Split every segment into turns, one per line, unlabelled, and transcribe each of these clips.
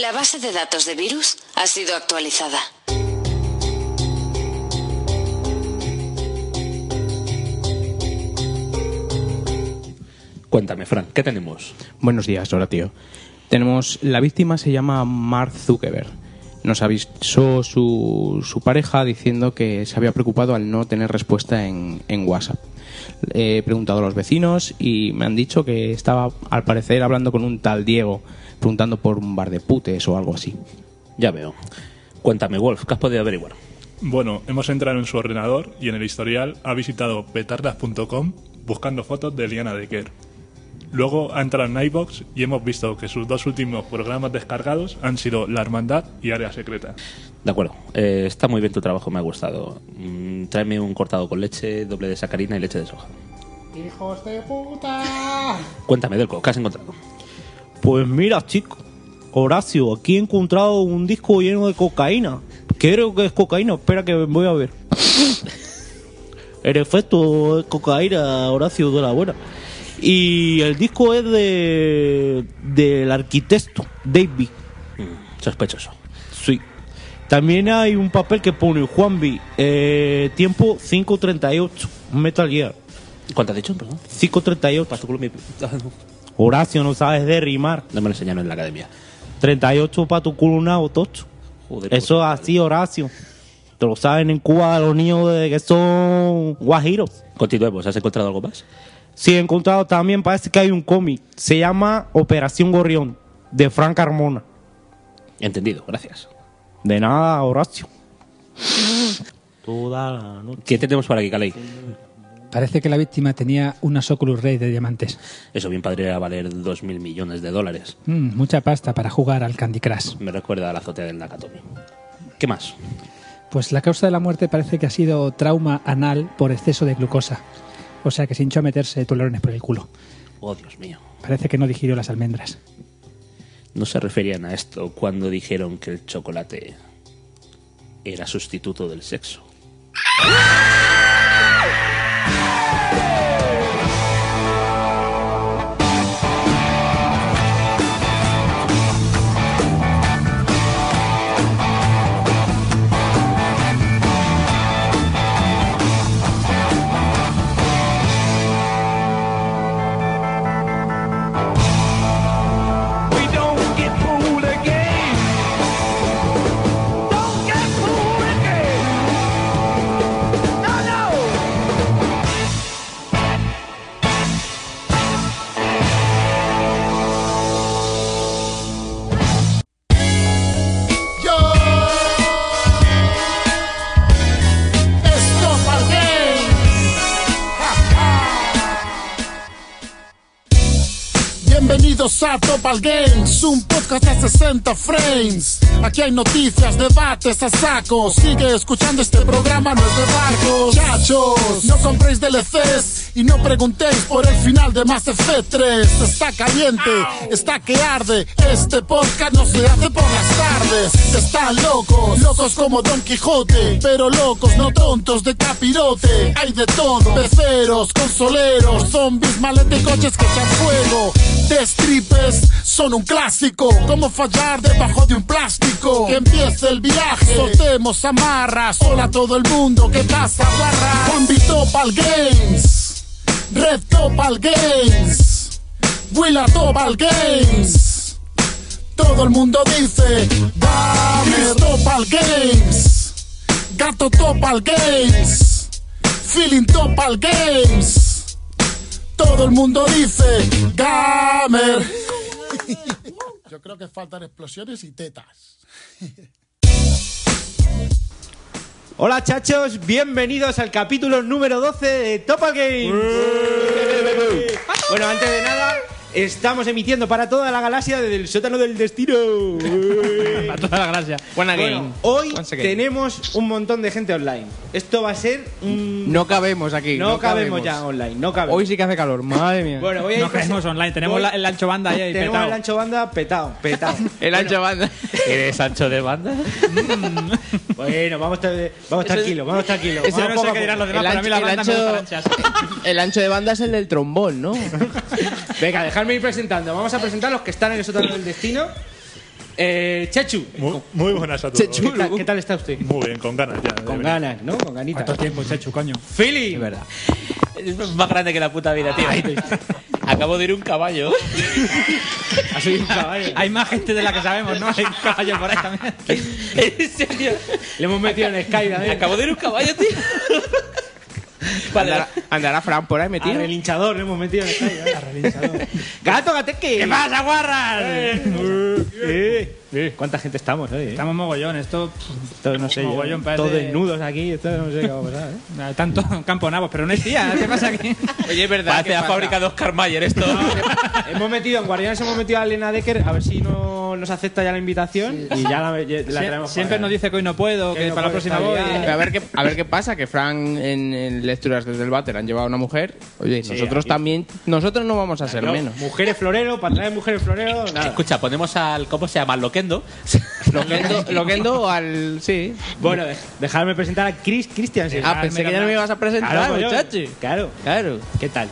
La base de datos de virus ha sido actualizada.
Cuéntame, Fran, ¿qué tenemos?
Buenos días, Horatio. Tenemos. La víctima se llama Mark Zuckerberg. Nos avisó su, su pareja diciendo que se había preocupado al no tener respuesta en, en WhatsApp. He preguntado a los vecinos y me han dicho que estaba, al parecer, hablando con un tal Diego, preguntando por un bar de putes o algo así.
Ya veo. Cuéntame, Wolf, ¿qué has podido averiguar?
Bueno, hemos entrado en su ordenador y en el historial ha visitado petardas.com buscando fotos de Liana Decker. Luego ha entrado en iBox y hemos visto que sus dos últimos programas descargados han sido La Hermandad y Área Secreta.
De acuerdo, eh, está muy bien tu trabajo, me ha gustado. Mm, tráeme un cortado con leche, doble de sacarina y leche de soja.
¡Hijos de puta!
Cuéntame, Delco, ¿qué has encontrado?
Pues mira, chico, Horacio, aquí he encontrado un disco lleno de cocaína. Creo que es cocaína, espera que voy a ver. En efecto, es cocaína, Horacio de la buena. Y el disco es de del arquitecto David.
Mm, sospechoso.
Sí. También hay un papel que pone Juan B. Eh, tiempo 538. Metal Gear.
¿Cuánto has dicho, perdón?
538.
Paso culo mi-
Horacio, no sabes de rimar.
No me lo enseñaron en la academia.
38 para tu culo una o tocho.
Joder, pues.
Eso es
puta
así, Horacio. Te lo saben en Cuba los niños de que son guajiros.
Continuemos, pues, ¿has encontrado algo más?
Sí, he encontrado también, parece que hay un cómic. Se llama Operación Gorrión, de Frank Carmona.
Entendido, gracias.
De nada, Horacio. Toda la noche.
¿Qué tenemos por aquí, Caley?
Parece que la víctima tenía unas Oculus Rey de diamantes.
Eso bien podría valer 2.000 millones de dólares.
Mm, mucha pasta para jugar al Candy Crush.
Me recuerda a la azotea del Nakatomi. ¿Qué más?
Pues la causa de la muerte parece que ha sido trauma anal por exceso de glucosa. O sea que se hinchó a meterse tolerones por el culo.
Oh, Dios mío.
Parece que no digirió las almendras.
No se referían a esto cuando dijeron que el chocolate era sustituto del sexo.
We don't get fooled again. Don't get fooled again. No, no.
Yo Estopa Bienvenidos a Topal Games, un podcast de 60 frames. Aquí hay noticias, debates a saco. Sigue escuchando este programa, no es de barcos. Chachos, no compréis DLCs y no preguntéis por el final de Mass Effect 3. Está caliente, está que arde. Este podcast no se hace por las tardes. Están locos, locos como Don Quijote, pero locos, no tontos de capirote. Hay de todo, peceros, consoleros, zombies, maletes, coches que echan fuego. Destripes son un clásico, como fallar debajo de un plástico. Que empiece el viaje, soltemos amarras. Hola a todo el mundo que pasa barra. Juan Topal Games, Red Topal Games, Willa Topal Games. Todo el mundo dice, dame Topal Games, Gato Topal Games, Feeling Topal Games. Todo el mundo dice, Gamer. Yo creo que faltan explosiones y tetas.
Hola, chachos, bienvenidos al capítulo número 12 de Topal Games. bueno, antes de nada, estamos emitiendo para toda la galaxia desde el sótano del destino.
Toda la gracia. Buena
Bueno, hoy tenemos un montón de gente online. Esto va a ser un...
No cabemos aquí.
No, cabemos ya online, no cabemos.
Hoy sí que hace calor, madre mía.
Bueno, voy a ir
No caemos
pasando-
online, tenemos
voy-
la- el ancho banda ahí, ahí,
Tenemos
petao.
el ancho banda petado, petado.
el ancho banda.
¿Eres ancho de banda?
bueno, vamos, tra- vamos tranquilo, vamos tranquilo.
Eso
vamos
Yo no
poco
sé
a
qué dirán
poco.
los demás,
El
pero a mí las
ancho-
bandas
el
me gustan
ancho-
anchas.
El ancho de banda es el del trombón, ¿no?
Venga, dejadme ir presentando. Vamos a presentar los que están en el sótano del destino. Eh, Chachu.
Muy, muy buenas a todos.
¿Qué tal, qué tal está usted?
Muy bien, con ganas ya. de
Con
venir.
ganas, ¿no? Con ganitas.
¿Cuánto tiempo, chacho, coño?
Philly.
Es verdad.
Es más grande que la puta vida, tío.
Acabo de ir un caballo.
Ha sido un caballo.
Hay más gente de la que sabemos, ¿no? Hay un caballo por ahí también.
En serio. Le hemos metido en Skype también.
Acabo de ir un caballo, tío.
¿Andará, andará Fran por ahí metido?
Al relinchador le hemos metido en Skype. Al relinchador.
¡Gato, gateque!
¿Qué pasa, guarras? Eh,
Eh,
¿Cuánta gente estamos hoy? eh?
Estamos mogollón, esto. pff,
Esto no sé yo,
mogollón, parece-
Todos desnudos aquí. Esto no sé qué va a pasar. ¿eh?
Tanto campo nabos, pero no es día. ¿Qué pasa aquí?
Oye, es verdad.
Parece
que
la
pasa.
fábrica de Oscar Mayer esto.
hemos metido en Guardianes, hemos metido a Elena Decker. A ver si no, nos acepta ya la invitación. Y ya la, ya la
Sie-
traemos.
siempre
para-
nos dice que hoy no puedo,
Que
que,
no
para la
Pues
puedo,
próxima voy.
está liada.
A ver, qué, a ver qué pasa, que Fran en, en lecturas desde el váter han llevado a una mujer. Oye, nosotros
aquí.
también, nosotros no vamos a ser
No,
menos.
Mujeres florero, para traer mujeres florero. Nada.
Escucha, ponemos al. ¿Cómo se llama? Al Loquendo.
Loquendo, loquendo al... sí.
Bueno, dej- dejadme presentar a Chris Christian.
Ah, pensé que ya no me ibas a presentar,
claro, pues
muchacho.
yo- Claro.
Claro.
¿Qué tal?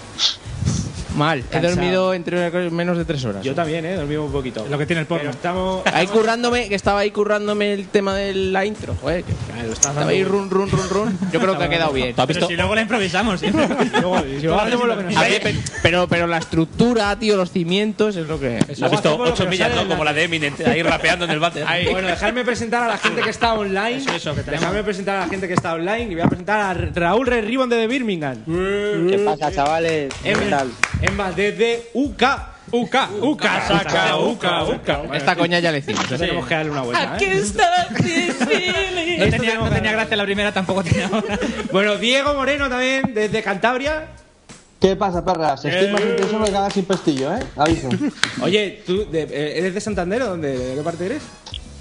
Mal, he
Cansado.
dormido entre una cosa- menos de tres horas.
Yo también, ¿eh? Dormimos un poquito.
Lo que tiene el porno.
Pero estamos...
Ahí currándome, que estaba ahí currándome el tema de la intro, joder. que
Claro, estás
Estaba ahí run, run, run, run. Yo creo que ha quedado bien.
¿Tú has visto?
luego la improvisamos. ¿eh?
Luego, si luego hacemos lo que nos
A ver, pe- pero, pero la estructura, tío, los cimientos es lo que...
¿Has visto
hacemos lo que
8
nos
millas,
sale
no?
en
Como
la-
la de Eminem, ahí rapeando en el bate.
Bueno, dejadme presentar a la gente que está online. dejadme presentar a la gente que está online y voy a presentar a Raúl Red Ribbon de The Birmingham.
¿Qué pasa, chavales? ¿Qué
En-
tal?
En más desde UK. UK, UK, saca,
uca, uca.
Esta coña ya le hicimos.
Tenemos que darle una vuelta, ¿eh?
No tenía, no tenía gracia la primera, tampoco tiene ahora.
Bueno, Diego Moreno también, desde Cantabria.
¿Qué pasa, perras? Estoy
Eh.
más intenso que ganas sin pestillo, ¿eh? Aviso.
Oye, ¿tú de- eh, eres de Santander o dónde, de qué parte eres?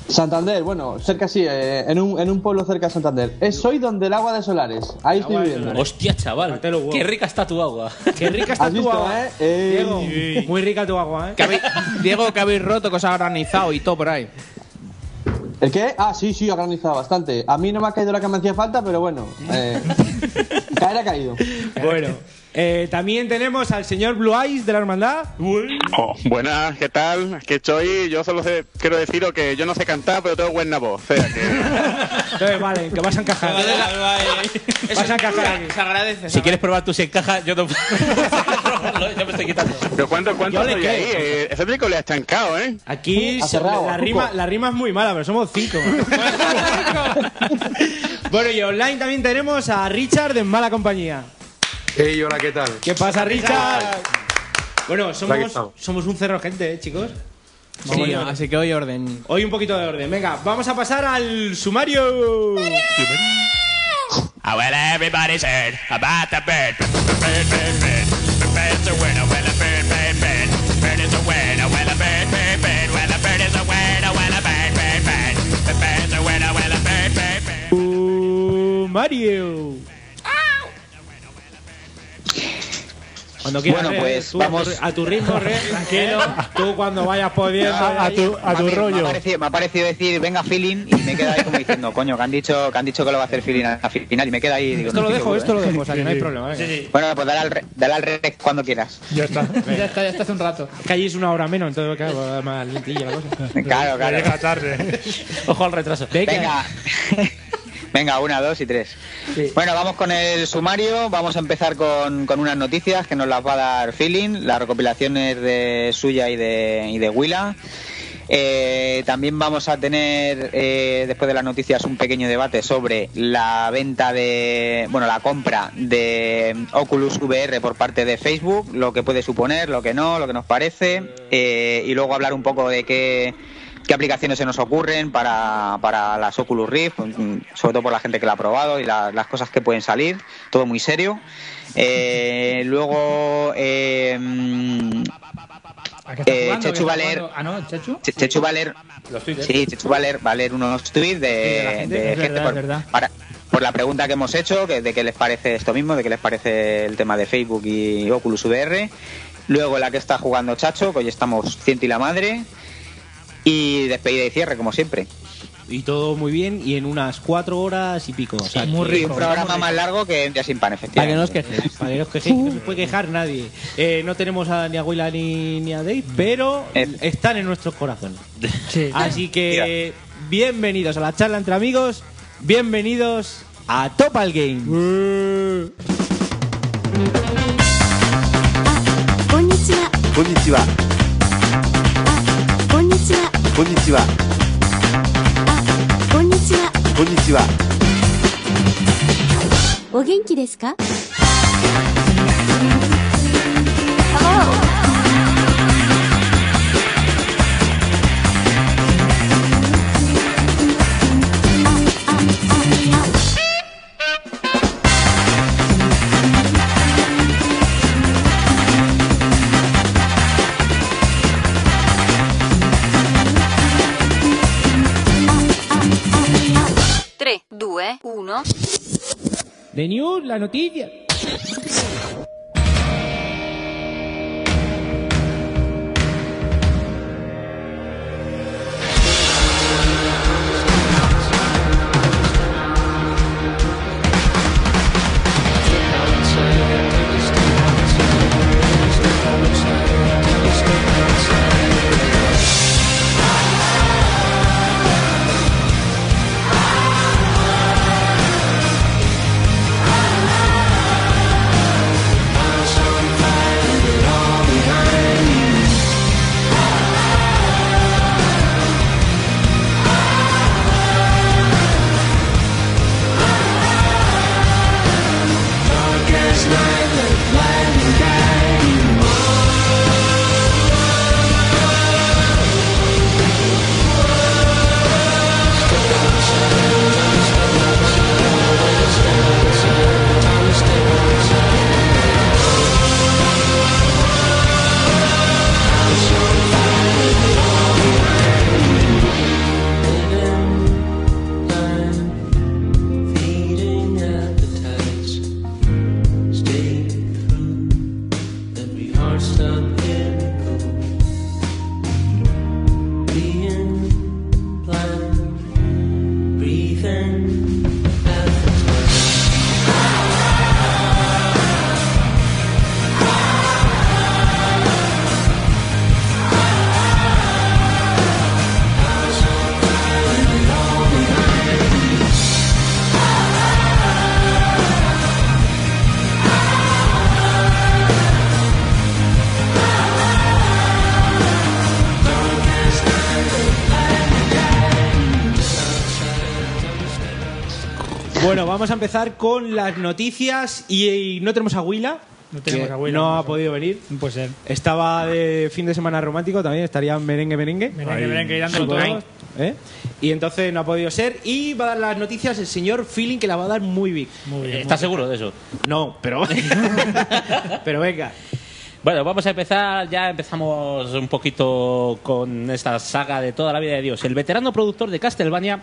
Santander, bueno, cerca sí, eh, en, un, en un pueblo cerca de Santander.
Eh,
Es, soy donde el agua de Solares. Ahí estoy
agua de
viviendo.
Hostia, chaval.
Date los huevos.
Qué rica está tu agua.
Qué rica está
¿Has
tu
visto,
agua,
eh? Eh,
Diego,
sí.
muy rica tu agua, ¿eh?
Que habéis- Diego, que habéis roto, que os ha organizado y todo por ahí.
¿El qué? Ah, sí, sí, ha granizado bastante. A mí no me ha caído la que me hacía falta, pero bueno. Eh, caer ha caído.
Bueno, eh, también tenemos al señor Blue Eyes de la Hermandad.
Oh, buenas, ¿qué tal? Aquí estoy. Yo solo sé- quiero deciros que yo no sé cantar, pero tengo buena voz. O sea que.
Entonces, vale, que vas a encajar. Vas a encajar aquí.
Se agradece.
Si quieres probar tú si encaja, yo no. yo me estoy quitando.
¿Pero cuánto, cuánto
Yo le
soy
creo.
ahí? Eh, ese rico le ha estancado, ¿eh?
Aquí
Uh, Ha
se-
cerrado,
la,
Cuco.
rima, la rima es muy mala, pero somos cinco. bueno, y online también tenemos a Richard de Mala Compañía.
Hey, hola, ¿qué tal?
¿Qué pasa, Richard? Bueno,
Aquí
somos,
estamos.
somos un cerro gente, ¿eh, chicos?
Sí, así que hoy orden.
Hoy un poquito de orden. Venga, vamos a pasar al sumario.
I will everybody's heard about the bird. Bird, bird, bird. The bird's a winner. Well, a bird, bird, bird. Bird is a winner. Well, a bird, bird, bird. Well, a bird is a winner. Well, a bird, bird, bird. The bird's a winner. Well, a bird, bird, bird.
Sumario. Cuando quieras,
Bueno,
Red,
pues,
tú a tu-
vamos-
a tu, ritmo, Red, tranquilo. Tú cuando vayas pudiendo.
A, a tu, a tu
Mami, Me ha,
rollo.
parecido, me ha parecido decir, venga, feeling, y me queda ahí como diciendo, coño, que han dicho que, han dicho que lo va a hacer feeling al final, y me queda ahí. digo,
Esto
no
lo
estoy
dejo,
seguro,
esto
¿eh?
lo dejo, o sea que no hay problema. venga.
Bueno, pues dale al, re- dale al rec cuando quieras.
Ya está.
Ya está, ya está hace un rato.
Es que allí es una hora menos, entonces claro, va más lentilla la cosa.
Claro,
Ya
claro.
Llega tarde.
Ojo al retraso.
Venga. Venga, una, dos y tres. Bueno, vamos con el sumario. Vamos a empezar con, con unas noticias que nos las va a dar Feeling, las recopilaciones de suya y de, y de Willa. Eh, también vamos a tener, eh, después de las noticias, un pequeño debate sobre la venta de, bueno, la compra de Oculus VR por parte de Facebook, lo que puede suponer, lo que no, lo que nos parece, eh, y luego hablar un poco de qué, qué aplicaciones se nos ocurren para, para las Oculus Rift, mm, sobre todo por la gente que la ha probado y la- las cosas que pueden salir, todo muy serio. Eh, luego, eh, mm,
¿A qué está
Eh,
jugando?
Chechu
¿Qué está
Valer.
jugando? Ah, no, Chechu.
Che- Chechu va a leer, sí, Chechu va a leer, va a leer unos tweets de,
¿eh? de la gente,
de
es verdad, es verdad.
por, para- por la pregunta que hemos hecho, que- de qué les parece esto mismo, de qué les parece el tema de Facebook y Oculus VR. Luego la que está jugando Chacho, que hoy estamos ciento y la madre. Y despedida y cierre, como siempre.
Y todo muy bien y en unas cuatro horas y pico. O sea,
muy
que-
rico. Un programa más largo que en Día Sin Pan,
Para que
efectivamente.
no os quejéis, para que no os quejéis, que no se puede quejar nadie. Eh, no tenemos a, ni a Willa ni, ni a Dave, pero están en nuestros corazones. Así que bienvenidos a la charla entre amigos, bienvenidos a Topal
Uh.
Game.
Konnichiwa. Ah, Konnichiwa. Konnichiwa. Konnichiwa. Konnichiwa.
お元気ですか
3, 2, 1.
De news, la noticia.
Bueno, vamos a empezar con las noticias y, y no tenemos a Willa.
No tenemos
que
a Willa,
No
no
ha podido venir.
Pues ser.
Estaba de fin de semana romántico también, estaría merengue, merengue.
Merengue, Ahí. merengue, y dándolo
Supongo,
todo.
¿eh? Y entonces no ha podido ser. Y va a dar las noticias el señor Feeling, que la va a dar muy big.
¿Estás seguro de eso?
No, pero. pero venga.
Bueno, vamos a empezar. Ya empezamos un poquito con esta saga de toda la vida de Dios. El veterano productor de Castlevania,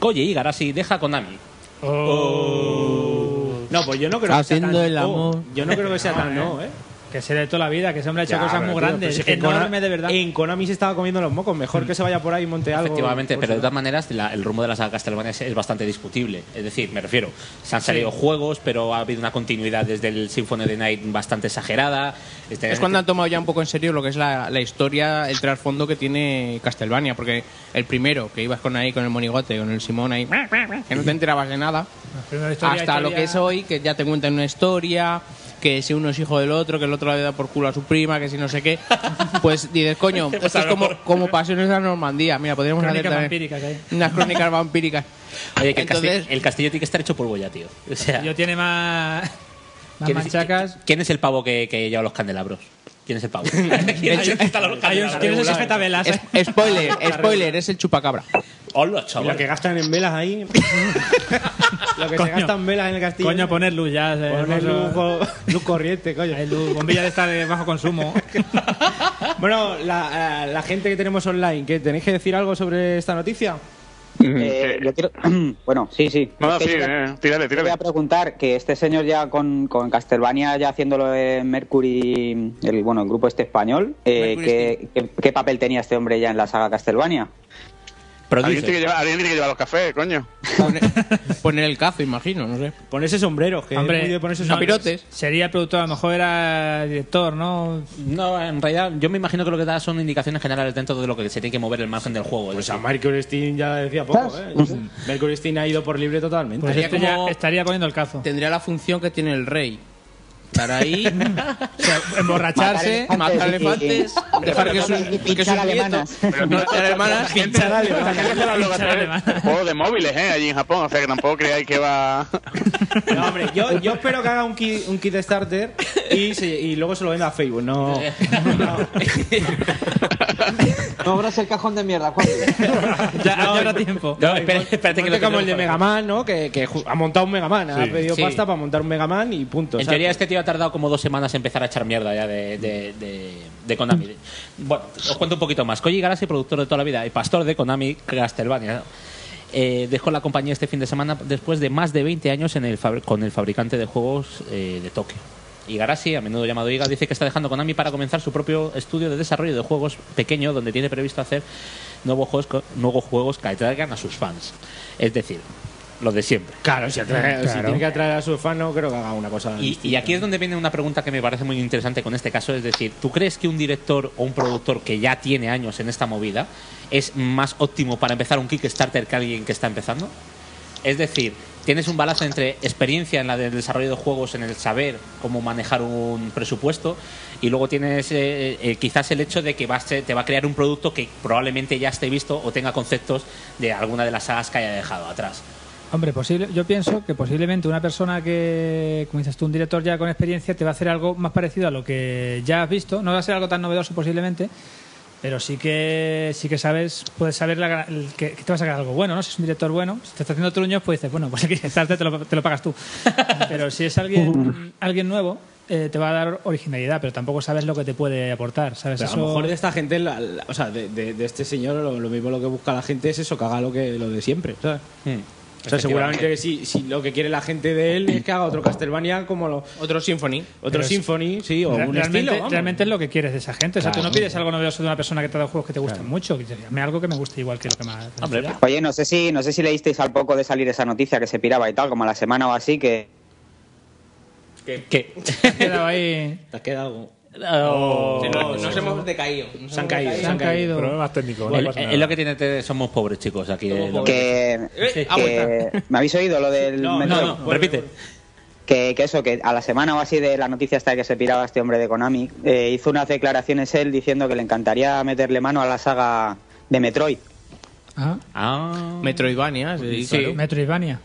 Koji Igarashi, deja Konami.
Oh.
No, pues yo no creo que sea tan, oh, yo no creo que sea tan no, ¿eh?
Que se de toda la vida, que se hombre ha hecho
Ya,
cosas
pero,
muy
tío,
grandes.
pero si es que en
enorme,
Konami-
de verdad.
En Konami se estaba comiendo los mocos. Mejor que se vaya por ahí y monte algo.
Efectivamente,
Pues
pero de todas maneras la- el rumbo de la saga Castlevania es, es bastante discutible. Es decir, me refiero, se han salido juegos, pero ha habido una continuidad desde el Symphony of the Night bastante exagerada. Este-
Es cuando han tomado ya un poco en serio lo que es la, la historia, el trasfondo que tiene Castlevania, porque el primero, que ibas con ahí, con el monigote, con el Simón ahí, que no te enterabas de nada, hasta lo que es hoy, que ya te cuentan una historia, que si uno es hijo del otro, que el otro le ha dado por culo a su prima, que si no sé qué, pues dices, coño,
Pues
esto
a
es
lo
como,
mejor.
como Pasiones de la Normandía, mira, podríamos hacer
Crónicas
también
vampíricas ahí.
unas crónicas vampíricas.
Oye, que el,
Entonces-
castillo, el castillo tiene que estar hecho polvo ya, tío. O sea,
Yo tiene más. Más
¿quién es-
manchacas.
¿Quién es el pavo que, que lleva los candelabros? ¿Quién es el pavo? ¿Quién
Hay un- hay un- ¿quién es el sujetavelas, eh?
Es- Spoiler, spoiler, es el chupacabra.
Hola,
eso. Y Lo que gastan en velas ahí. lo que se
Coño.
gastan velas en el castillo.
Coño, poner luz ya. eh,
Poner luz,
hermoso.
luz corriente, coño.
luz, bombilla de esta de bajo consumo.
Bueno, la, eh, la gente que tenemos online, ¿qué, ¿tenéis que decir algo sobre esta noticia?
Eh, yo quiero... bueno, sí, sí.
No, no,
Es que
sí,
yo-
eh,
yo Voy a preguntar que este señor ya con, con Castlevania, ya haciéndolo en Mercury, el, bueno, el grupo este español, eh,
Mercury
¿qué, qué, qué papel tenía este hombre ya en la saga Castlevania?
Alguien tiene, que llevar, alguien tiene que llevar los cafés, coño.
Poner el cazo, imagino, no sé.
Ponerse sombreros, que
Hombre,
es muy de ponerse
no,
sombreros.
Sería el productor, a lo mejor era director, ¿no?
No, en realidad yo me imagino que lo que da son indicaciones generales dentro de lo que se tiene que mover el margen del juego.
Pues a Mercury Steam ya decía poco, ¿eh? Mercury Steam ha ido por libre totalmente.
Pues este ya estaría poniendo el cazo.
Tendría la función que tiene el rey. Estar ahí,
emborracharse,
matar elefantes, dejar que sus, que sus
alemanas.
nietos- no, pinchar alemanas,
Juego de móviles, ¿eh? Allí en Japón, o sea que tampoco creáis que va.
No, hombre, yo, yo espero que haga un kit, un kit starter y, se- y luego se lo venda a Facebook, no.
No abras el cajón de mierda, Juan.
Ya, ya habrá tiempo.
No, espérate,
espérate
que como el de Mega Man, ¿no? Que, que ju- ha montado un Mega Man, ha
Sí.
pedido
Sí.
pasta para montar un Mega Man y punto.
En
¿sabes?
teoría este tío ha tardado como dos semanas en empezar a echar mierda ya de, de, de- de Konami. Bueno, os cuento un poquito más. Koji Igarashi, productor de toda la vida y pastor de Konami Castlevania, eh, dejó la compañía este fin de semana después de más de 20 años en el fabri- con el fabricante de juegos eh, de Tokio. Igarashi, a menudo llamado Iga, dice que está dejando Konami para comenzar su propio estudio de desarrollo de juegos pequeño, donde tiene previsto hacer nuevos juegos, co- nuevos juegos que atraigan a sus fans. Es decir, los de siempre.
Claro, si, atrae- si tiene que atraer a su fan, no creo que haga una cosa.
Y, y aquí es donde viene una pregunta que me parece muy interesante con este caso, es decir, ¿tú crees que un director o un productor que ya tiene años en esta movida es más óptimo para empezar un Kickstarter que alguien que está empezando? Es decir, tienes un balance entre experiencia en la del desarrollo de juegos, en el saber cómo manejar un presupuesto, y luego tienes eh, eh, quizás el hecho de que va a ser- te va a crear un producto que probablemente ya esté visto o tenga conceptos de alguna de las sagas que haya dejado atrás.
Hombre, posible, yo pienso que posiblemente una persona que, como dices tú, un director ya con experiencia, te va a hacer algo más parecido a lo que ya has visto. No va a ser algo tan novedoso posiblemente, pero sí que sí que sabes, puedes saber la gra- el que, que te va a sacar algo bueno, ¿no? Si es un director bueno, si te está haciendo truños, pues dices, bueno, pues aquí tarde te lo, te lo pagas tú. Pero si es alguien, alguien nuevo, eh, te va a dar originalidad, pero tampoco sabes lo que te puede aportar, ¿sabes?
Pero a
Eso-
lo mejor de esta gente, la- la- o sea, de, de- de este señor, lo, lo mismo lo que busca la gente es eso, que haga lo, que, lo de siempre, ¿sabes? O sea, seguramente que sí, si lo que quiere la gente de él es que haga otro Castlevania como lo,
otro Symphony.
Otro
Pero es-
Symphony, sí, o
Re-
un
realmente,
estilo. vamos.
realmente es lo que quieres de esa gente. O sea, tú
Claro.
no pides algo novedoso de una persona que te da juegos que te gustan mucho. Que te diga, "Hazme algo que me guste igual que lo que más.
Oye, no sé si no sé si leísteis al poco de salir esa noticia que se piraba y tal, como a la semana o así, que
¿Qué?
Te has quedado ahí.
Te has quedado.
Oh.
Nos hemos decaído. nos
Se han
hemos
caído,
decaído.
se han caído.
Problemas técnicos.
El-
no pasa
el-
nada.
Es lo que tiene, te- somos pobres chicos aquí. eh, lo-
que,
Eh,
que- ¿me habéis oído lo del
No,
metro?
no, no, repite.
que, que eso, que a la semana o así de la noticia hasta que se piraba este hombre de Konami, eh, hizo unas declaraciones él diciendo que le encantaría meterle mano a la saga de Metroid.
Ah.
Metroidvania, sí, claro.
Metroidvania.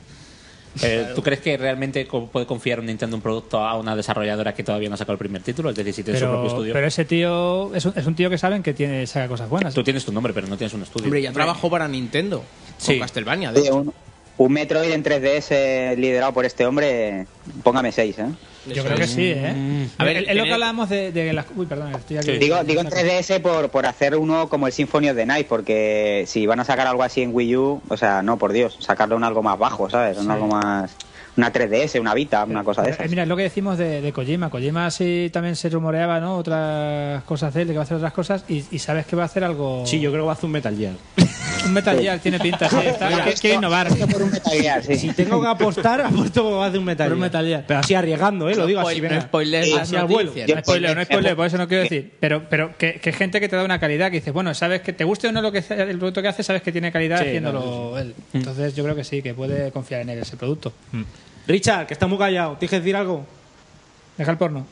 Eh, ¿Tú crees que realmente co- puede confiar un Nintendo un producto a una desarrolladora que todavía no ha sacado el primer título? Es decir, si tiene su propio
Pero,
estudio.
pero ese tío es un, es un tío que saben que tiene saca cosas buenas.
Tú tienes tu nombre, pero no tienes un estudio.
Hombre, ya trabajó para Nintendo. Con Castlevania, de
Oye,
hecho.
un, un Metroid en 3DS liderado por este hombre, póngame 6, ¿eh?
Yo creo que sí,
Mm.
¿eh?
A ver,
es es lo
tiene-
que hablábamos de, de las. Uy, perdón, estoy aquí.
Digo, digo en 3DS por, por hacer uno como el Symphony of the Night, porque si van a sacar algo así en Wii U, o sea, no, por Dios, sacarlo en algo más bajo, ¿sabes? En
Sí.
algo más... Una 3DS, una Vita, una cosa de
Eh,
esas.
Mira, es lo que decimos de, de Kojima. Kojima sí también se rumoreaba, ¿no? Otras cosas de él, de que va a hacer otras cosas. Y, y sabes que va a hacer algo.
Sí, yo creo que va a hacer un Metal Gear.
Un Metal Gear tiene pinta, sí. está-
Mira,
quiere- quiere innovar.
Si tengo que apostar, apuesto que va a hacer un Metal,
Por un
Gear. Pero así arriesgando, ¿eh? Lo digo así.
Spoil-
venga.
no spoilees las
Así al vuelo.
noticias, No spoiler, no spoiler,
pues
por eso no quiero decir. Pero, pero que, que gente que te da una calidad que dices, bueno, sabes que te guste o no lo que sea el producto que hace, sabes que tiene calidad
Sí, Mm.
haciéndolo
no,
él. Entonces yo creo que sí, que puede confiar en él ese producto.
Richard, que está muy callado. ¿Tienes que decir algo?
Deja el porno.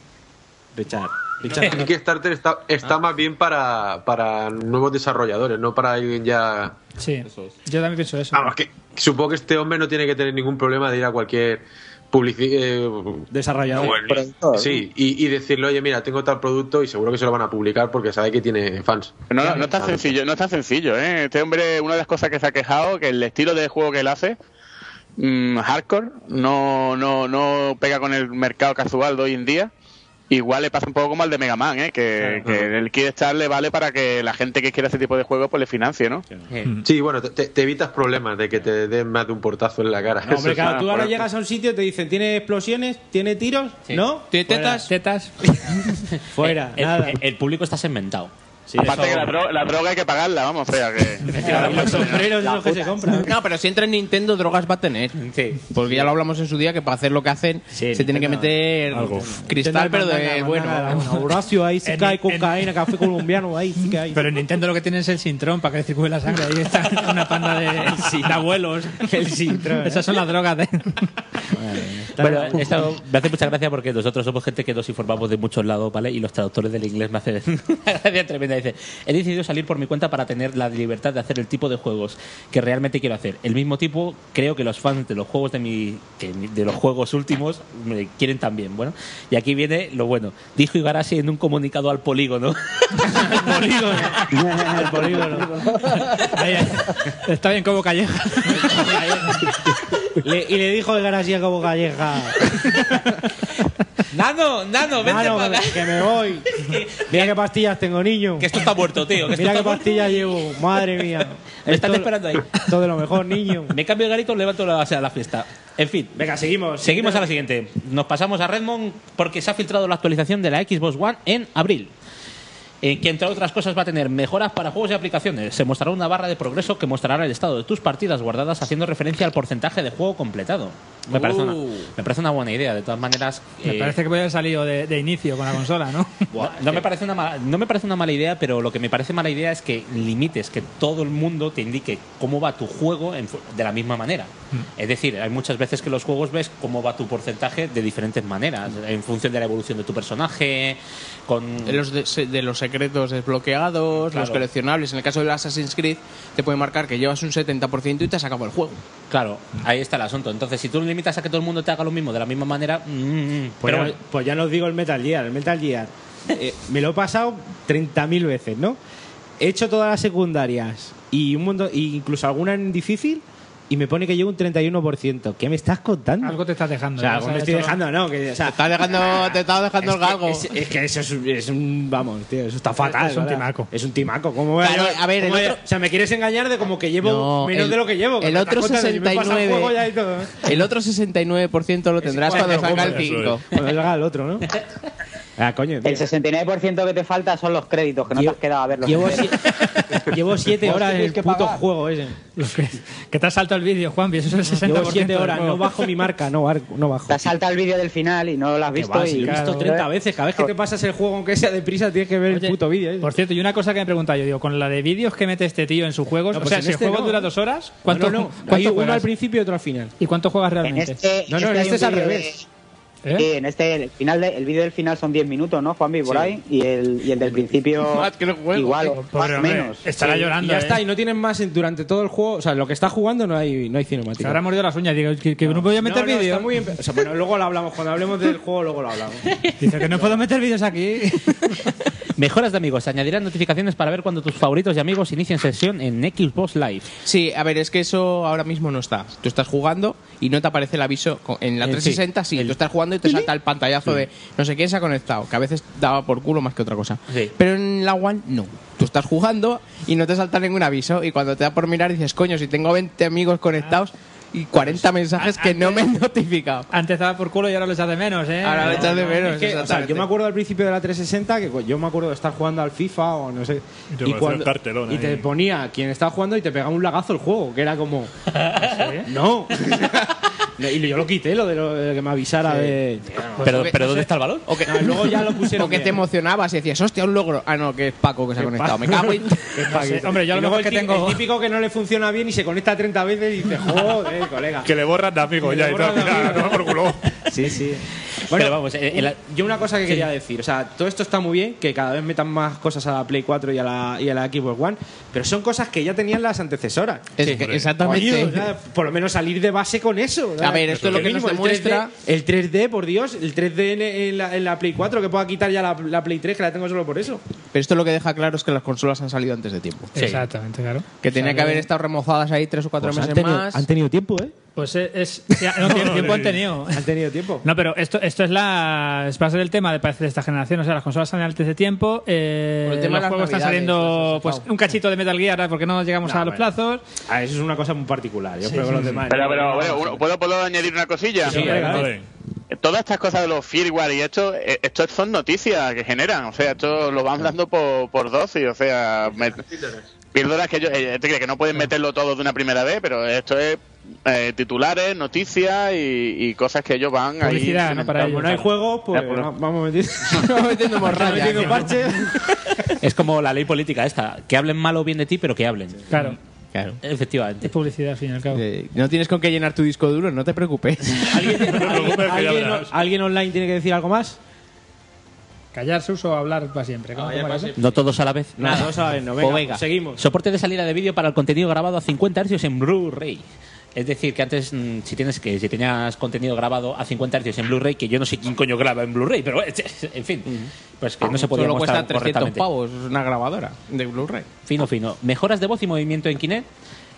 Richard.
El Kickstarter está, está más bien para, para nuevos desarrolladores, no para alguien ya.
Sí, yo también pienso eso.
Vamos, que supongo que este hombre no tiene que tener ningún problema de ir a cualquier publicidad.
Desarrollador.
sí, y, y decirle, oye, mira, tengo tal producto y seguro que se lo van a publicar porque sabe que tiene fans.
No, no, no está sencillo, no está sencillo, ¿eh? Este hombre, una de las cosas que se ha quejado, que el estilo de juego que él hace, mm, hardcore, no, no, no pega con el mercado casual de hoy en día. Igual le pasa un poco como al de Mega Man, ¿eh? Que, que el Kickstarter le vale para que la gente que quiera ese tipo de juegos pues le financie, ¿no?
Sí, bueno, te, te evitas problemas de que te den más de un portazo en la cara.
No, hombre,
Eso
claro,
está
tú ahora
por-
llegas a un sitio y te dicen, ¿tiene explosiones? ¿Tiene tiros? ¿No?
¿Tiene tetas?
Tetas.
Fuera,
Eh, El- el-
nada.
El, público está segmentado. Sí,
Aparte
eso-
que la, dro- la droga hay que pagarla, vamos, o sea que...
Los sombreros
esos que se
compran. No, pero si entra en Nintendo, drogas va a tener. Porque ya lo hablamos en su día que para hacer lo que hacen se tiene que meter cristal, pero de bueno.
Horacio, ahí sí
En-
cae
en-
cocaína, café colombiano, ahí sí que hay.
Pero en Nintendo lo que tienen es el sintrón para que le circule la sangre. Ahí está una panda de, de abuelos.
El
¿eh?
sintrón.
Esas son las drogas de...
Bueno, esto me hace mucha gracia porque nosotros somos gente que nos informamos de muchos lados, ¿vale? Y los traductores del inglés me hacen una gracia tremenda. Dice, he decidido salir por mi cuenta para tener la libertad de hacer el tipo de juegos que realmente quiero hacer. El mismo tipo, creo que los fans de los juegos de mi, que mi- de los juegos últimos me quieren también, bueno. Y aquí viene lo bueno. Dijo Igarashi en un comunicado al polígono.
El polígono.
Está bien como calleja.
Le- y le dijo el garasía como galleja.
Nano, nano, vente
Nano,
para acá.
que me voy. Mira qué pastillas tengo, niño.
Que esto está muerto, tío. Que esto
Mira qué
está muerto.
pastillas llevo. Madre mía.
Me están
Esto-
esperando ahí.
Todo lo mejor, niño.
Me cambio el garito, levanto la base a la fiesta. En fin.
Venga, seguimos.
Seguimos a la siguiente. Nos pasamos a Redmond porque se ha filtrado la actualización de la Xbox One en abril. eh, que entre otras cosas va a tener mejoras para juegos y aplicaciones. Se mostrará una barra de progreso que mostrará el estado de tus partidas guardadas haciendo referencia al porcentaje de juego completado. Me, parece, una,
Uh.
me parece una buena idea. De todas maneras,
Me
eh,
parece que voy a haber salido de, de inicio con la consola, ¿no?
no me, parece una mala, no me parece una mala idea, pero lo que me parece mala idea es que limites, que todo el mundo te indique cómo va tu juego en fu- de la misma manera. Es decir, hay muchas veces que los juegos ves cómo va tu porcentaje de diferentes maneras, en función de la evolución de tu personaje, con...
Los de, se- de los secretos desbloqueados, los
Claro.
coleccionables. En el caso del Assassin's Creed, te puede marcar que llevas un 70% y te has acabado el juego.
Claro, ahí está el asunto. Entonces, si tú limitas a que todo el mundo te haga lo mismo de la misma manera... mm, mm,
Pues,
pero
ya,
bueno,
pues ya no os digo el Metal Gear. El Metal Gear eh, me lo he pasado 30.000 veces, ¿no? He hecho todas las secundarias y un montón, y incluso alguna en difícil y me pone que llevo un 31%. ¿Qué me estás contando?
Algo te estás dejando.
O sea,
¿no?
algo me estoy
eso-
dejando, no. Que, o sea,
Te estás dejando- te estás dejando
es
el
que-
galgo.
Es, es que eso es, un- es un. Vamos, tío, eso está fatal.
Es un
¿verdad?
timaco.
Es un timaco. ¿Cómo voy
Claro,
llevar-
a ver,
cómo
el
voy a-
otro-
O sea, me quieres engañar de como que llevo
No,
menos
el-
de lo que llevo. que
el
me estás
otro
contando, si me he pasado el juego ya y todo.
El otro 69% lo tendrás cuando salga el 5.
Cuando salga el otro, ¿no? Ah, coño.
El 69% que te falta son los créditos, que no te has quedado a verlos.
llevo
enteros.
Llevo 7
Vos
horas en
tenéis
el
que
puto
pagar.
juego ese.
Que te has saltado el vídeo, Juan, eso es el 60%.
Llevo 7 horas,
del juego.
no bajo mi marca, no, barco- no bajo.
Te salta el vídeo del final y no lo has
Que
visto.
va, si
y,
lo he visto 30 veces. Cada vez que te pasas el juego, aunque sea deprisa, tienes que ver el puto vídeo. ¿eh?
Por cierto, y una cosa que me he preguntado yo, digo, con la de vídeos que mete este tío en sus juegos,
No,
o
pues
sea,
en
si
este
el juego
no.
dura dos horas, ¿cuánto,
No, no, no.
cuánto
Hay uno
juegas?
al principio y otro al final.
¿Y cuánto juegas
En
realmente?
este,
No, no, en
hay
este
un
es al
vídeo
revés. ¿Eh?
de- Sí, en este, el, final de- el vídeo del final son 10 minutos, ¿no, Juanvi? Por ahí. Y el, y el del principio.
Más Ah, que el juego.
Eh,
Igual,
Pobre
Eh,
pues
más o
hombre,
menos.
estará
Sí,
llorando,
Y ya
¿eh?
está, y no tienen más en- durante todo el juego. O sea, lo que está jugando no hay, no hay cinemática.
Se habrá mordido las uñas, digo, que, que no, voy a meter
No, no,
vídeos.
está muy empe- o sea, bueno, luego lo hablamos. Cuando hablemos del juego, luego lo hablamos.
Dice que no puedo meter vídeos aquí.
mejoras de amigos. Añadirán notificaciones para ver cuando tus favoritos y amigos inicien sesión en Xbox Live.
Sí, a ver, es que eso ahora mismo no está. Tú estás jugando y no te aparece el aviso. co- En
Eh,
la
El
360 sí, tú estás jugando y te salta el pantallazo de no sé quién se ha conectado, que a veces daba por culo más que otra cosa. Pero en la One no. Tú estás jugando y no te salta ningún aviso y cuando te da por mirar dices, coño, si tengo 20 amigos conectados y 40
Pues,
mensajes que no me han notificado.
Antes daba por culo y ahora lo echas de menos, ¿eh?
Ahora lo echas de menos,
Es que, o sea,
exactamente.
yo me acuerdo al principio de la 360 que co- yo me acuerdo de estar jugando al FIFA o no sé.
Y te parecía un cartelón
y
ahí.
te ponía quien estaba jugando y te pegaba un lagazo el juego, que era como. no. No, y yo lo quité, lo de, lo de que me avisara de.
Pero-
Pues,
pero
no
¿dónde
sé.
está el balón?
O que,
No, luego ya lo pusieron
o que te
bien.
emocionabas y decías, hostia, un logro. Ah, no, que es Paco que se ha conectado. Me cago en...
hombre, yo a lo
Y luego
mejor
el
que
tí-
tengo-
el típico que no le funciona bien y se conecta 30 veces y dice, joder, colega.
Que le borran de amigo ya y todo. Mira, no, ¡Ah, por culo.
Sí, sí.
Pero vamos, eh, el-
yo una cosa que quería decir, o sea, todo esto está muy bien, que cada vez metan más cosas a la Play 4 y a la, y a la Xbox One, pero son cosas que ya tenían las antecesoras.
Es que-
Hombre.
exactamente.
Coño, o sea, por lo menos salir de base con eso.
A ver, esto es lo que nos
mínimo el
demuestra-
3D el 3D, por Dios, el 3D en, en la, en la Play 4, que pueda quitar ya la, la Play 3, que la tengo solo por eso.
Pero esto lo que deja claro es que las consolas han salido antes de tiempo.
Exactamente, claro.
Que tenía
O sea,
que haber
que-
estado remojadas ahí tres o cuatro
Pues
meses
han tenido-
más.
han
tenido tiempo, ¿eh?
Pues es. es- ya, no, tiempo, tiempo han tenido.
Han tenido tiempo.
No, pero esto, esto es la. Es parte del tema, de parece, de esta generación. O sea, las consolas salen antes de tiempo. eh,
Por el tema
los
de las
juegos están
navidades,
saliendo.
las has
Pues
sacado.
un cachito de Metal Gear, ¿verdad? porque no llegamos
No,
a los
bueno.
plazos.
Ah, eso es una cosa muy particular. ¿eh? Yo
Sí,
creo que
sí,
los
sí.
demás.
Pero,
no,
pero,
no,
bueno,
no.
uno- ¿puedo, ¿puedo añadir una cosilla?
Sí, venga,
Eh,
vale.
todas estas cosas de los firmware y esto, eh, esto son noticias que generan, o sea, esto lo van dando por, por dosis, o sea, me- píldoras que ellos, eh, te crees que no pueden meterlo todo de una primera vez, pero esto es eh, titulares, noticias y, y cosas que ellos van ahí.
Como no hay juegos, pues
Ya, pues no.
va- vamos metiendo, vamos metiendo morralla. metiendo parches.
Es como la ley política esta, que hablen mal o bien de ti, pero que hablen.
Claro.
Claro. Eh,
Efectivamente.
Publicidad, al fin y al cabo.
No tienes con qué llenar tu disco duro, no te preocupes.
¿Alguien, alguien online tiene que decir algo más?
Callarse uso hablar para siempre.
Ah,
¿Cómo toma eso?
No todos a la vez.
No, todos a la vez no. Venga, seguimos.
Soporte de salida de vídeo para el contenido grabado a 50 Hz en Blu-ray. Es decir, que antes, mm, si tienes que si tenías contenido grabado a 50 Hz en Blu-ray, que yo no sé quién coño graba en Blu-ray, pero eh, en fin, pues que no se podía
Solo
mostrar
cuesta 300
correctamente.
pavos una grabadora de Blu-ray.
Fino, fino. Mejoras de voz y movimiento en Kinect.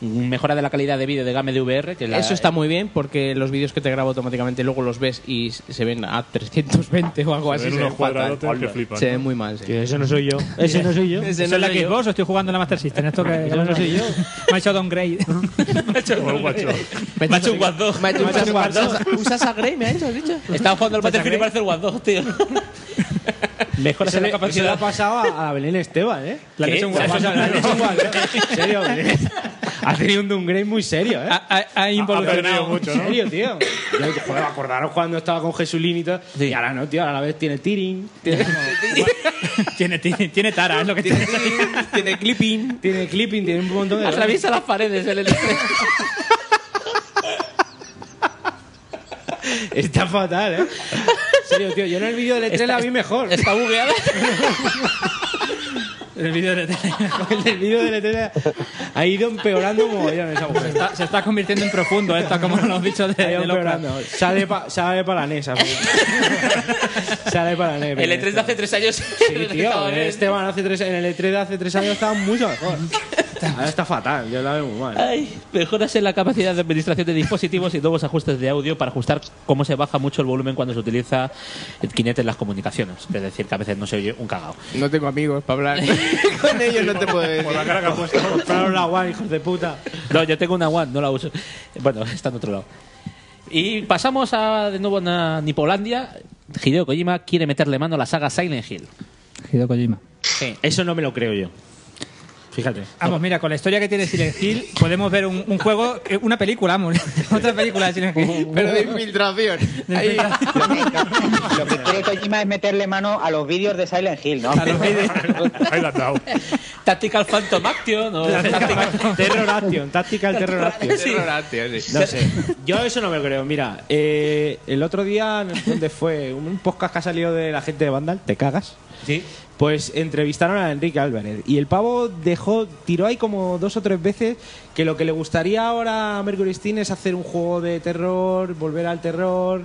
Mejora de la calidad de vídeo de Game DVR. Que la-
Eso está muy bien porque los vídeos que te grabo automáticamente luego los ves y se ven a 320 o algo
Se
así.
ven
se ven
unos
fatal.
cuadradotes que flipas,
Se
¿no?
ven muy mal. sí.
Que ese no soy yo. Ese no soy yo.
Ese
Ese
no
no
es
soy
la
yo.
Xbox, o estoy jugando en la Master System. Esto que
Yo no soy yo.
Me ha hecho downgrade. me ha hecho
Me ha hecho un guardó.
Me ha hecho usas- usas- ¿Usas a Grey, me ha hecho, has dicho?
Estaba jugando al Battlefield y parece el Watch 2, tío. Mejora
Eso
la
le, eso le
capacidad.
ha pasado a, a Belén Esteban, ¿eh?
Le han
¿Qué?
hecho un
Le han
guardó.
hecho- le han hecho un guardó. En serio, Belén. Ha tenido un downgrade muy serio, ¿eh?
Ha,
involucrado mucho, En serio, tío. Yo, joder, acordaros cuando estaba con Jesulín y todo. Y ahora no, tío. Ahora a la vez tiene tiring. Tiene,
tiene, tiene, tiene tara, es lo que tiene.
tiene clipping. Tiene clipping, tiene un montón de...
Atraviesa las paredes el E
Está fatal, ¿eh? En serio, tío. Yo en el vídeo de E3 la vi mejor.
Está bugueada.
El vídeo de
el vídeo de Letera ha ido empeorando mogollón esa mujer.
Se está, se está convirtiendo en profundo esto, como los bichos de,
Ha ido
de Lovecraft.
empeorando. Sale, pa- sale para la E NES. así. sale para la NES.
El E3 de hace tres ¿eh? años.
Sí, tío, este el Esteban hace tres, en el E3 de hace tres años estaba mucho mejor. Ahora está fatal, yo la veo muy mal.
Ay, mejoras en la capacidad de administración de dispositivos y nuevos ajustes de audio para ajustar cómo se baja mucho el volumen cuando se utiliza el Kinect en las comunicaciones. Es decir, que a veces no se oye un cagao.
No tengo amigos para hablar. Con ellos no te puedo decir.
la cara que ha puesto. la guay, hijos de puta.
No, yo tengo una One, no la uso. Bueno, está en otro lado. Y pasamos a, de nuevo a Nipolandia. Hideo Kojima quiere meterle mano a la saga Silent Hill.
Hideo Kojima.
Eso no me lo creo yo. Fíjate.
Vamos, mira, con la historia que tiene Silent Hill, podemos ver un, un juego, eh, una película, vamos, otra película de Silent Hill.
Pero de infiltración. Ahí.
Lo que quiere Kojima es meterle mano a los vídeos de Silent Hill, ¿no?
Ahí la Tactical Phantom Action o
Terror Action, Tactical Terror Action. No sé. Yo eso no me creo. Mira, eh, el otro día, donde fue? Un podcast que ha salido de la gente de Vandal, ¿te cagas?
Sí.
Pues entrevistaron a Enrique Álvarez y el pavo dejó, tiró ahí como dos o tres veces que lo que le gustaría ahora a Mercury Steam es hacer un juego de terror, volver al terror,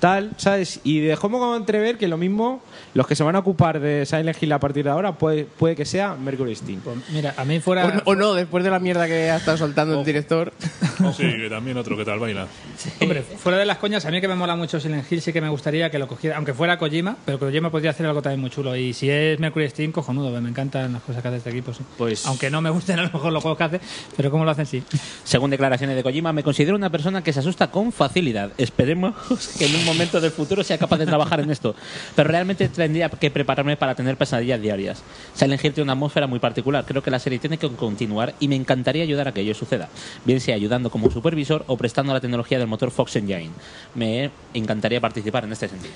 tal, ¿sabes? Y dejó como entrever que lo mismo, los que se van a ocupar de Silent Hill a partir de ahora puede, puede que sea Mercury Steam.
Mira, a mí fuera.
O no- O no, después de la mierda que ha estado soltando el director.
Sí, que también otro que tal baila.
Hombre, fuera de las coñas, a mí que me mola mucho Silent Hill, sí que me gustaría que lo cogiera, aunque fuera Kojima, pero Kojima podría hacer algo también muy chulo. Y si es Mercury Steam, cojonudo, me encantan las cosas que hace este equipo, sí.
Pues-
Aunque no me gusten a lo mejor los juegos que hace, pero cómo lo hacen, sí.
Según declaraciones de Kojima, me considero una persona que se asusta con facilidad. Esperemos que en un momento del futuro sea capaz de trabajar en esto. Pero realmente tendría que prepararme para tener pesadillas diarias. Silent Hill tiene una atmósfera muy particular. Creo que la serie tiene que continuar y me encantaría ayudar a que ello suceda. Bien sea ayudando como supervisor o prestando la tecnología del motor Fox Engine. Me encantaría participar en este sentido.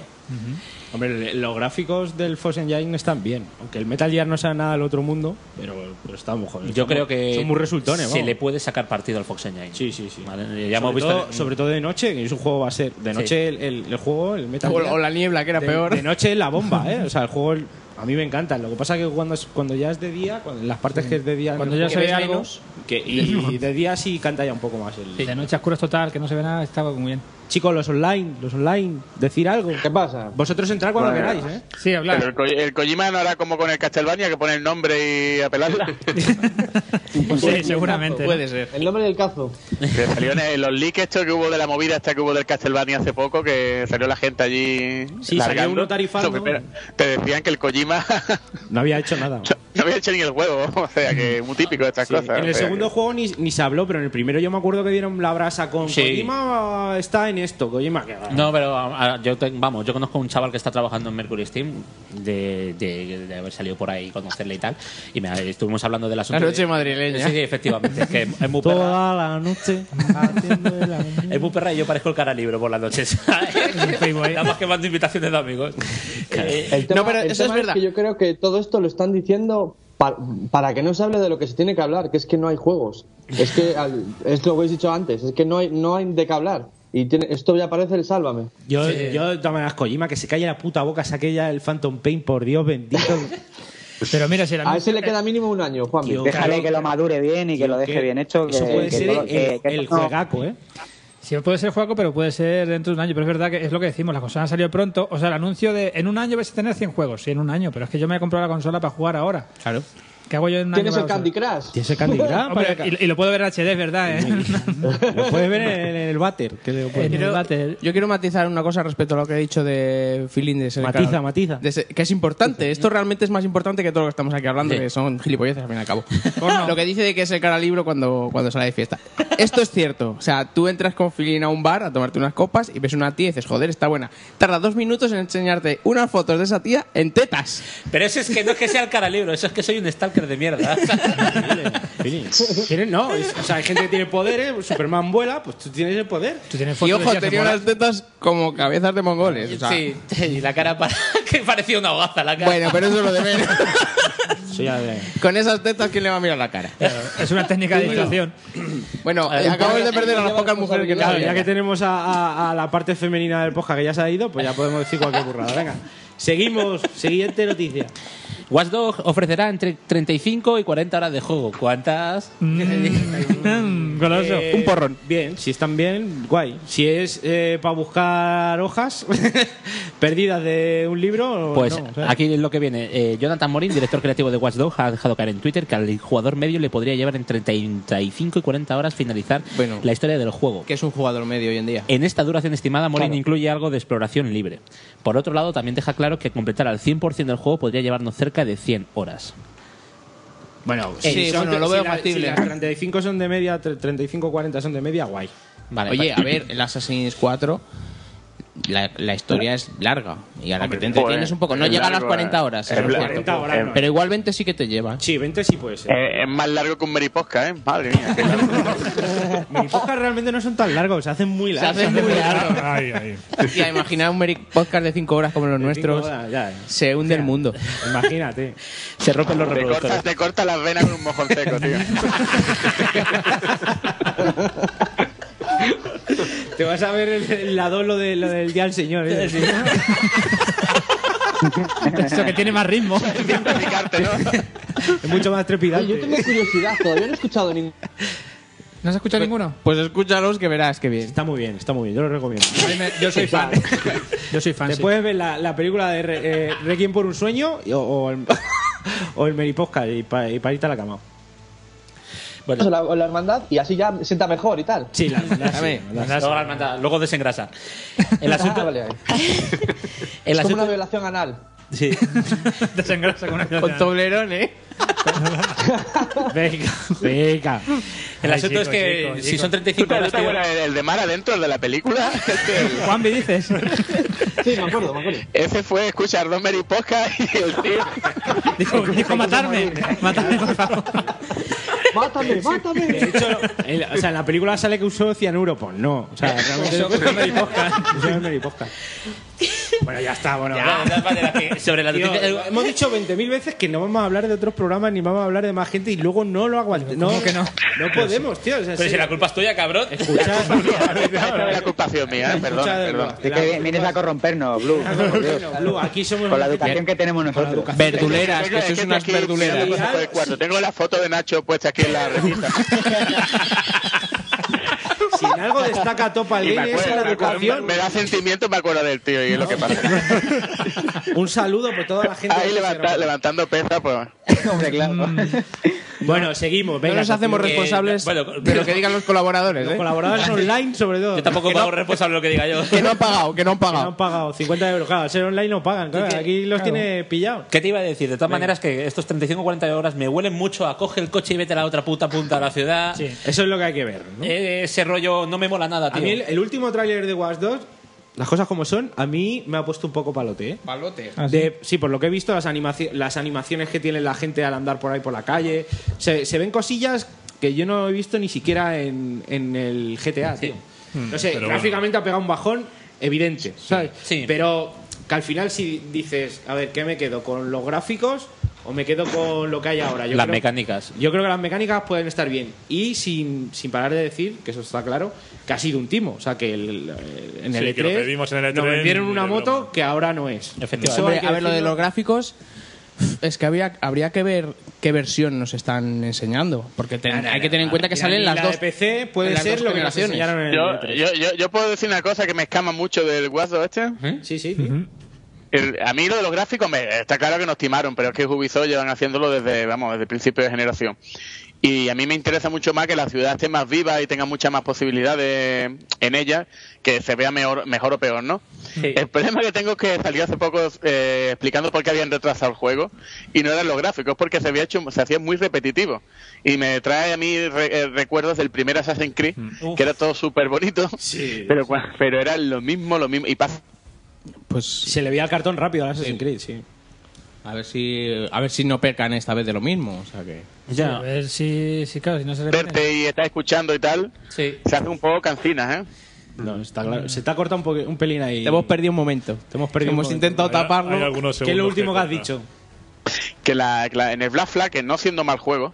Hombre, le- los gráficos del Fox Engine están bien, aunque el Metal Gear no sea nada del otro mundo, pero, pero está muy joder.
Yo
Son-
creo que
son muy resultones.
se
vamos.
le puede sacar partido al Fox Engine. Sí, sí, sí. Ya hemos
sobre,
visto
todo, sobre todo de noche, que es un juego va a ser de
Sí.
noche el, el- el juego, el Metal
O,
Gear,
o la niebla, que era
de,
peor.
De noche es la bomba, ¿eh? O sea, el juego el- a mí me encanta. Lo que pasa es que cuando, es- cuando ya es de día, cuando, en las partes que es de día,
Cuando
en el
ya
juego
se ve
que ves
algo.
menos, que- y, y de día sí canta ya un poco más el.
De noche a oscuras total, que no se ve nada, estaba muy bien.
Chicos, los online, los online, decir algo. ¿Qué pasa? Vosotros entrad cuando
Bueno.
queráis, ¿eh?
Sí,
pues, Pero el, Ko- el Kojima no hará como con el Castlevania que pone el nombre y apelarla.
Sí, seguramente.
Puede ser.
El nombre del cazo.
Que salió en en los leaks esto que hubo de la movida esta que hubo del Castlevania hace poco, que salió la gente allí
Sí, salió uno tarifando.
Sobre- pero Te decían que el Kojima además.
No había hecho nada.
No había hecho ni el huevo, o sea, que es muy típico de estas
Sí,
cosas.
En
o
el
sea,
segundo juego ni, ni se habló, pero en el primero yo me acuerdo que dieron la brasa con
Sí.
Kojima ah, está en esto, Kojima que-
No, pero a- a- yo te- vamos, yo conozco a un chaval que está trabajando en Mercury Steam, de, de- de haber salido por ahí, conocerle y tal, y me, estuvimos hablando del asunto.
La noche
de-
madrileña.
Sí, sí, efectivamente, es que es muy perra.
Toda la noche.
Es muy perra y yo parezco el cara libro por las noches. Nada más que mando invitaciones de amigos. Eh,
El tema, el tema que yo creo que todo esto lo están diciendo pa- para que no se hable de lo que se tiene que hablar, que es que no hay juegos. Es que al- es lo que habéis dicho antes, es que no hay, no hay de qué hablar. Y tiene- esto ya parece el sálvame.
Yo, yo de todas maneras, Kojima, que se calle la puta boca, saque ya el Phantom Pain, por Dios bendito.
Pero mira, si
A ese le queda mínimo un año, Juan.
Déjale que lo madure bien y que lo deje bien hecho. Que, que todo- que- que esto no-
¿eh?
Sí, puede ser juego, pero puede ser dentro de un año. Pero es verdad que es lo que decimos, las consolas han salido pronto. O sea, el anuncio de en un año vais a tener 100 juegos. Sí, en un año, pero es que yo me he comprado la consola para jugar ahora.
Claro.
¿Qué hago yo en un año?
Tienes el
para
Candy
usar?
Crush.
Tienes el Candy Crush para
Hombre,
acá.
y, y lo puedo ver en HD, es verdad, ¿eh?
Lo puedes ver en el, en el váter. Que lo puedes
Yo
ver.
quiero- yo quiero matizar una cosa respecto a lo que he dicho de feeling de ser
Matiza,
caro-
matiza.
de ser- que es importante. Esto realmente es más importante que todo lo que estamos aquí hablando, que son gilipolleces al fin y al cabo. lo que dice de que es el cara libro cuando, cuando sale de fiesta. Esto es cierto. O sea, tú entras con feeling a un bar a tomarte unas copas y ves una tía y dices, joder, está buena. Tarda dos minutos en enseñarte unas fotos de esa tía en tetas.
Pero eso es que no es que sea el cara libro, eso es que soy un stalker de mierda.
Tienen- No, es- o sea, hay gente que tiene poderes, Superman vuela, pues tú tienes el poder. Tú tienes
Y ojo, tenía unas tetas como cabezas de mongoles. o sea.
Sí, y la cara para... que parecía una hogaza la cara.
Bueno, pero eso es lo de menos. Con esas tetas, ¿quién le va a mirar la cara?
Eh,
Es una técnica de distracción.
Bueno, eh, acabamos de perder a las pocas mujeres que
Claro,
nos
ya
había.
que tenemos a, a- a la parte femenina del podcast que ya se ha ido, pues ya podemos decir cualquier burrada. Venga, seguimos. Siguiente noticia.
Watch Dogs ofrecerá entre 35 y 40 horas de juego. ¿Cuántas?
Mm,
Eh, Bien, si están bien, guay. Si es para buscar hojas perdidas de un libro,
Pues
no, o sea.
aquí es lo que viene. Eh, Jonathan Morin, director creativo de Watch Dogs, ha dejado caer en Twitter que al jugador medio le podría llevar entre 35 y 40 horas finalizar la historia del juego.
Que es un jugador medio hoy en día.
En esta duración estimada, Morin
Claro.
incluye algo de exploración libre. Por otro lado, también deja claro que completar al 100% del juego podría llevarnos cerca de 100 horas. Eh,
Bueno,
Sí,
si son-
bueno, lo veo
si la-
factible.
si las 35 son de media, 35-40 son de media, guay.
Oye, a ver, el Assassin's 4, la, la historia es larga. Y a la que te entretienes
joder,
un poco. No
es
llega a las
largo,
40
eh.
horas.
Es
eso es
largo,
cierto.
40 horas no.
Pero igual 20 sí que te lleva.
Sí, 20 sí puede ser.
eh, es más largo que un Meriposca, ¿eh? Madre mía. qué largo.
Mis podcasts realmente no son tan largos, se hacen muy
Se
largos.
hacen muy largos.
Ay, ay.
Tía, imagina un Merrick podcast de 5 horas como los nuestros.
horas, ya, eh.
se hunde el mundo.
Imagínate.
Se rompen los
Te corta,
reproductores.
te corta las venas con un mojón seco, tío.
Te vas a ver el, el lado lo, de, lo del día del señor. ¿eh?
Eso que tiene más ritmo.
Es mucho más trepidante.
Yo tengo curiosidad, todavía no he escuchado ningún.
¿No has escuchado ninguno? Pues escúchalos que verás que bien.
Está muy bien, está muy bien, yo lo recomiendo.
Yo soy fan. Yo soy fan.
Te
sí.
puedes ver la, la película de Re- eh, Requiem por un sueño y- o, o el, o el Meriposca y, pa- y para irte a la cama.
O la, o la hermandad y así ya sienta mejor y tal.
Sí, la hermandad.
Luego la hermandad, Luego desengrasa.
Ah,
El asunto. El
es como
asunto-
una violación anal.
Sí.
Desengrasa con una
Con toblerón, ¿eh?
Venga, venga.
El asunto es que si son 35
¿Tú te-
horas,
tú te
tío-
acuerdas el, el de Mar adentro, el de la película? Este,
Juanvi, dices.
Sí, me acuerdo, me acuerdo.
Ese fue escuchar dos Meriposcas y el tío...
Dijo, dijo matarme. Matarme, por favor.
¡Mátame,
De
mátame!
hecho, el- o sea, en la película sale que usó cianuro, pues no. O sea, realmente.
Usó- usó el
Usó el Meriposca. Bueno, ya está, bueno.
Ya, ya, vale, la que- sobre la
Tío, eh,
noticia-
hemos dicho 20.000 veces que no vamos a hablar de otros programas ni vamos a hablar de más gente y luego no lo aguantamos. No, que no. No podemos, tío. o sea,
Pero
sí.
si la culpa es tuya, cabrón.
Escucha,
La culpa ha sido
Ah,
mía, eh, perdón,
Escucha,
perdón.
Es que vienes a corrompernos, Blue. por Dios.
Lu, aquí somos
Con la educación que tenemos nosotros.
Verduleras,
Es
que
es
sois
estoy
unas
aquí
verduleras.
mirando cosas por el cuarto. Tengo la foto de Nacho puesta aquí en la revista.
si en algo destaca Topa
Y me
Game es en
acuerdo,
la
me acuerdo,
educación.
Me da sentimiento, me acuerdo del tío y es lo que pasa.
Un saludo por toda la gente.
Ahí
que
levanta-
se-
levantando pesas, pues.
Mm,
Hombre, claro.
Bueno, seguimos. Venga,
no nos hacemos
que-
responsables
bueno,
de lo que digan los colaboradores.
Los
¿eh?
colaboradores online,
sobre todo.
Yo tampoco
Que
me
no-
hago responsable de lo que diga yo.
Que no han pagado, que no han pagado.
No han pagado 50 euros. Claro, al ser online no pagan. claro, aquí los
claro.
tiene pillados.
¿Qué te iba a decir? De todas maneras, que estos 35 o 40 horas me huelen mucho a coge el coche y vete a la otra puta punta de la ciudad.
Eso es lo que hay que ver. ¿no?
Eh, ese rollo no me mola nada,
A
Ah, tío.
mí el, el último tráiler de Watch 2, las cosas como son, a mí me ha puesto un poco palote. ¿eh?
Palote.
De- sí, por lo que he visto, las, animaci- las animaciones que tiene la gente al andar por ahí por la calle. Se, se ven cosillas que yo no he visto ni siquiera en, en el GTA, tío.
Mm,
No sé,
pero
gráficamente ha pegado un bajón evidente, ¿sabes? Pero que al final si dices, a ver, ¿qué me quedo? ¿Con los gráficos o me quedo con lo que hay ahora? Yo
Las
creo-
mecánicas.
yo creo que las mecánicas pueden estar bien. Y sin, sin parar de decir, que eso está claro, que ha sido un timo. O sea, que el- el- en el
Sí,
E3,
que lo que vimos en el
nos
E3
vendieron
ni
una
de
moto que ahora no es. Eso
Hombre,
hay que
a ver, lo de
decirlo.
los gráficos. Es que había, habría que ver qué versión nos están enseñando. Porque ten-
Ah, no,
hay que tener en
no,
cuenta que
la-
salen
la
las
de
dos.
PC puede
las
ser
dos
lo que nos
generaciones.
enseñaron en E
Yo, yo, yo, yo puedo decir una cosa que me escama mucho del guaso este.
¿Eh?
Sí, sí.
El- a mí lo de los gráficos me, está claro que nos timaron, pero es que Ubisoft llevan haciéndolo desde, vamos, desde el principio de generación. Y a mí me interesa mucho más que la ciudad esté más viva y tenga muchas más posibilidades en ella, que se vea mejor, mejor o peor, ¿no? El problema que tengo es que salió hace poco eh, explicando por qué habían retrasado el juego y no eran los gráficos, porque se había hecho, se hacía muy repetitivo. Y me trae a mí re- eh, recuerdos del primer Assassin's Creed, que era todo súper bonito, pero, cua- pero era lo mismo, lo mismo. Y pasa
Pues se
le veía el cartón rápido a Assassin's Creed, sí.
A ver si a ver si no pecan esta vez de lo mismo, o sea que
Sí, a ver si, si, claro, si no se repite.
verte y estás escuchando y tal, se hace un poco cancinas, ¿eh?
No, está claro. Se te ha cortado un, poque- un pelín ahí.
Te hemos perdido un momento.
Te hemos perdido
Hemos
un momento.
intentado
Hay-
taparlo.
hay algunos ¿Qué es lo
segundos
último
que
que has
corta.
dicho?
Que la, que la- en el Black Flag, que no siendo mal juego,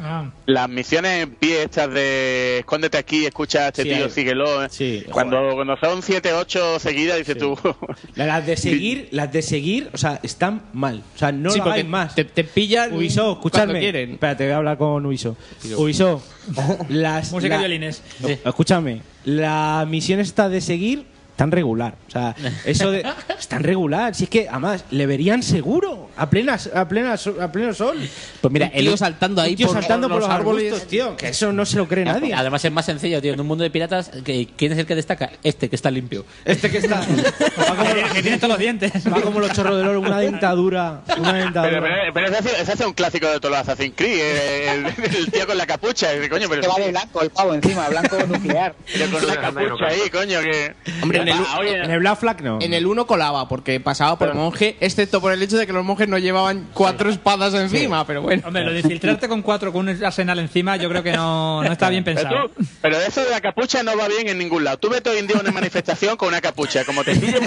Ah.
las misiones en pie estas de escóndete aquí, escucha a este
Sí,
tío,
hay-
síguelo. ¿eh? cuando, cuando son 7, 8 seguidas, dices tú.
La- Las de seguir, las de seguir, o sea, están mal. O sea, no
Sí,
lo
porque
hagáis más.
Te, te pillan
Ubisoft,
cuando
escuchadme.
quieren.
Espérate, voy a hablar con Ubisoft. Ubisoft, las.
Música de
la-
violines.
No, Escúchame, la misión esta de seguir tan regular. O sea, eso de. Es tan regular. Si es que, además, le verían seguro. A, plenas, a, plenas, a pleno sol.
Pues mira,
Un
el tío saltando ahí
un tío
por-
saltando
por
por los,
los árboles.
arbustos, tío. Que eso no se lo cree nadie.
Además es más sencillo, tío. En un mundo de piratas, que- ¿quién es el que destaca? Este, que está limpio.
Este que está.
que tiene todos los dientes.
Va como los chorros del oro, una dentadura. Una
Pero,
dentadura.
pero, pero ese, hace- ese hace un clásico de todos los Assassin's Creed, eh, el, el tío con la capucha. eh, Coño, pero
Que va de blanco el pavo encima, blanco nuclear.
pero con la capucha ahí, coño, que.
Hombre, en el,
Ah, oye,
Black Flag no.
En el 1 colaba porque pasaba por monje, excepto por el hecho de que los monjes no llevaban cuatro espadas encima, pero bueno.
Hombre, lo de infiltrarte con cuatro con un arsenal encima, yo creo que no, no está bien pensado.
Pero, tú- pero eso de la capucha no va bien en ningún lado. Tú vete hoy en día a una manifestación con una capucha. Como te pillen,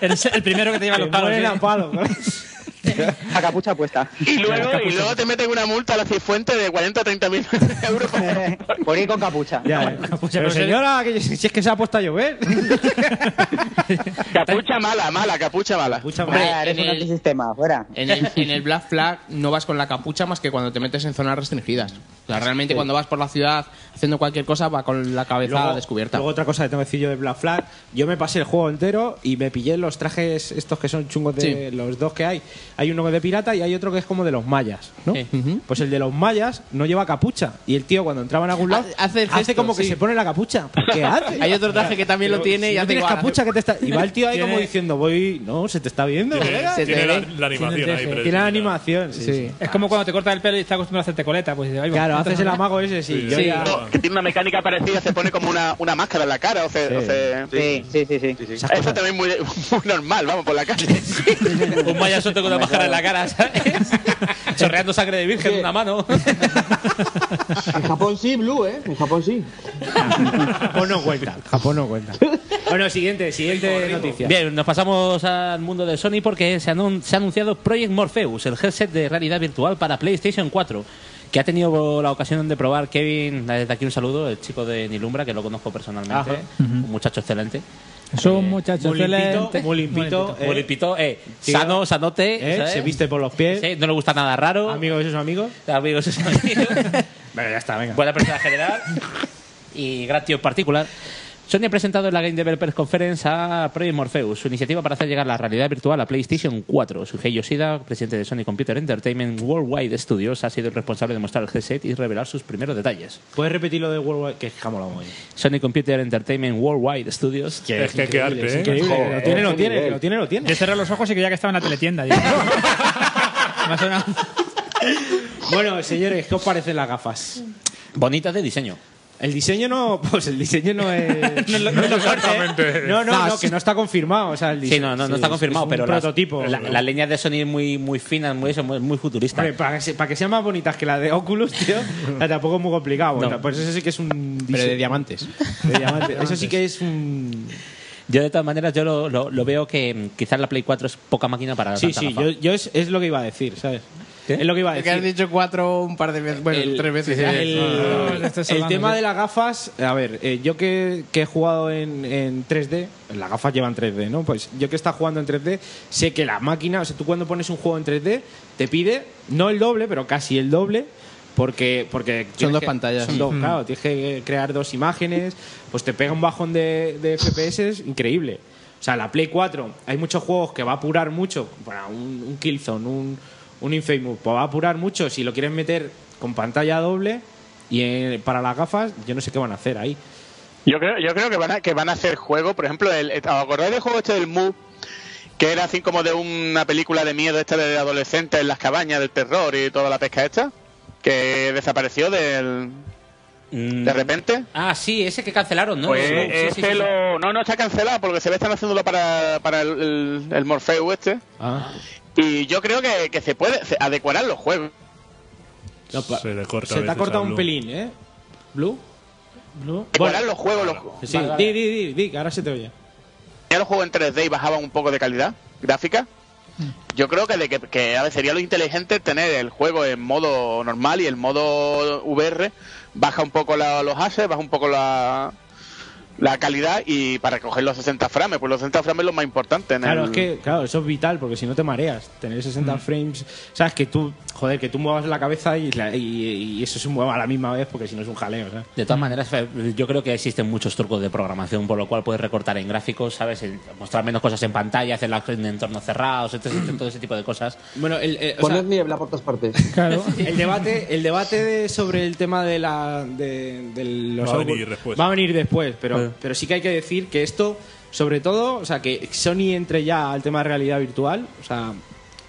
Eres el primero que te lleva los palos.
Ponen
¿eh?
a palo.
La capucha puesta.
y luego, y luego te meten una multa a la Cifuente de 40 o 30 mil euros por,
ir con capucha.
Ya, eh. pero señora, que- si es que se ha puesto a llover.
Capucha mala, mala, capucha mala.
Hombre,
Ah, eres
en
un
el-
antisistema, fuera.
En el, en el Black Flag no vas con la capucha más que cuando te metes en zonas restringidas. O sea, realmente cuando vas por la ciudad haciendo cualquier cosa va con la cabeza descubierta.
luego otra cosa que tengo que decir yo de Black Flag. Yo me pasé el juego entero y me pillé los trajes estos que son chungos de los dos que hay. Hay uno de pirata y hay otro que es como de los mayas, ¿no? Pues el de los mayas no lleva capucha. Y el tío cuando entraba en algún lado
hace el gesto,
como que
sí.
se pone la capucha. ¿Por ¿Qué hace?
Hay otro traje que también lo
Pero
tiene
si
y
no
hace
tienes
igual.
capucha que te está... Y va el tío ahí como
Tiene-
diciendo, voy... No, se te está viendo.
Tiene-
colega.
tiene Se te la- ve. la animación
Tiene-
ahí, pero-
Tiene la animación, sí. sí.
Es como cuando te cortas el pelo y estás acostumbrado a hacerte coleta. Pues, dices, "Ay,
Claro,
bueno,
haces el amago ese, sí. Yo ya-
No, que tiene una mecánica parecida, se pone como una, una máscara en la cara. O sea, o sea-
Sí, sí, sí. sí.
Eso también muy, muy normal, vamos, por la calle.
Un mayasote con una máscara en la cara, ¿sabes? Chorreando sangre de virgen en una mano.
En Japón sí, Blue, ¿eh? En Japón sí.
Japón no cuenta. Japón no cuenta. Bueno, siguiente, siguiente noticia.
Bien, nos pasamos al mundo de Sony porque se, anun- se ha anunciado Project Morpheus, el headset de realidad virtual para PlayStation 4, que ha tenido la ocasión de probar Kevin, desde aquí un saludo, el chico de Nilumbra, que lo conozco personalmente,
Ajá.
un muchacho excelente.
Son muchachos
Eh, Muy limpito,
excelentes.
muy limpito.
Muy
eh,
limpito, eh,
Tío.
sano, sanote,
eh,
¿sabes?
Se viste por los pies.
Sí, no le gusta nada raro.
Amigos de sus amigos.
Amigos, es amigo.
Bueno, ya está, venga.
buena persona general y gran tío en particular. Sony ha presentado en la Game Developers Conference a Project Morpheus, su iniciativa para hacer llegar la realidad virtual a PlayStation 4. Shuhei Yoshida, presidente de Sony Computer Entertainment Worldwide Studios, ha sido el responsable de mostrar el headset y revelar sus primeros detalles.
¿Puedes repetir lo de Worldwide? Que es que ha molado muy bien.
Sony Computer Entertainment Worldwide Studios.
Que es que qué arte, ¿eh? Joder,
lo tiene, lo
qué
tiene,
nivel.
lo tiene, lo tiene.
Yo cerré los ojos y que ya que estaba en la teletienda. digo. Me ha sonado.
Bueno, señores, ¿qué os parecen las gafas?
Bonitas de diseño.
El diseño no, pues el diseño no es. no,
no es lo
exactamente. No, no, no, que no está confirmado. O sea, el
Sí,
diseño,
no, no, no
sí,
está
es-
confirmado,
es un
pero las-
prototipo.
la- las líneas de Sony muy, muy finas, muy, eso, muy, muy futuristas.
Hombre, para, que se- para que sean más bonitas que la de Oculus, tío, la tampoco es muy complicado.
No.
O sea, Pues eso sí que es un.
Pero de
diseño-
diamantes.
de diamante. Eso sí que es un.
Yo, de todas maneras, yo lo, lo- lo veo que mm, quizás la Play 4 es poca máquina para.
Sí,
tanta
sí,
gafa.
yo, yo es, es lo que iba a decir, ¿sabes? Es lo que iba a
Es
decir.
que has dicho cuatro un par de veces, bueno,
El-
tres veces.
sí, sí,
ya.
el- el tema
¿eh?
de las gafas, a ver, eh, yo que, que he jugado en, en 3D, las gafas llevan 3D, ¿no? Pues yo que he estado jugando en 3D, sé que la máquina, o sea, tú cuando pones un juego en 3D, te pide, no el doble, pero casi el doble, porque... porque tienes
dos
que-
pantallas.
Son dos,
Mm.
claro, tienes que crear dos imágenes, pues te pega un bajón de, de FPS increíble. O sea, la Play 4, hay muchos juegos que va a apurar mucho, para un, un Killzone, un, un Infamous, pues va a apurar mucho si lo quieres meter con pantalla doble y eh, para las gafas, yo no sé qué van a hacer ahí.
Yo creo, yo creo que van a, que van a hacer juego, por ejemplo, el, eh, ¿os acordáis del juego este del Mu? Que era así como de una película de miedo esta de adolescentes en las cabañas del terror y toda la pesca esta, que desapareció del de repente.
Ah, sí, ese que cancelaron, ¿no?
Pues
Sí, sí, sí,
este
sí.
lo- no, no está cancelado porque se ve están haciéndolo para, para el, el, el Morpheus este.
Ah.
Y yo creo que, que se puede se- adecuar los juegos.
Se le corta.
Se te ha cortado un pelín, ¿eh? ¿Blue? ¿Blue?
Igualar los juegos, los juegos.
Sí,
Vale, vale.
di, di, di, di, que ahora se te oye.
ya los juegos en 3D y bajaban un poco de calidad gráfica.
Mm.
Yo creo que, de que, que a ver, sería lo inteligente tener el juego en modo normal y el modo VR baja un poco la- los assets, baja un poco la, la calidad y para recoger los 60 frames, pues los 60 frames es lo más importante. En
Claro,
el-
es que, claro, eso es vital, porque si no te mareas, tener 60 frames, sabes que tú, joder, que tú muevas la cabeza y, la- y- y eso se mueva a la misma vez, porque si no es un jaleo, ¿sabes?
De todas maneras, Fer, yo creo que existen muchos trucos de programación, por lo cual puedes recortar en gráficos, ¿sabes? El- Mostrar menos cosas en pantalla, hacerlas en entornos cerrados, etc, etc, todo ese tipo de cosas.
Bueno, el,
Eh,
Poner niebla por todas partes.
El debate, el debate de- sobre el tema de, la, de, de los
Va a
Oculus-
venir después.
va a venir después, pero,
Eh.
pero sí que hay que decir que esto, sobre todo, o sea, que Sony entre ya al tema de realidad virtual, o sea,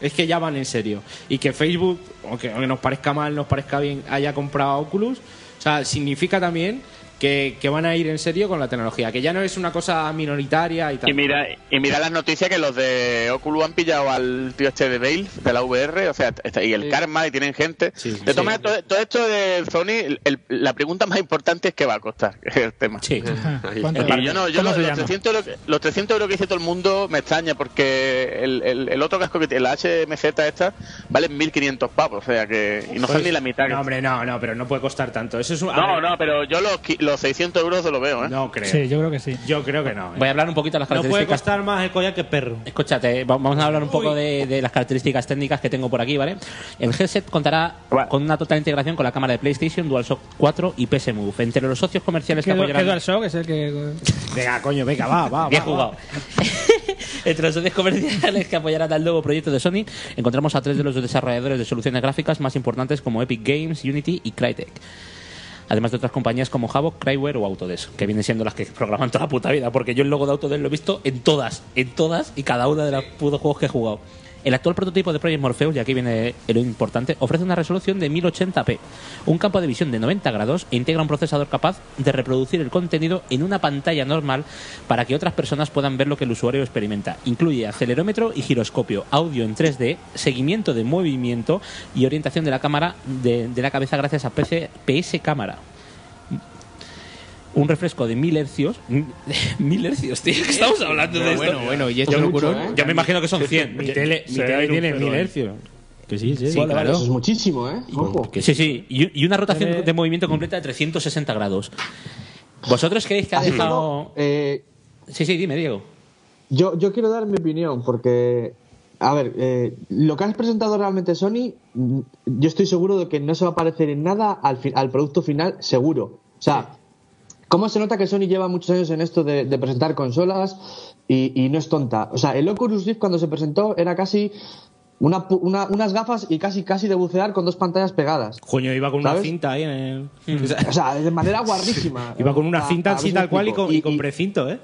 es que ya van en serio. Y que Facebook, aunque, aunque nos parezca mal, nos parezca bien, haya comprado Oculus, o sea, significa también que, que van a ir en serio con la tecnología, que ya no es una cosa minoritaria y tal.
Y mira, y mira las noticias que los de Oculus han pillado al tío este de Bale, de la VR, o sea, está- y el karma, y tienen gente. de todas
sí.
maneras, todo, todo esto de Sony, el- el- la pregunta más importante es qué va a costar el tema.
Sí.
El par- yo no, yo los, los 300 euros, que- los 300 euros que dice todo el mundo me extraña porque el, el- el otro casco que tiene, la HMZ esta, vale 1.500 pavos, o sea que y no son
Pues-
ni la mitad. que-
No, hombre, no, no, pero no puede costar tanto. Eso es un- a
no,
ver,
no, pero yo los, qui- los 600 euros se lo veo, ¿eh?
No creo.
Sí, yo creo que sí.
Yo creo que no. ¿eh?
Voy a hablar un poquito de las
No puede
características.
costar más el collar que perro.
Escúchate, eh, va- vamos a hablar un poco de, de las características técnicas que tengo por aquí, ¿vale? El headset contará con una total integración con la cámara de PlayStation, DualShock 4 y PS Move. Entre los socios comerciales que
Que, que
apoyarán...
DualShock es el que.
Venga, coño, venga, va, va.
Bien
va,
jugado.
va.
Entre los socios comerciales que apoyarán al nuevo proyecto de Sony, encontramos a tres de los desarrolladores de soluciones gráficas más importantes como Epic Games, Unity y Crytek. Además de otras compañías como Havok, Cryware o Autodesk, que vienen siendo las que programan toda la puta vida, porque yo el logo de Autodesk lo he visto en todas, en todas y cada una de los putos juegos que he jugado. El actual prototipo de Project Morpheus, y aquí viene lo importante, ofrece una resolución de 1080p, un campo de visión de 90 grados e integra un procesador capaz de reproducir el contenido en una pantalla normal para que otras personas puedan ver lo que el usuario experimenta. Incluye acelerómetro y giroscopio, audio en 3D, seguimiento de movimiento y orientación de la cámara de, de la cabeza gracias a PC, PS Cámara. Un refresco de 1000 hercios. 1000 hercios, tío. ¿Qué estamos hablando de esto?
Bueno, bueno, y esto
Yo-
lo curó-
Yo me imagino que son 100.
Mi tele- mi
Se
tele
ve
tiene 1000
un pelo ahí.
hercios. Que sí, sí,
Sí,
vale,
claro.
vale.
Eso es muchísimo, ¿eh? Ojo.
Sí, sí. Y, y una rotación
Tiene-
de movimiento completa de 360 grados. ¿Vosotros creéis que ha
Así
dejado...?
Eh,
Sí, sí, dime, Diego.
Yo, yo quiero dar mi opinión porque, a ver, eh, lo que has presentado realmente Sony, mm, yo estoy seguro de que no se va a parecer en nada al, fi- al producto final, seguro. O sea, ¿Cómo se nota que Sony lleva muchos años en esto de, de presentar consolas y, y no es tonta? O sea, el Oculus Rift cuando se presentó era casi una pu- una- unas gafas y casi casi de bucear con dos pantallas pegadas.
Coño, iba con una
¿Sabes?
cinta ahí en el.
O sea, de manera guarrísima.
Iba con una
Pa-
cinta
pa-
así
pa-
tal cual y
explico.
con, y con precinto, ¿eh?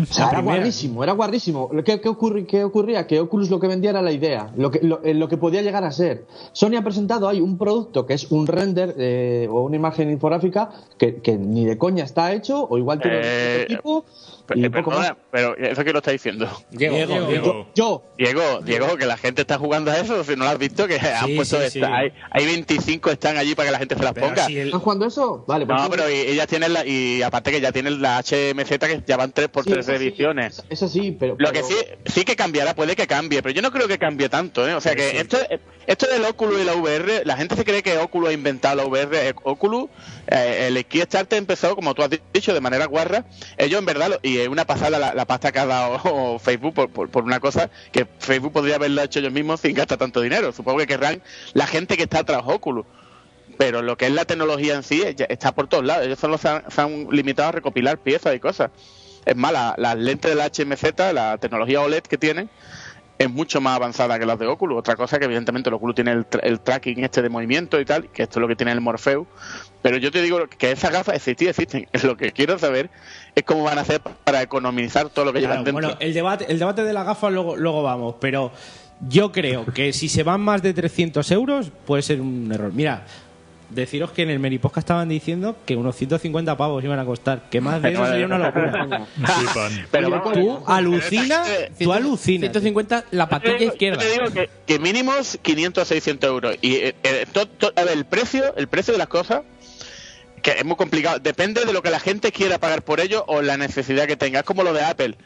O sea,
La
era
primera.
guarrísimo, era guarrísimo. Lo que- ¿Qué, ocurri- qué ocurría? Que Oculus lo que vendía era la idea, lo que, lo, eh, lo que podía llegar a ser. Sony ha presentado ahí un producto que es un render eh, o una imagen infográfica que, que ni de coña está hecho, o igual tiene
Eh,
un tipo.
Pe- eh, perdona, pero ¿eso que lo está diciendo?
Diego, Diego, Diego. Yo.
Diego, Diego, que la gente está jugando a eso. Si no lo has visto, que han puesto.
sí,
esta-
sí.
Hay, hay 25 están allí para que la gente se las ponga.
¿Estás jugando eso? Vale, pues
No,
yo-
pero y- ellas tienen la. Y aparte que ya tienen la HMZ que ya van 3x3
Sí, eso sí,
ediciones.
Eso sí, pero.
Lo que sí, sí que cambiará, puede que cambie, pero yo no creo que cambie tanto, ¿eh? O sea que esto, esto del Oculus y la VR, la gente se cree que Oculus ha inventado la VR. Eh, Oculus, eh, el Kickstarter empezó, como tú has dicho, de manera guarra. Ellos en verdad, lo- y es una pasada la, la pasta que ha dado Facebook por, por, por una cosa que Facebook podría haberla hecho ellos mismos sin gastar tanto dinero. Supongo que querrán la gente que está tras Oculus. Pero lo que es la tecnología en sí ya está por todos lados. Ellos solo se han, se han limitado a recopilar piezas y cosas. Es más, la- las lentes de la HMZ, la tecnología OLED que tienen, es mucho más avanzada que las de Oculus. Otra cosa que evidentemente el Oculus tiene el, tra- el tracking este de movimiento y tal, que esto es lo que tiene el Morpheus. Pero yo te digo que esas gafas existían, existen. Lo que quiero saber es cómo van a hacer para economizar todo lo que
Claro,
llevan dentro.
bueno, el debate, el debate de las gafas luego, luego vamos, pero yo creo que si se van más de 300 euros puede ser un error. Mira, deciros que en el Meriposca estaban diciendo que unos 150 pavos iban a costar, que más de eso sería una locura.
Pero
Oye,
vamos,
tú alucinas, tú alucinas.
150 la
Yo te digo- yo te digo que, que mínimos 500 a 600 euros. Y eh, eh, to- to- a ver, el precio, el precio de las cosas, que es muy complicado, depende de lo que la gente quiera pagar por ello o la necesidad que tenga. Es como lo de Apple.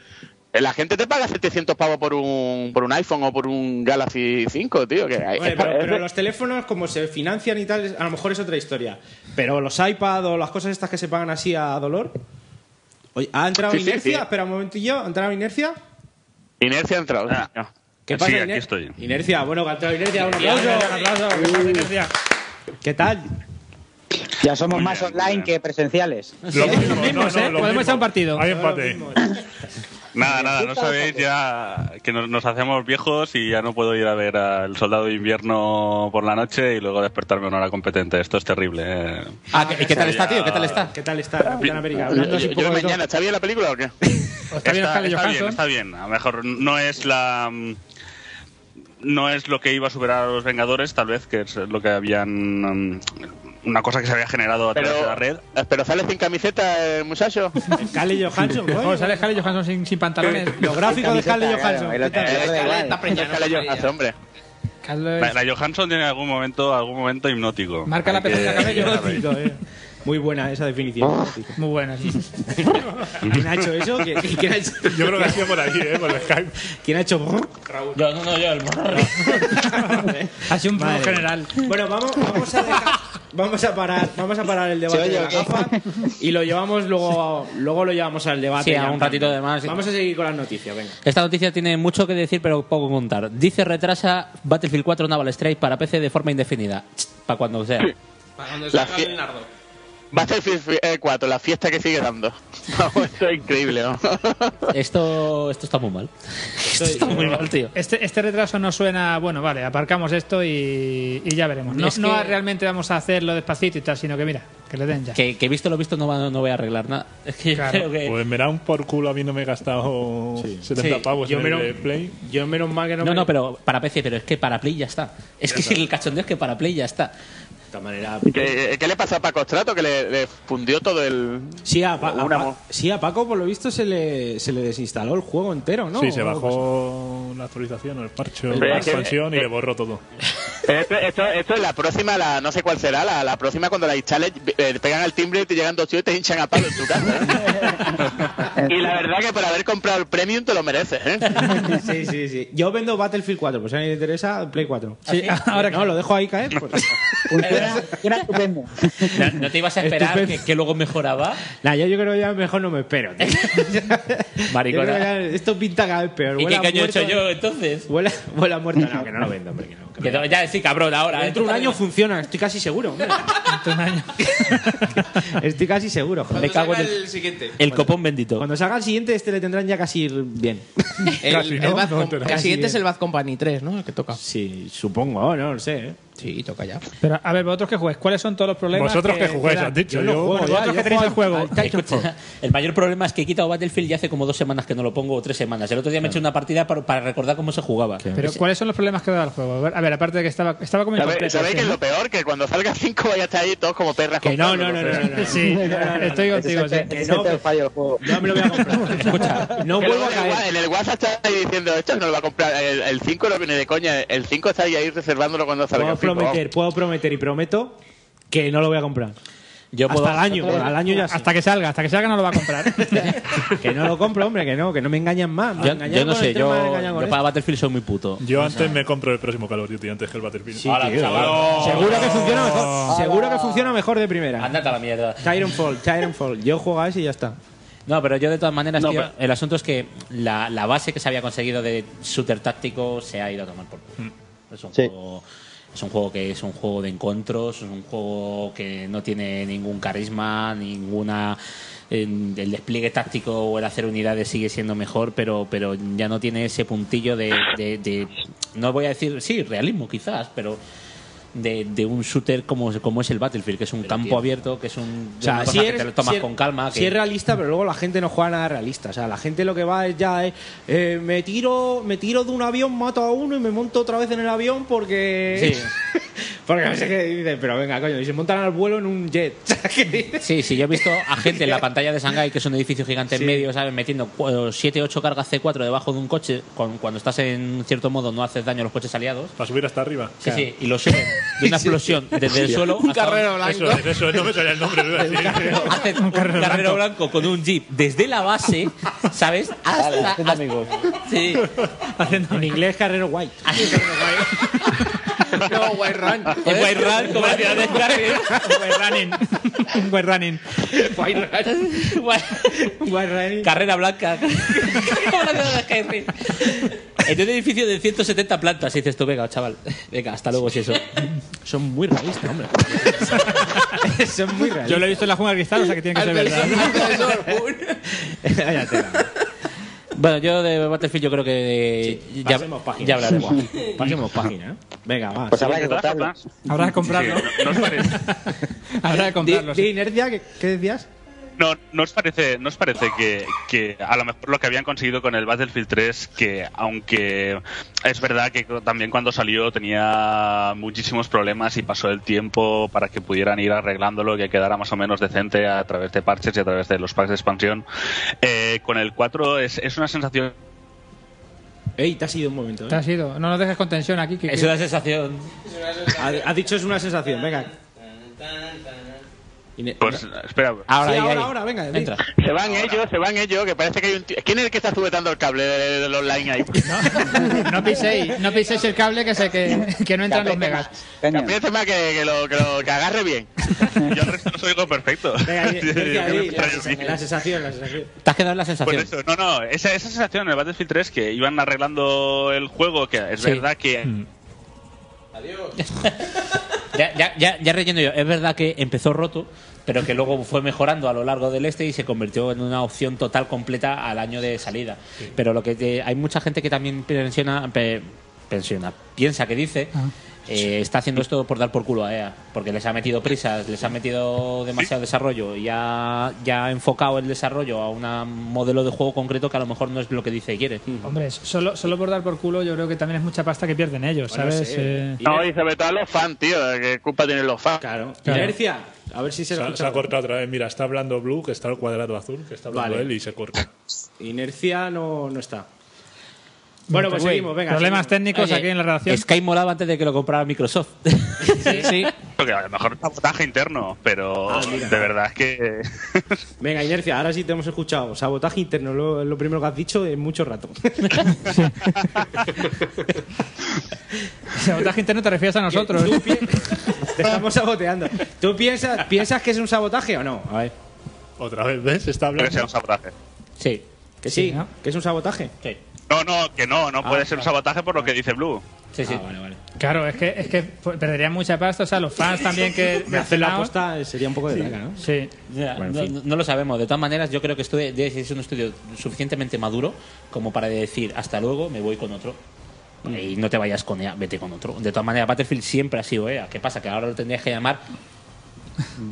Eh, La gente te paga 700 pavos por un, por un iPhone o por un Galaxy 5, tío. Que hay-
Oye,
es-
pero,
es-
pero los teléfonos, como se financian y tal, a lo mejor es otra historia. Pero los iPad o las cosas estas que se pagan así a dolor. Oye, ¿ha entrado
Sí, sí,
inercia?
sí.
Espera un momentillo, ¿ha entrado inercia?
Inercia ha entrado. tío.
Ah. ¿Qué pasa, Iner- Inercia, bueno, que ha entrado inercia, un
Inercia,
aplauso.
un aplauso,
Uh.
que pasa, Inercia.
¿Qué tal?
Ya somos más online que presenciales.
¿eh?
¿eh? Podemos echar un partido.
Hay empate.
Nada, nada, no sabéis ya que nos, nos hacemos viejos y ya no puedo ir a ver al soldado de invierno por la noche y luego despertarme a una hora competente. Esto es terrible. eh.
Ah, ¿qué, qué tal está, tío? ¿Qué tal está?
¿Qué tal está Capitán América?
Yo-
Hablando así
yo-
un poco
yo
de
mañana, ¿está bien la película o qué?
Está,
bien Scarlett
está bien,
Johansson.
está bien. A lo mejor no es la. mm, No es lo que iba a superar a los Vengadores, tal vez, que es lo que habían. mm, Una cosa que se había generado a través de la red.
Pero sale sin camiseta, eh, muchacho.
Scarlett Johansson,
Vamos, sale Scarlett Johansson sin, sin pantalones.
Los gráficos de Scarlett Eh,
Johansson. ¿Qué tal?
Scarlett Johansson,
hombre.
La, la Johansson tiene algún momento, algún momento hipnótico.
Marca la
Hay que-
pestaña cabello.
hay que verlo.
¿eh? Muy buena esa definición.
Muy buena.
¿Quién ha hecho eso? ¿Qui- ¿Quién ha hecho?
Yo creo que ha sido por ahí, ¿eh? Por el Skype.
¿Quién ha hecho?
Yo, no, no, yo, el
Ha sido un
Madre
poco
mía.
general.
Bueno, vamos, vamos a dejar- Vamos a parar, vamos a parar el debate de la gafa y lo llevamos luego, luego lo llevamos al debate.
Sí, a
ya.
un ratito de más.
Vamos a seguir con las noticias, venga.
Esta noticia tiene mucho que decir, pero poco que contar. Dice retrasa Battlefield 4 Naval Strike para PC de forma indefinida. Para cuando sea.
La fie- Battlefield eh, 4, la fiesta que sigue dando. Vamos, esto es increíble, ¿no?
Esto, esto está muy mal. Esto está muy mal, tío.
Este, este retraso no suena. Bueno, vale, aparcamos esto y, y ya veremos. No,
Es
no
que-
realmente vamos a hacerlo despacito y tal, sino que mira, que le den ya.
Que, que visto lo visto no, va- no voy a arreglar nada. Es que yo creo que...
Pues me da un por culo, a mí no me he gastado 70
Sí,
pavos
yo
en
me lo-
el de Play.
Yo menos mal que
No, no, pero para PC, pero es que para Play ya está. Es que el cachondeo es que para Play ya está. De
esta manera.
¿Qué, qué le pasó a Paco Strato? Que le, le fundió todo el.
Sí a, Pa- a
Una
Pa-
mo-
sí, a Paco por lo visto se le, se le desinstaló el juego entero, ¿no?
Sí, se
¿O
bajó la actualización, o el parche, o
El
la
parche.
expansión y le borró todo.
Esto, esto, esto es la próxima, la, no sé cuál será, la, la próxima cuando la instales, eh, pegan al timbre y te llegan dos tíos y te hinchan a palo en tu casa. ¿eh? y la verdad que por haber comprado el premium te lo mereces, ¿eh?
qué pasó? Sí, sí, sí. Yo vendo Battlefield 4, pues si a nadie le interesa, Play 4.
¿Ah, Sí,
ahora No, lo dejo ahí caer. pues.
No, no te ibas a esperar que, que luego mejoraba.
Nah, yo, yo creo que ya mejor no me espero. tío. Yo creo que
Maricona.
ya esto pinta cada vez peor.
¿Y
Huele
qué
a
caño he hecho
muerto- eh.
yo entonces?
Huele, a- huele a muerto. No, que no lo vendo, hombre, que no. que
Que no- ya sí, cabrón, ahora. eh.
Dentro de un año funciona, estoy casi seguro. hombre. Estoy casi seguro. joder.
Me cago en
salga
el-
siguiente.
El copón bendito.
Cuando salga el siguiente, este le tendrán ya casi bien.
El, el Bad Com- el siguiente es
bien.
el Bad Company 3, ¿no? El que toca.
Sí, supongo, no, lo sé. ¿eh?
Sí, toca ya.
Pero, a ver, vosotros que jugáis, ¿cuáles son todos los problemas? quedan? Bueno, vosotros que tenéis el juego.
Escucha, el mayor problema es que he quitado Battlefield y hace como dos semanas que no lo pongo o tres semanas. El otro día me eché una partida para, para recordar cómo se jugaba.
Pero, ¿cuáles son los problemas que da el juego? A ver, a ver, aparte de que estaba, estaba como
¿Sabéis,
incompleto,
sabéis
sí,
que es
¿no?
lo peor? Que cuando salga 5 vaya a estar ahí todos como perras.
Que no,
comprándolo,
no,
o
no,
sea.
no, no, no. Sí, estoy contigo, sí.
Que no, que-
No me lo voy a comprar.
Escucha,
no
vuelvo a caer. En el WhatsApp está ahí diciendo esto no lo va a comprar. El el 5 no viene de coña. El 5 está ahí, ahí reservándolo cuando salga
Puedo
el 5.
prometer, puedo prometer y prometo que no lo voy a comprar.
Yo
hasta
puedo-
el año,
Hasta-
al año ya sí.
Hasta que salga, hasta que salga no lo va a comprar.
Que no lo compro, hombre, que no, que no me engañan más. Me
Yo,
engañan
yo no
con el
sé,
tema,
yo,
me engañan con este.
yo
esto.
para Battlefield soy muy puto.
Yo antes me compro el próximo Call of Duty antes que el Battlefield. Ah,
Sí, Hola, tío. chaval.
Seguro que funciona
Oh.
mejor. Seguro que funciona mejor de primera.
Andate a la mierda.
Titanfall, Titanfall. Yo juego a ese y ya está.
No, pero yo de todas maneras,
No,
tío,
pero-
el asunto es que la, la base que se había conseguido de shooter táctico se ha ido a tomar por culo. Es un juego... Es un juego que es un juego de encuentros, es un juego que no tiene ningún carisma, ninguna eh, el despliegue táctico o el hacer unidades sigue siendo mejor, pero pero ya no tiene ese puntillo de, de- de- no voy a decir sí realismo quizás, pero de, de un shooter como, como es el Battlefield, que es un campo
tío.
abierto, que es un
O sea,
una
sí
cosa que
eres-
te lo tomas
sí er-
con calma, que
sí es realista, pero luego la gente no juega nada realista. O sea, la gente lo que va es ya eh, eh, me tiro, me tiro de un avión, mato a uno y me monto otra vez en el avión porque. porque no sé qué dice, pero venga, coño, y se montan al vuelo en un jet.
Sí, sí, yo he visto a gente en la pantalla de Shanghai, que es un edificio gigante en medio, ¿sabes? Metiendo 7, 8 cargas C4 debajo de un coche, con- cuando estás en cierto modo no haces daño a los coches aliados.
Para subir hasta arriba.
Sí, sí, y lo suben de una explosión desde el suelo. hasta
Eso es, eso es, no me salía el nombre. lo iba a decir.
Hacen un carrero, blanco. con un jeep desde la base, ¿sabes? Hasta, hasta- Sí.
en inglés, carrero white.
No, White Run.
El White Run, como la ciudad de Skyrim.
White running.
White running. Carrera blanca. Como la ciudad de Skyrim. En un edificio de 170 plantas, y dices tú, venga, chaval. Venga, hasta luego si eso.
Son muy realistas, hombre. Son muy realistas.
Yo lo he visto en la jungla de cristal, o sea que tiene que ser verdad.
Bueno, yo de Battlefield yo creo que ya,
pasemos página.
ya hablaremos.
Pasemos página. Venga, va.
Pues habrá
siguiente.
que comprarlo.
Habrá que comprarlo. Habrá que comprarlo.
De, de inercia, ¿qué, qué decías?
No, ¿no os parece, no os parece que, que a lo mejor lo que habían conseguido con el Battlefield 3, que aunque es verdad que co- también cuando salió tenía muchísimos problemas y pasó el tiempo para que pudieran ir arreglándolo, que quedara más o menos decente a través de parches y a través de los packs de expansión, eh, con el 4 es, es una sensación...
Ey, te has ido un momento.
Te has ido. No nos dejes con tensión aquí. Que,
eh. Es una sensación.
Ha, ha dicho es una sensación, venga.
Pues espera.
Ahora, Sí, ahí, ahora, ahí. ahora, venga, Entra.
Se van ellos, se van ellos, que parece que hay un tío. ¿Quién es el que está sujetando el cable de- del online ahí?
No piséis, no piséis el cable que, se, que, que no entran los megas.
Que apriete más que, que lo, que lo- que agarre bien.
Yo al resto no soy lo perfecto.
La sensación, la sensación.
Te has quedado en la sensación.
Pues eso, no, no, esa, esa sensación en el Battlefield 3 que iban arreglando el juego, que es
Sí.
verdad que...
Mm,
Ya, ya, ya, ya relleno yo. Es verdad que empezó roto, pero que luego fue mejorando a lo largo del este y se convirtió en una opción total completa al año de salida. Pero lo que te- hay mucha gente que también pensiona, pe- pensiona, piensa que dice. eh, está haciendo esto por dar por culo a EA, porque les ha metido prisas, les ha metido demasiado desarrollo y ha, ya ha enfocado el desarrollo a un modelo de juego concreto que a lo mejor no es lo que dice que quiere.
Hombre, solo, solo por dar por culo, yo creo que también es mucha pasta que pierden ellos,
Bueno,
¿sabes?
sí.
Eh,
No, y sobre todo a los fans, tío. ¿Qué culpa tienen los fans?
Claro.
Inercia.
A ver si
se, ha- se ha cortado otra vez. Mira, está hablando Blue, que está el cuadrado azul, que está hablando
Vale.
él y se corta.
Inercia no, no está. Bueno, pues
Güey,
seguimos, venga. seguimos.
técnicos aquí en la redacción.
Sky molaba antes de que lo comprara Microsoft.
Sí. Porque a lo mejor es sabotaje interno, pero
Ah,
de verdad es que...
Venga, Inercia, ahora sí te hemos escuchado. Sabotaje interno, lo, lo primero que has dicho en mucho rato.
Sabotaje interno te refieres a nosotros.
Tú pi- te estamos saboteando. ¿Tú piensas, piensas que es un sabotaje o no? A ver.
Otra vez, ¿ves? Está hablando.
Puede ser un sabotaje.
Sí.
Que sí, que es un sabotaje.
Sí.
Ah,
No, no, que no, no puede ser un sabotaje por lo que dice Blue.
Sí, sí.
vale, vale.
Claro, es que, es que perderían mucha pasta. O sea, los fans también que.
Me hacen la aposta sería un poco de draga, ¿no?
Sí.
Ya, no, no lo sabemos. De todas maneras, yo creo que esto es un estudio suficientemente maduro como para decir hasta luego, me voy con otro.
Mm.
Y no te vayas con EA, vete con otro. De todas maneras, Battlefield siempre ha sido EA. ¿Qué pasa? Que ahora lo tendrías que llamar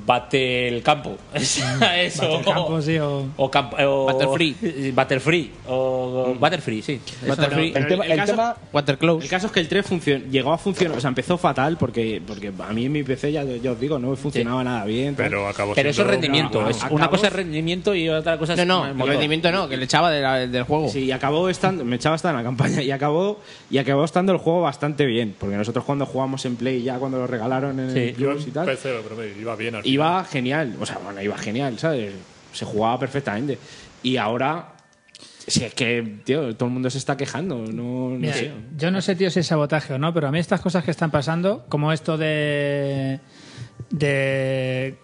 Battle Campo. Eso.
Battle Campo, sí, o-
o camp- o-
Battlefree.
Battlefree. O
Mm.
Battlefree, sí.
Battlefree.
Eso,
El tema- el tema-
Waterclose.
El caso es que el 3 funcion- llegó a funcionar, o sea, empezó fatal porque, porque a mí en mi PC, ya, ya os digo, no funcionaba nada bien. tal.
Pero Pero eso es rendimiento. es una
Acabó-
cosa es rendimiento y otra cosa es.
No, no,
el
el rendimiento
no, que le echaba del juego.
Sí, y acabó estando, me echaba hasta en la campaña y acabó y acabó estando el juego bastante bien, porque nosotros cuando jugamos en Play ya cuando lo regalaron en el
yo
Plus y tal,
empecé, pero me iba bien al final.
iba genial, o sea, bueno, iba genial, ¿sabes? Se jugaba perfectamente. Y ahora si es que, tío, todo el mundo se está quejando, no, no
Mira,
sé.
Yo no sé, tío, si es sabotaje o no, pero a mí estas cosas que están pasando, como esto de. de.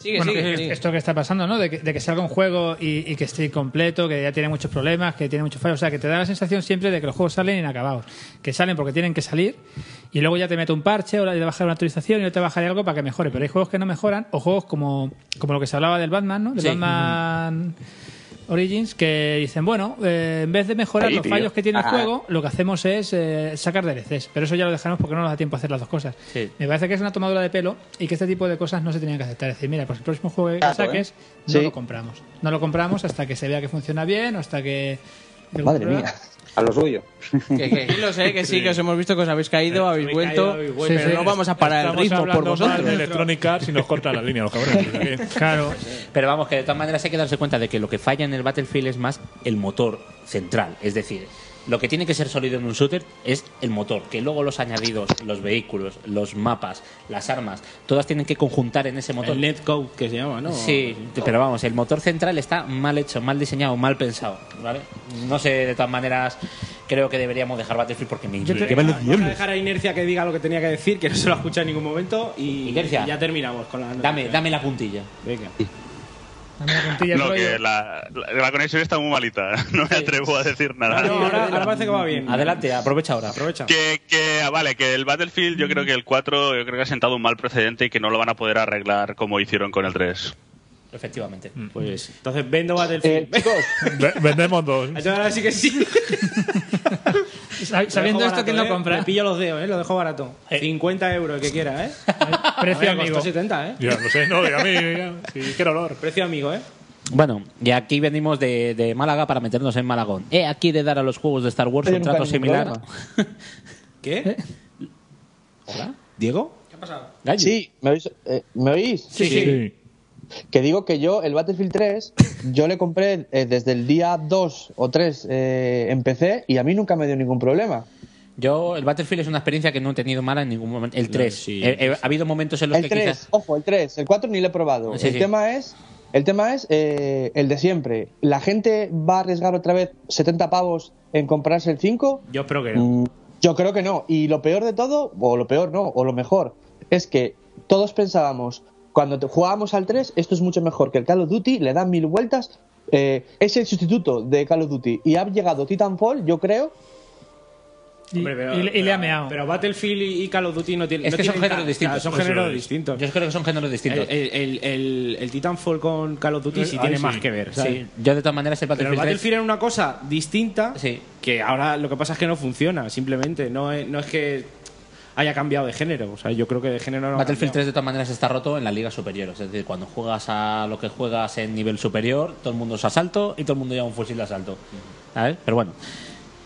Sigue,
bueno,
sigue,
es-
sigue.
Esto que está pasando, ¿no? De que, de que salga un juego y, y que esté incompleto, que ya tiene muchos problemas, que tiene muchos fallos. O sea, que te da la sensación siempre de que los juegos salen inacabados. Que salen porque tienen que salir y luego ya te mete un parche o te baja una actualización y luego te baja de algo para que mejore. Pero hay juegos que no mejoran o juegos como, como lo que se hablaba del Batman, ¿no? Del
Sí.
Batman Origins, que dicen, bueno, eh, en vez de mejorar
Ahí,
los
tío.
fallos que tiene el
Ah.
juego, lo que hacemos es eh, sacar DLCs. Pero eso ya lo dejamos porque no nos da tiempo a hacer las dos cosas.
Sí.
Me parece que es una tomadura de pelo y que este tipo de cosas no se tenían que aceptar. Es decir, mira, pues el próximo juego que
Claro,
saques
¿eh?
no
Sí.
lo compramos. No lo compramos hasta que se vea que funciona bien o hasta que...
Madre mía, a lo suyo.
Que, que- que lo sé, que sí, que os hemos visto que os habéis caído, habéis vuelto,
Ahí,
pero
sí,
no
sí.
vamos a parar el
Estamos
ritmo por
hablando mal
vosotros.
de Electronic Arts y nos cortan la línea los cabrones.
Claro.
Pero vamos, que de todas maneras hay que darse cuenta de que lo que falla en el Battlefield es más el motor central. Es decir, lo que tiene que ser sólido en un shooter es el motor, que luego los añadidos, los vehículos, los mapas, las armas, todas tienen que conjuntar en ese motor.
El netcode que se llama, ¿no?
Sí, pero vamos, el motor central está mal hecho, mal diseñado, mal pensado, ¿vale? No sé, de todas maneras, creo que deberíamos dejar Battlefield porque me
Yo te-
que van los
Vamos a
diablos.
dejar a Inercia que diga lo que tenía que decir, que no se lo escucha en ningún momento y,
Inercia.
y ya terminamos con la noticia.
Dame, dame la puntilla.
Venga.
No, que la, la- la conexión está muy malita. No me atrevo a decir nada.
parece que va bien.
Adelante, aprovecha ahora.
Aprovecha.
Que, que, ah, vale, que el Battlefield, yo creo que el 4, yo creo que ha sentado un mal precedente y que no lo van a poder arreglar como hicieron con el 3.
Efectivamente. Eh,
Pues entonces vendo Battlefield.
vendemos dos.
Entonces ahora sí que sí. Lo dejo
Sabiendo esto,
barato,
¿quién lo
¿eh?
compra?
Me pillo los dedos, ¿eh? Lo dejo barato. 50 euros, el que quiera, ¿eh?
Precio
amigo.
amigo.
70, ¿eh?
Ya, no sé, no, y a mí, ya, sí, qué olor.
Precio amigo, ¿eh?
Bueno, y aquí venimos de, de Málaga para meternos en Malagón. He aquí de dar a los juegos de Star Wars
Oye,
un
nunca
trato
hay ningún
similar.
problema. ¿Eh? ¿Qué?
¿Hola?
¿Diego?
¿Qué ha pasado?
Sí, ¿me oís? Eh, ¿me oís?
Sí, sí.
Que digo que yo, el Battlefield 3, yo le compré eh, desde el día 2 o 3 eh, en PC y a mí nunca me dio ningún problema.
Yo, el Battlefield es una experiencia que no he tenido mala en ningún momento. El 3.
sí.
He- he- ha habido momentos en los
el
que
3,
quizás.
ojo, el 3, el 4 ni lo he probado.
Sí,
el,
sí.
Tema es, el tema es eh, el de siempre. ¿La gente va a arriesgar otra vez 70 pavos en comprarse el 5?
Yo espero que
Mm, Yo creo que no. Y lo peor de todo, o lo peor no, o lo mejor, es que todos pensábamos, cuando te- jugábamos al 3, esto es mucho mejor que el Call of Duty, le dan mil vueltas, eh, es el sustituto de Call of Duty. Y ha llegado Titanfall, yo creo.
Hombre, pero-
y le- y le
pero-
ha meado.
Pero Battlefield y y Call of Duty no tienen.
Es
no
que son
tienen
géneros
ca-
distintos.
claro, Son géneros distintos.
Yo creo que son géneros distintos.
El, el, el- el Titanfall con Call of Duty sí
Eh, Ahí
tiene
sí.
más que ver. ¿sabes?
Sí. Yo, de todas maneras, el
Pero el
Battlefield,
Battlefield era una cosa distinta que ahora lo que pasa es que no funciona, simplemente. No es, no es que haya cambiado de género. O sea, yo creo que de género no
3,
ha
Battlefield
cambiado.
3, de todas maneras, está roto en la liga superior. Es decir, cuando juegas a lo que juegas en nivel superior, todo el mundo es asalto y todo el mundo lleva un fusil de asalto. ¿Sabes? Pero bueno.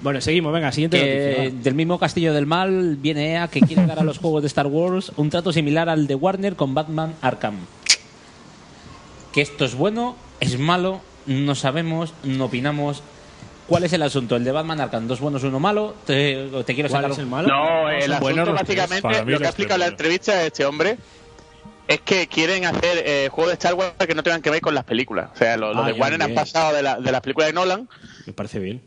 Bueno, seguimos, venga, siguiente
Que
noticia, va.
Del mismo Castillo del Mal viene EA que quiere dar a los juegos de Star Wars un trato similar al de Warner con Batman Arkham. Que esto es bueno, es malo, no sabemos, no opinamos. ¿Cuál es el asunto? El de Batman Arkham, dos buenos, uno malo. Te, te quiero
¿Cuál
sacar
es
un-
el
No, eh, el asunto básicamente, lo que ha explicado en la entrevista de este hombre es que quieren hacer eh, juegos de Star Wars que no tengan que ver con las películas. O sea, los los
Ah,
de
ya,
Warner han
bien.
pasado de, la- de las películas de Nolan,
Me parece bien.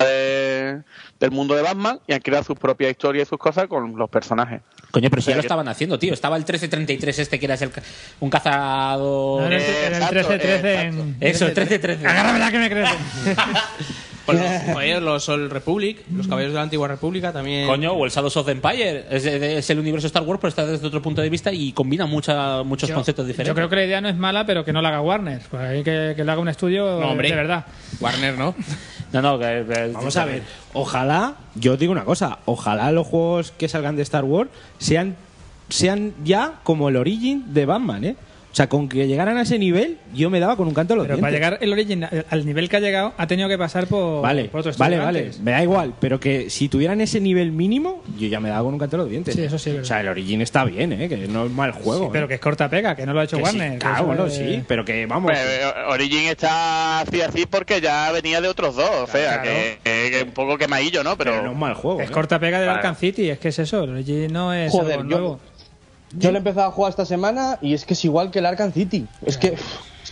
eh, del mundo de Batman, y han creado sus propias historias y sus cosas con los personajes.
Coño, pero
O
si
sea
ya lo
que-
estaban haciendo, tío. Estaba el 1333 este que era el ca- un cazador...
Eh,
No, era el- era el 13-13 en-
Eso, 13-13.
Agárrame la que me crece.
Pues los, oye, los Old Republic, los caballeros de la antigua República también.
Coño, o el Shadows of the Empire. Es, es el universo Star Wars, pero está desde otro punto de vista y combina mucha, muchos
Yo-
conceptos diferentes.
Yo creo que la idea no es mala, pero que no la haga Warner. Pues hay que, que la haga un estudio
No, hombre.
de verdad.
Warner, ¿no?
No, no, que,
Vamos a ver, ojalá, yo digo una cosa, ojalá los juegos que salgan de Star Wars sean, sean ya como el Origin de Batman, ¿eh? O sea, con que llegaran a ese nivel, yo me daba con un canto a los
Pero para
dientes.
llegar el origin, al nivel que ha llegado, ha tenido que pasar por,
Vale,
por otro estudio
vale, vale,
antes.
me da igual, pero que si tuvieran ese nivel mínimo, yo ya me daba con un canto a los dientes.
Sí, eso sí, es
O
verdad.
sea, el Origin está bien, ¿eh? Que no es mal juego.
Sí, pero
¿eh?
que es corta pega, que no lo ha hecho
Que sí,
Warner. que
claro,
eso
bueno,
es-
sí, pero que vamos.
Pues, eh, Origin está así así porque ya venía de otros dos, o sea, que, que- que un poco quemadillo, ¿no? Pero,
no es mal juego. ¿eh?
Es corta pega del
Vale.
Arkham City, es que es eso, el origin no es
Joder,
algo
yo-
nuevo.
Yo lo he empezado a jugar esta semana y es que es igual que el Arkham City. Es que, es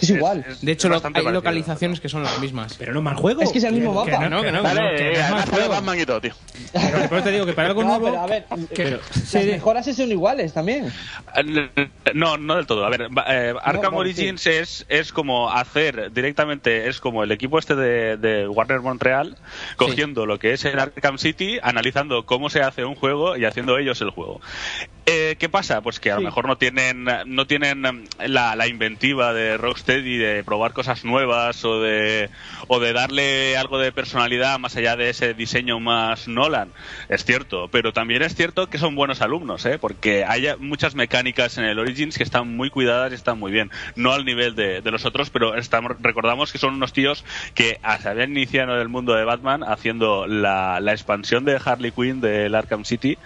que es igual.
De hecho, lo- hay localizaciones que son las mismas.
Pero no es mal juego.
Es que es el mismo
Que
mapa.
no, que no, que
Vale,
no, que no es
eh,
mal
además sale
juego.
Batman y todo, tío.
Pero por eso te digo que para algo
No,
nuevo.
pero a ver,
que-
eh,
sí,
las
sí.
mejoras sí son iguales también.
Eh, No, no del todo. A ver, va- eh, Arkham Origins es, es como hacer directamente, es como el equipo este de, de Warner Montreal cogiendo lo que es el Arkham City, analizando cómo se hace un juego y haciendo ellos el juego. Eh, ¿Qué pasa? Pues que a lo mejor no tienen no tienen mm, la, la inventiva de Rocksteady de probar cosas nuevas o de, o de darle algo de personalidad más allá de ese diseño más Nolan. Es cierto, pero también es cierto que son buenos alumnos, ¿eh? porque hay muchas mecánicas en el Origins que están muy cuidadas y están muy bien. No al nivel de, de los otros, pero estamos, recordamos que son unos tíos que se habían iniciado en el mundo de Batman haciendo la, la expansión de Harley Quinn del Arkham City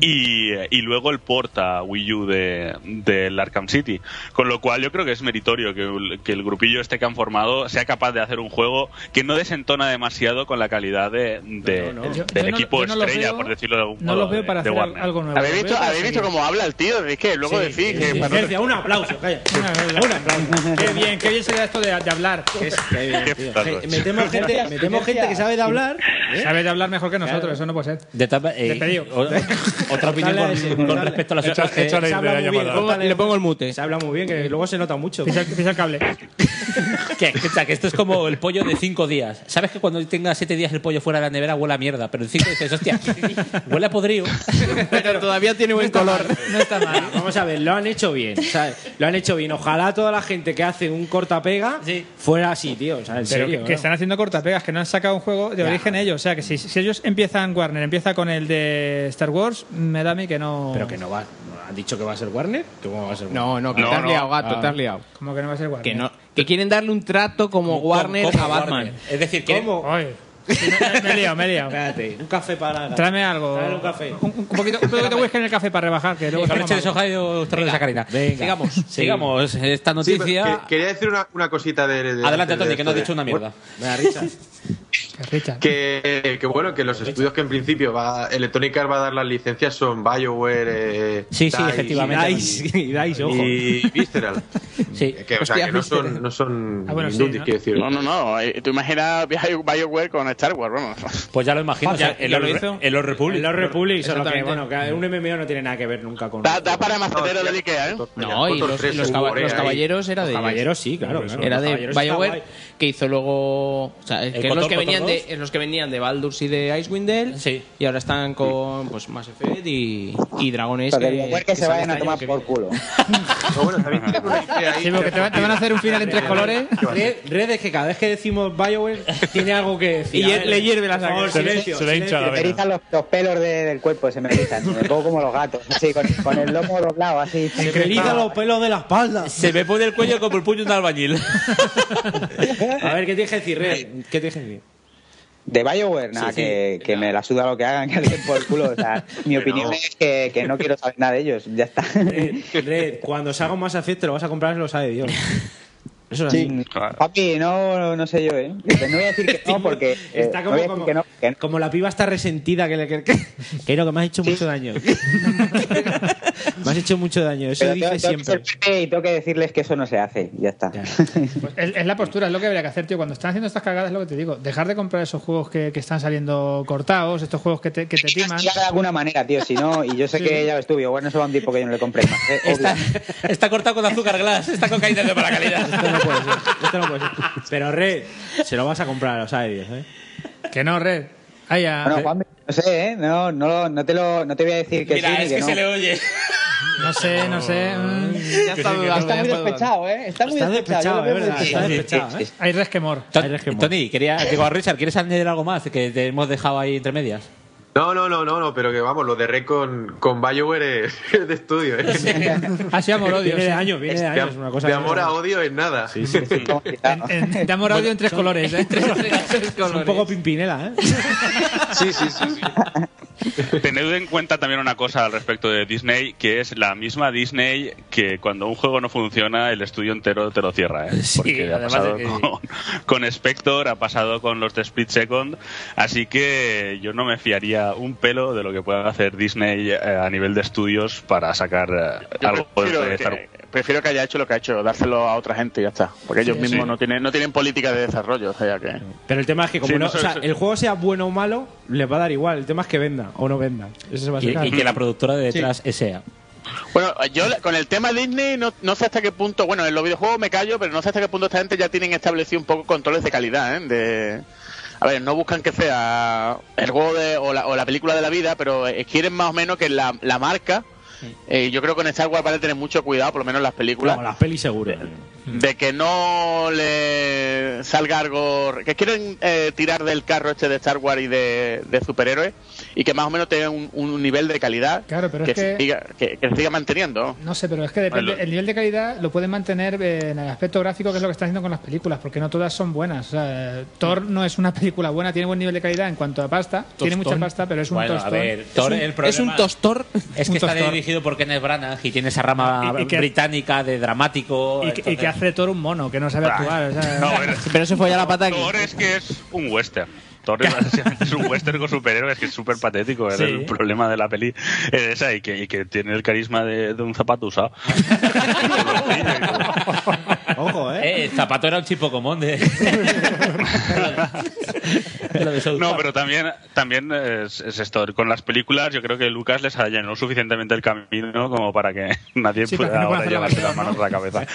y, y luego el porta Wii U de- del Arkham City. Con lo cual yo creo que es meritorio que, el- que el grupillo este que han formado sea capaz de hacer un juego que no desentona demasiado con la calidad de, de-
No, no, no.
del
Yo- yo no-
equipo
yo no los
estrella,
veo-
por decirlo de algún
No
modo,
los veo
de-
para
de
hacer al-
Warner.
algo nuevo.
¿Habéis
Los
visto,
veo para
¿habéis visto
seguir.
cómo habla el tío? Es que luego decís que... para no-
Mierda, un aplauso, calla. Un aplauso.
Qué bien, qué bien se da esto de, de hablar. Eh,
Me- Metemos gente, metemos gente que sabe de hablar.
Sabe de hablar mejor que nosotros, eso no puede ser.
De tal- eh,
Despedido.
o- otra opinión
Dale a
con,
ese,
con
dale.
respecto a las
Echa-
otras que-
échale
eh, Se habla muy bien.
¿Cómo-
Le
pongo el mute.
Se habla muy bien, que luego se nota mucho.
Pisa, pisa el cable.
que, que- o sea, que esto es como el pollo de cinco días. Sabes que cuando tengas siete días el pollo fuera de la nevera huele a mierda, pero en cinco dices, hostia, huele a podrío.
Pero todavía tiene buen color.
No está mal.
Vamos a ver, lo han hecho bien, ¿sabes? Lo han hecho bien. Ojalá toda la gente que hace un cortapega fuera así, tío. O sea, en
Pero
serio,
que,
¿no?
que están haciendo cortapegas, que no han sacado un juego de
Ya.
origen ellos. O sea, que si, si ellos empiezan, Warner empieza con el de Star Wars, me da a mí que no.
Pero que no va. ¿Han dicho que va a ser Warner? ¿Tú cómo va a ser Warner?
No, no, que te has liado, gato, te has liado.
Como que no va a ser Warner.
Que, no, que quieren darle un trato como Warner
Como
a Batman. Eh,
Warner. Es decir, que
¿Cómo?
Oye, me, me he liado, me he liado.
Espérate, un café para. la-
Tráeme algo.
Tráele un café.
Un, un poquito, un poquito de whisky en el café para rebajar, que luego
con
estamos
leche de
mal.
soja y doctor de sacarina. Sigamos, sigamos. Esta
Sí, pero
noticia...
que- quería decir una, una cosita de, de-
Adelante,
de- de
Tony, que no has
esto de-
dicho una mierda.
Que Richard.
Que, que bueno, que los estudios que en principio va Electronic Arts va a dar las licencias son BioWare, eh,
Sí, sí,
DICE,
efectivamente.
Dais, y dais, ojo.
y Visceral.
Sí.
Que, o sea,
Hostia,
que no
Visceral.
son, no son
Ah, bueno, sí,
Indundies,
¿no?
quiero decir.
No, no, no. eh, Tú imaginas Bio- BioWare con Star Wars, vamos.
Pues ya lo
Ya-
imagino. o sea,
ya
el
lo
Old Re-
hizo.
El Old Republic.
Los Republics, solo que,
Exactamente.
bueno, que un MMO no tiene nada que ver nunca con.
Da, da para macetero del Ikea, ¿eh?
No, y
Otros
los,
tres,
los
un
caba-
Borea
eh, los
ahí.
caballeros era de. ellos.
Caballeros, sí, claro. claro.
Era
Los
de
caballeros está
BioWare
guay.
que hizo luego. O sea, que es los
Cotor,
que,
Cotor
venían de,
2.
es los que venían de Baldur's y de Icewind Dale.
Sí.
Y ahora están con pues, Mass Effect y, y Dragon Age.
Pero que, que se
sale
vayan
este
a
año
tomar
que
por
viene.
culo.
Pero bueno, también tienen una idea ahí
Sí, porque te, va- te van a hacer un final en tres colores.
Red, redes que cada vez que decimos Bioware tiene algo que decir.
Y
A ver,
le hierve la
por
sangre.
favor,
Se le-
silencio,
se le hincha
silencio.
la
Me erizan los, los pelos de- del cuerpo, se me erizan. Me pongo como los gatos, así, con, con el lomo doblado, así. Ah,
Se me erizan los pelos de la espalda.
Se me pone el cuello como el puño de un albañil.
A ver, ¿qué tienes que decir, Red? ¿Qué tienes que decir?
De BioWare, nada,
Sí, sí.
que, que me la suda lo que hagan, que le den por culo. O sea, mi opinión es que, que no quiero saber nada de ellos, ya está.
Red, Red, cuando salga un Mass Effect te lo vas a comprar, lo sabe Dios. Eso es así.
Sí, papi, no, no sé yo, ¿eh? Que No voy a decir que no, porque. eh,
Está
no
como,
voy a decir
como,
que no, que no.
como la piba está resentida que le que, que, que no, que me has hecho mucho daño. Me has hecho mucho daño, eso
Pero
dice
tengo- tengo que
siempre.
ser fuerte y tengo que decirles que eso no se hace. Ya está.
Pues es, es la postura, es lo que habría que hacer, tío. Cuando están haciendo estas cagadas, es lo que te digo. Dejar de comprar esos juegos que, que están saliendo cortados, estos juegos que te, que te timan.
Castigar de alguna manera, tío, si no, y yo sé
Sí.
que ya ves tú, bueno, eso va a un tipo que yo no le compré más. eh, obvio.
Está cortado con azúcar glass, está cocaína de mala calidad.
Esto no puede ser, esto no puede ser. Pero Red, se lo vas a comprar a los aéreos, ¿eh?
Que no, Red.
Bueno, Juanmi, no sé, ¿eh? No, no, lo- no, te lo, no te voy a decir que sí ni que no.
oye.
No sé, Eh, mm, no sé.
Ya está dudando, Está muy ya está despechado, dudando. ¿eh? Está muy Está
Ah,
despechado, despechado, yo lo es veo verdad, muy- está despechado, ¿eh?
Hay resquemor.
Tony, quería, digo, Richard, ¿quieres añadir algo más que te hemos dejado ahí entre medias?
No, no, no, no, no, pero que vamos, lo de Red con, con BioWare es, es de estudio, ¿eh?
Ha sido amor odio.
Viene de
Ah, sí.
años, viene de años, una cosa De que no amor a sabemos. odio en nada. Sí, sí, sí.
En- en- de amor a odio en tres colores. ¿eh?
Es un poco pimpinela, ¿eh?
Sí, sí, sí.
Tened en cuenta también una cosa al respecto de Disney, que es la misma Disney que cuando un juego no funciona, el estudio entero te lo cierra. ¿eh? Porque ha
además
pasado
de que-
con, con Spector, ha pasado con los de Split Second, así que yo no me fiaría un pelo de lo que pueda hacer Disney eh, a nivel de estudios para sacar eh,
Yo
algo
prefiero
de
que-
Star Wars.
Prefiero que haya hecho lo que ha hecho, dárselo a otra gente y ya está. Porque ellos
Sí,
mismos
sí.
no tienen no tienen política de desarrollo, o sea que...
Pero el tema es que como
Sí,
no,
no sé,
o sea,
sí.
el juego sea bueno o malo, les va a dar igual. El tema es que venda o no venda. Ese se va a
Y,
sacar.
y que la productora de detrás sea.
Bueno, yo la- con el tema Disney no, no sé hasta qué punto, bueno, en los videojuegos me callo, pero no sé hasta qué punto esta gente ya tienen establecido un poco controles de calidad, ¿eh? De, a ver, no buscan que sea el juego de- o, la, o la película de la vida, pero eh, quieren más o menos que la, la marca, eh, yo creo que con Star Wars vale tener mucho cuidado, por lo menos en las películas,
Como las pelis seguro.
Eh,
de que no le salga algo que quieren eh, tirar del carro este de Star Wars y de, de superhéroes y que más o menos tenga un, un nivel de calidad
Claro, pero
que,
es
se
que-
siga, que- que se siga manteniendo
No sé, pero es que depende.
Bueno, lo-
El nivel de calidad lo pueden mantener eh, en el aspecto gráfico, que es lo que están haciendo con las películas, porque no todas son buenas. O sea, eh, Thor no es una película buena, tiene buen nivel de calidad en cuanto a pasta. Tiene mucha pasta, pero es un
bueno,
tostón.
A ver, Thor,
es, un,
el problema-
tostor.
Es que está dirigido por Kenneth Branagh y tiene esa rama
Y- y que-
británica de dramático.
Y, que- y que
entonces-
hace de Thor un mono, que Ah. no sabe actuar. o sea,
pero
eso fue ya la pata aquí.
Thor es que es un western. Thor es básicamente es un western con superhéroes que es súper patético. Era
Sí.
el problema de la peli eh, esa y que, y que tiene el carisma de, de un zapato usado.
Ojo,
Eh, el zapato era un chipo común de. de lo de South
No,
Park.
pero también, también es, es esto. Con las películas, yo creo que Lucas les allanó suficientemente el camino como para que nadie
Sí, para que
pueda
no puedan hacer
ahora
la
llevarse
versión,
las manos a la cabeza.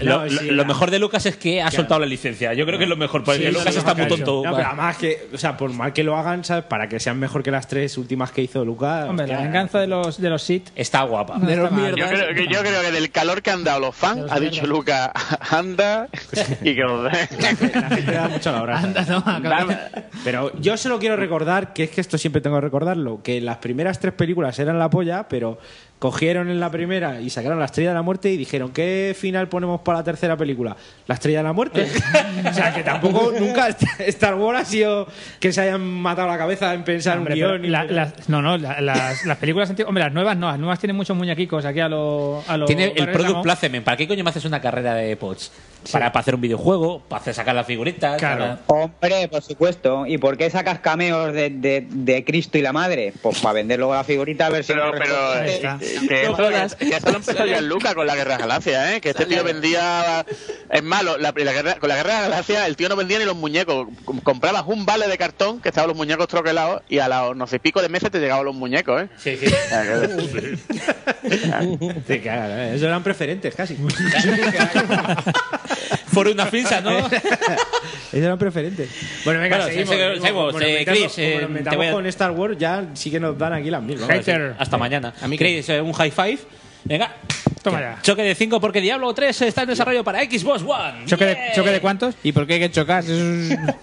Lo, lo- lo mejor de Lucas es que ha soltado la licencia. Yo creo que es lo mejor, porque
Sí,
pues Lucas
sí,
está
sí,
muy
sí.
tonto.
No, pero además que, o sea, por mal que lo hagan, ¿sabes? Para que sean mejor que las tres últimas que hizo Lucas.
Hombre, la
hostia.
venganza de los, de los Sith.
Está guapa.
De los
Yo
mierdas.
creo, que, yo creo que del calor que han dado los fans, ha dicho Luca, anda y que os den.
Te da mucho la brasa. Pero yo solo quiero recordar, que es que esto siempre tengo que recordarlo, que las primeras tres películas eran la polla, pero cogieron en la primera y sacaron la estrella de la muerte y dijeron, ¿qué final ponemos para la tercera película? La estrella de la muerte. o sea, que tampoco nunca Star Wars ha sido que se hayan matado la cabeza en pensar
Hombre,
un
pero
guión. y-
la- las- no, no, la- las, las películas antiguas. Hombre, las nuevas no, las nuevas tienen muchos muñequicos aquí a los. A lo
Tiene el
Barrio
product
Ramos.
placement. ¿Para qué coño me haces una carrera de pods? Para, para hacer un videojuego, para hacer sacar las figuritas. para-
Hombre, por supuesto. ¿Y por qué sacas cameos de, de, de Cristo y la Madre? Pues para vender luego la figurita a ver si...
Pero,
me
pero
responde.
eh, que, eso, que- que eso lo empezó ya Luca con la Guerra de las Galaxias, ¿eh? que este tío vendía. Es malo, la, la guerra, con la Guerra de las Galaxias el tío no vendía ni los muñecos. Com- Comprabas un vale de cartón que estaban los muñecos troquelados y a los no sé pico de meses te llegaban los muñecos. ¿eh?
Sí,
Te cagas, ¿eh? Eso eran preferentes casi.
Por una finza, ¿no?
Eso era preferente. Bueno, venga,
Bueno,
seguimos.
seguimos, seguimos.
Como nos
Eh,
metamos-
Chris,
como
eh,
nos
te
metamos
voy a-
con Star Wars, ya sí que nos dan aquí las mil. vamos a decir.
Hasta mañana.
A mí que-
¿Creéis eh, un high five? Venga.
Toma ya.
Choque de 5 porque Diablo 3 está en desarrollo para Xbox One.
¿Choque de,
Yeah.
¿Choque de cuántos? ¿Y por qué hay que chocar? Eso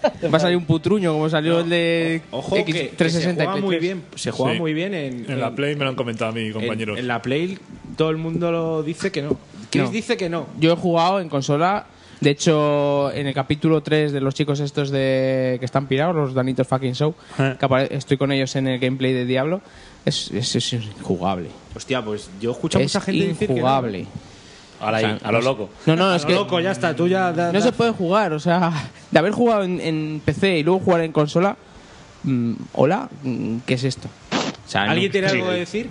es- Va a salir un putruño como salió el de
Ojo, que- que se juega muy bien. Se juega
Sí.
muy bien en,
En la
Play,
me lo han comentado a mí,
compañeros. En, la Play todo el mundo lo dice que no. Chris
No.
dice que no.
Yo he jugado en consola. De hecho, en el capítulo 3 de los chicos estos de que están pirados, los Danitos Fucking Show,
Eh.
que apare- estoy con ellos en el gameplay de Diablo, es, es, es injugable.
Hostia, pues yo escucho a
Es
mucha gente decir que no.
injugable.
Ahora
O sea,
ahí, a lo
no-
loco.
No, no,
A
es
lo
que.
loco, ya está, tú ya. da-
No
da-
se puede jugar, o sea, de haber jugado en, en PC y luego jugar en consola. mm, Hola, mm, ¿qué es esto? O sea, no-
¿Alguien tiene algo que decir?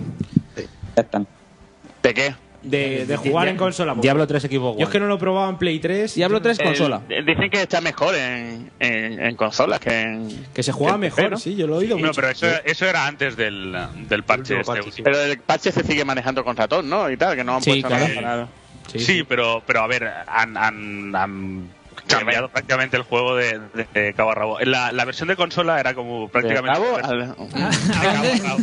Ya están.
¿De qué?
De, de jugar en consola. pues.
Diablo 3 Equipo
Yo es que no lo he probado en Play 3.
Diablo 3
Eh,
consola.
dicen que está mejor en, en, en consolas que en.
Que se juega
en
mejor,
PC, ¿no?
sí, yo lo he oído
No,
mucho.
pero eso, eso era antes del, del parche. este último.
Pero el parche se sigue manejando con ratón, ¿no? Y tal, que no han
Sí,
puesto
claro.
nada.
Sí, pero pero a ver, han, han- han cambiado prácticamente el juego de, de- de cabo a rabo. La, la versión de consola era como prácticamente...
cabo
una
al-
versión-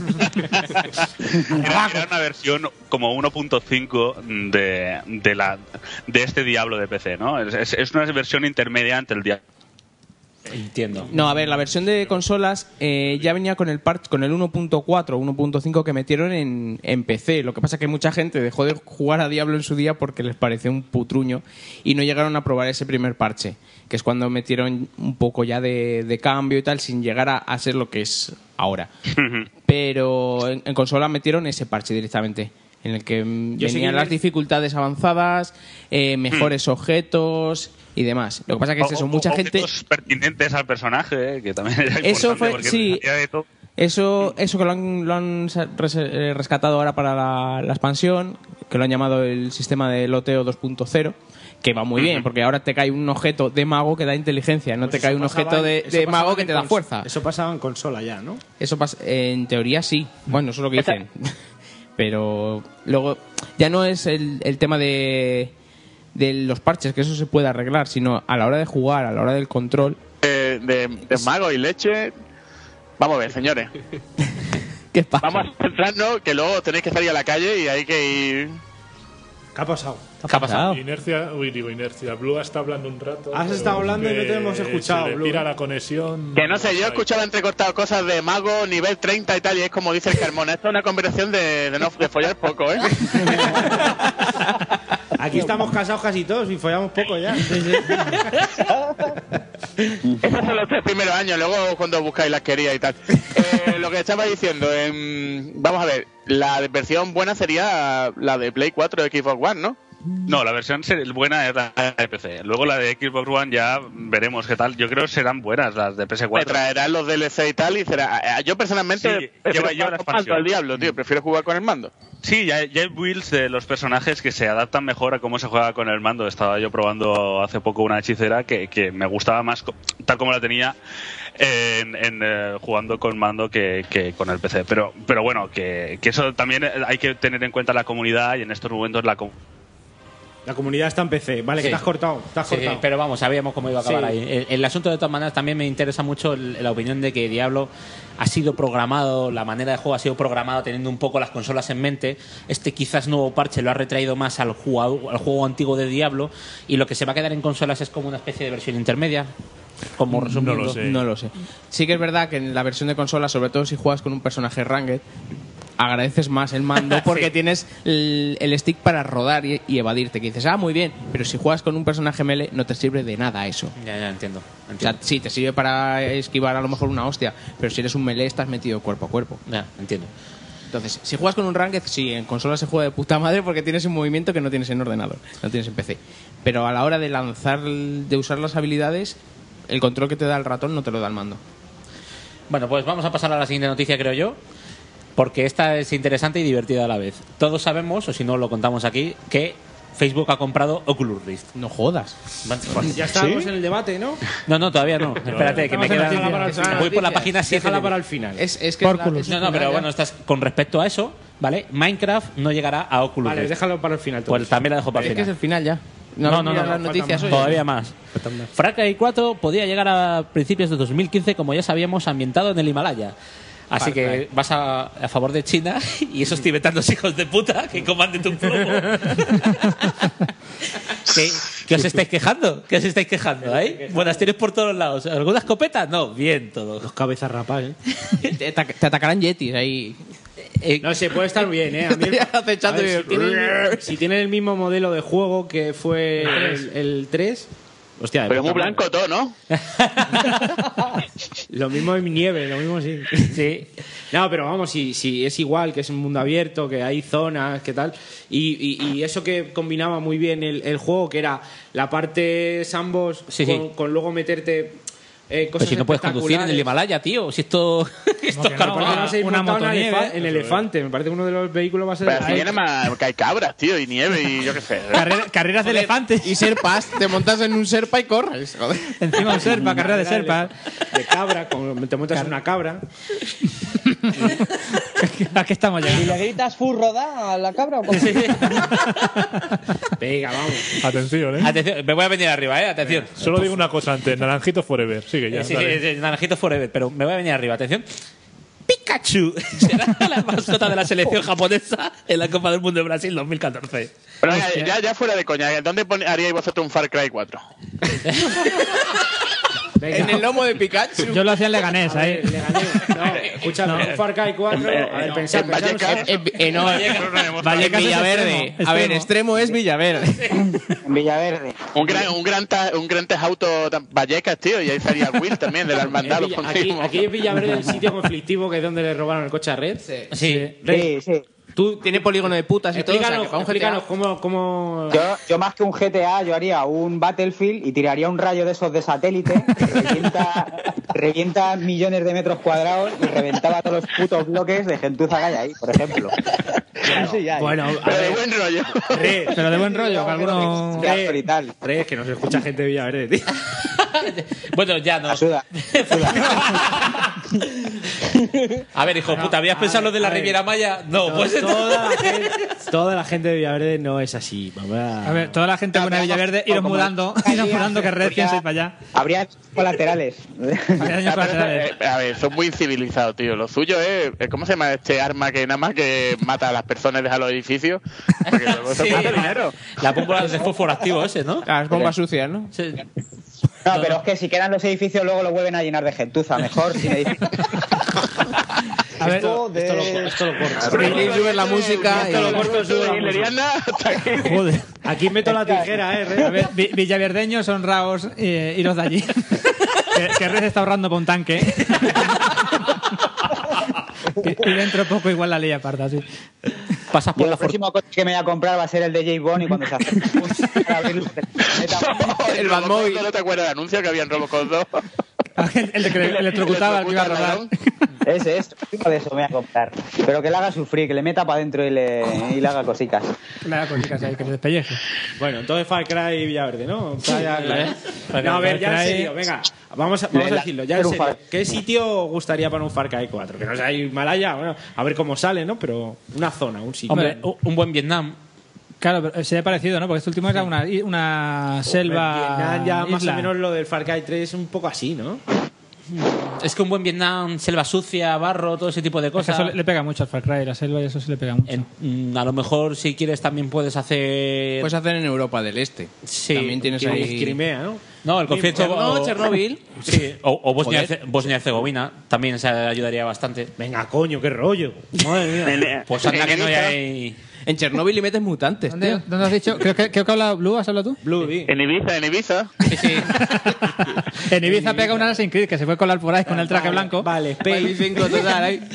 era, era una versión como 1.5 de, de, la- de este Diablo de PC, ¿no? Es- Es, es una versión intermedia entre el Diablo.
Entiendo.
No, a ver, la versión de consolas eh, ya venía con el part, con el 1.4, 1.5 que metieron en, en PC. Lo que pasa es que mucha gente dejó de jugar a Diablo en su día porque les pareció un putruño y no llegaron a probar ese primer parche, que es cuando metieron un poco ya de, de cambio y tal, sin llegar a, a ser lo que es ahora. Pero en, en consola metieron ese parche directamente. En el que mm,
Yo sé
venían
que-
las dificultades avanzadas, eh, mejores objetos y demás. Lo que pasa es que es
O-
eso,
o-
mucha gente.
objetos pertinentes al personaje, eh, que también era
Eso
importante
fue-
porque
sí.
había de todo.
Eso, eso que lo han, lo han sa- res- eh, rescatado ahora para la, la expansión, que lo han llamado el sistema de loteo 2.0, que va muy bien, porque ahora te cae un objeto de mago que da inteligencia, no te cae un objeto de, de mago que te da fuerza.
Eso pasaba en consola ya, ¿no?
Eso pasa, en teoría sí. Bueno, eso es lo que dicen. Pero luego ya no es el, el tema de, de los parches, que eso se puede arreglar, sino a la hora de jugar, a la hora del control,
Eh, de, de mago y leche. Vamos a ver, señores.
¿qué pasa?
Vamos a centrarnos que luego tenéis que salir a la calle y hay que ir.
¿Qué ha pasado?
¿Qué ha pasado?
Inercia, uy, digo inercia. Blue está hablando un rato.
Has
pero
estado hablando y no te
que
hemos escuchado,
Se le
Blue.
pira la conexión.
Que no sé, yo he escuchado entrecortado cosas de mago nivel 30 y tal, y es como dice el Carmona. Esto es una conversación de, de no de follar poco, ¿eh?
Aquí estamos casados casi todos y follamos poco ¿eh? ya.
Esos son los tres primeros años, luego cuando buscáis las querías y tal. Eh, lo que estaba diciendo, em, vamos a ver, la versión buena sería la de Play 4 de Xbox One, ¿no?
No, la versión se- buena es la de PC. Luego la de Xbox One ya veremos qué tal. Yo creo que serán buenas las de
Me
PS4.
traerán los DLC y tal, y será. eh, Yo personalmente.
Sí,
prefiero
lleva- lleva
jugar
la
con mando
expansión. Mm.
al diablo, tío, prefiero jugar con el mando.
Sí, ya, ya hay builds de los personajes que se adaptan mejor a cómo se juega con el mando. Estaba yo probando hace poco una hechicera que, que me gustaba más co- tal como la tenía en, en, eh, jugando con mando que, que con el PC. Pero, pero bueno, que, que eso también eh, hay que tener en cuenta la comunidad y en estos momentos la com-
La comunidad está en PC. Vale,
Sí.
que te has cortado. Te has
Sí,
cortado.
pero vamos, sabíamos cómo iba a acabar
Sí.
ahí. El, el asunto, de todas maneras, también me interesa mucho el- la opinión de que Diablo ha sido programado, la manera de juego ha sido programada teniendo un poco las consolas en mente. Este quizás nuevo parche lo ha retraído más al, jugado- al juego antiguo de Diablo y lo que se va a quedar en consolas es como una especie de versión intermedia. Como resumiendo.
No lo sé. Sí que es verdad que en la versión de consola, sobre todo si juegas con un personaje ranked, agradeces más el mando porque tienes el, el stick para rodar y, y evadirte. Que dices, ah, muy bien, pero si juegas con un personaje melee no te sirve de nada eso.
Ya, ya, entiendo.
O sea, sí, te sirve para esquivar a lo mejor una hostia, pero si eres un melee estás metido cuerpo a cuerpo.
Ya, entiendo.
Entonces, si juegas con un ranked, sí, en consola se juega de puta madre porque tienes un movimiento que no tienes en ordenador, no tienes en PC. Pero a la hora de lanzar, de usar las habilidades, el control que te da el ratón no te lo da el mando.
Bueno, pues vamos a pasar a la siguiente noticia, creo yo, porque esta es interesante y divertida a la vez. Todos sabemos, o si no lo contamos aquí, que Facebook ha comprado Oculus Rift. pues
No jodas. Pues,
Ya estábamos en el debate, ¿no?
No, no, todavía no. Espérate, que
Estamos
me
en la noticia,
queda.
para el final.
Voy por la
Noticias.
página 7.
Déjala para el final.
Es, es que
Por
es la-
culo.
es
No, no,
una
pero
idea.
bueno, estás con respecto a eso, ¿vale? Minecraft no llegará a Oculus
Vale,
Rift.
déjalo para el final.
Pues también la dejo para
Es
el
que es el
final.
final ya.
No, no, no,
mira
no,
las
falta
noticias
más.
hoy.
Todavía más. Far Cry 4 podía llegar a principios de 2015, como ya sabíamos, ambientado en el Himalaya. Así
Far
que
Cry.
vas a, a favor de China y esos tibetanos hijos de puta que coman de tu plomo. ¿Qué, qué os estáis quejando? ¿Qué os estáis quejando? ¿eh? Buenas tienes por todos lados. ¿Alguna escopeta? No, bien todo. Los
cabezas rapas, ¿eh?
Te, atac- te atacarán yetis ahí. Eh,
No sé, puede estar bien, ¿eh? A mí el-
Estoy acechando
A ver,
y-
si, tienen, el mi- si tienen el mismo modelo de juego que fue el, el 3. Hostia, de
Pero
puta
muy
madre.
blanco todo, ¿no?
Lo mismo en nieve, lo mismo sí.
Sí.
No, pero vamos, si, si es igual, que es un mundo abierto, que hay zonas, que tal. Y, y- y eso que combinaba muy bien el, el juego, que era la parte sambos
Sí,
con,
sí.
con luego meterte
Eh, pero si no puedes conducir en el Himalaya, tío. Si esto. esto
no, una, una motonieve. ¿eh? En elefante, me parece uno de los vehículos va a ser.
Pero si viene más. Que hay cabras, tío, y nieve, y yo qué sé.
Carrera, carreras de elefantes.
Y serpas. Te montas en un serpa y corres, joder.
Encima un serpa, carrera de serpa.
De cabra, te montas en una cabra.
¿A qué estamos llegando?
¿Y le gritas full rodá a la cabra o cómo? Sí.
Venga, vamos.
Atención, ¿eh?
Atención. Me voy a venir arriba, ¿eh? Atención.
Solo digo una cosa antes. Naranjito forever. Sigue ya.
Sí, sí, naranjito forever, pero me voy a venir arriba. Atención. Pikachu será la mascota de la selección japonesa en la Copa del Mundo de Brasil 2014.
Pero ya, ya, ya fuera de coña, ¿dónde haríais vosotros un Far Cry 4?
Venga. En el lomo de Pikachu.
Yo lo hacía en Leganés,
ahí. ¿eh? Leganés. No, escúchame, no. Far Cry 4. A ver, pensad,
no. Vallecas. En, en, Eh, no, Vallecas Villaverde. Extremo. A ver, extremo es Villaverde.
Villaverde.
Un gran, un gran, ta, un gran tejauto Vallecas, tío. Y ahí salía Will también, de la hermandad. Los
aquí, aquí es Villaverde el sitio conflictivo que es donde le robaron el coche a Red.
Sí. Sí, Red. sí. sí. Tú tienes polígono de putas y
explícanos,
todo. O sea,
explícanos cómo... cómo...
Yo, yo, más que un GTA, yo haría un Battlefield y tiraría un rayo de esos de satélite que revienta, revienta millones de metros cuadrados y reventaba todos los putos bloques de gentuza que hay ahí, por ejemplo.
Claro. Sí, ya, bueno, pero de buen rollo.
Tres, pero de buen rollo, que alguno...
Tres, tres, que nos escucha gente de Villaverde, tío.
bueno, ya no.
Ayuda. Ayuda.
a ver, hijo no, puta, ¿habías pensado lo de la Riviera Maya? No, no pues
toda la, gente, toda la gente de Villaverde no es así, mamá.
A ver, toda la gente buena de Villaverde iros mudando, iros mudando que red piensa ir para allá.
Habría colaterales.
eh, a ver, son muy civilizados, tío. Lo suyo es, ¿cómo se llama este arma que nada más que mata a las personas y deja los edificios? Porque luego sí. dinero.
La bomba de fósforo activo ese, ¿no?
Las bombas sucias, ¿no? Sí.
No, pero es que si quedan los edificios luego lo vuelven a llenar de gentuza. Mejor sin edificios.
A ver, esto, de... esto, lo, esto lo corto.
Aquí sube la música.
Esto lo corto, sube Joder. Aquí meto la tijera, eh.
A ver, villaverdeños honraos, eh, iros de allí. que, que Red está ahorrando para un tanque. y dentro poco igual la ley aparta, sí.
Pasas por
el
la
próximo coche que me voy a comprar va a ser el de J. Bond y cuando se acerque para abrirlo
el Batmóvil no te acuerdas del anuncio que había en Robocop 2
el, de que le electrocutaba el que iba a rodar
ese es de eso me voy a comprar pero que le haga sufrir que le meta para adentro y le, y le haga cositas
le haga cositas ahí que le despelleje
bueno entonces Far Cry y Villaverde ¿no? ¿eh? no a ver ya en serio venga Vamos a, vamos a, decirlo, ya en serio, ¿Qué sitio gustaría para un Far Cry 4? Que no sea Himalaya, bueno, a ver cómo sale, ¿no? Pero una zona, un sitio.
Hombre, un buen Vietnam.
Claro, pero sería parecido, ¿no? Porque este último era una, una selva.
Vietnam ya más isla. o menos lo del Far Cry 3 es un poco así, ¿no?
Es que un buen Vietnam, selva sucia, barro, todo ese tipo de cosas.
Es que eso le pega mucho al Far Cry, la selva y eso se le pega mucho.
En, mm, a lo mejor, si quieres, también puedes hacer.
Puedes hacer en Europa del Este.
Sí.
También tienes
Crimea, ahí. Crimea, ¿no?
No, el conflicto.
No, Chernóbil.
Sí.
Oh.
O, o Bosnia, Bosnia y Herzegovina también se ayudaría bastante.
Venga, coño, qué rollo. Madre mía.
pues anda que no hay.
En Chernóbil y metes mutantes.
¿Dónde,
tío?
¿dónde has dicho? Creo que, creo que habla Blue, ¿has hablado tú?
Blue,
sí. En Ibiza, en Ibiza.
Sí, sí. en Ibiza pega una sin Creed que se fue colar por ahí con el traje
vale,
blanco.
Vale, Space.
5 total ahí.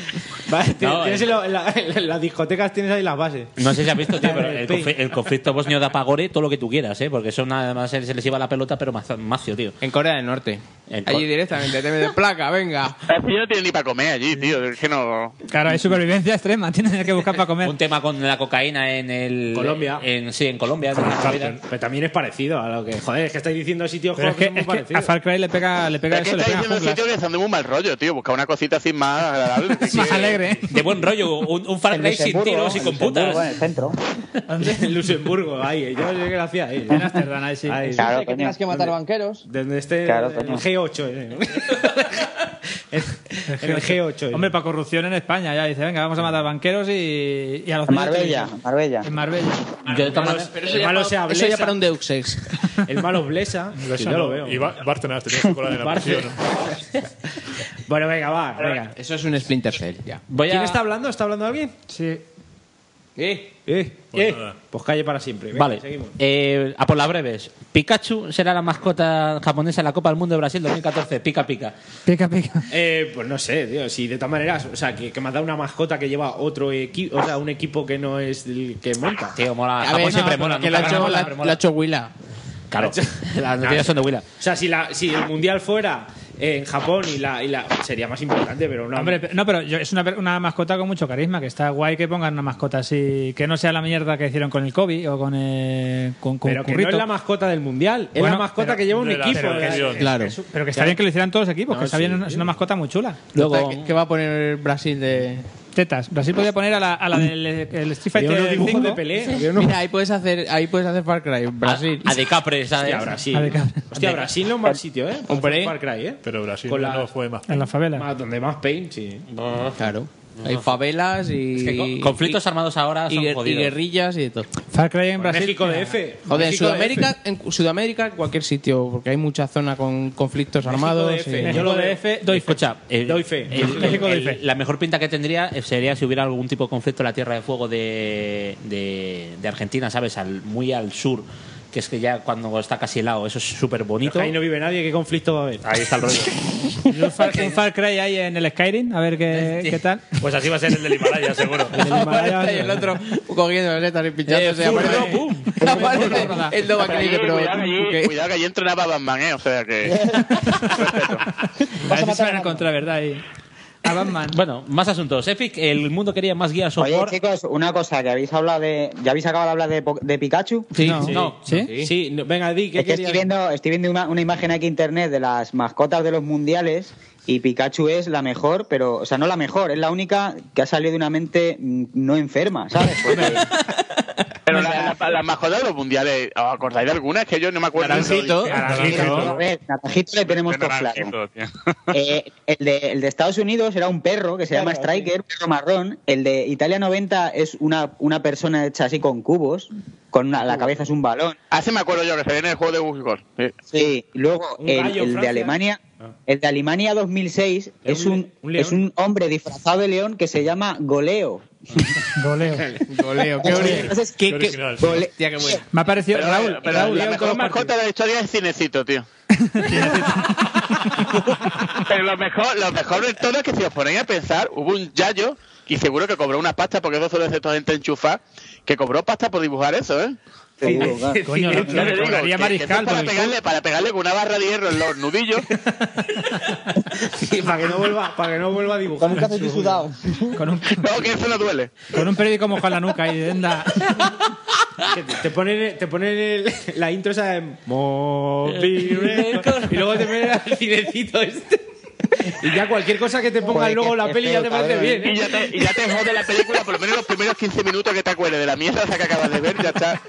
Vale, no, tienes eh. lo, la, en las discotecas tienes ahí las bases.
No sé si has visto, tío, pero el, conflicto, el conflicto bosnio de Apagore, todo lo que tú quieras, ¿eh? Porque eso nada más se les iba la pelota, pero más macio, tío.
En Corea del Norte. En allí directamente, te metes placa, venga.
Allí no tienen ni para comer allí, tío. Es que no...
Claro, hay supervivencia extrema, tienes que buscar para comer.
Un tema con la cocaína en el.
Colombia.
En, sí, en Colombia. En
pero, pero también es parecido a lo que. Joder, es que estáis diciendo sitios
pero es que, es que, que a Far Cry le pega, le pega
es
eso.
Que estáis diciendo sitios que están de muy mal rollo, tío. Busca una cosita así más agradable.
más alegre.
De buen rollo. Un, un Far Cry sin tiros y con putas.
En el centro.
en Luxemburgo, ahí. Yo sé que lo hacía ahí.
En Amsterdam, ahí sí. Ahí,
claro,
que tienes que matar banqueros.
Donde esté
claro,
el G8. Eh. en el G8.
Hombre, para corrupción en España ya dice, venga, vamos a matar banqueros y, y a los
Marbella, Marbella.
En Marbella.
Yo, el malo, pero eso, el ya malo
para, eso ya para un Deux Ex.
El malo Blesa.
yo sí, no. lo veo. Y Barcelona, tenía que colar de la presión.
bueno, venga, va, venga.
Eso es un Splinter Cell, ya.
Voy ¿Quién a... está hablando? ¿Está hablando alguien?
Sí.
Eh, eh, pues, eh. pues calle para siempre. Venga,
vale. Seguimos. Eh, a por las breves. Pikachu será la mascota japonesa en la Copa del Mundo de Brasil 2014. Pica, pica.
Pica, pica.
Eh, pues no sé, tío. Si de todas maneras, o sea, que, que me ha dado una mascota que lleva otro equipo, o sea, un equipo que no es el que monta.
Tío, mola. A Japón ver, siempre no, mola.
Que lo ha hecho Willa.
Claro. Las noticias son de Willa.
O sea, si, la, si el mundial fuera en Japón y la, y la sería más importante, pero no.
Hombre, no, pero yo- es una, una mascota con mucho carisma, que está guay que pongan una mascota así, que no sea la mierda que hicieron con el Kobe o con, eh, con, con
Pero que no
Currito.
es la mascota del mundial, es la
Bueno,
mascota
pero-
que lleva un
pero-
equipo. eh,
pero
¿eh?
que-
Es-
claro.
es-
Pero que está bien que lo hicieran todos los equipos, que está bien, es una mascota muy chula.
Luego, ¿qué, qué va a poner Brasil de...?
Tetas. Brasil podía poner a la, a la del el Street Fighter
Había unos dibujos
5.
de Pelé, Sí. había unos- Mira, ahí puedes hacer, ahí puedes hacer Far Cry, Brasil.
A de Capres,
Hostia,
Brasil.
A de Capres.
Hostia, Brasil no es mal sitio, ¿eh? Para
Hombre.
Far Cry, ¿eh?
Pero Brasil
Con la-
no fue más.
En las favelas.
Más, donde más pain, sí.
Claro. Hay favelas y...
Es que co- conflictos armados ahora
y,
son
guer- y
jodidos.
guerrillas y de todo.
Far Cry en
Bueno,
Brasil.
México
mira.
DF. Joder, en Sudamérica, en Sudamérica, en cualquier sitio, porque hay mucha zona con conflictos armados. y-
Yo lo DF doy Escucha, eh,
Doy fe.
el-
México doy
el-
fe.
La mejor pinta que tendría eh, sería si hubiera algún tipo de conflicto en la Tierra de Fuego de, de, de Argentina, ¿sabes? Al, muy al sur, que es que ya cuando está casi helado, eso es súper bonito.
Ahí no vive nadie, ¿qué conflicto va a haber?
Ahí está el rollo.
Y un Far, un Far Cry ahí en el Skyrim, a ver qué, qué tal.
Pues así va a ser el del Himalaya, seguro.
Aparece Este el otro cogiendo veletas y pinchándose. aparece- aparece el Nova
Pero
Click,
allí,
pero-
cuidado, que allí-
¿qué?
cuidado que allí entrenaba Batman, ¿eh? O sea que.
Vas a matar contra verdad ahí. A Batman.
Bueno, más asuntos. Epic, el mundo quería más guías
Oye,
software.
chicos, una cosa, que habéis hablado de. ¿Ya habéis acabado de hablar de, po- de Pikachu?
Sí, no. no.
Sí, no, venga, di, ¿qué
Es que estoy
querías?
viendo, estoy viendo una, una imagen aquí en internet de las mascotas de los mundiales y Pikachu es la mejor, pero, o sea, no la mejor, es la única que ha salido de una mente mm, no enferma, ¿sabes? Porque-
Pero la- la- las mascotas de los mundiales, ¿os acordáis de alguna? Es que yo no me acuerdo.
Naranjito.
Mira, a ver, naranjito le tenemos todo claro. Eh, el, de, el de Estados Unidos era un perro que se llama Striker, un perro marrón. El de Italia 90 es una, una persona hecha así con cubos, con una- la cabeza es un balón.
Ah, sí me acuerdo yo que se ve en el juego de Google Golf. Sí.
Sí, y luego
Un
el,
gallo,
el de
Francia.
Alemania, el de Alemania 2006 es,
un-
un,
un león.
es un hombre disfrazado de león que se llama Goleo.
Goleo.
Goleo, qué original.
Entonces,
Qué- qué-
original,
Gole- Hostia, qué bueno.
Me ha parecido
Pero,
Raúl.
pero
Raúl,
la
Raúl,
mejor mascota de la historia es Cinecito, tío. pero lo mejor, lo mejor de todo es que si os ponéis a pensar, hubo un yayo y seguro que cobró unas pastas, porque eso suele ser toda gente enchufada, que cobró pasta por dibujar eso, ¿eh?
seguro, claro.
Coño,
Sí,
lo-
yo
lo
le digo,
cobraría
que- que
Mariscal
eso es para,
con el
pegarle, para pegarle con una barra de hierro en los nudillos.
Sí, para que no vuelva, para que no vuelva a dibujar.
Con un café sudado.
Con un,
No, que eso no duele.
con un periódico mojado en la nuca y anda.
Que te- Te ponen, te ponen el- la intro esa de Movireco, y luego te ponen el cinecito este. Y ya cualquier cosa que te pongan
Joder,
luego
qué-
la
qué
peli ya
feo,
te parece
cabrón.
bien.
Y
¿eh?
ya, te, y ya te jode la película, por lo menos los primeros 15 minutos que te acuerdes de la mierda esa que acabas de ver, ya está.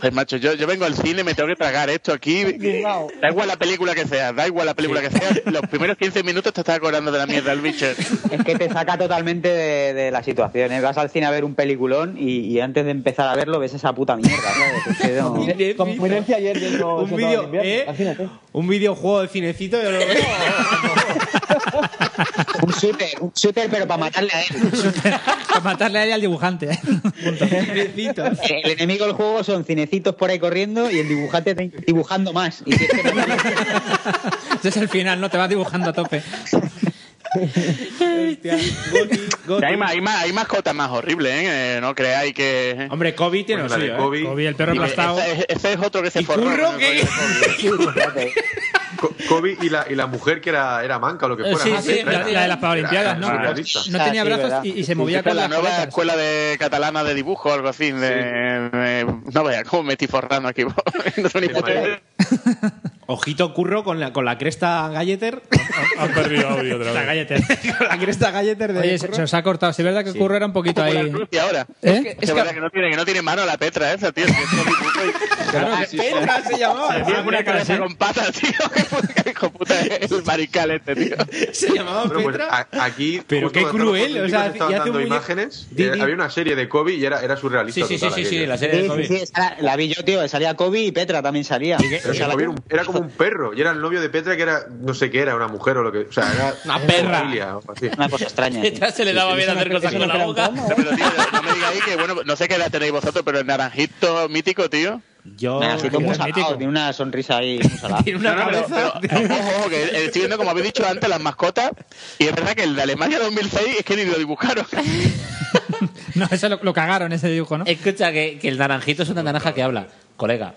Pues macho, yo, yo vengo al cine, me tengo que tragar esto aquí. Da igual la película que sea, da igual la película que sea. Los primeros 15 minutos te estás acordando de la mierda del bicho.
Es que te saca totalmente de, de la situación. ¿eh? Vas al cine a ver un peliculón y, y antes de empezar a verlo ves esa puta mierda. ¿sabes? Es que no-
Cinecito.
ayer viendo
Un vídeo, ¿eh? Un videojuego de cinecito. yo lo-
Un shooter, un shooter, pero para matarle a él.
Para matarle a él y al dibujante. ¿eh?
Cinecito.
El enemigo del juego son cinecitos por ahí corriendo y el dibujante te- dibujando más. Y tienes que matarle.
Ese Este es el final, no te vas dibujando a tope.
Hostia, Goti, Goti.
Que Hay más, hay más, hay mascotas más horribles, ¿eh? Eh, No creáis que.
Hombre, Kobe tiene lo
La de
suyo, ¿eh?
Kobe.
Obi, el perro
Dime,
aplastado.
ese, ese- ese es otro que se
¿Y
forró.
Curro
¿no?
qué?
Co- Kobe y la, y la mujer que era, era manca o lo que fuera.
Sí,
¿no?
sí,
Era-
la, la de las Paralimpiadas, ¿no?
era- era
No
surrealista.
tenía
Ah, sí,
brazos
verdad.
y, y se movía
Con
con
la
las
nueva
paletas.
escuela de catalana de dibujo, algo así. de- de- no veas cómo me estoy forrando aquí. no soy ni puta idea.
Ojito curro con la, con la cresta galleter.
Han perdido audio otra
La
vez.
galleta.
con la cresta galleter de
Oye, se,
curro.
se os ha cortado. Sí, es verdad que Curro era un poquito
Como la
ahí.
cruz y ahora.
¿Eh?
Es, que, es verdad que no tiene, que no tiene mano la Petra esa, tío. Que es todo dibujo y-
La Petra se llamaba.
Tiene una cabeza con patas, tío. que hijo puta, es el mariscal este, tío.
Se llamaba
Bueno, pues,
Petra.
a- aquí.
Pero
justo
qué
cuando los
cruel, o sea,
políticos estaban
y hace un
dando
muñeco-
imágenes.
Di,
eh,
di.
había una serie de Kobe y era, era surrealista.
Sí, sí, sí,
total
sí, sí,
aquello.
la serie de
Sí, sí,
Kobe.
sí, esa la, la vi yo, tío. Salía Kobe y Petra también salía.
Pero
O
si
sea, la-
Kobe era, un- era como un perro y era el novio de Petra que era, no sé qué era, una mujer o lo que. O sea, era.
Una perra.
familia o algo así.
una cosa extraña. sí.
Ya se le daba bien hacer cosas con la boca.
No, pero, tío, no me digáis que, bueno, no sé qué edad tenéis vosotros, pero el naranjito mítico, tío.
Yo.
Nah, soy como un
Yo-
salado, tiene una sonrisa ahí. un salado.
Tiene una
No, no, pero-
cabeza.
pero- ojo, ojo, que estoy viendo, como habéis dicho antes, las mascotas. Y es verdad que el de Alemania 2006 es que ni lo dibujaron.
No, eso lo, lo cagaron, ese dibujo, ¿no?
Escucha, que, que el naranjito es una naranja que habla. Colega,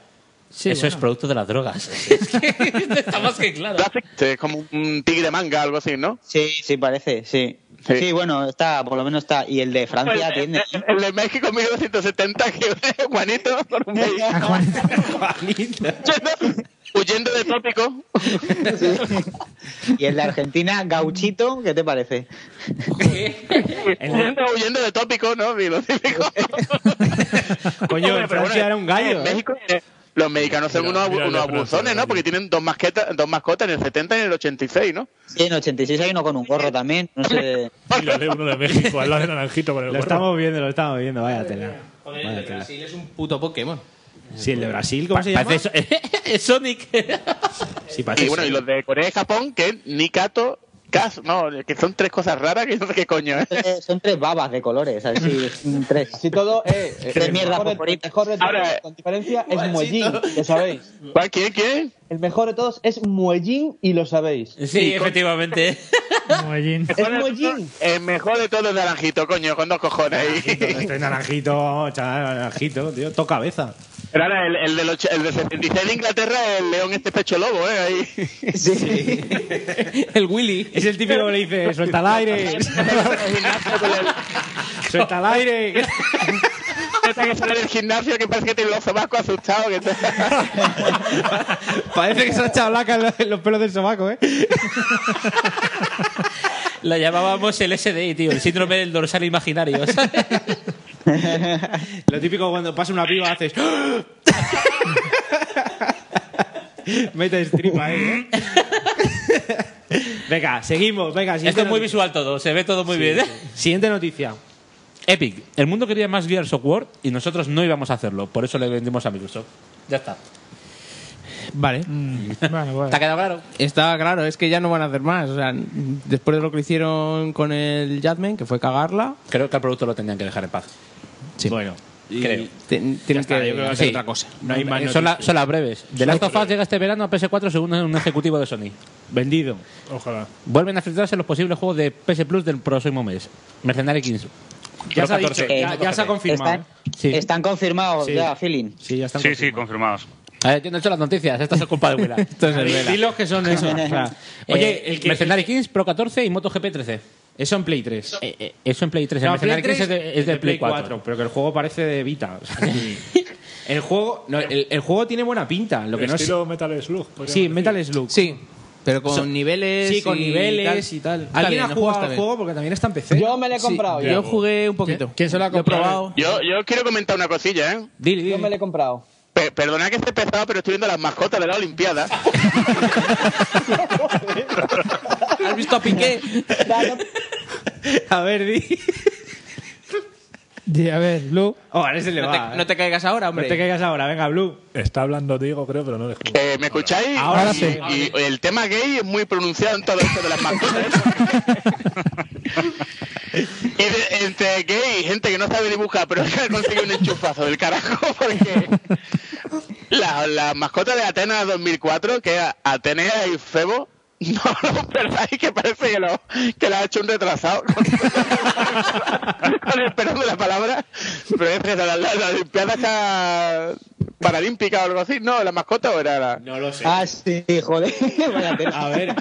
Sí, Eso bueno. es producto de las drogas. es que está más que claro.
Es como un tigre manga, algo así, ¿no?
Sí, sí, parece, sí. Sí. sí. bueno, está, por lo menos está. Y el de Francia
Pues,
el,
tiene.
El, el, de México 1270, que Juanito, por un
Ah,
Juanito. Juanito. Huyendo de tópico.
eh,
Sí. Y el de Argentina, Gauchito, ¿qué te parece?
huyendo, huyendo de tópico, ¿no? Y lo típico.
Coño, en Francia era un gallo.
En
¿eh?
México. eh, Los mexicanos son unos, mira, unos abusones, ¿no? Porque tienen dos, masquetas, dos mascotas en el 70 y en el 86, ¿no?
Sí, en el 86 hay uno con un gorro también. No sé.
Mírale uno de México, al lado de Naranjito con el
lo
gorro.
estamos viendo, lo estamos viendo, vaya tela.
Joder, el de Brasil es un puto Pokémon.
Sí, el de Brasil, ¿cómo pa eh. se llama?
Parece so Sonic.
sí, y Eh, bueno, y los de Corea y Japón, que Nikato no, que son tres cosas raras que no sé qué coño. ¿eh?
Eh, son tres babas de colores, así, tres.
Si todo eh, tres mierdas favoritas. mejor de todos,
eh,
con diferencia, es Muellín, lo sabéis.
¿Quién, quién?
El mejor de todos es Muellín y lo sabéis.
Sí, sí efectivamente.
Muellín.
Es Muellín.
El mejor de todos es Naranjito, coño, con dos cojones ahí.
Este naranjito, chaval, naranjito, tío, toca cabeza.
Pero ahora el, el, del ocho, el de 76 de Inglaterra es el león este pecho lobo, ¿eh? Ahí.
Sí.
el Willy.
Es el típico que le dice, suelta el aire. suelta el aire.
Tiene Este que salir del gimnasio que parece que tiene los sobacos asustados. Que te...
parece que se ha echado laca en los pelos del sobaco, ¿eh?
Lo llamábamos el SDI, tío, el síndrome del dorsal imaginario. ¿sabes?
Lo típico cuando pasa una piba haces. ¡Ah! Mete estripa ahí. ¿eh? venga, seguimos. Venga,
Esto es muy visual todo, se ve todo muy
sí,
bien.
Sí. Siguiente noticia.
Epic, el mundo quería más Gears of War y nosotros no íbamos a hacerlo, por eso le vendimos a Microsoft. Ya está.
Vale.
Mm. Bueno, vale. ¿Te ha quedado claro?
Está claro, es que ya no van a hacer más. O sea, después de lo que hicieron con el Jadman, que fue cagarla.
Creo que al producto lo tenían que dejar en paz.
Sí.
Bueno.
Creo.
Tienes que, está, yo creo que va a
ser sí. otra cosa. No hay más
Eh, son, la, son, las breves. The Last of Us llega este verano a PS4 según un ejecutivo de Sony.
Vendido.
Ojalá.
Vuelven a filtrarse los posibles juegos de PS Plus del próximo mes. Mercenary 15.
Ya se, ha dicho, ya, ya se, ha confirmado. ¿eh?
Están, sí. Eh, están confirmados sí. ya, feeling.
Sí, ya están
sí, confirmados. sí, confirmados.
A ver, yo no he hecho las noticias, estas son culpa de Vela.
Esto es el Vela.
que son esos. claro. Oye, el que... Eh, Mercenary Kings, Pro 14 y MotoGP 13.
Eso en Play 3.
Eh, eh, eso en Play 3. No, el Mercenary Kings es de, es de Play, Play 4. 4.
Pero que el juego parece de Vita. O sea, el, juego, no, el, el, juego tiene buena pinta. Lo que
el
no
estilo
es...
Metal Slug.
Sí, Metal Slug.
Sí. Pero con so, niveles.
Sí, con y niveles y tal. ¿Alguien ha jugado al juego? Porque también está en PC.
Yo me lo he comprado.
Sí, yo jugué un poquito.
¿Quién se lo ha comprado?
Yo, yo quiero comentar una cosilla, ¿eh?
Dile, dile.
Yo me lo he comprado.
Pe perdona que esté pesado, pero estoy viendo las mascotas de la Olimpiada.
¿Has visto a Piqué?
a ver, di.
Di, a ver, Blue.
Oh, se le
no,
va,
te, eh. no, te, caigas ahora, hombre.
No te caigas ahora, venga, Blue.
Está hablando Diego, creo, pero no le escucho.
Eh, ¿Me escucháis?
Ahora, ahora
y,
sí.
Y, y el tema gay es muy pronunciado en todo esto de las mascotas. ¿eh? y entre gay y gente que no sabe dibujar, pero que conseguido un enchufazo del carajo, porque la, la mascota de Atenas 2004, que es Atenea y Febo, no lo perdáis, que parece que lo, que lo ha hecho un retrasado. Con el perdón de la palabra. Pero es que la, la, la Olimpiada está paralímpica o algo así. No, la mascota o era la...
No lo sé.
Ah, sí, joder.
a ver,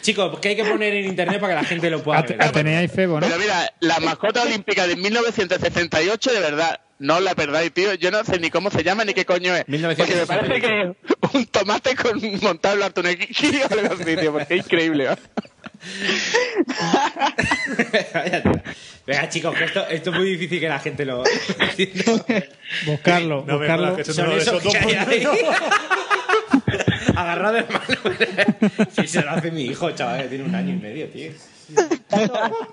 chicos, ¿qué hay que poner en internet para que la gente lo pueda
At
ver?
Atenea y Febo, ¿no?
Pero mira, la mascota olímpica de 1968, de verdad, no la perdáis, tío. Yo no sé ni cómo se llama ni qué coño es.
1960.
Porque me parece que un tomate con montado en artunequillo o algo así, tío, porque es increíble. ¿eh? ¿no?
Venga, chicos, que esto, esto, es muy difícil que la gente lo.
buscarlo, no buscarlo.
Me Son esos dos
Agarrado de mano. Si se lo hace mi hijo, chaval, que tiene un año y medio, tío.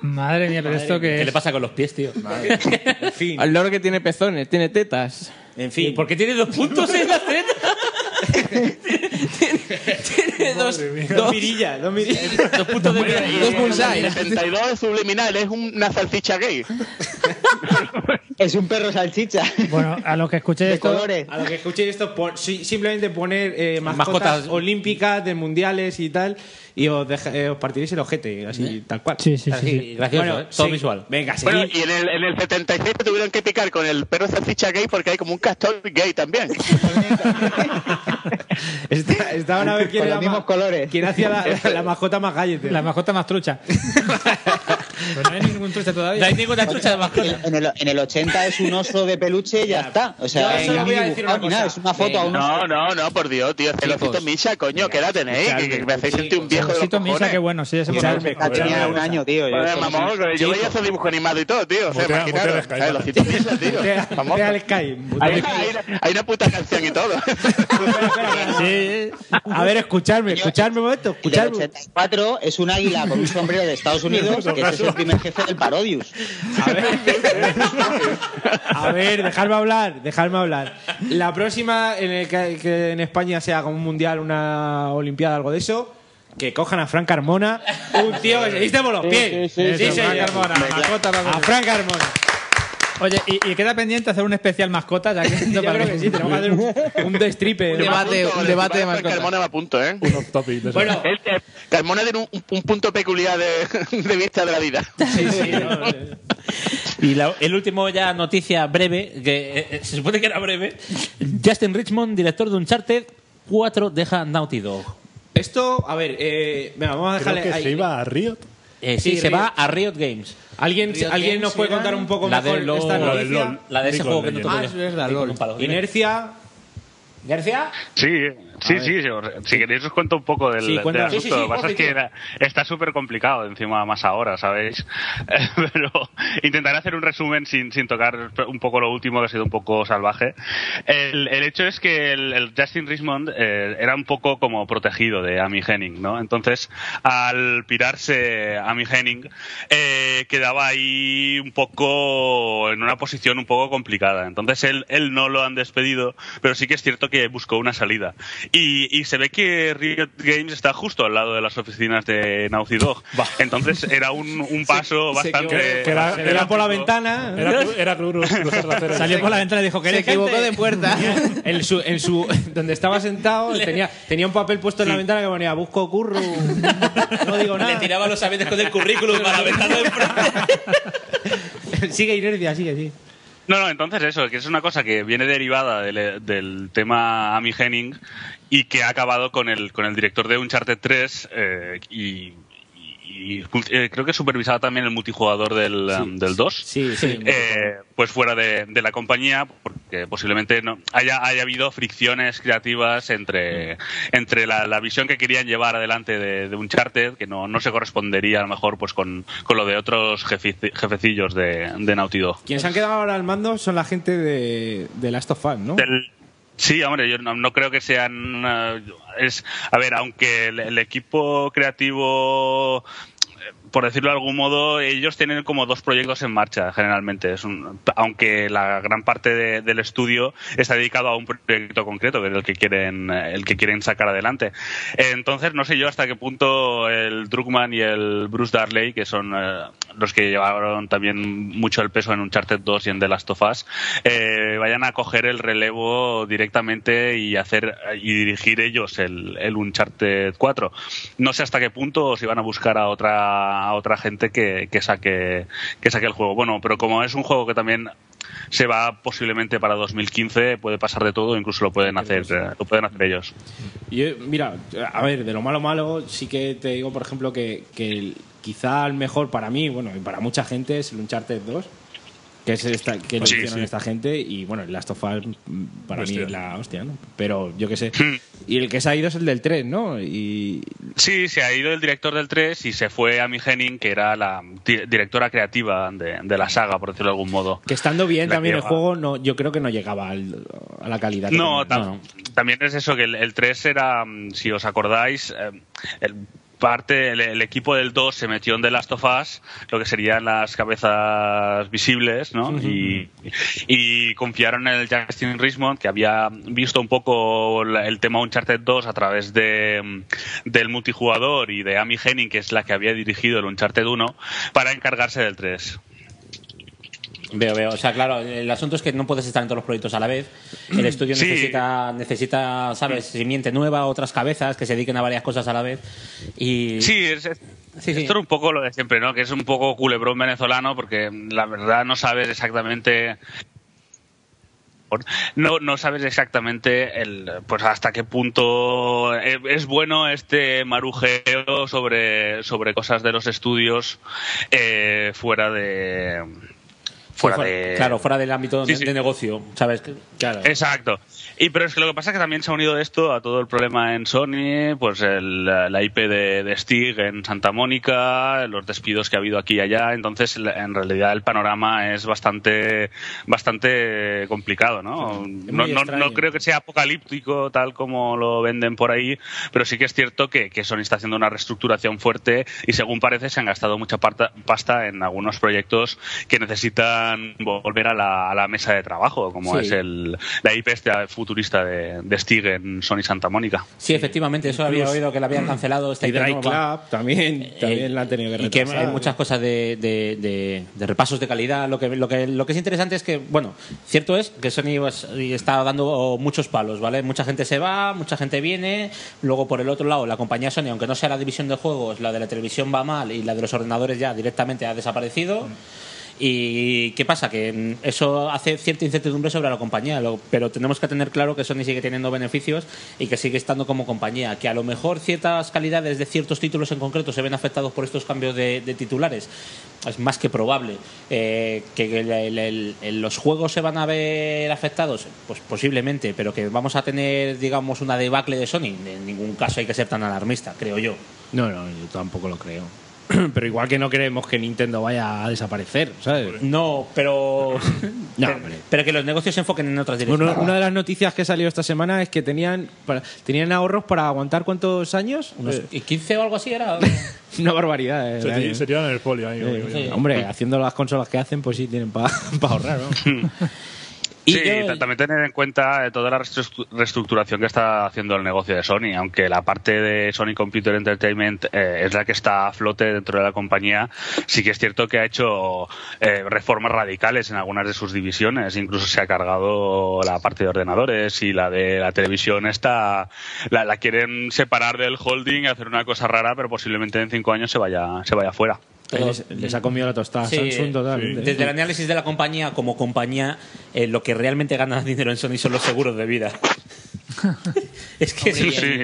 Madre mía, pero Madre esto que.
¿Qué le pasa con los pies, tío? Madre.
en fin. Al loro que tiene pezones, tiene tetas.
En fin.
¿Por qué tiene dos puntos en las tetas? tiene, tiene dos,
mía. dos mirillas, dos mirillas.
dos puntos de mirilla.
dos bullseye.
72 subliminal, es una salchicha gay.
Es un perro salchicha.
Bueno, a los que escuchéis esto,
colores.
a los que escuchéis esto, pon- si- simplemente poner eh, mascotas, olímpicas de mundiales y tal, y os, deja- eh, os partiréis el ojete, así tal cual.
Sí, sí,
Así, sí. gracioso, ¿eh? Todo visual.
Venga,
Bueno,
seguid.
y en el, en el 76 te tuvieron que picar con el perro salchicha gay porque hay como un castor gay también.
Está- estaba una vez quién
Con
era
los mismos
más-
colores.
quién hacía la, la mascota más gallete.
la mascota más trucha. Pero no hay ningún trucha todavía.
No hay ninguna chucha de mascota.
En el, en el 80 es un oso de peluche y ya está. O sea,
Yo solo
ni
voy a
dibujado
decir una
ni nada,
cosa.
es una foto a un oso.
No, no, no, por Dios, tío. Celocito Misha, coño, ¿qué edad tenéis? Que, que me hacéis sentir un viejo de los
Osito Misa,
cojones.
qué bueno. Sí,
Pues
ese
Ya
momento.
tenía un año, tío. yo
Joder,
eso no sé.
mamón, yo veía ese dibujo animado y todo, tío. O sea,
Botea- botea de
imaginaros.
Sky,
¿sabes?
vale.
Locito Misha, tío. Famoso.
Ve al Sky.
Hay una, hay una- hay una puta canción y todo.
Sí. A ver, escuchadme, escuchadme un momento,
Y del
escuchadme.
84 es un águila con un sombrero de Estados Unidos, que ese es el primer jefe del Parodius.
A ver, dejadme hablar, dejadme hablar. La próxima en el que, que en España sea como un mundial, una olimpiada, algo de eso, que cojan a Fran Carmona, un tío que se viste por los pies.
sí, sí,
Sí,
sí,
señor.
Fran Carmona, mascota, mascota.
A Fran Carmona.
Oye, y, y queda pendiente hacer un especial mascota, ya que
Yo creo que sí, tenemos que hacer un, un destripe.
Yo me
debate-
apunto,
un
le-
debate de
Carmona
mascotas.
Carmona me apunto, ¿eh?
Un off topic. de eso.
Bueno,
Él- eh, Carmona tiene un, un punto peculiar de, de vista de la vida.
sí, sí, no,
Y la- el último ya noticia breve, que eh, eh, se supone que era breve. Justin Richmond, director de Uncharted 4, deja Naughty Dog.
Esto, a ver, eh, venga, vamos a
Creo
dejarle
que
ahí.
se iba a Riot.
Eh, sí,
Sí,
se
Riot.
va a Riot Games.
¿Alguien,
Riot
¿alguien
Games
nos puede
era-
contar un poco
La
mejor
de LOL.
esta
La
noticia?
de LOL.
La de ese
League
juego
of
que no te
Legends.
podía-
Ah, es verdad,
te
LOL.
con un palo. Dime.
Inercia.
¿García?
Sí, sí, sí, yo- si queréis os cuento un poco del,
Sí,
del
cuéntanos.
asunto.
Sí, sí, sí,
Lo que pasa es que era- está súper complicado encima más ahora, ¿sabéis? Pero intentaré hacer un resumen sin, sin tocar un poco lo último que ha sido un poco salvaje. El, el hecho es que el, el Justin Richmond eh, era un poco como protegido de Amy Henning, ¿no? Entonces, al pirarse Amy Henning, eh, quedaba ahí un poco en una posición un poco complicada. Entonces, él, él no lo han despedido, pero sí que es cierto que buscó una salida. Y, y se ve que Riot Games está justo al lado de las oficinas de Naughty Dog. Entonces, era un, un paso
se
bastante.
equivocó.
Que era-
bastante
era
Por la
lógico.
ventana.
Era, cru- era cruz, cruzar la acera.
Salió por la ventana y dijo que
Se equivocó de puerta.
En su, en su, donde estaba sentado tenía, tenía un papel puesto en la ventana que ponía busco curro. No digo
Le
nada.
tiraba los aviones con el currículum para aventarlo en frente.
Sigue inercia, sigue, sí.
No, no, entonces eso, que es una cosa que viene derivada del, del tema Amy Henning y que ha acabado con el, con el director de Uncharted 3 eh, y, y- y, eh, creo que supervisaba también el multijugador del, um, del 2.
Sí, sí.
Eh, pues fuera de, de la compañía, porque posiblemente no haya, haya habido fricciones creativas
Mm.
entre, entre la, la visión que querían llevar adelante de, un charter, que no, no se correspondería a lo mejor pues con, con lo de otros jefici- jefecillos de, de Naughty Dog.
Quienes se han quedado ahora al mando son la gente de, de Last of Us, ¿no?
Del- sí, hombre, yo no, no creo que sean. eh, es, a ver, aunque el, el equipo creativo. eh, Por decirlo de algún modo, ellos tienen como dos proyectos en marcha generalmente. Es un- aunque la gran parte de- del estudio está dedicado a un proyecto concreto, que es el que quieren, eh, el que quieren sacar adelante. Entonces no sé yo hasta qué punto el Druckmann y el Bruce Darley, que son eh, los que llevaron también mucho el peso en Uncharted 2 y en The Last of Us, eh, vayan a coger el relevo directamente y hacer y dirigir ellos el, el Uncharted 4. No sé hasta qué punto o si van a buscar a otra a otra gente que, que saque que saque el juego. Bueno, pero como es un juego que también se va posiblemente para 2015, puede pasar de todo, incluso lo pueden hacer eh, lo pueden hacer ellos.
Yo, mira, a ver, de lo malo malo, sí que te digo, por ejemplo, que, que el- quizá el mejor para mí, bueno, y para mucha gente es el Uncharted 2, que es esta, que lo
Oh, Sí,
hicieron
sí.
esta gente, y bueno, el Last of Us mm, para
Hostia.
mí es la hostia, ¿no? Pero yo qué sé.
Hmm.
Y el que se ha ido es el del 3, ¿no? Y
Sí, se ha ido el director del 3 y se fue a Mi Henning, que era la di- directora creativa de, de la saga, por decirlo de algún modo.
que estando bien
La
también el
lleva.
juego, no, yo creo que no llegaba al- a la calidad. que
No,
tenía.
tam- también es eso, que el, el 3 era, mm, si os acordáis, eh, el parte el, el equipo del 2 se metió en The Last of Us, lo que serían las cabezas visibles, ¿no? y, y confiaron en el Justin Richmond, que había visto un poco la- el tema Uncharted 2 a través de, mm, del multijugador y de Amy Henning, que es la que había dirigido el Uncharted 1, para encargarse del 3.
Veo, veo. O sea, claro, el asunto es que no puedes estar en todos los proyectos a la vez. El estudio
Sí.
necesita, necesita, ¿sabes? Simiente nueva, otras cabezas que se dediquen a varias cosas a la vez. Y
Sí, es, es- esto era un poco lo de siempre, ¿no? Que es un poco culebrón venezolano porque la verdad no sabes exactamente... No, no sabes exactamente el, pues hasta qué punto es, es bueno este marujeo sobre, sobre cosas de los estudios eh, fuera de... Fuera de...
Claro, fuera del ámbito
Sí,
de,
sí.
de negocio, ¿sabes? Claro.
Exacto. Y pero es que lo que pasa es que también se ha unido esto a todo el problema en Sony, pues el, la IP de, de Stig en Santa Mónica, los despidos que ha habido aquí y allá, entonces la- en realidad el panorama es bastante bastante complicado, ¿no? No, no-
extraño.
no creo que sea apocalíptico tal como lo venden por ahí, pero sí que es cierto que, que Sony está haciendo una reestructuración fuerte y según parece se han gastado mucha parta- pasta en algunos proyectos que necesitan volver a la, a la mesa de trabajo, como
Sí.
es el, la IP esta futurista de, de Stig en Sony Santa Mónica.
Sí, efectivamente, eso había
Incluso-
oído que la habían cancelado. este Esta idea
Y Dry
nueva.
también, también la han tenido que
Eh, y que
retrasar.
hay muchas cosas de, de- de- de repasos de calidad. Lo que, lo, que, lo que es interesante es que, bueno, cierto es que Sony es- está dando muchos palos, ¿vale? Mucha gente se va, mucha gente viene. Luego, por el otro lado, la compañía Sony, aunque no sea la división de juegos, la de la televisión va mal y la de los ordenadores ya directamente ha desaparecido. ¿Y qué pasa? Que mm, eso hace cierta incertidumbre sobre la compañía, lo- pero tenemos que tener claro que Sony sigue teniendo beneficios y que sigue estando como compañía, que a lo mejor ciertas calidades de ciertos títulos en concreto se ven afectados por estos cambios de, de titulares. Es más que probable eh, que el- el- el- el- los juegos se van a ver afectados, pues posiblemente, pero que vamos a tener, digamos, una debacle de Sony. En ningún caso hay que ser tan alarmista, creo yo.
No, no, yo tampoco lo creo. Pero igual que no creemos que Nintendo vaya a desaparecer, ¿sabes?
No, pero.
No,
pero, pero que los negocios se enfoquen en otras direcciones.
Bueno, una de las noticias que salió esta semana es que tenían para- tenían ahorros para aguantar cuántos años?
Unos
Eh,
15 o algo así era.
Una barbaridad. eh,
Se
de
ti-
años.
se tiran en el polio ahí.
Eh,
oye, oye.
Hombre, haciendo las consolas que hacen, pues sí tienen para ahorrar. ¿no?
sí, ta- también tener en cuenta eh, toda la reestru- reestructuración que está haciendo el negocio de Sony, aunque la parte de Sony Computer Entertainment eh, es la que está a flote dentro de la compañía, sí que es cierto que ha hecho eh, reformas radicales en algunas de sus divisiones, incluso se ha cargado la parte de ordenadores y la de la televisión está la, la quieren separar del holding, hacer una cosa rara, pero posiblemente en cinco años se vaya se vaya fuera.
Les, les ha comido la tostada
Sí,
Samsung
eh,
totalmente.
Desde el análisis de la compañía, como compañía, eh, lo que realmente gana dinero en Sony son los seguros de vida. es que
Hombre, y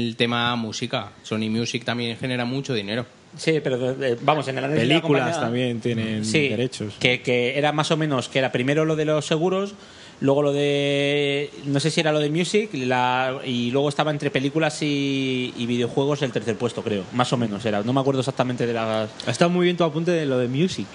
en- El tema música. Sony Music también genera mucho dinero.
Sí, pero eh, vamos, en el análisis de la
Películas
compañía-
también tienen
Sí,
derechos.
Que, que era más o menos, que era primero lo de los seguros, luego lo de, no sé si era lo de music, la- y luego estaba entre películas y, y videojuegos el tercer puesto, creo, más o menos era, no me acuerdo exactamente de las...
Ha estado muy bien tu apunte de lo de Music.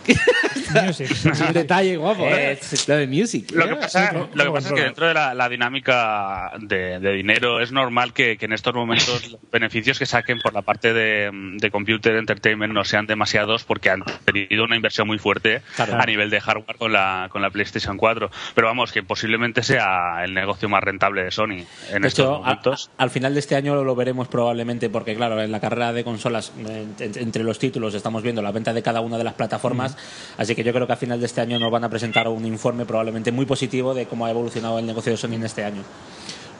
Es un detalle guapo. ¿eh? Lo de Music. ¿eh?
Lo que pasa, lo que pasa es que dentro de la, la dinámica de, de dinero es normal que, que en estos momentos los beneficios que saquen por la parte de, de Computer Entertainment no sean demasiados porque han tenido una inversión muy fuerte
Claro.
a nivel de hardware con la, con la PlayStation 4. Pero vamos, que posiblemente sea el negocio más rentable de Sony en
de
estos
hecho, a-
momentos.
a- al final de este año lo veremos probablemente porque, claro, en la carrera de consolas, eh, en- entre los títulos, estamos viendo la venta de cada una de las plataformas. Así que yo creo que a final de este año nos van a presentar un informe probablemente muy positivo de cómo ha evolucionado el negocio de Sony en este año.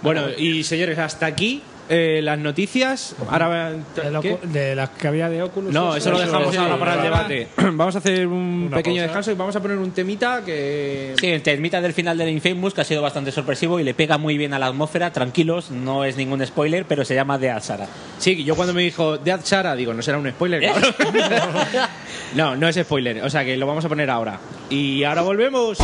Bueno, y señores, hasta aquí eh, las noticias. Ahora. ¿qué?
De las que había de Oculus.
No, eso lo dejamos
sí,
ahora
sí,
para el
ahora.
debate. Vamos a hacer un
Una
pequeño
pausa.
descanso y vamos a poner un temita que.
Sí, el temita del final del Infamous, que ha sido bastante sorpresivo y le pega muy bien a la atmósfera. Tranquilos, no es ningún spoiler, pero se llama The Azara.
Sí, yo cuando me dijo Dead Chara, digo, no será un
¿Eh?
spoiler, cabrón? no, no es spoiler. O sea que lo vamos a poner ahora. Y ahora volvemos.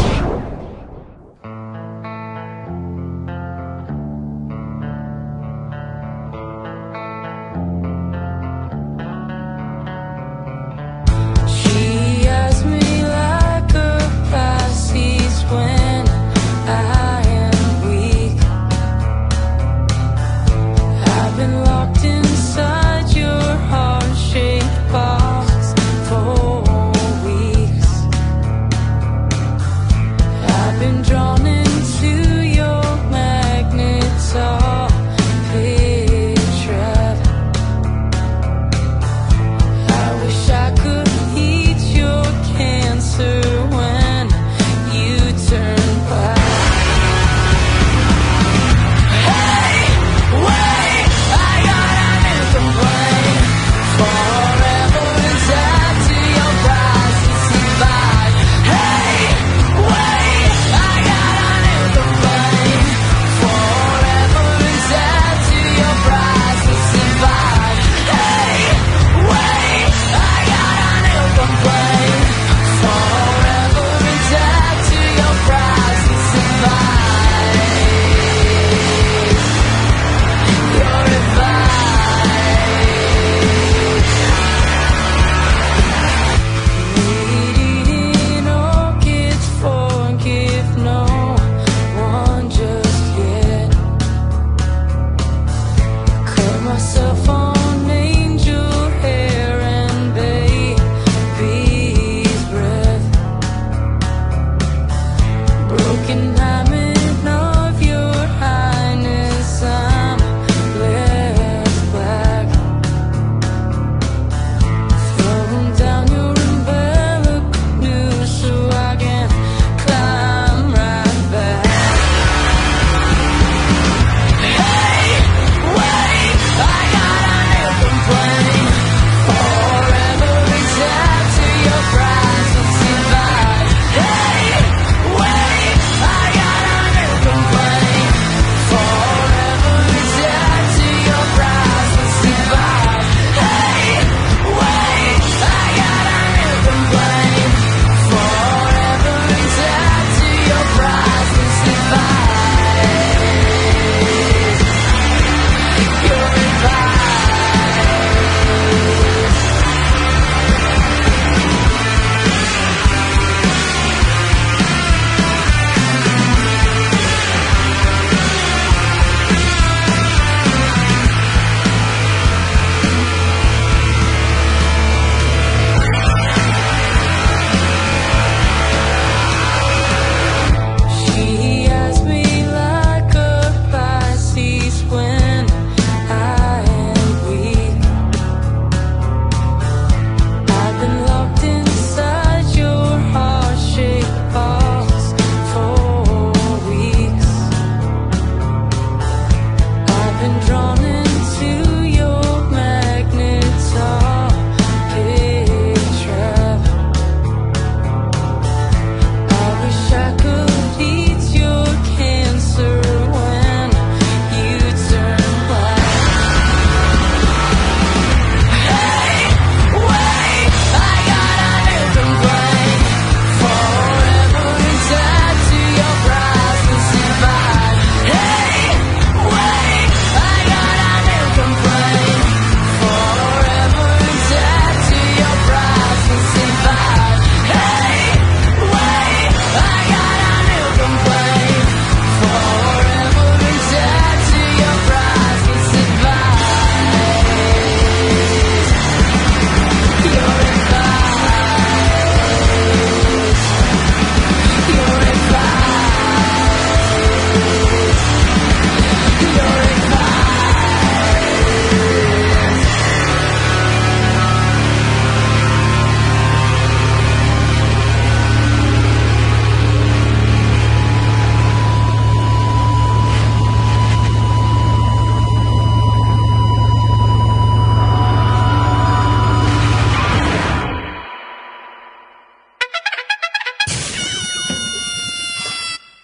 She asked me like a Pisces when I am weak. I've been locked inside your heart-shaped box for weeks.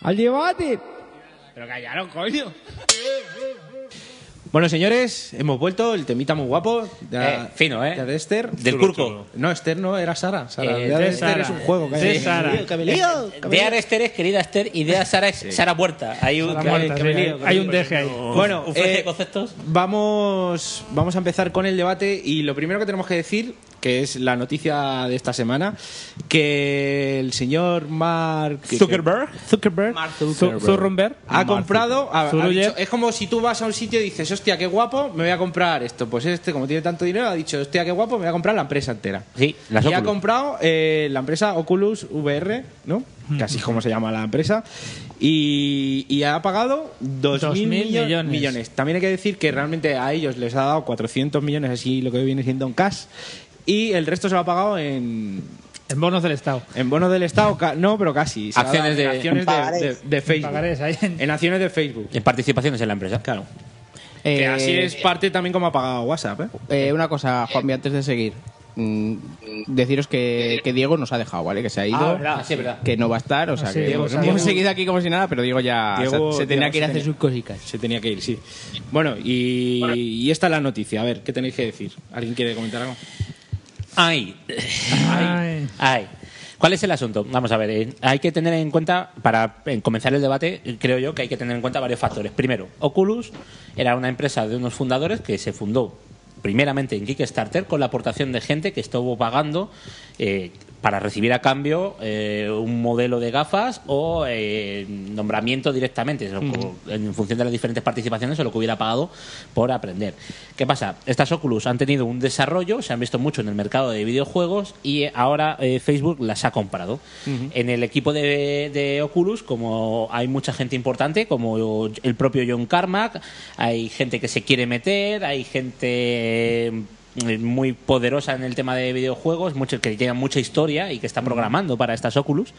¡Al debate!
Pero callaron, coño.
Bueno, señores, hemos vuelto. El temita muy guapo. De la-
Eh, fino, ¿eh?
la de Esther.
Del curco.
No, Esther no, era Sara. Sara.
Eh,
la de
de
Esther
Sara.
es un juego.
De
calla.
Sara.
Que me lío, que me lío, que me lío.
Dea Esther es querida Esther y Dea Sara es Sara Huerta. Hay un,
Sara Huerta, sí, hay un deje ahí. Bueno,
Bueno, ofrece
eh,
conceptos.
Vamos, vamos a empezar con el debate y lo primero que tenemos que decir, que es la noticia de esta semana, que el señor Mark
Zuckerberg.
Zuckerberg,
Zuckerberg. Zu- Zurrumberg.
ha
Mark
comprado, ha- ha
Zuruller.
dicho- es como si tú vas a un sitio y dices, hostia, qué guapo, me voy a comprar esto. Pues este, como tiene tanto dinero, ha dicho, hostia, qué guapo, me voy a comprar la empresa entera.
Sí, las
y ha
Oculus.
comprado eh, la empresa Oculus VR, ¿no? Que así es como se llama la empresa. Y, y ha pagado 2.000
2.000
millo-
millones.
millones. También hay que decir que realmente a ellos les ha dado 400 millones, así lo que viene siendo en cash. Y el resto se lo ha pagado en... En bonos del Estado. En bonos del Estado, ca- no, pero casi. Se ha dado
Acciones
en
de-
acciones de, de-
Pagarés.
de Facebook.
Pagarés,
en... acciones de Facebook.
En participaciones en la empresa.
Claro. Que así es parte también como ha pagado WhatsApp. ¿eh?
Eh, una cosa, Juanmi, antes de seguir. mm, deciros que, que Diego nos ha dejado, ¿vale? Que se ha ido.
Ah, verdad, sí, verdad.
Que no va a estar, o sea,
sí,
que
Diego se ha
hemos
ido.
seguido aquí como si nada, pero Diego ya
Diego-
se, se tenía
Diego
que ir a
se
hacer
tenía-
sus cositas.
Se tenía que ir, sí. Bueno, y, y esta es la noticia. A ver, ¿qué tenéis que decir? ¿Alguien quiere comentar algo?
Ay. Ay. Ay. ¿Cuál es el asunto? Vamos a ver, eh, hay que tener en cuenta, para eh, comenzar el debate, eh, creo yo que hay que tener en cuenta varios factores. Primero, Oculus era una empresa de unos fundadores que se fundó primeramente en Kickstarter con la aportación de gente que estuvo pagando eh, para recibir a cambio eh, un modelo de gafas o eh, nombramiento directamente, eso, como en función de las diferentes participaciones o lo que hubiera pagado por aprender. ¿Qué pasa? Estas Oculus han tenido un desarrollo, se han visto mucho en el mercado de videojuegos y ahora eh, Facebook las ha comprado. En el equipo de, de Oculus, como hay mucha gente importante, como el propio John Carmack, hay gente que se quiere meter, hay gente eh, muy poderosa en el tema de videojuegos, muchos que tienen mucha historia y que están programando para estas Oculus.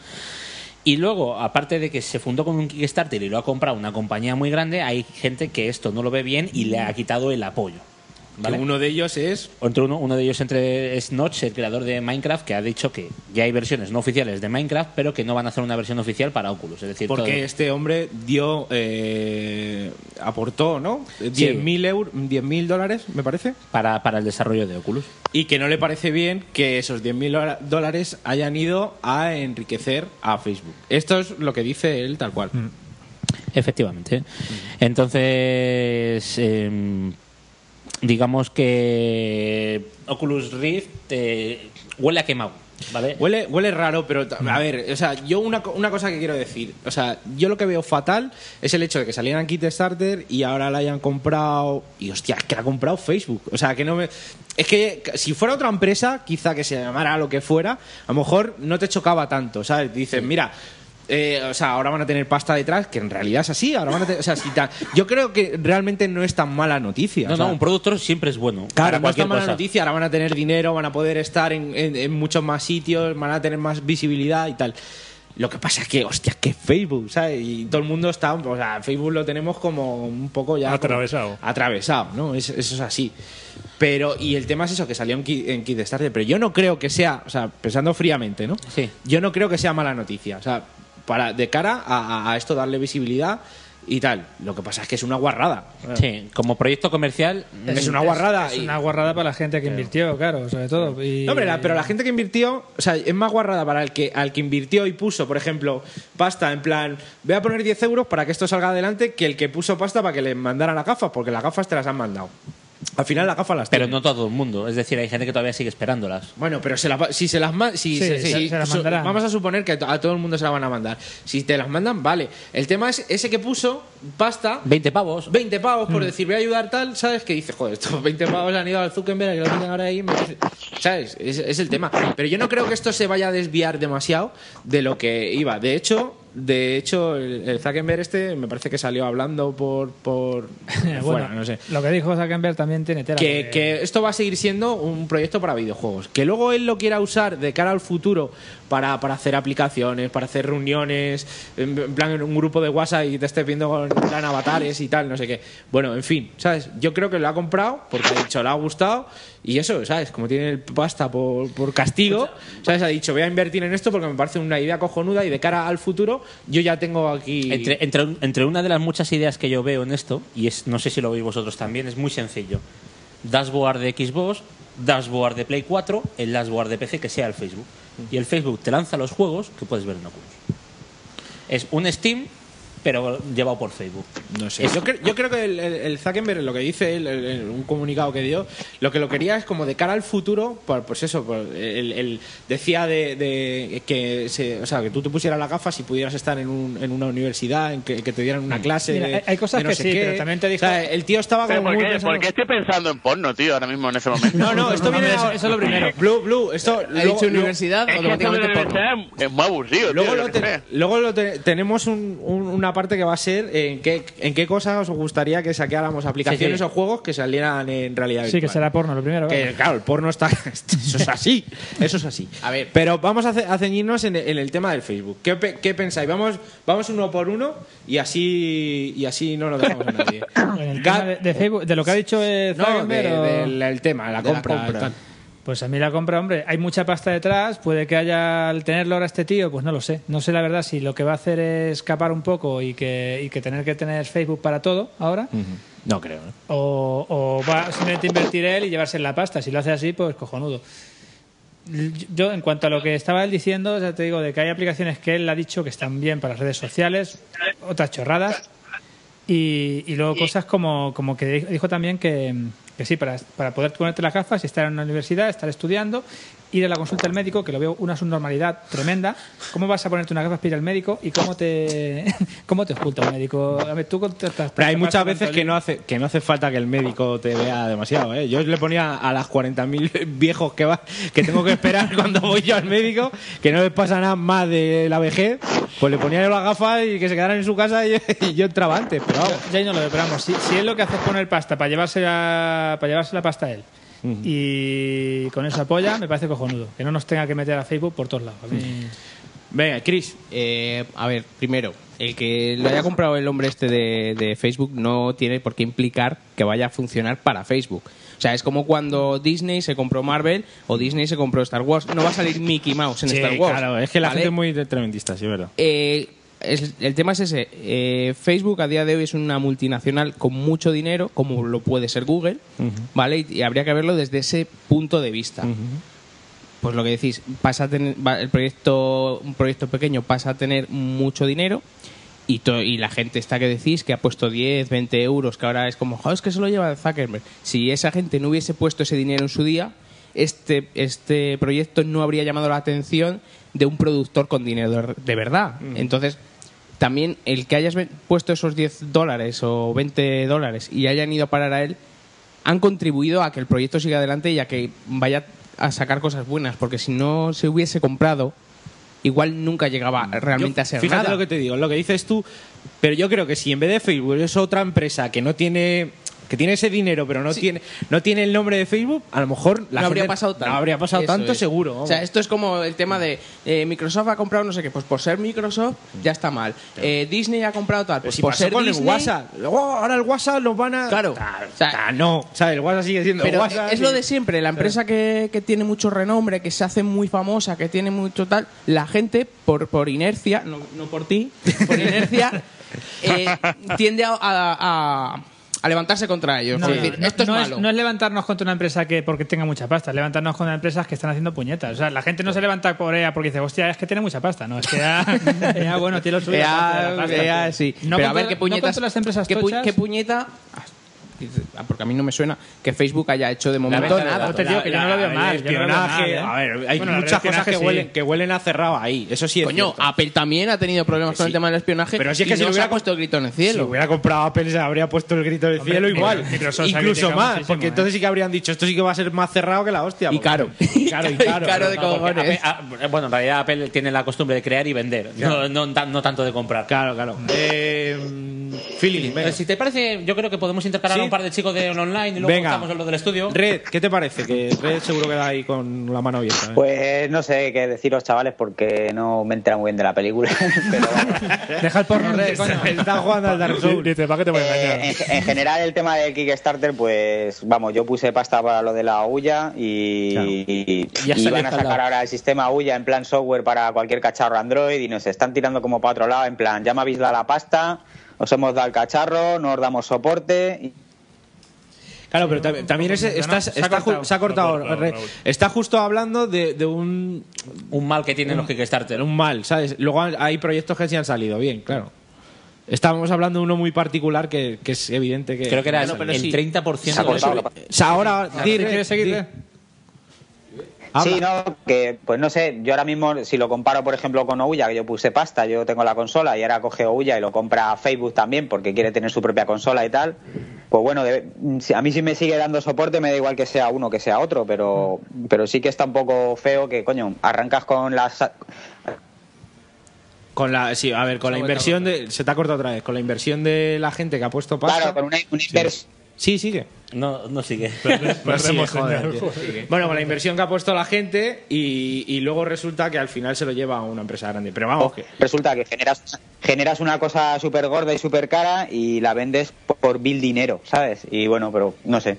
Y luego, aparte de que se fundó con un Kickstarter y lo ha comprado una compañía muy grande, hay gente que esto no lo ve bien y le ha quitado el apoyo. ¿vale?
Que uno de ellos es
Entre uno, uno de ellos entre es Notch, el creador de Minecraft, que ha dicho que ya hay versiones no oficiales de Minecraft, pero que no van a hacer una versión oficial para Oculus. Es decir, todo-
porque este hombre dio eh, aportó, ¿no?
Sí.
10.000 euros, 10.000 dólares, me parece.
Para, para el desarrollo de Oculus.
Y que no le parece bien que esos 10.000 dola- dólares hayan ido a enriquecer a Facebook. Esto es lo que dice él tal cual.
Efectivamente. Entonces, em, digamos que Oculus Rift eh, huele a quemado, ¿vale?
Huele, huele raro, pero ta- a ver, o sea, yo una, co- una cosa que quiero decir, o sea, yo lo que veo fatal es el hecho de que salieran Kickstarter y ahora la hayan comprado y hostia, es que la ha comprado Facebook, o sea, que no me es que c- si fuera otra empresa, quizá que se llamara lo que fuera, a lo mejor no te chocaba tanto, ¿sabes? Dices, mira, eh, o sea, ahora van a tener pasta detrás, que en realidad es así, ahora van a tener, o sea, si ta- yo creo que realmente no es tan mala noticia.
No,
o sea,
no, un productor siempre es bueno.
Claro,
para
no es
cualquier
tan mala
cosa.
noticia. Ahora van a tener dinero, van a poder estar en, en- en muchos más sitios, van a tener más visibilidad y tal. Lo que pasa es que, hostia, que Facebook, ¿sabes? Y todo el mundo está, o sea, Facebook lo tenemos como un poco ya... como-
Atravesado.
atravesado, ¿no? Es- eso es así. Pero, y el tema es eso, que salió en, Ki- en Kickstarter, pero yo no creo que sea, o sea, pensando fríamente, ¿no?
Sí.
Yo no creo que sea mala noticia, o sea, para, de cara a, a- a esto darle visibilidad y tal. Lo que pasa es que es una guarrada.
Sí, como proyecto comercial
Es una guarrada.
Es,
y-
una guarrada para la gente que invirtió, claro, sobre todo. Y,
No, hombre, la- pero la gente que invirtió, o sea, es más guarrada para el que al que invirtió y puso, por ejemplo, pasta, en plan, voy a poner 10 euros para que esto salga adelante, que el que puso pasta para que le mandaran las gafas, porque las gafas te las han mandado. Al final las gafas las
Pero
tienen.
no todo el mundo. Es decir, hay gente que todavía sigue esperándolas.
Bueno, pero se las va- si se las ma- si,
Sí,
se-
sí,
si-
se las
so-
mandarán.
vamos a suponer que a to- a todo el mundo se las van a mandar. Si te las mandan, vale. El tema es ese que puso pasta
20 pavos.
20 pavos por decir, voy a ayudar tal, ¿sabes? Que dices, joder, estos 20 pavos le han ido al Zuckerberg, que lo tienen ahora ahí. me parece- ¿Sabes? Es, es el tema. Pero yo no creo que esto se vaya a desviar demasiado de lo que iba. De hecho, de hecho el, el Zuckerberg este me parece que salió hablando por. por
Bueno,
fuera, no sé.
Lo que dijo Zuckerberg también tiene tela.
Que, que esto va a seguir siendo un proyecto para videojuegos. Que luego él lo quiera usar de cara al futuro para, para hacer aplicaciones, para hacer reuniones, en en plan en un grupo de WhatsApp y te estés viendo con en plan avatares y tal, no sé qué. Bueno, en fin, ¿sabes? Yo creo que lo ha comprado porque ha dicho, le ha gustado y eso, ¿sabes? Como tiene el pasta por, por castigo, ¿sabes? Ha dicho, voy a invertir en esto porque me parece una idea cojonuda y de cara al futuro yo ya tengo aquí.
Entre, entre, un- entre una de las muchas ideas que yo veo en esto, y es, no sé si lo veis vosotros también, es muy sencillo. Dashboard de Xbox, dashboard de Play 4, el dashboard de PC que sea el Facebook. Y el Facebook te lanza los juegos que puedes ver en Oculus. Es un Steam, pero llevado por Facebook.
No sé. Yo, cre- yo creo que el, el- el Zuckerberg, lo que dice, él, el- el- un comunicado que dio, lo que lo quería es como de cara al futuro, por- pues eso, por- él, él decía de, de que, se- o sea, que tú te pusieras las gafas y pudieras estar en, un- en una universidad, en que, que te dieran una clase.
Mira,
de-
hay- hay cosas
de no
que
sé
sí,
qué.
pero también te dijo-
O sea, el tío estaba
Pero
como
¿por,
muy
qué,
pensando-
por qué estoy pensando en porno, tío, ahora mismo en ese momento?
No, no, esto viene ahora- Blue, Blue, esto.
Ha
luego-
dicho
luego-
universidad, Es que automáticamente esto de porno. universidad es muy aburrido, tío,
Luego
yo
lo,
qué
te-
sé.
luego lo te- tenemos un- un- una parte que va a ser eh, en qué, en qué cosas os gustaría que saqueáramos aplicaciones
Sí, sí.
o juegos que salieran en realidad
Sí, que
virtual.
será porno lo primero.
Que,
vamos.
claro, el porno está. Eso es así. Eso es así. A ver. Pero vamos a, ce- a ceñirnos en, en el tema del Facebook. ¿Qué, pe- qué pensáis? Vamos, vamos uno por uno y así, y así no nos dejamos a nadie.
En el tema de, de Facebook, de lo que ha dicho eh,
No,
Zuckerberg,
de-
o-
del- el tema, la
de la
compra,
compra.
tal.
Pues a mí la compra, hombre, hay mucha pasta detrás, puede que haya al tenerlo ahora este tío, pues no lo sé. No sé la verdad si lo que va a hacer es escapar un poco y que, y que tener que tener Facebook para todo ahora,
No creo. ¿eh? ¿no?
o, o va a simplemente invertir él y llevarse la pasta. Si lo hace así, pues cojonudo. Yo, en cuanto a lo que estaba él diciendo, ya te digo, de que hay aplicaciones que él ha dicho que están bien para las redes sociales, otras chorradas, y, y luego cosas como, como que dijo también que, que sí, para, para poder ponerte las gafas y estar en una universidad, estar estudiando, ir a la consulta al médico, que lo veo una subnormalidad tremenda. ¿Cómo vas a ponerte unas gafas para ir al médico y cómo te, cómo te oculta un médico? A ver, tú contratas-
Pero hay muchas
contratas
veces
tanto
que no hace que no hace falta que el médico te vea demasiado, ¿eh? Yo le ponía a las 40.000 viejos que va, que tengo que esperar cuando voy yo al médico, que no les pasa nada más de la vejez, pues le ponía yo las gafas y que se quedaran en su casa y, y yo entraba antes, pero vamos.
Ya ahí no lo veo, pero vamos, si, si él lo que hace es poner pasta para llevarse la, para llevarse la pasta a él
Mm.
y con eso apoya, me parece cojonudo. Que no nos tenga que meter a Facebook por todos lados. A mí-
Venga, Chris. Eh, a ver, primero, el que lo haya comprado el hombre este de, de Facebook no tiene por qué implicar que vaya a funcionar para Facebook. O sea, es como cuando Disney se compró Marvel o Disney se compró Star Wars. No va a salir Mickey Mouse en
Sí,
Star Wars.
Claro, es que la
¿vale?
gente es muy de- tremendista, sí, es verdad.
Eh, es- el tema es ese. Eh, Facebook a día de hoy es una multinacional con mucho dinero, como lo puede ser Google, ¿vale? Y, y habría que verlo desde ese punto de vista. Pues lo que decís, pasa a tener, va- el proyecto, un proyecto pequeño pasa a tener mucho dinero y, to- y la gente está que decís que ha puesto 10, 20 euros, que ahora es como, "Jo, es que se lo lleva Zuckerberg. Si esa gente no hubiese puesto ese dinero en su día, este, este proyecto no habría llamado la atención de un productor con dinero de- de verdad.
Mm.
Entonces, también el que hayas ven- puesto esos 10 dólares o 20 dólares y hayan ido a parar a él, han contribuido a que el proyecto siga adelante y a que vaya a sacar cosas buenas, porque si no se hubiese comprado, igual nunca llegaba realmente
Mm. Yo-
a ser
fíjate
nada.
lo que te digo, lo que dices tú, pero yo creo que si en vez de Facebook es otra empresa que no tiene que tiene ese dinero pero no tiene no tiene el nombre de Facebook, a lo mejor la
no habría
gente-
pasado
no
tanto.
habría pasado
Eso
tanto
es.
seguro. vamos.
O sea, esto es como el tema de eh, Microsoft ha comprado no sé qué, pues por ser Microsoft ya está mal. Eh, Disney ha comprado tal,
Pero
pues
Mm. si
por
pasó
ser
con
Disney,
el WhatsApp, Luego, ahora el WhatsApp los van a
Claro.
Ah,
O sea,
ah, no, ¿sabes? El WhatsApp sigue siendo
Pero
WhatsApp
es lo
y-
de siempre, la empresa que, que tiene mucho renombre, que se hace muy famosa, que tiene mucho tal, la gente por, por inercia, no, no por ti, por inercia, eh, tiende a, a- a- a levantarse contra ellos.
No,
Es
no,
decir,
no,
esto es
no
malo.
no es levantarnos contra una empresa que porque tenga mucha pasta, es levantarnos contra empresas que están haciendo puñetas. O sea, la gente no se levanta por EA porque dice, hostia, es que tiene mucha pasta. No, es que EA, EA, bueno, tiene lo suyo. aparte de la
Vea,
pasta,
vea,
tío.
sí.
No
Pero a
contra-
ver qué
no
puñetas.
contra las empresas
qué, pu-
tochas.
qué puñeta. Ah, Porque a mí no me suena que Facebook haya hecho de momento
venta de
nada.
datos. La- la- el espionaje,
¿eh?
a ver, hay muchas cosas que huelen, que huelen a cerrado ahí. Eso sí es
Coño,
cierto.
Apple también ha tenido problemas
Que
con
sí.
el tema del espionaje.
Pero si es que
y
si
no
lo
se
hubiera
ha puesto el grito en el cielo.
Si hubiera comprado Apple, se habría puesto el grito del
Hombre,
cielo igual.
Microsoft se ha
Incluso
criticado
más,
muchísimo,
porque
¿eh?
entonces sí que habrían dicho, esto sí que va a ser más cerrado que la hostia.
Y
porque-
caro.
Y caro, y caro.
No, porque Apple- a- bueno, en realidad Apple tiene la costumbre de crear y vender, no, no tan- no tanto de comprar.
Claro, claro. Eh,
Feeling, Si te parece, yo creo que podemos intercalar a un par de chicos de online y luego
Venga.
estamos en los del estudio.
Red, ¿qué te parece? Que Red seguro queda ahí con la mano abierta. ¿eh?
Pues no sé qué deciros, chavales, porque no me entera muy bien de la película.
Deja el porno,
Está jugando al Dark Souls.
Dice, ¿para qué te voy a
engañar? eh, en, en general el tema del Kickstarter, pues vamos, yo puse pasta para lo de la Ulla y, y-
Ya
y
salió
van a sacar
jalado.
ahora el sistema Ulla en plan software para cualquier cacharro Android y nos están tirando como para otro lado, en plan, ya me habéis dado la pasta, os hemos dado el cacharro, no os damos soporte. y-
Claro, pero tam- también es- estás-
se ha
está
cortado.
ju- se ha cortado.
Raúl, Raúl,
Red.
Raúl.
Está justo hablando de, de un.
Un mal que tienen los Kickstarter.
Un mal, ¿sabes? Luego han- hay proyectos que sí han salido bien, claro. Estábamos hablando de uno muy particular que, que es evidente que.
Creo que era el- el 30% Se ha cortado de- la
O sea, ahora.
Ah,
di,
¿sí
Red,
quieres
di.
seguir, Red? Sí, no, que pues no sé, yo ahora mismo si lo comparo por ejemplo con Ouya, que yo puse pasta, yo tengo la consola y ahora coge Ouya y lo compra a Facebook también porque quiere tener su propia consola y tal, pues bueno, de- si- a mí sí me sigue dando soporte, me da igual que sea uno que sea otro, pero, pero sí que está un poco feo que, coño, arrancas con las...
Con la, sí, a ver, con la inversión de. Se te ha cortado otra vez. Con la inversión de la gente que ha puesto pasta.
Claro, con una, una invers-
Sí, sigue.
No, no sigue.
No sigue,
Perdemos
joder,
señal,
tío.
joder.
Bueno, con la inversión que ha puesto la gente y, y luego resulta que al final se lo lleva a una empresa grande. Pero vamos, que
Resulta que generas, generas una cosa súper gorda y súper cara y la vendes por, por mil dinero, ¿sabes? Y bueno, pero no sé.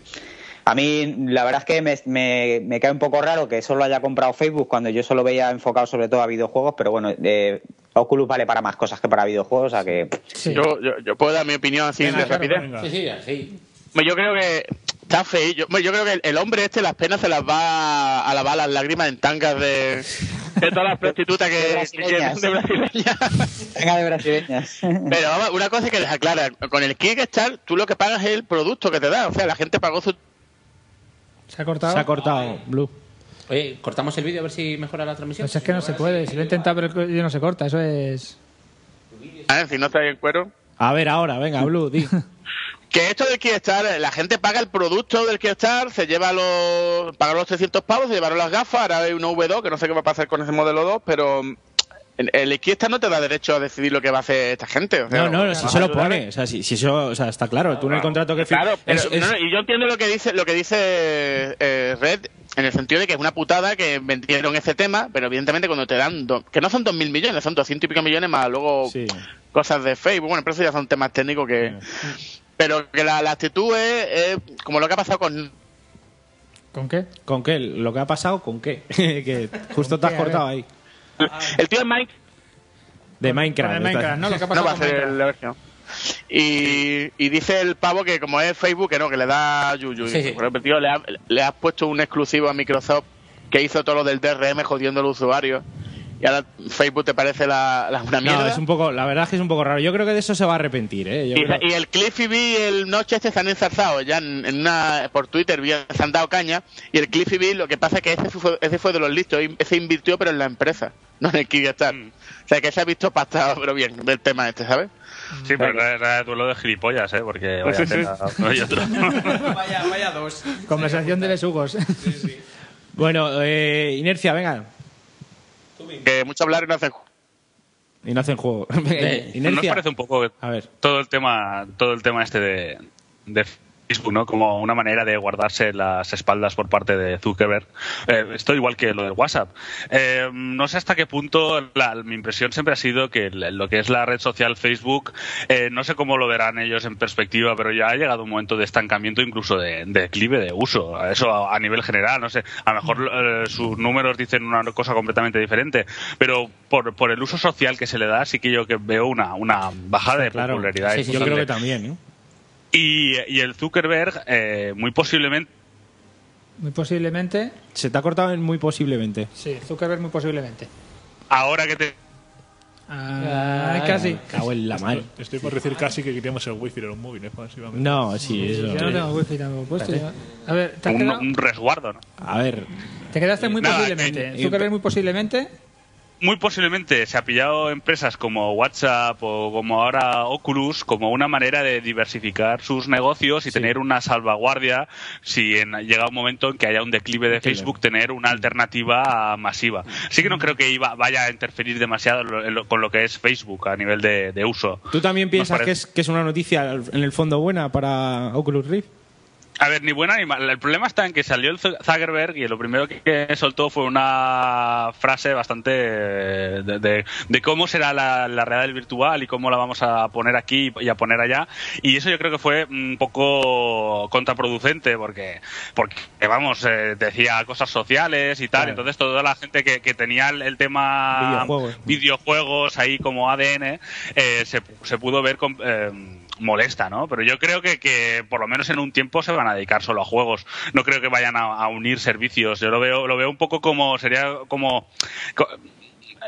A mí la verdad es que me, me- me cae un poco raro que solo haya comprado Facebook cuando yo solo veía enfocado sobre todo a videojuegos, pero bueno, eh, Oculus vale para más cosas que para videojuegos, o sea que...
Yo, yo, yo puedo dar mi opinión así de rapidez.
Sí, sí, así.
Hombre, Yo creo que está feo. Yo, hombre, yo creo que el, el hombre este las penas se las va a lavar las lágrimas en tangas de, de todas las prostitutas que,
De
que-
brasileñas.
de brasileñas.
Venga de brasileñas.
Pero vamos, una cosa que les aclara. Con el Kickstarter tú lo que pagas es el producto que te da. O sea, la gente pagó su...
Se ha cortado.
se ha cortado. Blue.
Oye, cortamos el vídeo a ver si mejora la transmisión.
Pues es que no se puede. Si lo he intentado, pero el vídeo no se corta. Eso es.
Ah, si no trae el cuero.
A ver, ahora, venga, Blue, di.
Que esto del Kickstarter, la gente paga el producto del Kickstarter, se lleva los. pagaron los 300 pavos, se llevaron las gafas, ahora hay un V2, que no sé qué va a pasar con ese modelo 2, pero. mm, El, el Kickstarter no te da derecho a decidir lo que va a hacer esta gente. o sea,
No, no,
va
si
a
se lo
ayudar.
pone. O sea, si, si eso, o sea, está claro. Tú en el contrato que
Claro,
firmas.
pero, no, no, y yo entiendo lo que dice lo que dice eh, Red en el sentido de que es una putada que vendieron ese tema, pero evidentemente cuando te dan do- que no son dos mil millones, son doscientos y pico millones más luego cosas de Facebook, bueno, pero eso ya son temas técnicos que pero que la, la actitud es, eh, como lo que ha pasado con
¿Con qué?
¿Con qué? ¿Lo que ha pasado? ¿Con qué? que justo te has
qué? A ver.
eh.
cortado ahí.
el tío de Mike
De Minecraft.
Con el
está-
Minecraft, ¿no? Lo que ha pasado No va a con ser Minecraft. la versión. Y, y dice el pavo que como es Facebook, que no, que le da yuyu.
Sí, sí.
Pero, tío, le, ha- le has puesto un exclusivo a Microsoft que hizo todo lo del DRM jodiendo al usuario. Y ahora Facebook te parece la, la- una mierda.
No, es un poco, la verdad es que es un poco raro. Yo creo que de eso se va a arrepentir, ¿eh? Yo
Y,
creo-
y el Cliffy B y el Noche este se han ensalzado ya en, en una, por Twitter, vi- se han dado caña. Y el Cliffy B lo que pasa es que ese fue, ese fue de los listos, y ese invirtió pero en la empresa, no en el Kickstarter.
Mm.
O sea que se ha visto pastado, pero bien, del tema este, ¿sabes?
Sí, pero era, era duelo de gilipollas, ¿eh? Porque vaya
Sí, sí.
tela, uno y otro.
Vaya, vaya dos.
Conversación de lesugos.
Bueno, eh, Inercia, venga.
Que mucho hablar y no hacer
Y no hacen juego.
Eh, ¿No os
Inercia.
parece un poco que
A ver.
todo el tema, todo el tema este de, de Facebook, ¿no? Como una manera de guardarse las espaldas por parte de Zuckerberg. Eh, esto igual que lo de WhatsApp. Eh, no sé hasta qué punto la- mi impresión siempre ha sido que la- lo que es la red social Facebook, eh, no sé cómo lo verán ellos en perspectiva, pero ya ha llegado un momento de estancamiento, incluso de, de declive de uso. Eso a, a nivel general, no sé. A lo mejor eh, sus números dicen una cosa completamente diferente, pero por, por el uso social que se le da, sí que yo que veo una, una bajada de popularidad.
Sí, sí, yo
importante.
creo que también, ¿eh? ¿no?
Y, y el Zuckerberg, eh, muy posiblemente.
Muy posiblemente.
Se te ha cortado en muy posiblemente.
Sí, Zuckerberg, muy posiblemente.
Ahora que te.
Ah, casi.
Cago en la mal.
Estoy, estoy por decir casi que quitamos el wifi de los móviles, pasivamente.
No, sí, eso.
Yo no tengo wifi tampoco
pues.
puesto.
Espérate.
yo- A ver, ¿te, has
Un,
quedado-
un resguardo, ¿no?
A ver.
te quedaste muy
Nada,
posiblemente.
que-
Zuckerberg, muy posiblemente.
muy posiblemente se ha pillado empresas como WhatsApp o como ahora Oculus como una manera de diversificar sus negocios y tener una salvaguardia si en- llega un momento en que haya un declive de Facebook, tener una alternativa masiva. Así
Mm.
que no creo que iba- vaya a interferir demasiado lo- en lo- con lo que es Facebook a nivel de, de uso.
¿Tú también
Nos
piensas
parece-
que es, que es una noticia en el fondo buena para Oculus Rift?
A ver, ni buena ni mala. El problema está en que salió el Zu- Zuckerberg y lo primero que- que soltó fue una frase bastante eh, de, de- de cómo será la, la realidad virtual y cómo la vamos a poner aquí y a poner allá. Y eso yo creo que fue un poco contraproducente porque, porque vamos, eh, decía cosas sociales y tal.
Claro.
Entonces toda la gente que, que tenía el, el tema
Videojuegos.
videojuegos ahí como ADN eh, se, se pudo ver con- eh, molesta, ¿no? Pero yo creo que, que por lo menos en un tiempo se van a dedicar solo a juegos. No creo que vayan a, a unir servicios. Yo lo veo lo veo un poco como sería como co-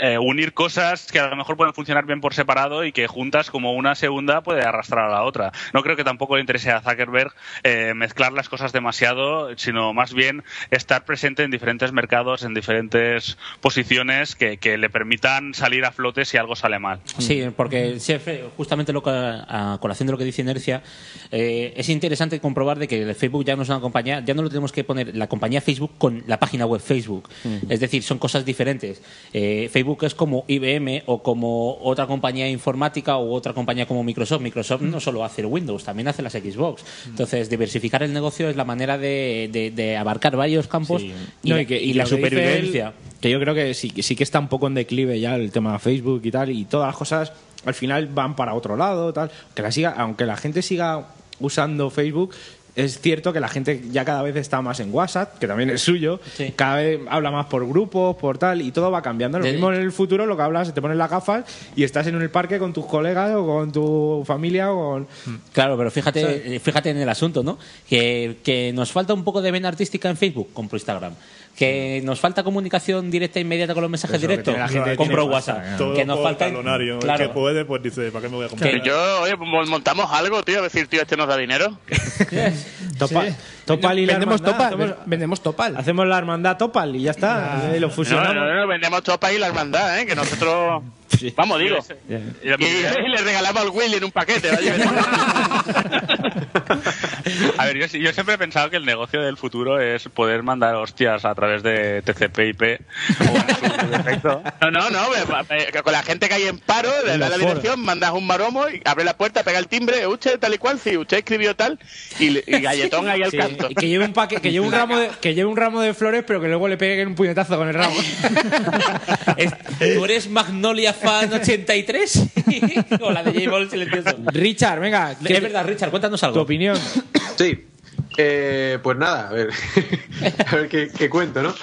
eh, unir cosas que a lo mejor pueden funcionar bien por separado y que juntas como una segunda puede arrastrar a la otra. No creo que tampoco le interese a Zuckerberg eh, mezclar las cosas demasiado, sino más bien estar presente en diferentes mercados, en diferentes posiciones que, que le permitan salir a flote si algo sale mal.
Sí, porque jefe, justamente lo que, a colación de lo que dice Inercia, eh, es interesante comprobar de que Facebook ya no es una compañía, ya no lo tenemos que poner la compañía Facebook con la página web Facebook. Es decir, son cosas diferentes. Eh, Facebook es como IBM o como otra compañía informática u otra compañía como Microsoft. Microsoft no solo hace el Windows, también hace las Xbox. Entonces, diversificar el negocio es la manera de, de- de abarcar varios campos y,
No,
la- y la
lo que dice
supervivencia.
él, que yo creo que sí, sí que está un poco en declive ya el tema de Facebook y tal, y todas las cosas al final van para otro lado, tal. Que la siga, aunque la gente siga usando Facebook. Es cierto que la gente ya cada vez está más en WhatsApp, que también es suyo, cada vez habla más por grupos, por tal, y todo va cambiando. Lo
De-
mismo en el futuro, lo que hablas, te pones las gafas y estás en el parque con tus colegas o con tu familia o con...
Claro, pero
O
fíjate,
sea-
eh, fíjate en el asunto, ¿no? Que, que nos falta un poco de vena artística en Facebook, compro Instagram. Que nos falta comunicación directa e inmediata con los mensajes
Eso,
directos,
que tiene la gente que
compro
tiene
WhatsApp.
Todo
que nos
por
falta...
talonario. El
Claro.
que puede, pues dice, ¿para qué me voy a comprar?
Que yo, oye, mo- montamos algo, tío, a decir, tío, este nos da dinero.
Topa- Topal y la
Vendemos
hermandad,
Topal, Ah.
vendemos Topal. Hacemos la hermandad Topal y ya está. eh, Lo fusionamos.
No, no, no, vendemos Topal y la hermandad, ¿eh? Que nosotros... Vamos, digo. Y, y le regalamos al Willy en un paquete. vaya.
A ver, yo, sí- yo siempre he pensado que el negocio del futuro es poder mandar hostias a través de TCP/IP.
No, no, no, ve- va- ve- con la gente que hay en paro, le
En
das la
los foros.
dirección, mandas un maromo, y abre la puerta, pega el timbre, usted tal y cual, si usted escribió tal, y, le- y galletón ahí al
Sí,
canto.
Que lleve un paque, que lleve un ramo de, que lleve un ramo de flores, pero que luego le peguen un puñetazo con el ramo.
¿Tú eres Magnolia Fan 83? o la de J. Ball silencioso.
Richard, venga.
Es verdad, Richard, cuéntanos algo.
Tu opinión.
Sí. Eh, pues nada, a ver, a ver qué, qué cuento, ¿no?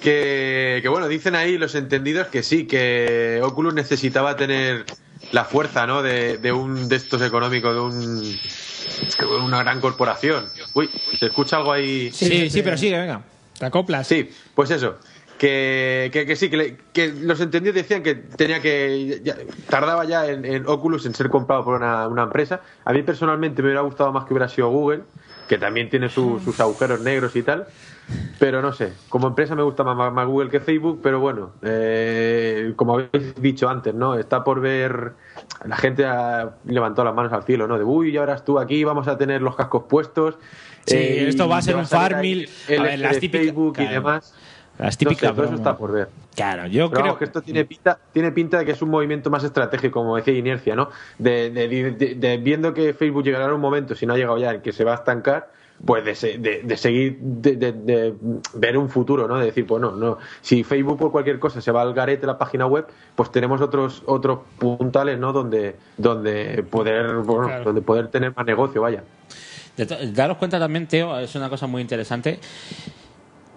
Que, que bueno, dicen ahí los entendidos que sí, que Oculus necesitaba tener la fuerza, ¿no? De, de un de estos económicos, de un una gran corporación. Uy, ¿se escucha algo ahí?
Sí, sí, pero sigue, venga.
¿Te acoplas? Sí, pues eso. Que, que, que sí, que, le- que los entendidos decían que tenía que. ya- tardaba ya en, en Oculus en ser comprado por una, una empresa. A mí personalmente me hubiera gustado más que hubiera sido Google, que también tiene
Mm.
su- sus agujeros negros y tal. Pero no sé, como empresa me gusta más, más- más Google que Facebook, pero bueno, eh, como habéis dicho antes, ¿no? Está por ver, la gente ha levantado las manos al cielo, ¿no? De, uy, ahora tú aquí, vamos a tener los cascos puestos.
Sí,
eh,
esto va a
y
ser
te
un
salir ahí
Farmil.
El
A ver,
este
las
de
típicas-
Facebook
claro.
y demás.
Las típicas
No sé, todo eso
bromas.
está por ver.
Claro,
Pero
yo
vamos,
creo
que esto tiene pinta, tiene pinta de que es un movimiento más estratégico, como decía Inercia, ¿no? De, de- de- de- de- viendo que Facebook llegará a un momento, si no ha llegado ya, en que se va a estancar, pues de, se- de- de seguir, de, de- de ver un futuro, ¿no? De decir, pues no, no. Si Facebook por cualquier cosa se va al garete la página web, pues tenemos otros otros puntales, ¿no? Donde donde poder bueno,
Claro.
donde poder tener más negocio, vaya.
De to- Daros cuenta también, Teo, es una cosa muy interesante.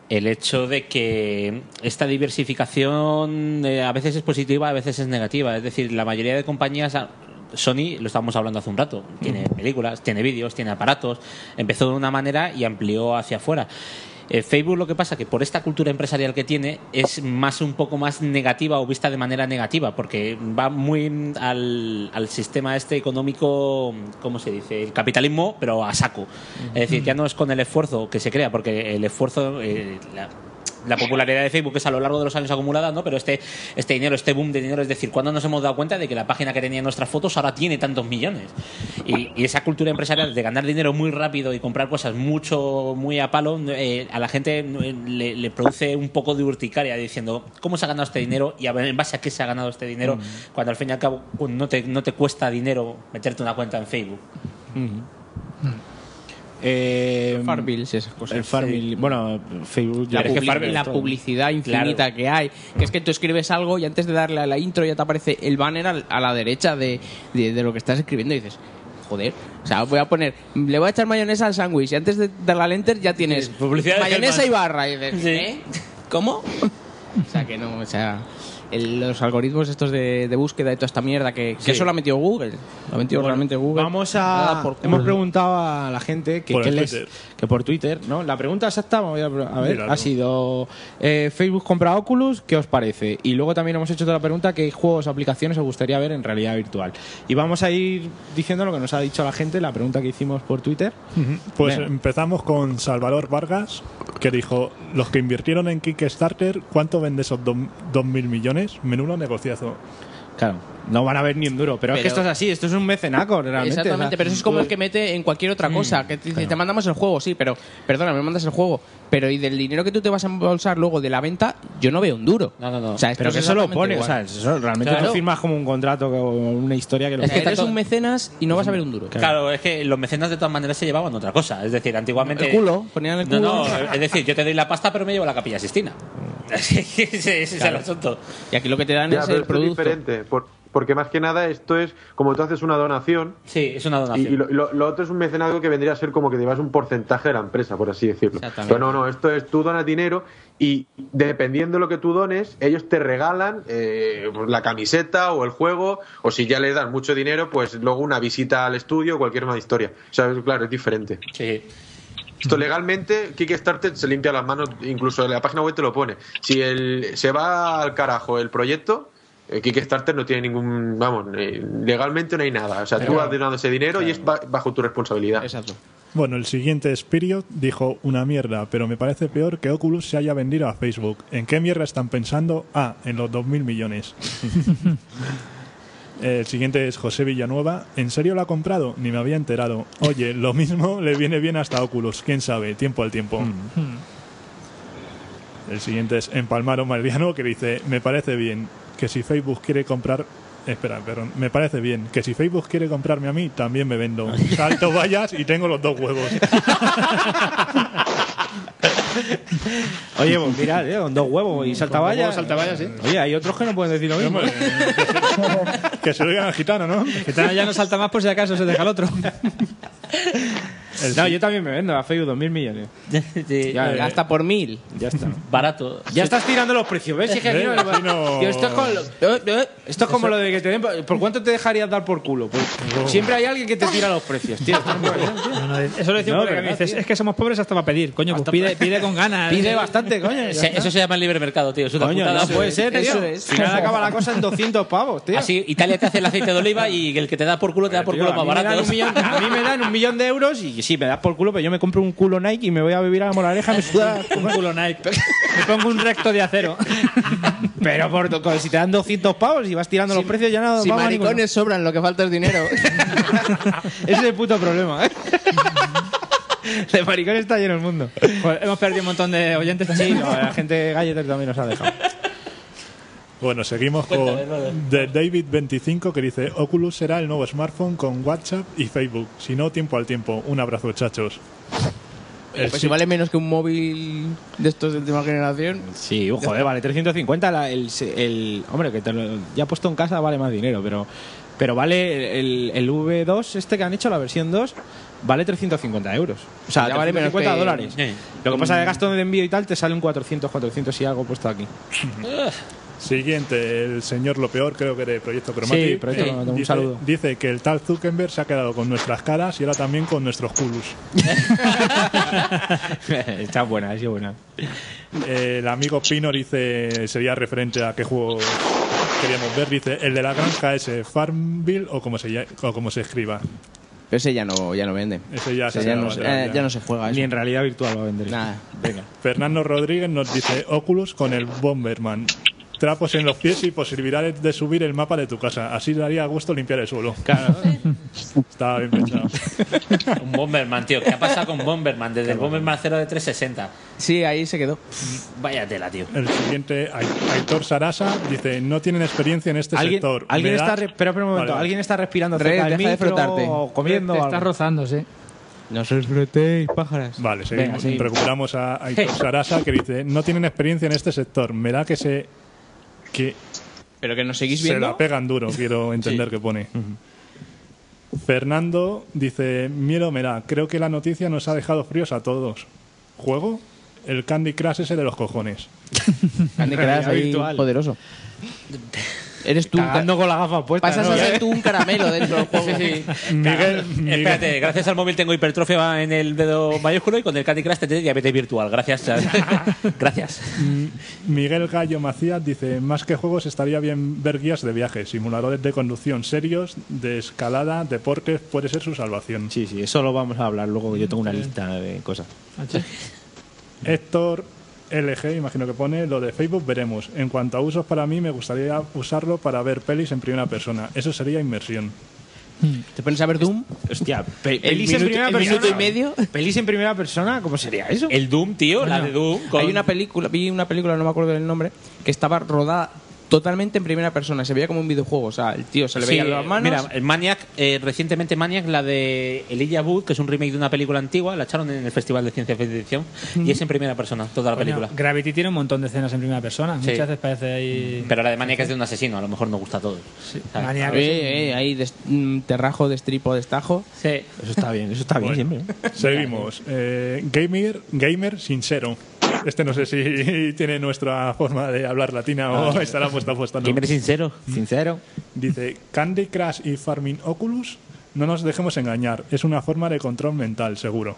El hecho de que esta diversificación eh, a veces es positiva, a veces es negativa. Es decir, la mayoría de compañías, ah, Sony, lo estábamos hablando hace un rato, tiene películas, tiene vídeos, tiene aparatos, empezó de una manera y amplió hacia afuera. Eh, Facebook lo que pasa que por esta cultura empresarial que tiene es más un poco más negativa o vista de manera negativa porque va muy al, al sistema este económico, ¿cómo se dice? El capitalismo, pero a saco. Es decir, ya no es con el esfuerzo que se crea porque el esfuerzo... eh, la- la popularidad de Facebook es a lo largo de los años acumulada, ¿no? Pero este, este dinero, este boom de dinero, es decir, ¿cuándo nos hemos dado cuenta de que la página que tenía nuestras fotos ahora tiene tantos millones? Y, y esa cultura empresarial de ganar dinero muy rápido y comprar cosas mucho, muy a palo, eh, a la gente eh, le, le produce un poco de urticaria diciendo, ¿cómo se ha ganado este dinero? Y a ver, en base a qué se ha ganado este dinero, cuando al fin y al cabo pues, no te, no te cuesta dinero meterte una cuenta en Facebook.
Mm.
Eh, Farmville, sí, esas cosas.
El Farmville, bueno, Facebook
La,
ya
publi-
publica
la
todo.
publicidad infinita que hay. Que es que tú escribes algo y antes de darle a la intro ya te aparece el banner al- a la derecha de, de- de lo que estás escribiendo y dices, joder. O sea, voy a poner, le voy a echar mayonesa al sándwich y antes de darle al enter ya tienes
publicidad de
mayonesa
Germán.
y barra. Y dices,
Sí.
¿eh? ¿Cómo? o sea, que no, o sea. el- los algoritmos estos de, de búsqueda y toda esta mierda que, que
Sí.
eso lo ha metido Google. Lo ha metido realmente Google.
Vamos
Nada
a.
por culo.
hemos preguntado a la gente que,
Por
que
el
les-
Twitter.
que por Twitter, ¿no? La pregunta exacta, voy a, a ver,
Míralo.
ha sido: eh, Facebook compra Oculus, ¿qué os parece? Y luego también hemos hecho otra pregunta: ¿qué juegos o aplicaciones os gustaría ver en realidad virtual? Y vamos a ir diciendo lo que nos ha dicho la gente, la pregunta que hicimos por Twitter.
Ujú. Pues
Venga.
empezamos con Salvador Vargas, que dijo, los que invirtieron en Kickstarter, ¿cuánto vende esos dos dos mil millones? Menudo negociazo.
Claro, no van a ver ni un duro, pero, es que
Pero-
esto es así, esto es un mecenaco realmente.
Exactamente,
o sea, Mm,
pero eso es como el que mete en cualquier otra cosa. que te, dice, te mandamos el juego, sí, pero perdona, me mandas el juego. Pero y del dinero que tú te vas a embolsar luego de la venta, yo no veo un duro. No, no, no.
pero que eso lo pone, o sea, eso realmente
Claro.
tú firmas como un contrato, o una historia que lo
Es que eres
todo-
un mecenas y no vas a ver un duro.
Claro. es que los mecenas de todas maneras se llevaban otra cosa. Es decir, antiguamente.
El culo, ponían el culo.
No, no, es decir, yo te doy la pasta, pero me llevo la capilla Sistina.
Mm.
Ese ese es
Claro.
el asunto.
Y aquí lo que te dan
Ya, pero esto es diferente, por- porque más que nada esto es como tú haces una donación.
Sí, es una donación.
Y, y lo, y lo- lo otro es un mecenazgo que vendría a ser como que te llevas un porcentaje de la empresa, por así decirlo.
Exactamente.
Pero no, no, esto es tú donas dinero y dependiendo de lo que tú dones, ellos te regalan eh, pues, la camiseta o el juego, o si ya les das mucho dinero, pues luego una visita al estudio o cualquier más historia. O sea, es- claro, es diferente.
Sí.
Esto legalmente, Kickstarter se limpia las manos, incluso en la página web te lo pone. Si el, se va al carajo el proyecto, eh, Kickstarter no tiene ningún. Vamos, eh, legalmente no hay nada. O sea, tú
Pero-
vas donando ese dinero y es ba- bajo tu responsabilidad. Eh,
Exacto.
Bueno, el siguiente Spirit dijo una mierda, pero me parece peor que Oculus se haya vendido a Facebook. ¿En qué mierda están pensando? Ah, en los 2.000 millones. el siguiente es José Villanueva. ¿En serio lo ha comprado? Ni me había enterado. Oye, lo mismo le viene bien hasta Oculus. ¿Quién sabe? Tiempo al tiempo.
Mm.
mm, El siguiente es Empalmaro Mariano que dice, me parece bien que si Facebook quiere comprar... Espera, perdón. Me parece bien que si Facebook quiere comprarme a mí, también me vendo. Salto vallas y tengo los dos huevos.
Oye, pues mira, tío, con dos huevos y saltaballas.
Con dos huevos, saltaballas, sí.
Oye, hay otros que no pueden decir lo mismo.
que se lo digan al gitano, ¿no?
gitano ya no salta más por si acaso se deja el otro. no, yo también me vendo a Facebook dos mil millones.
Ya, hasta por mil.
Ya está.
Barato.
Ya estás tirando los precios, ¿ves? Si es que aquí no-
Eh, aquí no-
Tío, esto es como, lo, eh, eh, esto es como lo de que te den... ¿Por cuánto te dejarías dar por culo? Pues,
Oh.
Siempre hay alguien que te tira los precios, tío. Esto no puede ser, tío.
Eso lo decía
No,
un colega que me
¿verdad,
dice, es que somos pobres hasta para pedir. Coño, pues pide, pide con ganas. ¿eh?
Pide bastante, coño. ya
Se-
está.
eso se llama el libre mercado, tío. Es una
Coño,
putada.
no puede ser, tío. ¿eh? Al final acaba la cosa en 200 pavos, tío.
Así, Italia te hace el aceite de oliva y el que te da por culo te da por
Tío,
culo más
a, mí me dan
barato.
un millón, a mí me dan un millón de euros y sí, me das por culo, pero yo me compro un culo Nike y me voy a vivir a la moraleja. Me suda.
Un culo Nike. Me pongo un recto de acero.
Pero por, co- si te dan 200 pavos y vas tirando los precios, ya no
Si
vamos a ninguno.
maricones sobran, lo que falta es dinero.
Ese es el puto problema, ¿eh? De maricones está lleno el mundo.
Pues hemos perdido un montón de oyentes.
Sí, no, la gente galletas también nos ha dejado.
Bueno, seguimos
Cuéntame,
con de David25 que dice Oculus será el nuevo smartphone con WhatsApp y Facebook. Si no, tiempo al tiempo. Un abrazo, chachos. El
pues
si-
si vale menos que un móvil de estos de última generación.
Sí, joder, eh, vale 350. la- el, el- hombre, que te lo- ya puesto en casa vale más dinero, pero, pero vale el, el V2, este que han hecho, la versión 2, vale 350 euros. O sea,
Ya vale menos
350
que-
dólares.
Sí.
Lo que
Mm.
pasa de gasto de envío y tal, te sale un 400, 400 y algo puesto aquí.
Siguiente, el señor lo peor, creo que de Proyecto Cromatic.
Sí, Proyecto Cromatic, un
dice,
saludo.
Dice que el tal Zuckerberg se ha quedado con nuestras caras y ahora también con nuestros culus.
Está buena, ha sido buena.
El amigo Pino dice, sería referente a qué juego queríamos ver, dice, el de la granja ese, Farmville o como se, lla- o como se escriba.
Pero ese ya no, ya no vende.
Ese ya
Ese
se
ya,
acaba
no,
atrás,
eh,
ya.
ya no se juega.
Ni en
realidad virtual va a vender. Nada.
Fernando Rodríguez nos dice Oculus con el Bomberman. Trapos en los pies y posibilidad de- de subir el mapa de tu casa. Así daría gusto limpiar el suelo. Claro. Estaba bien pensado.
Un Bomberman, tío. ¿Qué ha pasado con Bomberman? Desde el Bomberman 0 de 360.
Sí, ahí se quedó.
Vaya tela, tío.
El siguiente, Ai- Aitor Sarasa, dice, no tienen experiencia en este
¿Alguien-
sector.
alguien
Me da-
está re- espera, espera un momento, ¿alguien está respirando
Red,
cerca del
deja de
micro
frotarte.
o comiendo
Te
o
estás
algo?
rozando, sí.
No se frotéis, pájaras.
Vale,
Venga,
seguimos.
seguimos.
Recuperamos a Aitor Sarasa, que dice, no tienen experiencia en este sector. Me da que se... Que
Pero que nos seguís
se
viendo.
la pegan duro, quiero entender que pone. Fernando dice, miedo me da, creo que la noticia nos ha dejado fríos a todos. ¿Juego? El Candy Crush ese de los cojones.
Candy Crush ahí
Virtual.
poderoso. Eres tú.
Cagando
con la gafa puesta. Pasas
¿no?
a ser tú un caramelo dentro del juego.
Miguel, Espérate, gracias al móvil tengo hipertrofia en el dedo mayúsculo y con el Candy Crush tendré diabetes virtual. Gracias. gracias.
Mm, Miguel Gallo Macías dice, más que juegos estaría bien ver guías de viaje, simuladores de conducción serios, de escalada, deportes, puede ser su salvación.
Sí, sí, eso lo vamos a hablar luego. Yo tengo una lista de cosas.
Héctor LG, imagino que pone, lo de Facebook veremos. En cuanto a usos para mí, me gustaría usarlo para ver pelis en primera persona. Eso sería inmersión.
¿Te pones a ver Doom?
Hostia, pe-
El
pelis
minuto-
en primera
el
persona.
minuto y
medio?
¿Pelis en primera persona? ¿Cómo sería eso?
El Doom, tío,
Bueno, Hay una película, vi una película, no me acuerdo del nombre, que estaba rodada totalmente en primera persona. Se veía como un videojuego. O sea, el tío se le
Sí,
veían las manos.
Mira, el Maniac, eh, recientemente Maniac, la de Elijah Wood, que es un remake de una película antigua, la echaron en el Festival de Ciencia Ficción
Mm.
y es en primera persona, toda la película.
Bueno, Gravity tiene un montón de escenas en primera persona.
Sí.
Muchas veces parece ahí.
Pero la de Maniac es de un asesino, a lo mejor nos gusta a todos. ¿Sabes?
Maniac.
Eh, eh, ahí des- mm, terrajo, destripo, destajo.
Sí.
Eso está bien, eso está bien
Bueno,
siempre.
Seguimos. Eh, gamer, gamer sincero. Este no sé si tiene nuestra forma de hablar latina o estará puesta apuesta. ¿no?
Gamer sincero.
Sincero.
Dice, Candy Crush y Farming Oculus, no nos dejemos engañar. Es una forma de control mental, seguro.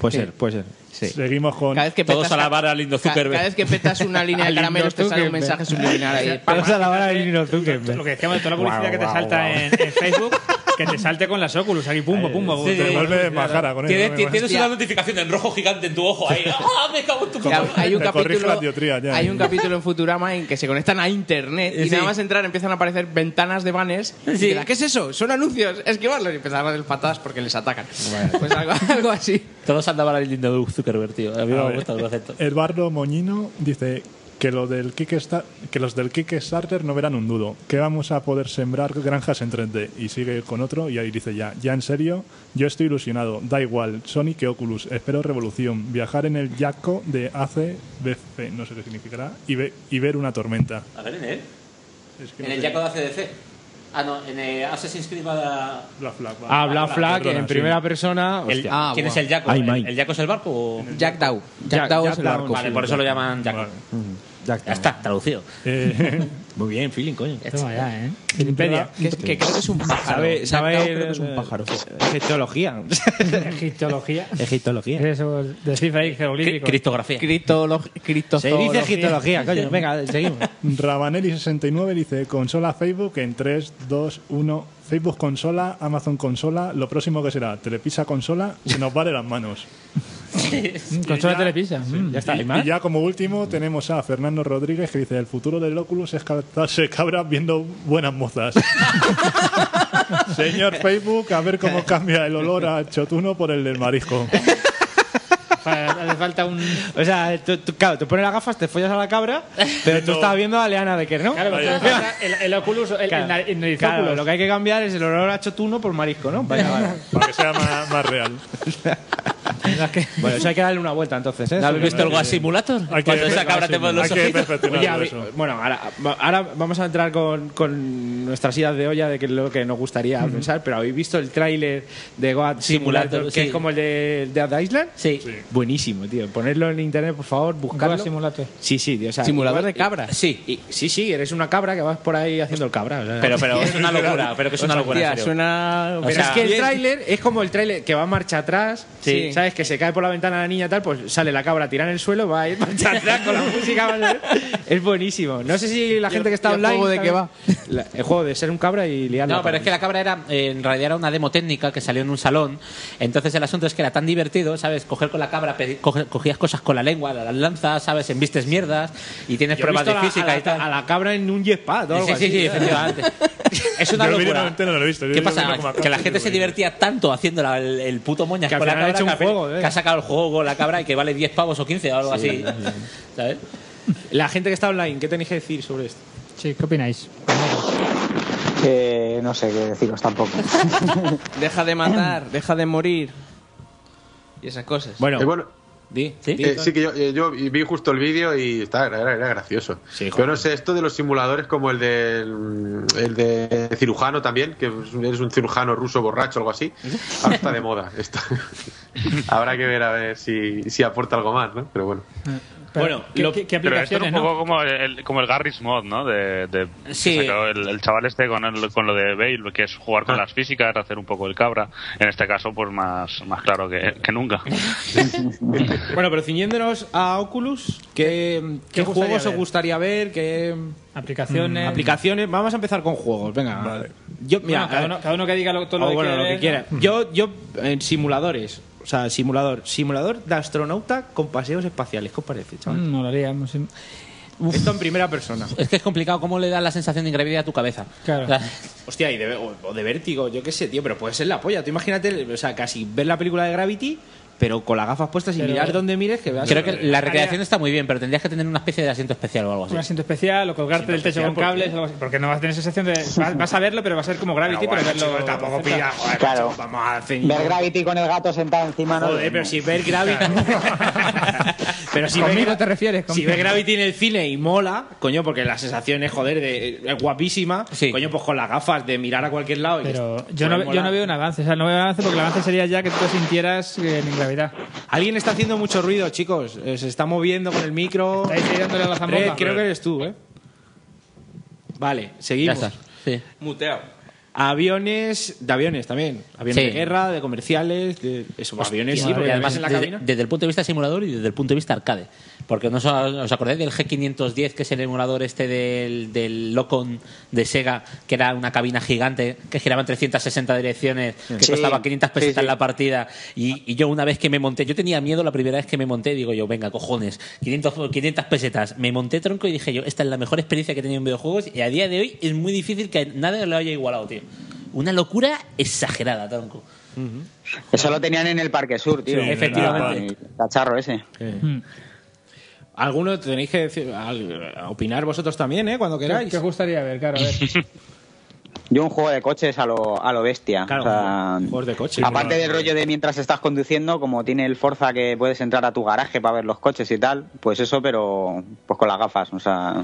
Puede ser, puede ser.
Seguimos con...
Cada vez que petas- ca- Cada vez que petas una línea de
Al Lindo
caramelos te sale un
Zuckerberg.
mensaje subliminal ahí.
Vamos a la hora del Nino Zuckerberg.
Lo que decíamos de toda la publicidad
Guau,
que te
guau,
salta
guau.
En, en Facebook, que te salte con las Oculus. Aquí, pumbo, pumbo.
Sí, sí. Tienes,
Tiene-
tienes
tiene-
una notificación en rojo gigante en tu ojo ahí. ¡Ah, me cago en tu
Ya,
puta madre!
hay un capítulo hay un capítulo en Futurama en que se conectan a internet y
Sí.
nada más entrar empiezan a aparecer ventanas de banners y
Sí.
dirá, ¿qué es eso? son anuncios esquivarlos y empezar a darles patadas porque les atacan pues algo, algo así
Todos andaban al Lindelof Zuckerberg, tío. A mí me
A
ha
ver,
gustado el concepto.
Eduardo Moñino dice que, lo del Kickstar- que los del Kickstarter no verán un duro, que vamos a poder sembrar granjas en 3D. Y sigue con otro y ahí dice ya, ya en serio, yo estoy ilusionado, da igual, Sony que Oculus, espero revolución, viajar en el Jaco de ACBC, no sé qué significará, y, ve- y ver una tormenta.
A ver, en él.
que
en
no
el
sé.
Jaco de ACDC. Ah, no, en eh, Assassin's Creed Black
Flag.
Ah, Black Flag, en primera persona.
El-
hostia.
¿Quién es el Jaco?
Ay,
¿El,
mai.
el Jaco es el barco o...?
Jack Dow
Jack Dow es el barco.
Vale,
Sí,
por eso
Jack
lo llaman Jaco.
Mm,
Ya está, traducido.
Eh.
Muy bien, feeling, coño.
Toma ya, ¿eh?
Wikipedia.
que,
este,
que creo que es un pájaro
¿Sabe,
Jack
sabe
Dow creo que es un pájaro
Egiptología.
Egiptología.
Egiptología.
Eso, descifra ahí jeroglífico.
Criptografía.
Se dice egiptología, coño. Venga, seguimos.
Rabanelli69 dice consola Facebook en 3, 2, 1. Facebook consola, Amazon consola, lo próximo que será Telepisa consola, se nos va de las manos.
Consola Telepisa. Mm.
Y- Y ya como último tenemos a Fernando Rodríguez que dice el futuro del Oculus es captarse cabras viendo buenas mozas. Señor Facebook, a ver cómo cambia el olor a chotuno por el del marisco.
Hace falta un.
O sea, tú, tú, claro, te pones las gafas, te follas a la cabra, pero tú
No.
estabas viendo a Leana de Kerr, ¿no?
Claro, porque hace falta el, el Oculus, el,
Claro,
el nariz- el nariz
claro,
Oculus.
lo que hay que cambiar es el olor a chotuno por marisco, ¿no? Vale, vale.
Para que sea más, más real.
Bueno, eso hay que darle una vuelta entonces, ¿eh?
¿No habéis visto el Goa Simulator?
Hay que-
Cuando esa cabra te pone los
Oye,
ojitos.
a mí- Bueno, ahora, ahora vamos a entrar con, con nuestras idas de olla de que es lo que nos gustaría pensar, pero ¿habéis visto el tráiler de Goat Simulator,
Simulator,
que
sí.
es como el de Dead Island?
Sí.
Buenísimo, tío. Ponerlo en internet, por favor, buscarlo.
Goat Simulator.
Sí, sí, tío, o sea,
Simulador
igual-
de cabra.
Sí.
y- sí, sí, eres una cabra que vas por ahí haciendo el cabra. o sea.
Pero- pero es una locura, pero que es una locura, en serio.
suena...
O
Pero
sea,
es que el
bien.
tráiler es como el tráiler que va marcha atrás.
Sí.
¿Sabes? que se cae por la ventana la niña tal, pues sale la cabra tirada en el suelo, va a ir marcha atrás con la música. va a ser- Es buenísimo. No sé si la
¿Y
gente
el-
que está
y el
online.
juego de qué va?
La- el juego de ser un cabra y liarla.
No, pero es que la cabra era, eh, en realidad era una demo técnica que salió en un salón. Entonces el asunto es que era tan divertido, ¿sabes? Coger con la cabra, pe- coge- cogías cosas con la lengua, las lanzas, ¿sabes? Envistes mierdas y tienes
Yo he
pruebas
visto
de
a la-
física
a la-
y tal.
a la cabra en un jetpack
Sí,
o
sí,
algo
sí,
así.
sí, efectivamente. Es una
Yo el vídeo
locura.
no entero, no lo he visto. Yo
¿Qué
lo
pasa?
veo como acá,
Que la
sí,
gente se divertía tanto haciendo la- el, el puto moñas
Que al
con la
final ha
cabra
hecho un
que, ha-
juego, ¿eh?
que ha sacado el juego la cabra y que vale 10 pavos o 15 o algo así.
Sí.
¿Sabes?
La gente que está online, ¿qué tenéis que decir sobre esto?
Sí, ¿qué opináis?
Eh, no sé qué deciros tampoco.
Deja de matar, deja de morir. Y esas cosas.
Eh,
Di,
di,
eh,
Tony.
sí, que yo, eh, yo vi justo el vídeo y está, era, era gracioso. Yo no sé, esto de los simuladores como el del el de cirujano también, que es un- eres un cirujano ruso borracho o algo así, ahora está de moda. Está- Habrá que ver a ver si, si aporta algo más, ¿no? Pero bueno.
Bueno, ¿qué-
lo-
qué- qué
pero esto era
aplicaciones,
un
no?
poco como el, como el Garry's Mod, ¿no? De, de- que
Sí.
sacó el, el chaval este con, el- con lo de Bale, que es jugar
Ah.
con las físicas, hacer un poco el cabra. En este caso, pues más, más claro que, que nunca.
Bueno, pero ciñéndonos a Oculus, ¿qué, qué
¿Qué gustaría
juegos os
ver?
gustaría ver? ¿Qué Mm,
Aplicaciones.
aplicaciones? Vamos a empezar con juegos, venga. Yo, mira,
Bueno, cada,
eh,
uno, cada uno que diga lo, todo lo
o
que
bueno,
quiere.
lo que quiera. Yo, yo en simuladores, o sea, simulador, simulador de astronauta con paseos espaciales, ¿qué os parece, chaval?
Mm, molaría, no sé.
Esto en primera persona.
Es que es complicado cómo le da la sensación de ingravidez a tu cabeza.
Claro.
Hostia, y de, o, o de vértigo, yo qué sé, tío, pero puede ser la polla. Tú imagínate, o sea, casi ver la película de Gravity, pero con las gafas puestas y
Pero-
mirar donde mires que veas.
Creo que la recreación
Haría-
está muy bien, pero tendrías que tener una especie de asiento especial o algo así.
Un asiento especial o colgarte del techo
especial,
con
¿por qué?
cables o algo así. Porque no vas a tener sensación de. Vas, vas a verlo, pero va a ser como Gravity, pero,
Pero bueno,
verlo.
chico, tampoco
cerca.
pilla, joder,
Claro.
Vamos a ceñir.
Ver Gravity con el gato sentado encima no.
Joder, Eh, pero si ver Gravity. pero si
Conmigo
ve,
te refieres.
si
conmigo.
ve Gravity en el cine y mola, coño, porque la sensación es, joder, de- es guapísima. Coño, pues con las gafas de mirar a cualquier lado. y
Pero
que-
yo no,
joder,
yo
mola.
no veo un avance. O sea, no veo un avance porque el avance sería ya que tú te sintieras eh, en gravedad.
Alguien está haciendo mucho ruido, chicos. Eh, Se está moviendo con el micro.
Estáis ahí dándole a la zambomba.
Fred, creo que eres tú, ¿eh? Vale, seguimos.
Ya está, sí.
Muteado. Aviones, de aviones también. Aviones
Sí.
de guerra, de comerciales, de eso, aviones sí,
Hostia,
porque
y
además en la
desde,
cabina.
desde el punto de vista simulador y desde el punto de vista arcade. Porque no os, os acordáis del G510, que es el emulador este del, del Locon de Sega, que era una cabina gigante que giraba en 360 direcciones, que
Sí,
costaba 500 pesetas
sí, sí.
la partida. Y, y yo una vez que me monté, yo tenía miedo la primera vez que me monté, digo yo, venga, cojones, 500, 500 pesetas. Me monté tronco y dije yo, esta es la mejor experiencia que he tenido en videojuegos y a día de hoy es muy difícil que nadie lo haya igualado, tío. Una locura exagerada, tronco.
Eso lo tenían en el Parque Sur, tío.
Sí, efectivamente.
El cacharro ese.
Alguno tenéis que decir- al- opinar vosotros también, ¿eh? Cuando
¿Qué,
queráis.
qué os gustaría ver, claro? A ver.
Yo un juego de coches a lo, a lo bestia.
Claro,
O sea,
juegos de coche.
aparte del rollo de mientras estás conduciendo, como tiene el Forza que puedes entrar a tu garaje para ver los coches y tal, pues eso, pero pues con las gafas. O sea,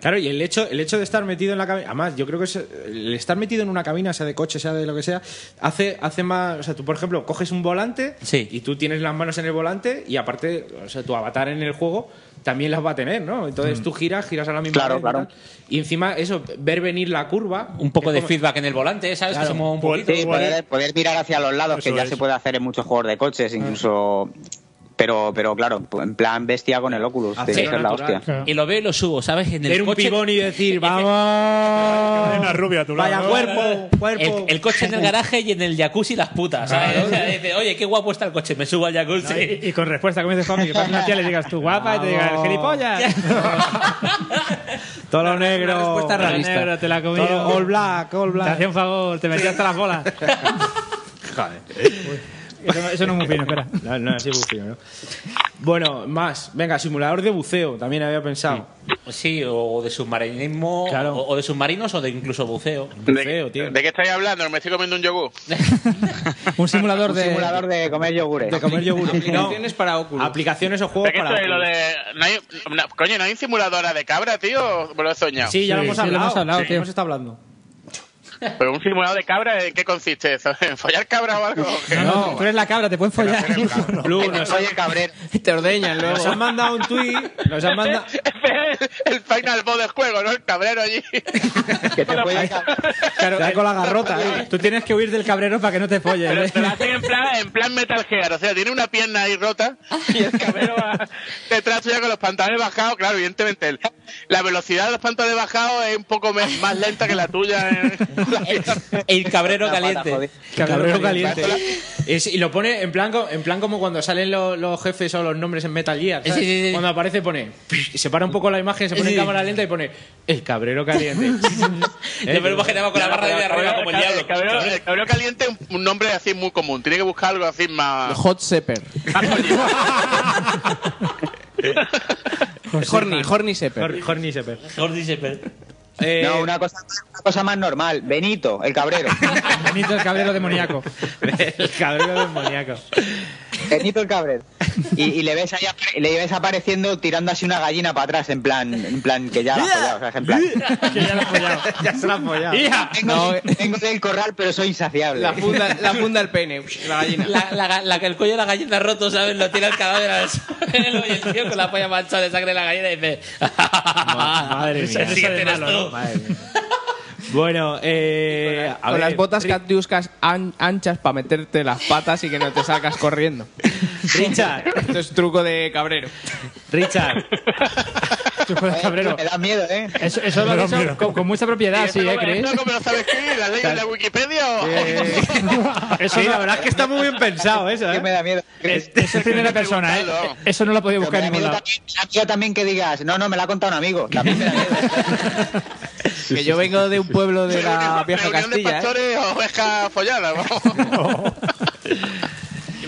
Claro, y el hecho, el hecho de estar metido en la cabina, además, yo creo que es- el estar metido en una cabina, sea de coche, sea de lo que sea, hace, hace más. O sea, tú, por ejemplo, coges un volante y tú tienes las manos en el volante y aparte, o sea, tu avatar en el juego también las va a tener, ¿no?
Mm.
Entonces tú giras, giras a la misma
Claro,
vez y
claro.
tal. Y encima, eso, ver venir la curva.
Un poco de feedback en el volante, ¿sabes? Que se mueva un poquito.
sí, poder, poder mirar hacia los lados, que
Eso
ya
es. Ah.
se puede hacer en muchos juegos de coches, incluso. Pero, pero claro, en plan bestia con el Oculus, tiene que ser la hostia.
Y lo veo y lo subo, ¿sabes? En el
Ver un
coche,
pibón y decir, ¡vamos!
Una rubia a tu
¡Vaya
lado.
cuerpo!
el,
¡Cuerpo!
el coche en el garaje y en el jacuzzi las putas, ¿sabes? O sea, dice, oye, qué guapo está el coche, me subo al jacuzzi.
Y con respuesta, como dices, Juanmi, que pasa una tía y le digas tú guapa y te diga el gilipollas.
Todo lo negro.
respuesta realista. Todo lo negro, te la he comido.
Todo- all black,
Te
all black.
hacía un favor, te metía hasta las bolas.
Joder.
Eso no, eso no es muy fino, espera.
No, no, así es buceo, ¿no? Bueno, más. Venga, simulador de buceo, también había pensado.
Sí, o de submarinismo, o, o de submarinos, o de incluso buceo.
Buceo, tío.
¿De qué estáis hablando? Me estoy comiendo un yogur.
Un simulador
Un simulador de comer yogures.
De comer yogur.
Aplicaciones para Oculus.
Aplicaciones o
¿De
juegos
qué
para.
estoy? Lo
Oculus.
de... no hay- no- coño, ¿no hay simuladora de cabra, tío? Me lo he soñado.
Sí, ya lo hemos hablado.
hablado,
Sí,
tío.
hemos estado hablando.
Pero un simulado de cabra, ¿en qué consiste eso? ¿En follar cabra o algo?
No, no, tú eres la cabra, te pueden follar.
Blue, no soy cabrero.
Te ordeñan luego. Nos han mandado un tweet. Nos han mandado.
el final boss del juego, ¿no? El cabrero allí.
Que te follan
Claro, eh,
con la garrota.
Tú tienes que huir del cabrero para que no te follen.
Pero
¿eh?
te lo hacen en plan, en plan Metal Gear, o sea, tiene una pierna ahí rota y el cabrero va detrás suya con los pantalones bajados. Claro, evidentemente, el- la velocidad de los pantalones bajados es un poco me- más lenta que la tuya. eh.
El cabrero
caliente.
Cabrero caliente. Es- y lo pone en plan, co- en plan como cuando salen lo- los jefes o los nombres en Metal Gear. ¿sabes?
Sí, sí, sí.
Cuando aparece pone... y Se para un poco la imagen, se pone
Sí.
en cámara lenta y pone... El cabrero caliente.
Eh,
Yo me lo imaginaba con la barra de arriba como el diablo.
El cabrero, el cabrero caliente es un- un nombre así muy común, tiene que buscar algo así más...
Hot Sepper. Horny, Horny Sepper.
Horny Sepper.
Jordi Shepard.
No, una cosa, una cosa más normal. Benito, el cabrero.
Benito el cabrero demoníaco.
el cabrero demoníaco.
Benito el cabrero. Y, y le ves ahí, apare- le ves apareciendo tirando así una gallina para atrás, en plan, en plan que ya la ha follado, o sea, en plan.
ya se la ha follado.
Tengo, tengo del corral, pero soy insaciable.
La funda, la funda del pene, la gallina.
La, la, ga- la que el cuello de la gallina roto, ¿sabes? Lo tira el cadáver al suelo y el tío con la polla manchada de sangre de la gallina dice...
Madre mía.
Sí, eres tú.
Bueno, eh, a
Con
ver,
las botas catiuscas an- anchas para meterte las patas y que no te salgas corriendo.
Richard.
Esto es truco de cabrero.
Richard.
Truco de cabrero.
Me da miedo, ¿eh?
Eso, eso lo
Me da
has dicho
miedo.
con, con mucha propiedad, sí, ¿eh? ¿Crees?
¿Esto cómo lo sabes qué? ¿La ley de la Wikipedia? o-
Eso
Sí,
no-
la verdad es que está muy bien pensado eso, ¿eh?
me da miedo.
es, es en primera persona, ¿eh? Eso no lo podía buscar en
Pero me
ningún
da
lado.
miedo también, yo también que digas, no, no, me la ha contado un amigo. También me da miedo.
Que yo vengo de un pueblo de la vieja
¿Reunión de
Castilla. ¿eh?
pastores o ovejas folladas? vamos.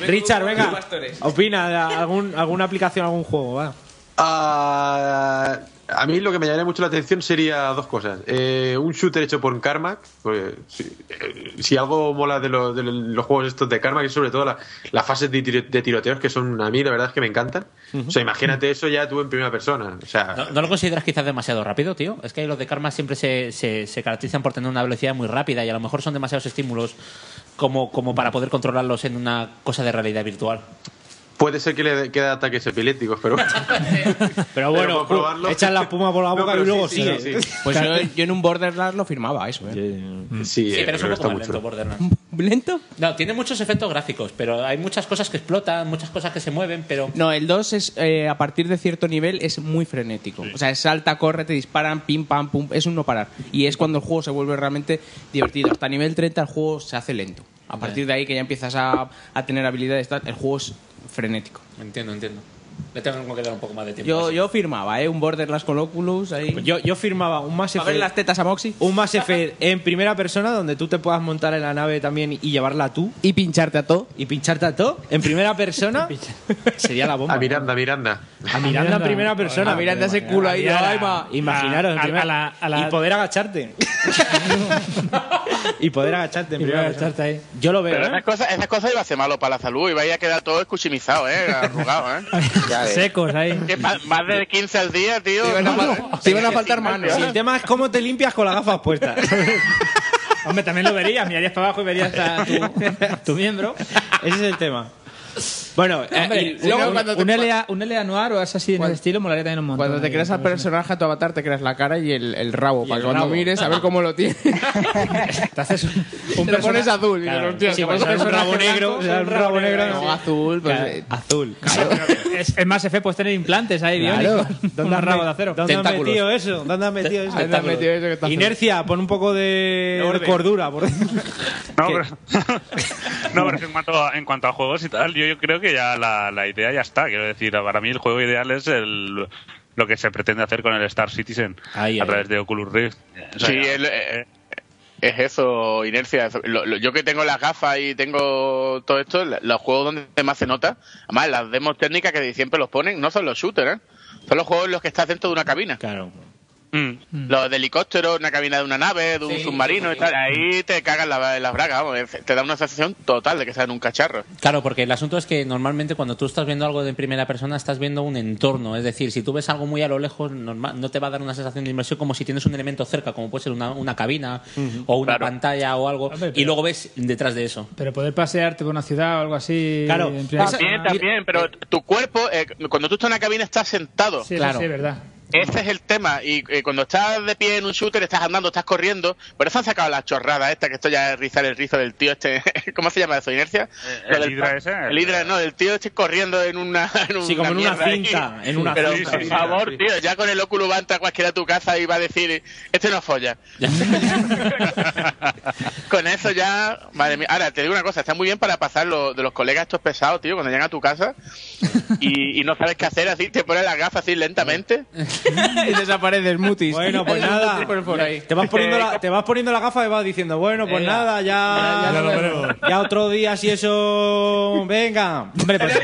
Richard, venga. Opina de algún, alguna aplicación, algún juego, va.
Ah, a mí lo que me llamaría mucho la atención sería dos cosas. Eh, un shooter hecho por Carmack. porque si, eh, si algo mola de, lo- de los juegos estos de Carmack es sobre todo la- las fases de, tiro- de tiroteos que son a mí, la verdad es que me encantan. O sea, imagínate eso ya tú en primera persona. O sea,
¿No, no lo consideras quizás demasiado rápido, tío? Es que los de Karma siempre se, se- se caracterizan por tener una velocidad muy rápida y a lo mejor son demasiados estímulos como, como para poder controlarlos en una cosa de realidad virtual.
puede ser que le quede ataques epilépticos, pero bueno.
Pero
Pero
bueno,
por probarlo.
echas la espuma por la
No,
boca
pero
y luego
sí, sí,
sigue.
sí, sí.
Pues yo, yo en un Borderlands lo firmaba, eso.
uh.
¿eh?
Sí,
Sí,
eh,
pero es
creo
un
que
poco
está
más
mucho.
lento Borderlands.
¿Lento?
No, tiene muchos efectos gráficos, pero hay muchas cosas que explotan, muchas cosas que se mueven, pero...
No, el 2 es, eh, a partir de cierto nivel es muy frenético. O sea, es salta, corre, te disparan, pim, pam, pum. Es un no parar. Y es cuando el juego se vuelve realmente divertido. Hasta nivel 30 el juego se hace lento. A partir de ahí que ya empiezas a, a tener habilidades, tal, el juego es frenético.
Entiendo, entiendo. Le tengo que dar un poco más de tiempo.
Yo,
así.
yo firmaba, ¿eh? Un Borderlands con Oculus. Ahí.
Yo, yo firmaba un Mass
¿Para ver
Effect.
las tetas a Moxie?
Un Mass Effect en primera persona donde tú te puedas montar en la nave también y llevarla tú
Y pincharte a todo.
y pincharte a todo en primera persona sería la bomba.
A Miranda, Miranda.
A Miranda en primera persona.
A Miranda ese culo ahí.
A-
ay, va.
Imaginaros, en
A- a-
primera-
a la- a la-
y poder agacharte. y poder agacharte en
Y voy
primera
a
persona.
agacharte ahí.
Yo lo veo.
Pero
¿eh?
esas cosas, esas cosas iba a ser malo para la salud y vaya a quedar todo escuchimizado, ¿eh? Arrugado, ¿eh?
Ya ves.
Secos ahí.
Que pa- más de 15 al día, tío.
Te iban a,
no,
fal- te iban a faltar manos.
Si el tema es cómo te limpias con las gafas puestas.
Hombre, también lo verías, mirarías para abajo y verías a tu, tu miembro.
Ese es el tema. Bueno, eh,
Hombre,
y
un-
luego
un,
cuando
un LA, un LA noir o es así en
Cuando-
el estilo molaría también un montón.
Cuando te
Ahí,
creas al
pues,
personaje, a tu avatar te creas la cara y el, el rabo. para que cuando mires, a ver cómo lo tienes.
Te haces un, un
te lo pones
persona-
azul.
Claro,
y dices, hostia,
sí,
¿qué
pues,
pasa?
es un rabo negro,
blanco,
es un rabo negro,
No,
sí.
azul. Pues, eh,
azul.
Es, en Mass Effect puedes tener implantes ahí,
Claro.
biónicos. Un rabo de acero.
¿Dónde has
Tentáculos.
metido eso? ¿Dónde has metido eso?
ahí te has metido eso que está azul.
Inercia, pon un poco de,
Orden.
cordura. Por...
pero, no, pero es que en cuanto, a, en cuanto a juegos y tal, yo, yo creo que ya la, la idea ya está. Quiero decir, para mí el juego ideal es el, lo que se pretende hacer con el Star Citizen
Ahí,
a
ahí.
través de Oculus Rift. O sea,
Sí,
ya-
es, eh, es eso, inercia. eso. Lo- lo- yo que tengo las gafas y tengo todo esto, la- los juegos donde más se nota, además las demos técnicas que siempre los ponen, no son los shooters, ¿eh? son los juegos en los que estás dentro de una cabina.
Claro.
Mm.
Los de helicóptero, una cabina de una nave, de un submarino y tal, ahí te cagan la, las bragas, vamos, te da una sensación total de que estás en un cacharro.
Claro, porque el asunto es que normalmente cuando tú estás viendo algo de primera persona estás viendo un entorno. Es decir, si tú ves algo muy a lo lejos, normal, no te va a dar una sensación de inmersión como si tienes un elemento cerca, como puede ser una, una cabina
Ujú.
o una
Claro.
pantalla o algo,
Hombre, pero-
y luego ves detrás de eso.
Pero poder pasearte por una ciudad o algo así. en
también,
primera persona.
también, pero tu cuerpo, eh, cuando tú estás en una cabina, estás sentado.
Sí, eso sí, es verdad.
Ese Este es el tema. Y eh, cuando estás de pie en un shooter, estás andando, estás corriendo. Por eso han sacado la chorrada esta, que esto ya es rizar el rizo del tío este. ¿Cómo se llama eso? ¿Inercia?
Eh, el
Lo del
Hydra
pa-
ese, eh.
El
el-
Hydra, no, del tío este corriendo en una. En
Sí, como en una
mierda ahí.
cinta, en una
Pero,
cinta.
por
Sí, sí, sí,
favor,
sí.
tío, ya con el óculo va a entrar cualquiera a tu casa y va a decir, este no folla. Con eso ya, madre mía. Ahora, te digo una cosa, está muy bien para pasar lo, de los colegas estos pesados, tío, cuando llegan a tu casa y, y no sabes qué hacer, así te pones las gafas así lentamente.
y desapareces, mutis.
Bueno, pues nada. Te vas poniendo la, te vas poniendo la gafa y vas diciendo, bueno, pues
Venga.
nada, ya,
Ya
ya,
lo
ya otro día si eso, venga. Hombre, pues-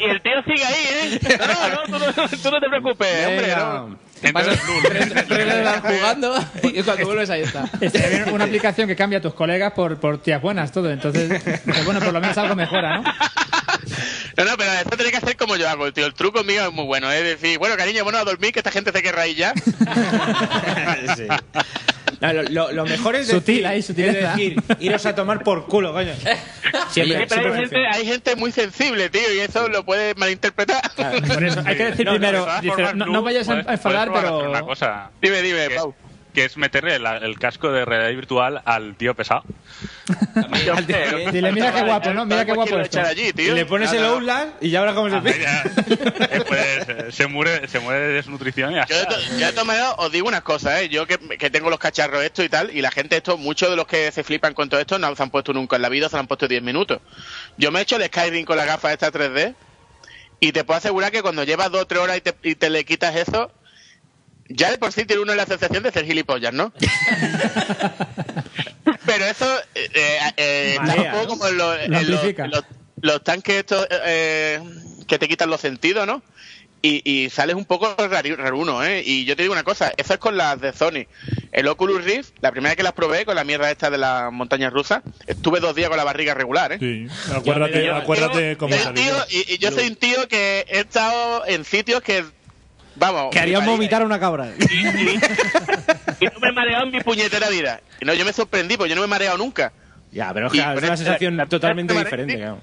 Y el tío sigue ahí, ¿eh? No, no, tú no, tú no te preocupes, hombre. No.
jugando y cuando vuelves ahí está.
Estaría bien una aplicación que cambia a tus colegas por, por tías buenas, todo. Entonces, pues bueno, por lo menos algo mejora, ¿no?
No, no, pero esto tiene que hacer como yo hago, tío. El truco mío es muy bueno, ¿eh? es decir, bueno, cariño, bueno, a dormir, que esta gente se querrá ir ya.
No, lo, lo- lo mejor es
Sutil
decir,
ahí,
es
sutileza.
decir, iros a tomar por culo, coño.
Oye, pero hay, gente, hay gente muy sensible, tío, y eso lo puede malinterpretar.
Por eso, hay que decir
No, no,
primero,
de todas
dice,
formas,
no,
Blue,
no vayas a
puedes-
a enfadar,
puedes probar
pero...
Una cosa.
Dime, dime,
que es, que es meterle la- el casco de realidad virtual al tío pesado.
Dile, mira qué guapo, ¿no? Mira qué guapo este. esto.
Y le pones el Outlast y ya verás cómo se pide.
Pues, eh, se, muere, se muere de desnutrición y así.
Yo, de to- yo de todas maneras os digo unas cosas, ¿eh? Yo que, que tengo los cacharros esto y tal, y la gente esto, muchos de los que se flipan con todo esto no se han puesto nunca en la vida, se lo han puesto 10 minutos. Yo me he hecho el Skyrim con la gafa esta 3D, y te puedo asegurar que cuando llevas 2 o 3 horas y te, y te le quitas eso, ya de por sí tiene uno la sensación de ser gilipollas, ¿no? Pero eso, eh, eh, eh, está
Marea,
un poco
¿no?
como en los,
Lo
en los-
amplifica.
en los- los tanques estos eh, que te quitan los sentidos, ¿no? Y, y sales un poco rari- raruno, ¿eh? Y yo te digo una cosa, eso es con las de Sony. El Oculus Rift, la primera vez que las probé con la mierda esta de las montañas rusas, estuve dos días con la barriga regular, ¿eh?
Sí, acuérdate,
Yo- yo-
acuérdate cómo
Soy un
salió.
tío- y, y yo soy un tío que he estado en sitios que, vamos...
Que harían
mi país-
vomitar a una cabra.
y no me he mareado en mi puñetera vida. Y no, yo me sorprendí, porque yo no me he mareado nunca.
Ya, pero es,
Y
que es
con
una
esta-
sensación totalmente
esta-
diferente, claro.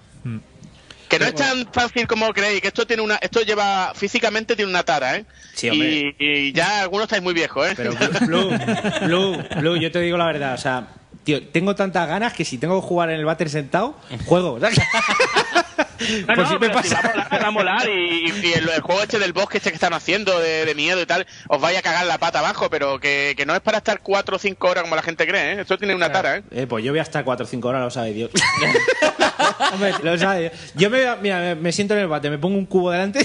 Que no es tan fácil como creéis, que esto tiene una, esto lleva, físicamente tiene una tara, ¿eh?
Sí,
y,
hombre.
y ya algunos estáis muy viejos, ¿eh?
Blue, Blue, yo te digo la verdad, o sea, tío, tengo tantas ganas que si tengo que jugar en el váter sentado, juego. ¿sabes?
No, no, pero si va a molar, va a molar y, y- y el, el juego este del bosque este que están haciendo de, de miedo y tal, os vais a cagar la pata abajo, pero que, que no es para estar cuatro o cinco horas como la gente cree, ¿eh? Esto tiene una tara, ¿eh?
Eh, pues yo voy hasta 4 o 5 horas, lo sabe Dios. Hombre, lo sabe Dios. Yo me, mira, me- me siento en el bate, me pongo un cubo delante,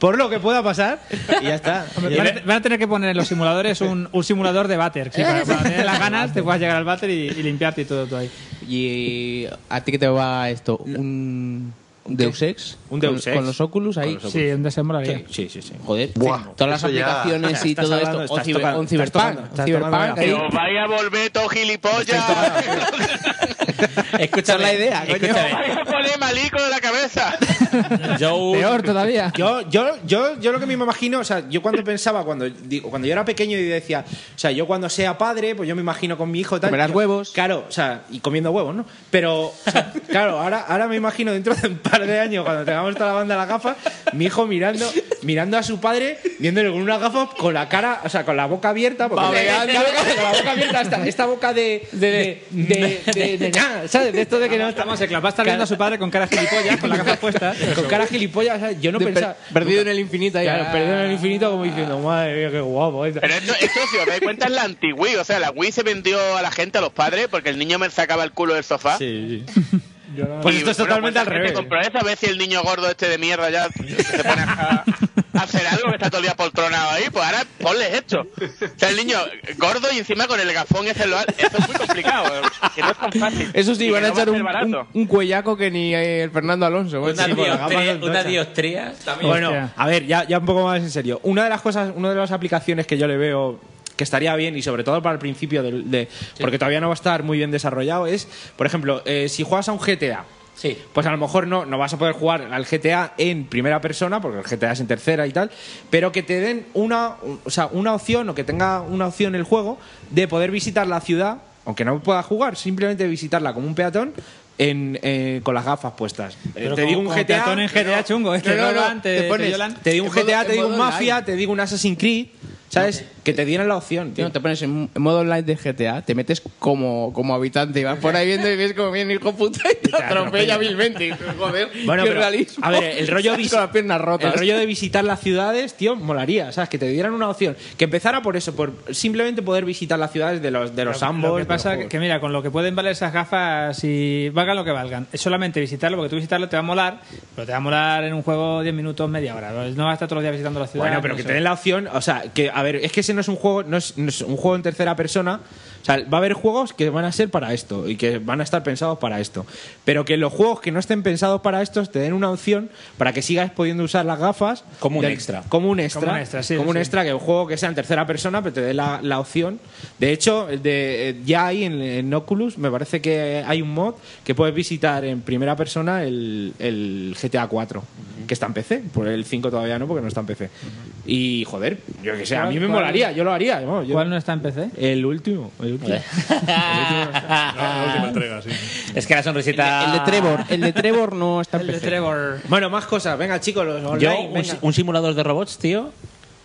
por lo que pueda pasar, y ya está. Y-
Van a, van a tener que poner en los simuladores un, un simulador de váter. sí, para, para tener las ganas, te puedas llegar al váter y, y limpiarte y todo, todo ahí.
Y a ti que te va esto, un Deus Ex,
Un Deus
con,
Ex.
con los Oculus ahí.
Con los Oculus. Sí, un Deus Ex molaría.
Sí, sí, sí. Joder,
Buah,
sí, todas las
eso ya-
aplicaciones y
Estás
todo
hablando,
esto, o
estás
ciber-
tocando,
un
estás
Cyberpunk,
tocando, estás
Cyberpunk,
Que
ahí.
os vais a volver todos gilipollas.
Escucha la idea, coño.
Os vais a poner malico de la cabeza.
Yo,
Peor todavía.
Yo, yo, yo, yo lo que me imagino, o sea, yo cuando pensaba, cuando digo, cuando yo era pequeño y decía, o sea, yo cuando sea padre, pues yo me imagino con mi hijo tal.
Comerás
yo- Claro, o sea, y comiendo huevos, ¿no? Pero, o sea, claro, ahora, ahora me imagino dentro de un par de años, cuando tengamos toda la banda a la gafa, mi hijo mirando, mirando a su padre, viéndole con una gafa con la cara, o sea, con la boca abierta, porque
Babeando.
Claro, claro, con la boca abierta, esta, esta boca de. de. de. de. de- de- ah, ¿Sabes? De esto de que no estamos
en Va a estar viendo a su padre con cara gilipollas, con la gafa puesta.
con cara gilipollas, o sea, yo no pensaba.
Perdido en el infinito. ahí.
Claro, perdido en el infinito como diciendo, madre mía, qué guapo. esto".
Pero
este
esto, esto, si os dais cuenta, es la anti Wii. O sea, la Wii se vendió a la gente, a los padres, porque el niño me sacaba el culo del sofá.
Sí,
Pues
Pues
Y,
pues
bueno, ¿cuánta gente compró eso? a ver si el niño gordo este de mierda ya se pone a, a hacer algo que está todo el día poltronado ahí. pues ahora ponles esto. O sea, el niño gordo y encima con el gafón ese lo ha- Eso es muy complicado. que no es tan fácil.
Eso sí,
Y que
van a
no va
echar
ser
un,
barato.
un- un cuellaco que ni eh, el Fernando Alonso.
Pues
Una
macho.
dioptría- una
dioptría
también.
Bueno,
Hostia.
a ver, ya, ya un poco más en serio. Una de las cosas, una de las aplicaciones que yo le veo que estaría bien y sobre todo para el principio del- de, porque todavía no va a estar muy bien desarrollado es, por ejemplo, eh, si juegas a un GTA.
Sí.
Pues a lo mejor no, no vas a poder jugar al GTA en primera persona, porque el GTA es en tercera y tal, pero que te den una, o sea, una opción o que tenga una opción el juego de poder visitar la ciudad, aunque no pueda jugar, simplemente visitarla como un peatón en, eh, con las gafas puestas. Eh,
Pero
te
como-
digo un
como
GTA.
peatón en GTA chungo, ¿eh? Te roban, te- te
pones-
violan.
te digo un
En modo-
GTA, te
en
digo un
modo
Mafia,
online.
te digo un Assassin's Creed, ¿sabes? que te dieran la opción.
Tío, te pones en en modo online de GTA, te metes como, como habitante y vas por ahí viendo y ves como viene el hijo puta y te atropella vilmente. Joder,
Bueno,
qué
pero,
realismo.
a ver, el rollo,
Sales
vis-
con las piernas rotas.
el rollo de visitar las ciudades, tío, molaría, ¿sabes? Que te dieran una opción. Que empezara por eso, por simplemente poder visitar las ciudades de los, de los
Lo-
ambos.
Lo que pasa que, que mira, con lo que pueden valer esas gafas, y valgan lo que valgan, es solamente visitarlo, porque tú visitarlo te va a molar, pero te va a molar en un juego 10 minutos, media hora. No vas a estar todos los días visitando la ciudad.
Bueno, pero
no
que
sé.
te den la opción, o sea, que a ver, es que ese no es un juego, no es, no es un juego en tercera persona. O sea, va a haber juegos que van a ser para esto y que van a estar pensados para esto. Pero que los juegos que no estén pensados para esto te den una opción para que sigas pudiendo usar las gafas
Como un extra.
Como un extra.
Como un extra, sí,
Como un
sí.
extra, que un juego que sea en tercera persona, pero te dé la, la opción. De hecho, el de, eh, ya hay en, en Oculus, me parece que hay un mod que puedes visitar en primera persona el, el GTA 4, que está en PC. Por el 5 todavía no, porque no está en PC. Y joder, yo que sé, a mí me
¿Cuál-
molaría, yo lo haría. vamos, yo-
¿Cuál no está en PC?
El último, el último.
Ah.
Ah,
Es que la sonrisita.
El de- el de Trevor,
el de Trevor no está
El de Trevor. Bueno, más cosas, venga chicos, los online,
Yo, un,
venga.
un simulador de robots, tío.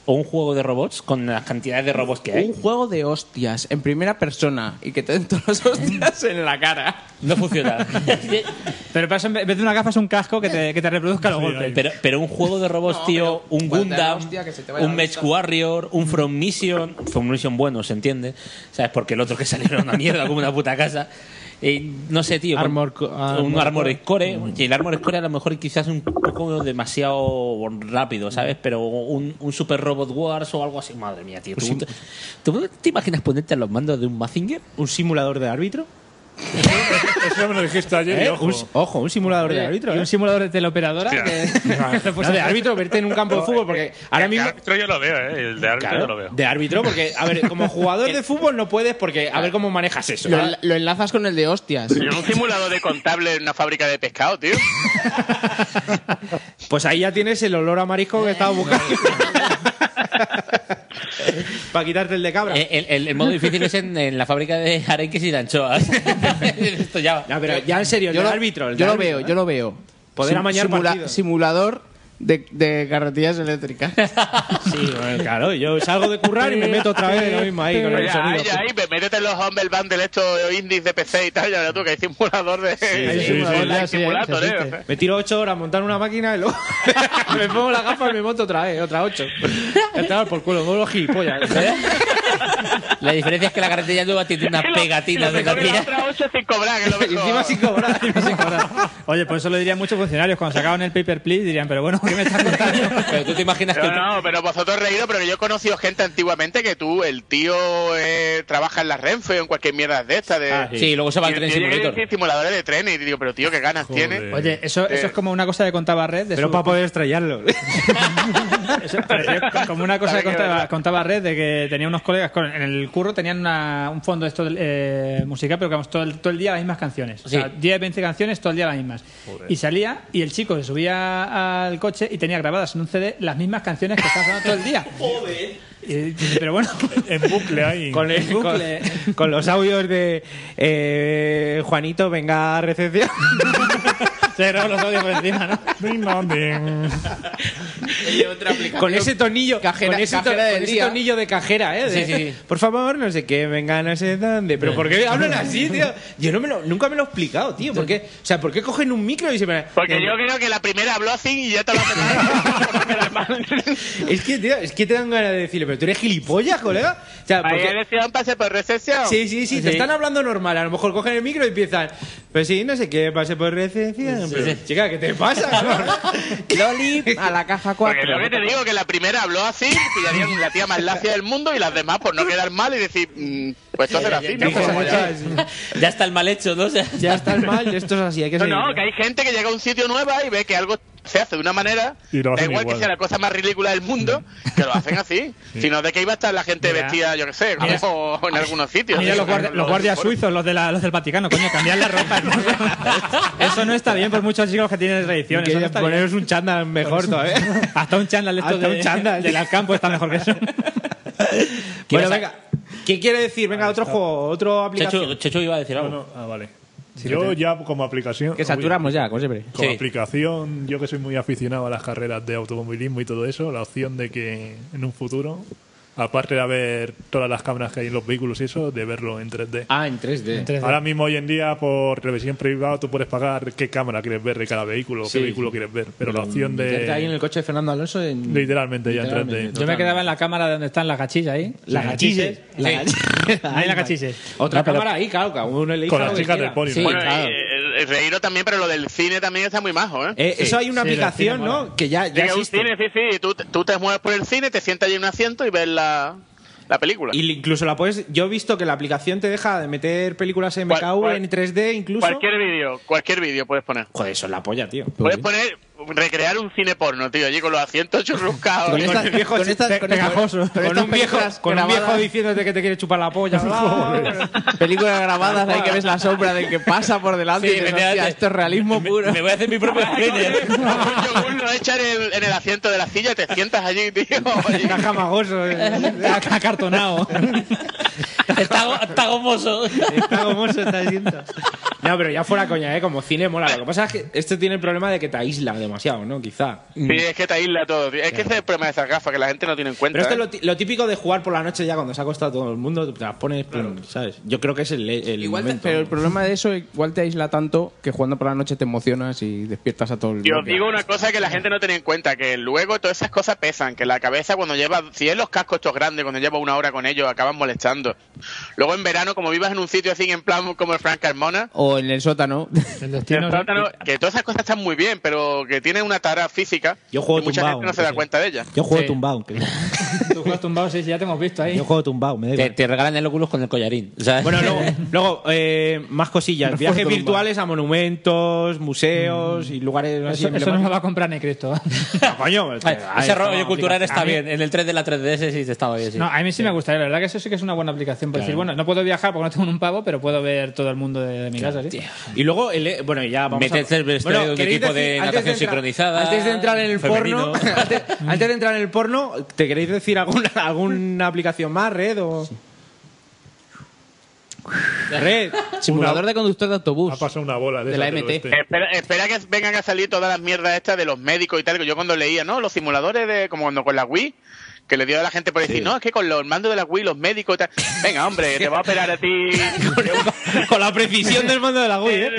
O un juego de robots con las cantidades de robots que hay.
Un juego de hostias en primera persona y que te den todas las hostias en la cara.
No funciona.
Pero para eso, en vez de una gafa, es un casco que te, que te reproduzca los golpes.
Pero, pero un juego de robots, tío, un
cuando te da la
Gundam,
hostia, que se te vaya
un
la
Mech
vista. Mm.
Warrior, un From Mission. From Mission bueno, se entiende. ¿Sabes? Porque el otro que salió era una mierda como una puta casa. Eh, no sé, tío. con-
Armor Co-
un
Armor
Armored Core.
Core. Mm.
Y el Armored Core a lo mejor quizás un poco demasiado rápido, ¿sabes? Pero un, un Super Robot Wars o algo así. Madre mía, tío. ¿Tú,
Un sim-
tú- te imaginas ponerte a los mandos de un Mazinger?
¿Un simulador de árbitro?
Eso me lo dijiste ayer y
¿Eh?
ojo.
Un si- ojo, un simulador de ¿eh?
Oye,
árbitro.
y un
simulador de teleoperadora.
no, de árbitro, verte en un campo de
eh,
fútbol, porque ahora mismo.
árbitro yo lo veo, ¿eh? El de árbitro yo lo veo.
De árbitro, porque, a ver, como jugador de fútbol no puedes, porque a ver cómo manejas eso.
Lo, enla- lo enlazas con el de hostias.
Yo un simulador de contable en una fábrica de pescado, tío.
Pues ahí ya tienes el olor a marisco que estabas buscando. Para quitarte el de cabra.
Eh, El, el- el modo difícil es en, en la fábrica de arenques y de anchoas. Esto ya.
No, pero ya en serio, el
yo
del
lo-
árbitro. el
yo
del
lo
árbitro,
veo,
¿eh?
yo lo veo.
Poder amañar partidos.
Simulador de, de carretillas eléctricas.
Sí, bueno, claro, yo salgo de currar y me meto otra vez en lo mismo ahí con el
Oye,
sonido.
ahí, ahí, ve, métete en los Humble Bundle estos indies de PC y tal, ya verás tú que hay simulador de...
Ahí
de-
simulador,
de-
ya,
de
sí,
simulator,
sí,
eh,
sí,
o sea.
sí. Me tiro ocho horas montando una máquina y luego me pongo la gafa y me monto otra vez, otra ocho. Ya te vas por culo, me vuelvo gilipollas. ¿eh?
La diferencia es que la carretilla nueva tiene una pegatina de capilla.
Encima sin cobrar.
Oye, por eso lo dirían muchos funcionarios. Cuando sacaban el paper please dirían, pero bueno, ¿qué me estás contando?
Pero tú te imaginas
No, no, pero vosotros reído, pero yo he conocido gente antiguamente que tú, el tío eh, trabaja en la Renfe o en cualquier mierda de esta. De,
Ah, sí. Sí, luego se va al
Y el
tren
tío llega y
simulator.
dice, simuladores de tren y digo, pero tío, qué ganas tiene.
Oye, eso, eso
Eh,
es como una cosa que contaba Red. De
Pero
su-
para poder estrellarlo.
Eso pareció como una cosa que contaba, contaba Red de que tenía unos colegas con- en el curro tenían una- un fondo de esto del, eh, musical pero que vamos todo el, todo el día las mismas canciones o sea
Sí.
10 20 canciones todo el día las mismas y salía y el chico se subía al coche y tenía grabadas en un CD las mismas canciones que estaban sonando todo el día Y- Eh, pero bueno pues,
en bucle ahí
Con, el-
En bucle.
con- con los audios de eh, Juanito, venga a recepción.
Se graban los audios por encima, ¿no?
Con ese tornillo,
Cajera-
con ese, to-
cajera del
con ese
día.
tornillo de cajera, ¿eh? De,
Sí, sí, sí.
Por favor, no sé qué, venga, no sé dónde. Pero ¿por qué hablan así, tío? Yo no me lo- nunca me lo he explicado, tío. ¿Por qué? O sea, ¿por qué cogen un micro y se me...
Porque yo creo que la primera habló así y ya te lo
es que, tío, es que te dan ganas de decirle, pero tú eres gilipollas, colega. O sea,
Ahí han decidido un pase por recesión.
Sí, sí, sí, te están hablando normal. A lo mejor cogen el micro y empiezan. Pues sí, no sé qué, pase por recepción.
Sí,
Pero,
sí.
Chica, ¿qué te pasa? Loli, a la caja
Porque lo que te digo que la primera habló así, pillaría la tía más lacia del mundo y las demás por no quedar mal y decir, mm, pues tú haces así, ¿no? Pues como ya.
Ya está el mal hecho, ¿no? O sea,
ya está el mal, esto es así, hay que
No,
seguir.
no, que hay gente que llega a un sitio nueva y ve que algo se hace de una manera,
Y lo
da
hacen
igual,
igual.
que sea la cosa más ridícula del mundo, que lo hacen así.
Sí.
Sino de que iba a estar la gente
Mira.
vestida, yo qué sé,
Mira.
como en algunos sitios.
Mira los, guardia- los guardias
Bueno,
suizos, los, de la- los del Vaticano, coño, cambiar la ropa. Eso no está bien por muchos chicos que tienen tradición. Eso no
Quería
está
poneros
bien.
un chándal mejor todavía.
Hasta un chándal de estos
Hasta
de-
un chándal.
del Alcampo está mejor que eso.
Bueno, venga. ¿Qué quiere decir? Venga, otro juego, otro aplicación.
iba a decir
algo. ah, vale. yo ya como aplicación...
Que saturamos ya, como siempre.
Como aplicación, yo que soy muy aficionado a las carreras de automovilismo y todo eso, la opción de que en un futuro, aparte de ver todas las cámaras que hay en los vehículos y eso, de verlo en 3D.
Ah, en 3D.
Ahora mismo, hoy en día, por televisión privada, tú puedes pagar qué cámara quieres ver de cada vehículo,
Sí,
qué vehículo
sí.
quieres ver. Pero la opción
Meterte ahí en
de.
el coche de Fernando Alonso en...
Literalmente, ya en
Literalmente,
3D.
Yo me quedaba en la cámara de donde están las gachillas ahí.
Las gachiches.
Sí.
Las gachiches.
Ahí las gachiches.
Otra
No, pero-
cámara ahí, claro, cada uno elige lo que quiera.
bueno, y, eh, eh, reíros también, pero lo del cine también está muy majo, ¿eh?
Eh, Eso hay una aplicación, ¿no? Que ya, ya
Llega un
existe.
cine, sí, sí, tú, te- tú te mueves por el cine, te sientas allí en un asiento y ves la, la película.
Y incluso la puedes. Yo he visto que la aplicación te deja de meter películas en
Cual-
MKV
cual-
en 3D, incluso.
Cualquier vídeo, cualquier vídeo puedes poner.
Joder, eso es la polla, tío.
Puedes poner, recrear un cine porno, tío, allí con los asientos churruscados.
Ah, Con estas viejos- con estas- con-
pegajosos.
con un viejo- con un viejo diciéndote que te quiere chupar la polla.
Películas grabadas, hay que ves la sombra del que pasa por delante y
Sí,
dices,
efectivamente.
"Hostia, esto es realismo puro.
Me voy a hacer mi propio
Un yogur lo echan en el, en el asiento de la silla, te sientas allí, tío. allí.
Cajamagoso. Acartonado.
está, está gomoso.
Está gomoso, está diciendo. No, pero ya fuera coña, ¿eh? Como cine mola. Lo que pasa es que este tiene el problema de que te aísla demasiado, ¿no? Quizá.
Sí, es que te aísla todo, tío. Es que ese es el problema de esas gafas que la gente no tiene en cuenta.
Pero esto
¿eh?
es lo, ti- lo típico de jugar por la noche ya cuando se ha acostado todo el mundo, te las pones, plum, ¿sabes? Yo creo que es el, el
Igual te-
momento.
pero el problema de eso, igual te aísla tanto que jugando por la noche te emocionas y despiertas a todo el
Y os
bloque.
digo una cosa que la gente no tiene en cuenta, que luego todas esas cosas pesan, que la cabeza cuando lleva, si es los cascos estos grandes, cuando lleva una hora con ellos, acaban molestando. Luego en verano, como vivas en un sitio así en plan como el Frank Carmona,
O en el sótano.
el plátano, que todas esas cosas están muy bien, pero que tienen una tara física
Yo juego
que mucha
tumbado,
gente no se da
sí.
cuenta de ella.
Yo juego tumbado.
Tú juegas tumbado, sí, sí, ya te hemos visto ahí.
Yo juego tumbado, me da
Te,
igual.
te regalan el óculos con el collarín. ¿sabes?
Bueno, luego, luego eh, más cosillas. Viajes
tumbado.
virtuales a monumentos, museos y lugares así
Eso, eso no
emblemáticos.
lo va a comprar ni Cristo.
No, coño, este, es que-
Ay,
ahí
ese
está
rollo
la
cultural
aplicación.
está
A mí-
bien. En el 3 de la 3DS sí estaba bien. Sí.
No, a mí sí, me gustaría, la verdad que eso sí que es una buena aplicación. Por
Claro.
decir, bueno, no puedo viajar porque no tengo un pavo, pero puedo ver todo el mundo de, de mi casa, ¿sí?
Y luego, el, eh, bueno, ya vamos
Meterse
a...
el vestuario de un
¿queréis
equipo de
antes
natación
entrar-
sincronizada,
Antes de entrar en el
femenino?
porno, antes, antes de entrar en el porno, ¿te queréis decir alguna, alguna aplicación más, Red? O... Red.
Simulador de conductor de autobús.
Ha pasado una bola de,
De la
esas del
MT.
oeste.
Espera, espera que vengan a salir todas las mierdas estas de los médicos y tal, que yo cuando leía, ¿no? Los simuladores de, como cuando con la Wii, que le dio a la gente por decir, no, es que con los mandos de la Wii, los médicos y tal. Venga, hombre, te va a operar a ti.
Con la precisión del mando de la Wii, ¿eh?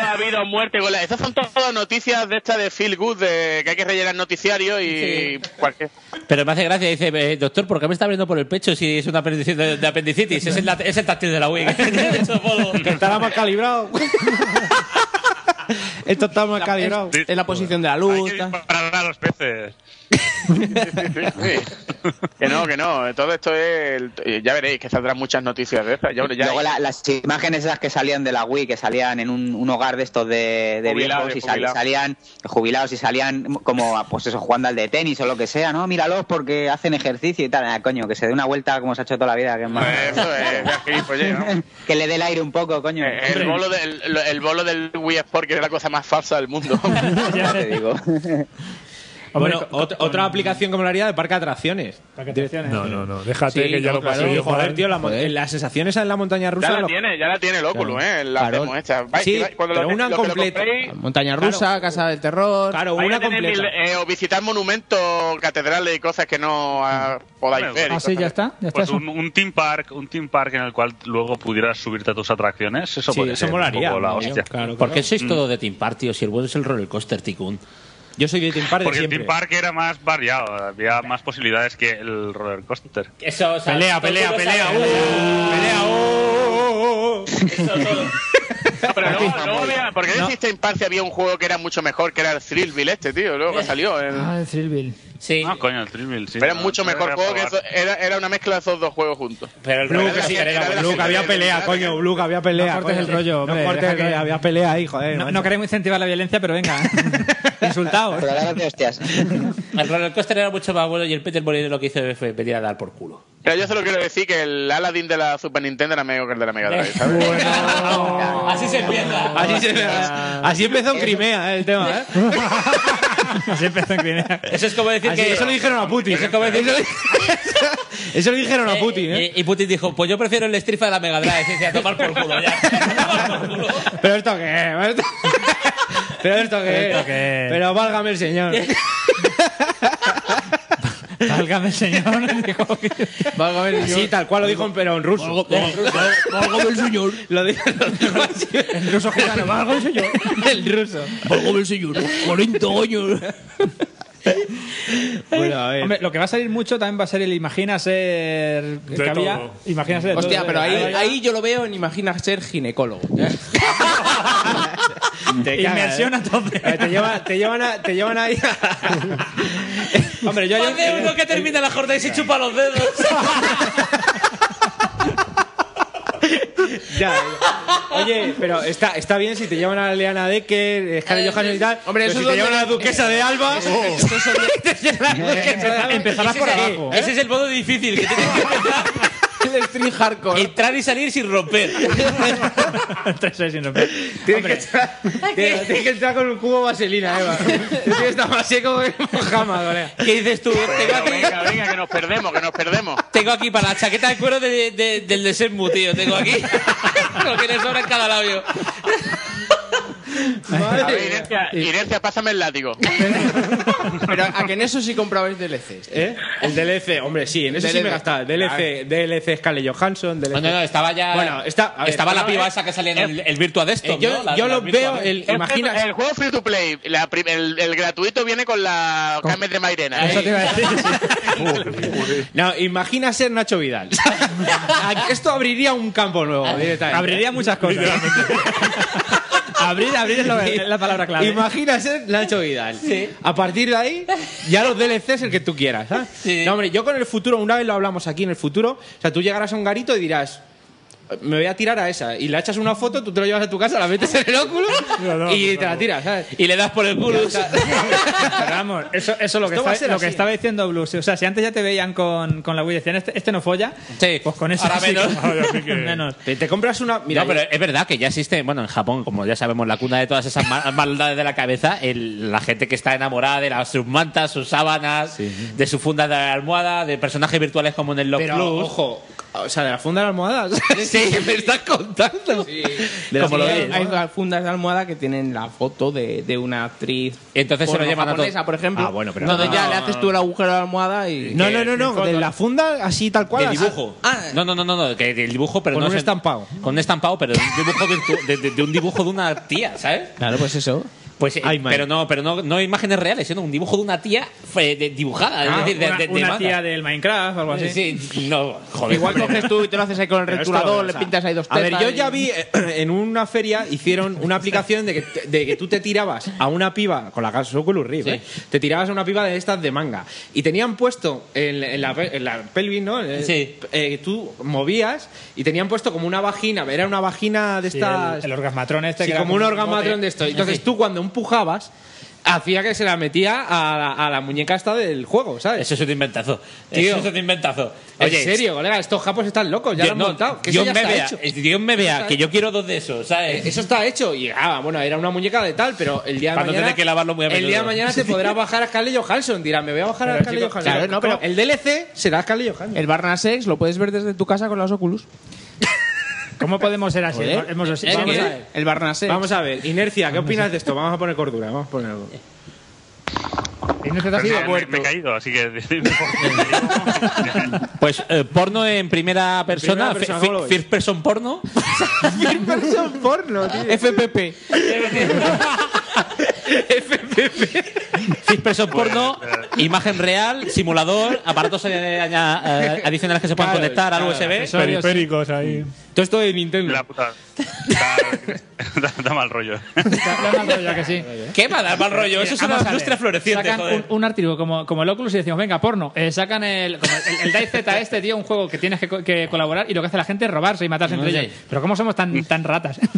ha habido muerte. Con la... Esas son todas noticias de estas de Feel Good, de que hay que rellenar noticiario y cualquier.
Pero me hace gracia, dice, eh, doctor, ¿por qué me está abriendo por el pecho si es una apendicitis? De, de apendicitis? Es, el, la- es el táctil de la Wii.
Que estará más calibrado. Esto está más calibrado.
Es la posición de la luz. tal.
Para a los peces.
Que no, que no. Todo esto es. el- Ya veréis que saldrán muchas noticias de estas. Ya, ya-
Luego la- las imágenes esas que salían de la Wii, que salían en un, un hogar de estos de, de
Jubilados,
viejos y
de
sal-
jubilados.
salían jubilados y salían como, ah, pues eso, jugando al de tenis o lo que sea, ¿no? Míralos porque hacen ejercicio y tal. Ah, coño, que se dé una vuelta como se ha hecho toda la vida. Que, es más-
Eso es, ya, gilipollez, vamos.
que le dé el aire un poco, coño.
El bolo, del, el- el bolo del Wii Sport, que es la cosa más falsa del mundo.
Ya te digo.
Bueno, ot- otra aplicación que molaría de parque de atracciones.
No, no, no. Déjate
Sí,
que ya
no,
lo
claro.
pasé yo.
Joder,
Juan.
tío, la, mo- la sensación esa en la montaña rusa.
Ya la
lo-
tiene, ya la tiene el Oculus,
Claro.
¿eh? La
Claro.
demo esta. Vais-
Sí,
vais- cuando lo
pero
te-
una
lo que lo
completa.
compréis,
Montaña rusa, casa del terror.
Claro,
vais a tener mil- eh, o visitar monumentos, catedrales y cosas que no ah, podáis
Bueno,
ver. y
ah, sí,
cosas
ya
así.
está, ya está
Pues
eso.
un, un team park, un team park en el cual luego pudieras subirte a tus atracciones, eso
Sí,
podría
eso
ser un
molaría,
poco la
molaría,
hostia. Mm.
¿Por qué sois todo de Team Party? O si el bueno es el roller coaster Tycoon.
Yo soy de Team Park de
Porque
siempre.
el Team Park era más variado, había más posibilidades que el roller coaster.
Eso, o sea,
Pelea,
todo el
pelea,
mundo
pelea, uh,
sabe-
Oh, No, pero luego- luego había- ¿Por qué decís que en parte había un juego que era mucho mejor, que era el Thrillville este, tío? Luego que salió. el-
Ah, el Thrillville.
Sí.
Ah, coño, el Thrillville, sí.
Pero
No,
era mucho
no
mejor
era
juego que
probar.
eso- era, era una mezcla de esos dos juegos juntos.
Pero el
Blue, que sí,
era
era
la
Blue, que había
siguiente.
pelea, coño, Blue, que había pelea.
No cortes
coño.
el rollo,
No
hombre,
cortes
deja
que
que-
había pelea ahí, joder.
No,
macho.
no queremos incentivar la violencia, pero venga. Insultados.
Pero agárrate hostias.
El roller coaster era mucho más bueno y el Peter Molyneux lo que hizo fue venir a dar por culo.
Pero yo solo quiero decir que el Aladdin de la Super Nintendo era mejor que el de la Mega Drive, ¿sabes?
Así se empieza.
Así, se- así empezó en Crimea eh, el tema, ¿eh?
Así empezó en Crimea.
Eso es como decir
Así-
que.
Eso lo dijeron a Putin.
Eso es como decir.
Eso lo dijeron a Putin, ¿eh?
Y Putin dijo: Pues yo prefiero el Strifa de la Mega Drive. Y dice, a tomar por culo ya.
Pero esto qué es, ¿Esto- pero esto qué
Pero
es?
esto qué es.
pero válgame el señor.
Válgame el señor.
válgame el señor. Sí, tal cual lo dijo en, pero en ruso. Válgame el señor. Lo dijo
El ruso gitano. Válgame el señor.
el ruso. Válgame el señor. 40 años. Bueno, a ver.
Hombre, lo que va a salir mucho también va a ser el Imagina ser. que
De
había.
todo.
Imagina ser de
Hostia,
todo.
pero ahí-
Había-
Ahí yo lo veo en Imagina ser ginecólogo.
Te cagas,
Inmersión
¿eh?
a tope.
Eh, Te llevan, te llevan, a- te llevan ahí.
Hombre, yo Hace uno que termina la jornada y se chupa los dedos.
Ya, ya. Oye, pero está, está bien si te llaman a Leana Decker, eh, Scarlett Johansson y tal.
Hombre,
pero
eso
si
es
te
donde-
llaman a la duquesa de Alba.
Eso sería-
te llaman a la duquesa de Alba.
Empezarás por
Ese es-
abajo.
Ese es el modo difícil que tienes que empezar.
El stream hardcore.
Entrar y salir sin romper.
Tres, seis, sin romper.
Tienes que, entrar, tienes- tienes que entrar con un cubo de vaselina, Eva. El tío está más seco que Mojama, colega.
¿Qué dices tú? Tengo
Pero
aquí,
venga, venga, que nos perdemos, que nos perdemos.
tengo aquí para la chaqueta de cuero de- de- del de Semu, tío. Tengo aquí lo que le sobra en cada labio.
A ver, inercia, Inercia, pásame el látigo.
Pero a que en eso sí comprabais DLCs.
¿Eh? El DLC, hombre, sí, en eso sí
DLC.
me gastaba. DLC, DLC Scarlett Johansson, DLC.
Ah. No, no, no, estaba ya.
Bueno, está, a ver,
estaba la
no,
piba
eh,
esa que salía en el, el Virtua Desktop.
eh, yo-
¿no? La-
yo
la
lo
Virtua
veo,
Desktop.
el- imagina-
El juego free to play, la prim- el, el gratuito viene con la Carmen de Mairena.
¿eh?
¿eh?
Eso te iba a decir. No, imagina ser Nacho Vidal. Esto abriría un campo nuevo directamente.
Abriría muchas cosas. abrir, abrir es la, es la palabra clave.
Imagina ser Nacho Vidal. A partir de ahí, ya los DLCs el que tú quieras. ¿sabes? No, hombre, yo con el futuro, una vez lo hablamos aquí en el futuro, o sea, tú llegarás a un garito y dirás. Me voy a tirar a esa. Y le echas una foto, tú te la llevas a tu casa, la metes en el óculo y te la tiras, ¿sabes?
Y le das por el culo.
Pero vamos, eso, eso es lo, que,
Esto va
está-
a ser
lo
así.
que estaba diciendo Blues. O sea, si antes ya te veían con, con la Wii y decían, este, este no folla,
Sí,
pues con eso
ahora
sí que-
menos.
ahora sí que- menos.
Te, te compras una. Mira,
no, pero es verdad que ya existe, bueno, en Japón, como ya sabemos, la cuna de todas esas ma- maldades de la cabeza, el- la gente que está enamorada de las, sus mantas, sus sábanas, de su funda de almohada, de personajes virtuales como en el Lock
Pero,
Plus.
ojo, o sea, de la funda de la almohada. ¿sabes?
Sí.
¿Qué me estás contando?
De
Como lo
hay,
veis.
hay fundas de almohada que tienen la foto de, de una actriz.
Entonces se lo
porno
llevan a todo.
japonesa, por ejemplo.
Ah, bueno, pero-
Donde ya
no.
le haces tú el agujero a la almohada y.
No, no, no, no, de la funda así tal cual.
De
así.
dibujo. no, no, no, no, no, que de dibujo, pero
Ah, Con
no
un
es el-
estampado.
Con un estampado, pero de un dibujo virtu- de, de- de un dibujo de una tía, ¿sabes?
Claro, pues eso.
Pues, eh,
Ay, madre.
pero no, pero no, no imágenes reales, sino un dibujo de una tía eh, de- dibujada, es
Ah,
decir, de,
una,
de- de
una
manga.
tía del Minecraft o algo así.
Sí, no, joder.
Igual
hombre,
coges tú y te lo haces ahí con el
Pero esto lo
retulador,
veo,
le
o sea,
pintas ahí dos
A
tetas.
ver, yo ya
y-
vi eh, en una feria hicieron una aplicación de que, te- de que tú te tirabas a una piba con la Gas Oculus Rift, ¿eh? te tirabas a una piba de estas de manga y tenían puesto en, en la, pe- en la pelvis, ¿no? Eh,
Sí.
eh, tú movías y tenían puesto como una vagina, era una vagina de
Sí,
estas
el, el orgasmatrón este
Sí,
que era
como un
bote.
orgamatrón de esto. Entonces
Sí.
tú cuando empujabas, hacía que se la metía a la, a la muñeca esta del juego, ¿sabes?
Eso es un inventazo.
Tío.
Eso es un inventazo.
en serio, colega, estos japos están locos, ya
Dios,
lo han
no,
montado. Que eso
Dios
ya
me
está
vea,
hecho.
eh, Dios me
Eso
vea,
está
que yo quiero dos de esos, ¿sabes?
Eh, Eso está hecho. Y ah, bueno, era una muñeca de tal, pero el día de
Para no
mañana.
tener que lavarlo muy a
el
menudo.
día de mañana te podrás bajar a Scarlett Johansson. Dirán, me voy a bajar a
Pero,
Scarlett
chicos,
Johansson.
claro, no, pero-
El DLC eh, será Scarlett Johansson.
El Barnasex lo puedes ver desde tu casa con las Oculus.
¿Cómo podemos ser así?
Joder.
Hemos- hemos-
Eh,
vamos
eh,
a-
ver.
El Barnasex.
Vamos a ver, Inercia, ¿qué opinas de esto? Vamos a poner cordura, vamos a poner algo. Pues
Pero me- me, me he caído, así que decidme.
Pues eh, porno en primera persona,
primera persona,
fi-
¿cómo lo
fi-
ves?
first person porno.
Person porno, tío.
FPP.
Seis presos porno, imagen real, simulador, aparatos eh, aña- eh, adicionales que se puedan
Claro,
conectar al
claro,
USB.
accesorios. Periféricos ahí.
Todo esto de Nintendo.
La puta. Da, da- da mal rollo.
¿Qué va a dar mal rollo? Eso es una
Vamos a ver.
industria floreciente,
Sacan
joder.
un, un artículo como, como el Oculus y decimos, venga, porno. Eh, sacan el, como el, el DayZ este, tío, un juego que tienes que, co- que colaborar y lo que hace la gente es robarse y matarse
No,
entre
ya,
ellos. Pero ¿cómo somos tan, tan ratas?
Eh,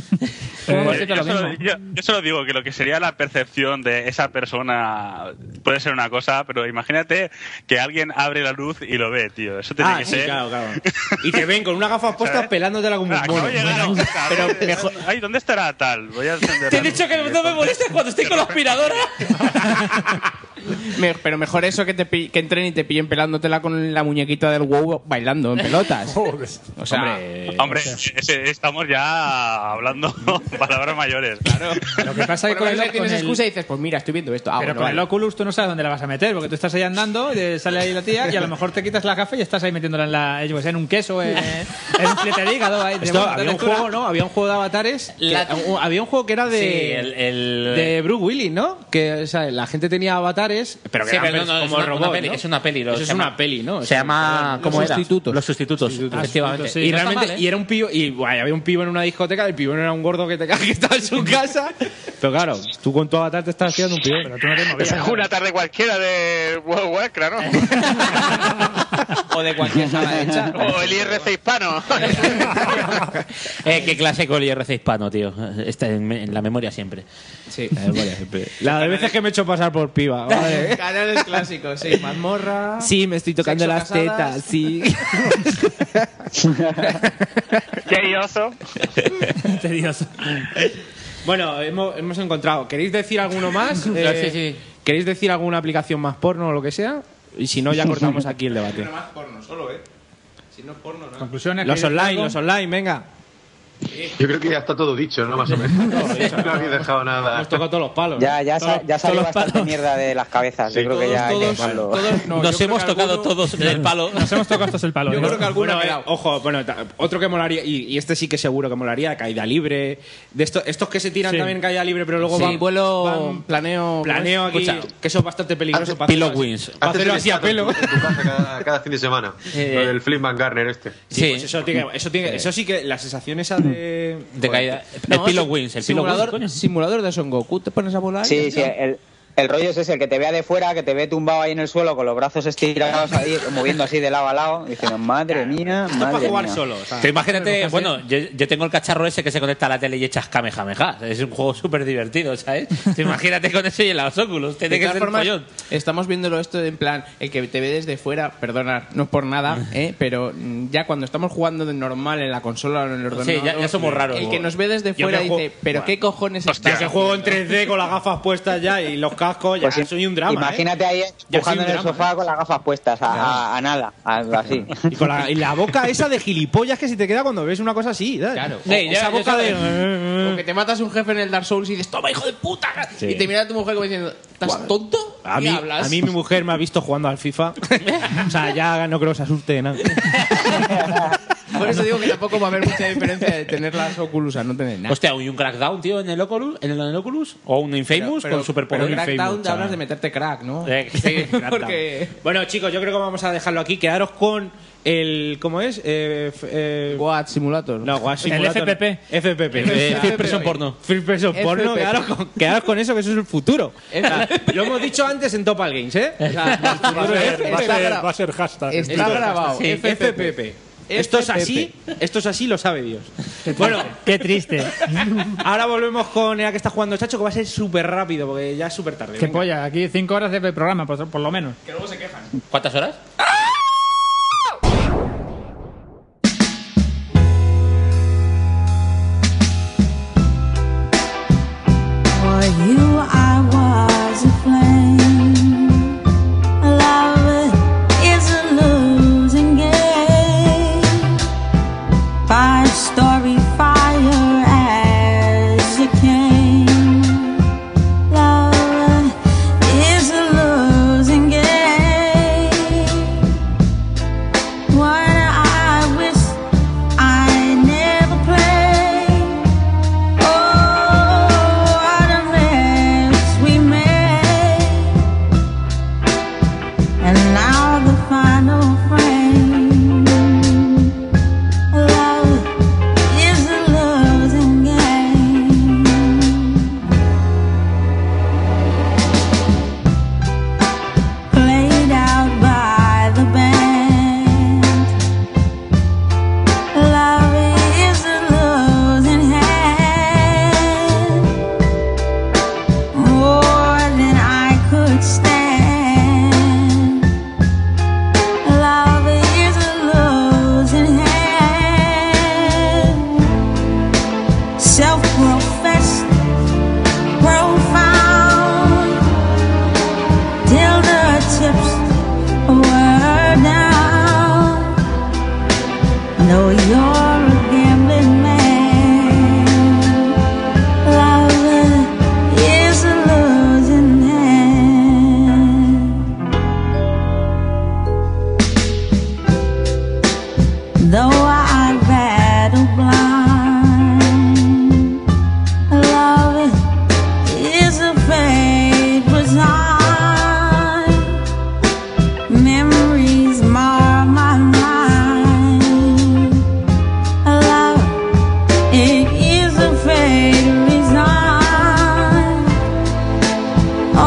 Pues,
Como siempre
yo,
lo
solo,
mismo.
yo- yo solo digo que lo que sería la percepción de esa persona puede ser una cosa, pero imagínate que alguien abre la luz y lo ve, tío. Eso tiene
Ah,
que
sí,
ser.
claro, claro. Y te ven con una gafas puestas
¿Sabes?
pelándotela como un
Acabo
mono.
de llegar a casa, ¿dónde- Ay, ¿dónde estará tal? Voy a encender
Te he
la
dicho
luz
que
y
no me
entonces-
molestes cuando estoy con la aspiradora.
Me- pero mejor eso que te pi- que entren y te pillen pelándotela con la muñequita del WoW bailando en pelotas. o sea,
hombre, hombre, ese- estamos ya hablando palabras mayores. Claro.
Lo que pasa es que
Por
con
lo menos tienes
el, con el-
excusa y dices, pues mira, estoy viendo esto. Ah,
pero
bueno,
con
vale.
el Oculus tú no sabes dónde la vas a meter, porque tú estás ahí andando, y te sale ahí la tía y a lo mejor te quitas la gafa y estás ahí metiéndola en, la, yo qué sé, en un queso, en, en un filete de hígado. Ahí, de
Esto,
buena
había un
textura.
juego, ¿no? Había un juego de avatares. que-
La-
un- había un juego que era de.
Sí, el- el-
De Bruce Willis, ¿no? Que o sea, la gente tenía avatares. Pero que
Sí,
eran
pero no, no,
pers-
es
como
una-
robots,
una peli,
¿no?
es una peli, lo-
Eso es
se llama-
una peli, ¿no?
se
O sea,
llama- ¿cómo
los
era?
sustitutos.
Los sustitutos, Ah, efectivamente.
Y
No está
realmente,
mal, ¿eh?
y era un pivo, y bueno, había un pivo en una discoteca, el pivo no era un gordo que, te, que estaba en su casa. Pero claro, tú con tu avatar te estás haciendo un pivo. Pero tú no te
Esa es una tarde cualquiera de World of Warcraft, ¿no?
O de cualquier sala hecha.
o el IRC hispano.
Eh, qué clásico el IRC hispano, tío. Está en, me- en la memoria siempre.
Sí.
La memoria siempre.
La de veces que me he hecho pasar por piba, vale.
Canales clásicos, sí, mazmorra.
Sí, me estoy tocando
sexo
las
casadas.
tetas, sí.
Qué oso.
Tedioso. Bueno, hemos, hemos encontrado. ¿Queréis decir alguno más? Eh,
Claro, sí, sí.
¿Queréis decir alguna aplicación más porno o lo que sea? Y si no, ya cortamos aquí el debate.
más porno solo, ¿eh? Si no es porno, no.
Conclusiones.
Los
¿queréis decir
online,
algo?
los online, venga.
Yo creo que ya está todo dicho, ¿no? Más o menos. no habéis dejado nada.
Hemos tocado todos los palos.
Ya, ya, sa- ya salió
todos los
bastante mierda de las cabezas. yo creo que ya hay que dejarlo.
Nos hemos tocado todos el palo.
Nos hemos tocado todos el palo. ¿eh?
Yo
¿no?
creo que alguno. ojo, bueno, ta- otro que molaría, y, y este sí que seguro que molaría, caída libre. De esto- estos que se tiran
Sí.
también en caída libre, pero luego
Sí,
van
vuelo,
van
planeo.
planeo aquí,
Escucha,
que eso es bastante peligroso para hacerlo así. Para
Haces
hacerlo
el
así a
estado
pelo.
En tu casa cada, cada fin de semana.
Eh,
Lo del Flip Van Garner este.
Sí, pues eso, tiene, eso, tiene, eso sí que la sensación esa de.
De caída.
No,
el Pillow Wings, el Pillow Wings.
simulador, simulador de Son Goku, te pones a volar.
Sí, sí, el, el rollo es ese, el que te vea de fuera, que te ve tumbado ahí en el suelo con los brazos estirados ahí, moviendo así de lado a lado, diciendo, madre mía,
para
madre
jugar
mía.
solo, Te imagínate, bueno, yo, yo tengo el cacharro ese que se conecta a la tele y echas kamehameha. Es un juego súper divertido, ¿sabes? Te imagínate con eso y en los óculos. Tiene
De
que
todas
ser
formas,
follón.
estamos viéndolo esto en plan, el que te ve desde fuera, perdona, no es por nada, ¿eh? pero mm, ya cuando estamos jugando de normal en la consola o en el ordenador,
ya- ya somos raros.
El que nos ve desde
Yo
fuera
me juego-
dice, pero
Buah.
qué cojones
Hostia,
estás
que juego en 3D con las gafas puestas ya y los cascos, ya soy un drama. ¿eh?
Imagínate ahí
Ya soy un
empujando en el
drama,
sofá con las gafas puestas, a, a- a nada, a- así.
Y con la, y la boca esa de gilipollas que se te queda cuando ves una cosa así. Claro.
Sí,
esa
ya-
boca
ya
de. eh.
sabes. O que te matas un jefe en el Dark Souls y dices, toma hijo de puta.
Sí.
Y te mira a tu mujer como diciendo, ¿estás tonto?
A
¿Qué
mí,
hablas?
a mí mi mujer me ha visto jugando al FIFA. o sea, ya no creo que se asuste de nada.
Por eso digo que tampoco va a haber mucha diferencia de tener las Oculus a no tener nada.
Hostia, ¿y un crackdown, tío, en el Oculus? ¿En el, en el Oculus? ¿O un
Pero-
Infamous con
pero
superpoderes?
Crackdown te hablas de meterte crack, ¿no?
Eh,
Sí,
Porque-
Bueno, chicos, yo creo que vamos a dejarlo aquí. Quedaros con el. ¿Cómo es? Eh, f- eh,
What Simulator.
No, What
El
Simulator.
FPP.
FPP.
Eh, First Person Porno.
First Person Porno.
FPP.
Quedaros con, quedaros con eso, que eso es el futuro. Lo hemos dicho antes en Topal Games, ¿eh? O sea, el
Va a
futuro es-
ser, va a
está
ser-
gra-
va a ser hashtag.
Está grabado.
Sí, FPP. Esto es así, esto es así, lo sabe Dios. Bueno,
Qué triste.
ahora volvemos con la que está jugando Chacho, que va a ser súper rápido, porque ya es súper tarde.
Qué
Venga.
polla, aquí cinco horas de programa, por, por lo menos.
¿Cuántas horas?
For you, I was a flame. Love is a losing game. Five story fire as you came. Love is a losing game. memories mar my mind. Love, it is a fate resigned.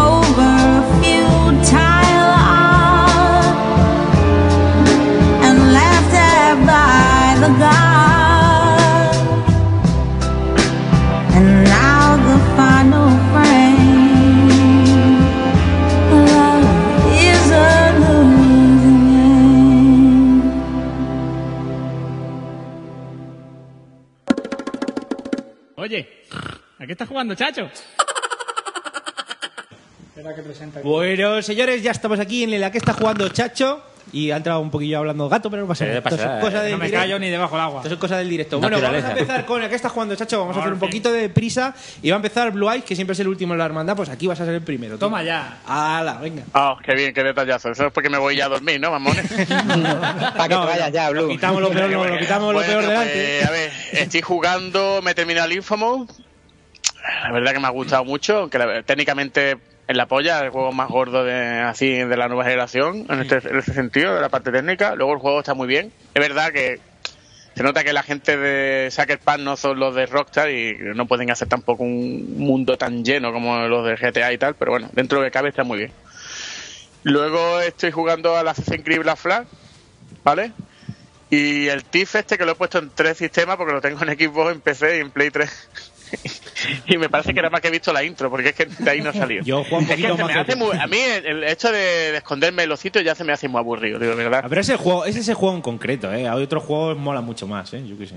Over a futile art and laughed at by the gods. And now the final frame. Love is a losing game.
Oye, ¿a qué estás jugando, chacho? Espera que presenta.
Bueno, señores, ya estamos aquí en la que está jugando Chacho. Y ha entrado un poquillo hablando gato, pero no pasa
Pero
nada.
no pasa
Esto es
nada,
cosa
eh.
del
No me
directo.
callo ni debajo del agua.
Esto es cosa del directo. Bueno,
Naturaleza.
vamos a empezar con la que está jugando Chacho. Vamos a hacer un poquito de prisa y va a empezar Blue Eyes, que siempre es el último en la hermandad. Pues aquí vas a ser el primero. tío.
Toma ya.
¡Hala, venga!
Ah, qué bien, qué detallazo. Eso es porque me voy ya a dormir, ¿no, mamones?
Para que te vayas ya, Blue.
quitamos lo peor, no, lo quitamos lo peor delante.
eh, a ver, estoy jugando, me he terminado el Infamous. La verdad que me ha gustado mucho, aunque la- técnicamente en la polla, el juego más gordo de, así de la nueva generación, en este, en este sentido, de la parte técnica. Luego el juego está muy bien. Es verdad que se nota que la gente de Sucker Punch no son los de Rockstar y no pueden hacer tampoco un mundo tan lleno como los de GTA y tal, pero bueno, dentro de lo que cabe está muy bien. Luego estoy jugando al Assassin's Creed Black Flag, ¿vale? Y el TIF este que lo he puesto en tres sistemas porque lo tengo en Xbox, en PC y en Play 3. y me parece que nada más que he visto la intro porque es que de ahí no ha salido.
Yo juego un
Es que
poquito
se
más
me
que
hace
tú.
muy- a mí el, el hecho de, de esconderme en los sitios ya se me hace muy aburrido, digo, ¿verdad?
Ah, Pero ese juego, es ese juego en concreto, ¿eh? Hay otros juegos mola mucho más, ¿eh? Yo qué sé.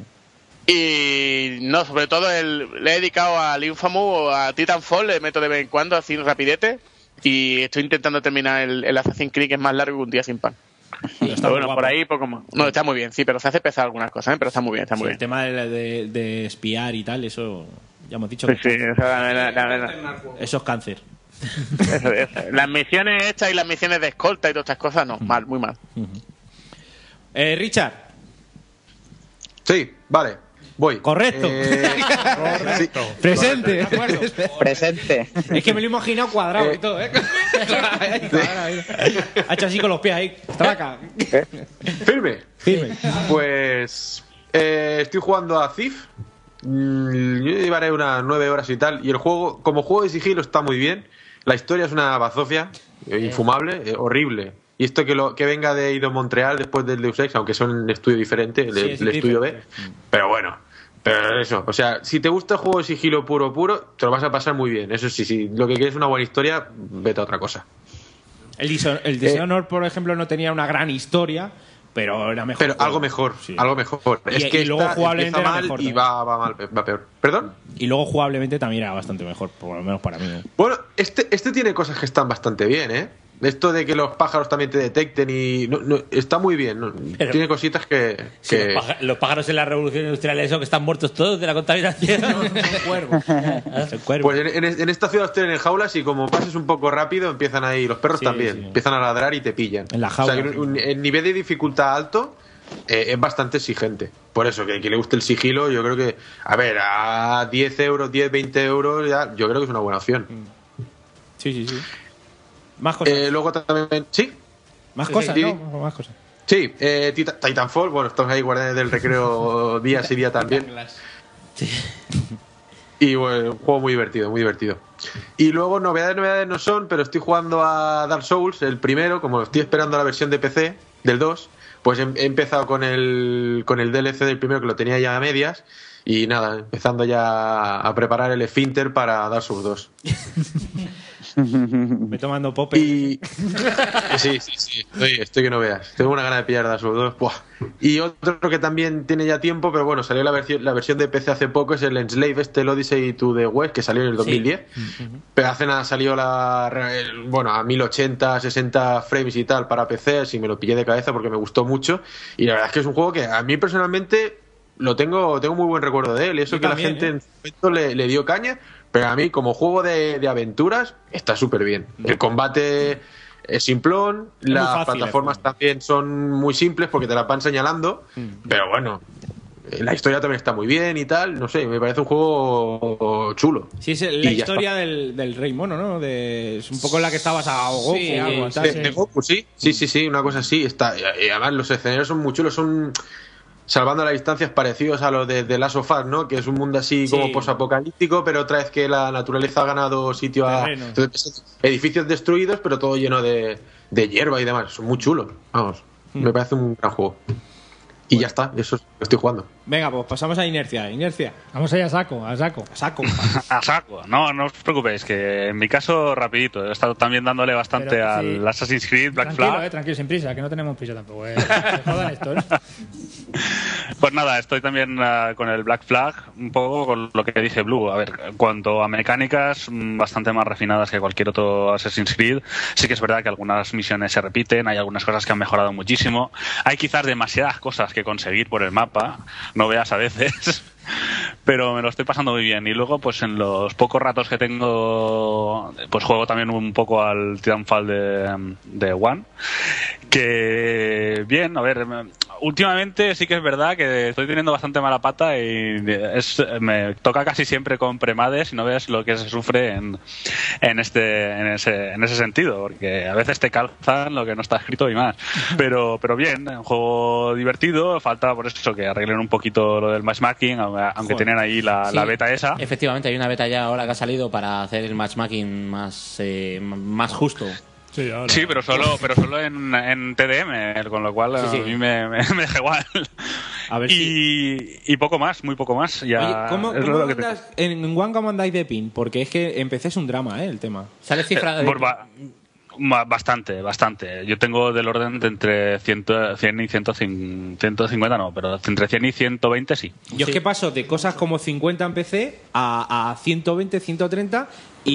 Y no, sobre todo el, le he dedicado al Infamous o a Titanfall, le meto de vez en cuando así un rapidete. Y estoy intentando terminar el, el Assassin's Creed, que es más largo que un día sin pan. Pero bueno, por ahí poco más. No, está muy bien, sí, pero se hace pesar algunas cosas, ¿eh? pero está muy bien, está
Sí,
muy
el tema de, de- de espiar y tal, eso ya hemos dicho.
bien.
que-
Sí, sí, esa- la- la- la-
Eso es cáncer.
eso- eso. Las misiones estas y las misiones de escolta y todas estas cosas, no, mal, muy mal.
Eh, Richard.
Sí, vale. Voy. Eh,
Correcto.
Correcto.
Presente.
Presente.
Es que me lo he imaginado cuadrado y todo, ¿eh? ha hecho así con los pies ahí. Traca.
Eh. Firme. Pues eh, estoy jugando a Thief. Mm, Yo llevaré unas 9 horas y tal. Y el juego, como juego de sigilo, está muy bien. La historia es una bazofia eh, infumable, eh, horrible. Y esto que, lo, que venga de Ido Montreal después del Deus Ex, aunque son un estudio diferente, el,
Sí,
el
es
estudio
¿eh?
B. Pero bueno, pero eso. O sea, si te gusta el juego de sigilo puro, puro, te lo vas a pasar muy bien. Eso sí, si lo que quieres es una buena historia, vete a otra cosa.
El, Dishon-
Eh.
el Dishonored, por ejemplo, no tenía una gran historia, pero era mejor.
Pero algo mejor, algo mejor.
Y-
es que
y luego
esta
jugablemente
empieza
era
mal
mejor
y
también.
va, va mal, va peor. ¿Perdón?
Y luego jugablemente también era bastante mejor, por lo menos para mí. ¿eh?
Bueno, este, este tiene cosas que están bastante bien, ¿eh? Esto de que los pájaros también te detecten y... no- no, está muy bien, ¿no?
Pero-
tiene cositas que...
Sí,
que-
los, paja- los pájaros en la revolución industrial, eso que están muertos todos de la contaminación.
Pues en, en- en esta ciudad los tienen en jaulas y como pases un poco rápido empiezan ahí, los perros también, empiezan a ladrar y te pillan.
En la jaula.
O sea, que un- un- el nivel de dificultad alto eh, es bastante exigente. Por eso, que a quien le guste el sigilo, yo creo que, a ver, a 10 euros, 10, 20 euros, ya, yo creo que es una buena opción.
Sí, sí, sí. Más cosas.
Eh, luego también, sí.
Más
Sí,
cosas,
sí.
¿no? Más cosas.
Sí, eh, Tita- Titanfall, bueno, estamos ahí guardianes del recreo día sí día también. Y bueno, un juego muy divertido, muy divertido. Y luego novedades, novedades no son, pero estoy jugando a Dark Souls, el primero, como estoy esperando la versión de PC del 2, pues he, he empezado con el, con el DLC del primero que lo tenía ya a medias. Y nada, empezando ya a preparar el esfínter para Dark Souls 2.
Me tomando pope.
Y... Sí, sí, sí, estoy, estoy que no veas. Tengo una gana de pillar Dark Souls 2. Buah. Y otro que también tiene ya tiempo, pero bueno, salió la versión, la versión de PC hace poco, es el Enslave, este el Odyssey to the West, que salió en el 2010. Pero hace nada salió la, re- el- bueno, a 1080, 60 frames y tal para PC, si me lo pillé de cabeza porque me gustó mucho. Y la verdad es que es un juego que a mí personalmente lo tengo, tengo muy buen recuerdo de él. Y eso
Yo
que
también, ¿eh?
la gente en su momento le, le dio caña, pero a mí como juego de, de aventuras está súper bien. El combate es simplón,
Mm. Es muy
las
fácil, Mm.
plataformas también son muy simples porque te las van señalando, pero bueno, La historia también está muy bien y tal, no sé, me parece un juego chulo.
Sí, es
Y ya
la historia del, del rey mono, ¿no? De, es un poco en la que estabas a Goku.
Sí,
algo así.
de- de Goku, sí. Sí, sí, sí, una cosa así. Está, y además, los escenarios son muy chulos, son salvando las distancias parecidos a los de, de Last of Us, ¿no? Que es un mundo así como posapocalíptico, pero otra vez que la naturaleza ha ganado sitio a
Terreno.
Entonces, edificios destruidos, pero todo lleno de, de hierba y demás. Son muy chulos, vamos.
Hmm.
Me parece un gran juego. Y ya está, eso es lo que estoy jugando.
Venga, pues pasamos a inercia, inercia.
Vamos allá a saco, a saco.
A saco.
A saco, no, no os preocupéis, que en mi caso, rapidito, he estado también dándole bastante
Pero,
al
sí.
Assassin's Creed, Black
Tranquilo,
Flag.
eh, tranquilo, sin prisa, que no tenemos prisa tampoco. Eh. Que jodan esto, ¿eh?
Pues nada, estoy también ah, con el Black Flag, un poco con lo que dije Blue. A ver, en cuanto a mecánicas, mm, bastante más refinadas que cualquier otro Assassin's Creed. Sí que es verdad que algunas misiones se repiten, hay algunas cosas que han mejorado muchísimo. Hay quizás demasiadas cosas que conseguir por el mapa, no veas a veces. Pero me lo estoy pasando muy bien. Y luego, pues en los pocos ratos que tengo, pues juego también un poco al Titanfall de, de One. Que bien, a ver, me- últimamente sí que es verdad que estoy teniendo bastante mala pata y es, me toca casi siempre con premades y no ves lo que se sufre en, en este en ese, en ese sentido, porque a veces te calzan lo que no está escrito y más. Pero, pero bien, un juego divertido, falta por eso que arreglen un poquito lo del matchmaking, aunque
Joder.
tienen ahí la,
Sí,
la beta esa.
Efectivamente, hay una beta ya ahora que ha salido para hacer el matchmaking más, eh, m- más justo.
Sí, pero solo, pero solo en, en TDM, con lo cual
Sí, sí.
a mí me, me, me deja igual. y, y poco más, muy poco más. Ya
Oye, ¿cómo,
es
cómo
lo que te-
andas- en One cómo andáis de pin? Porque es que empecé es un drama, ¿eh? El tema.
¿Sale
Eh, por ba- ma- Bastante, bastante. Yo tengo del orden de entre 100, 100 y 150, 150 no, pero entre 100 y 120 sí.
Yo es que paso de cosas como 50 en PC a, a 120, 130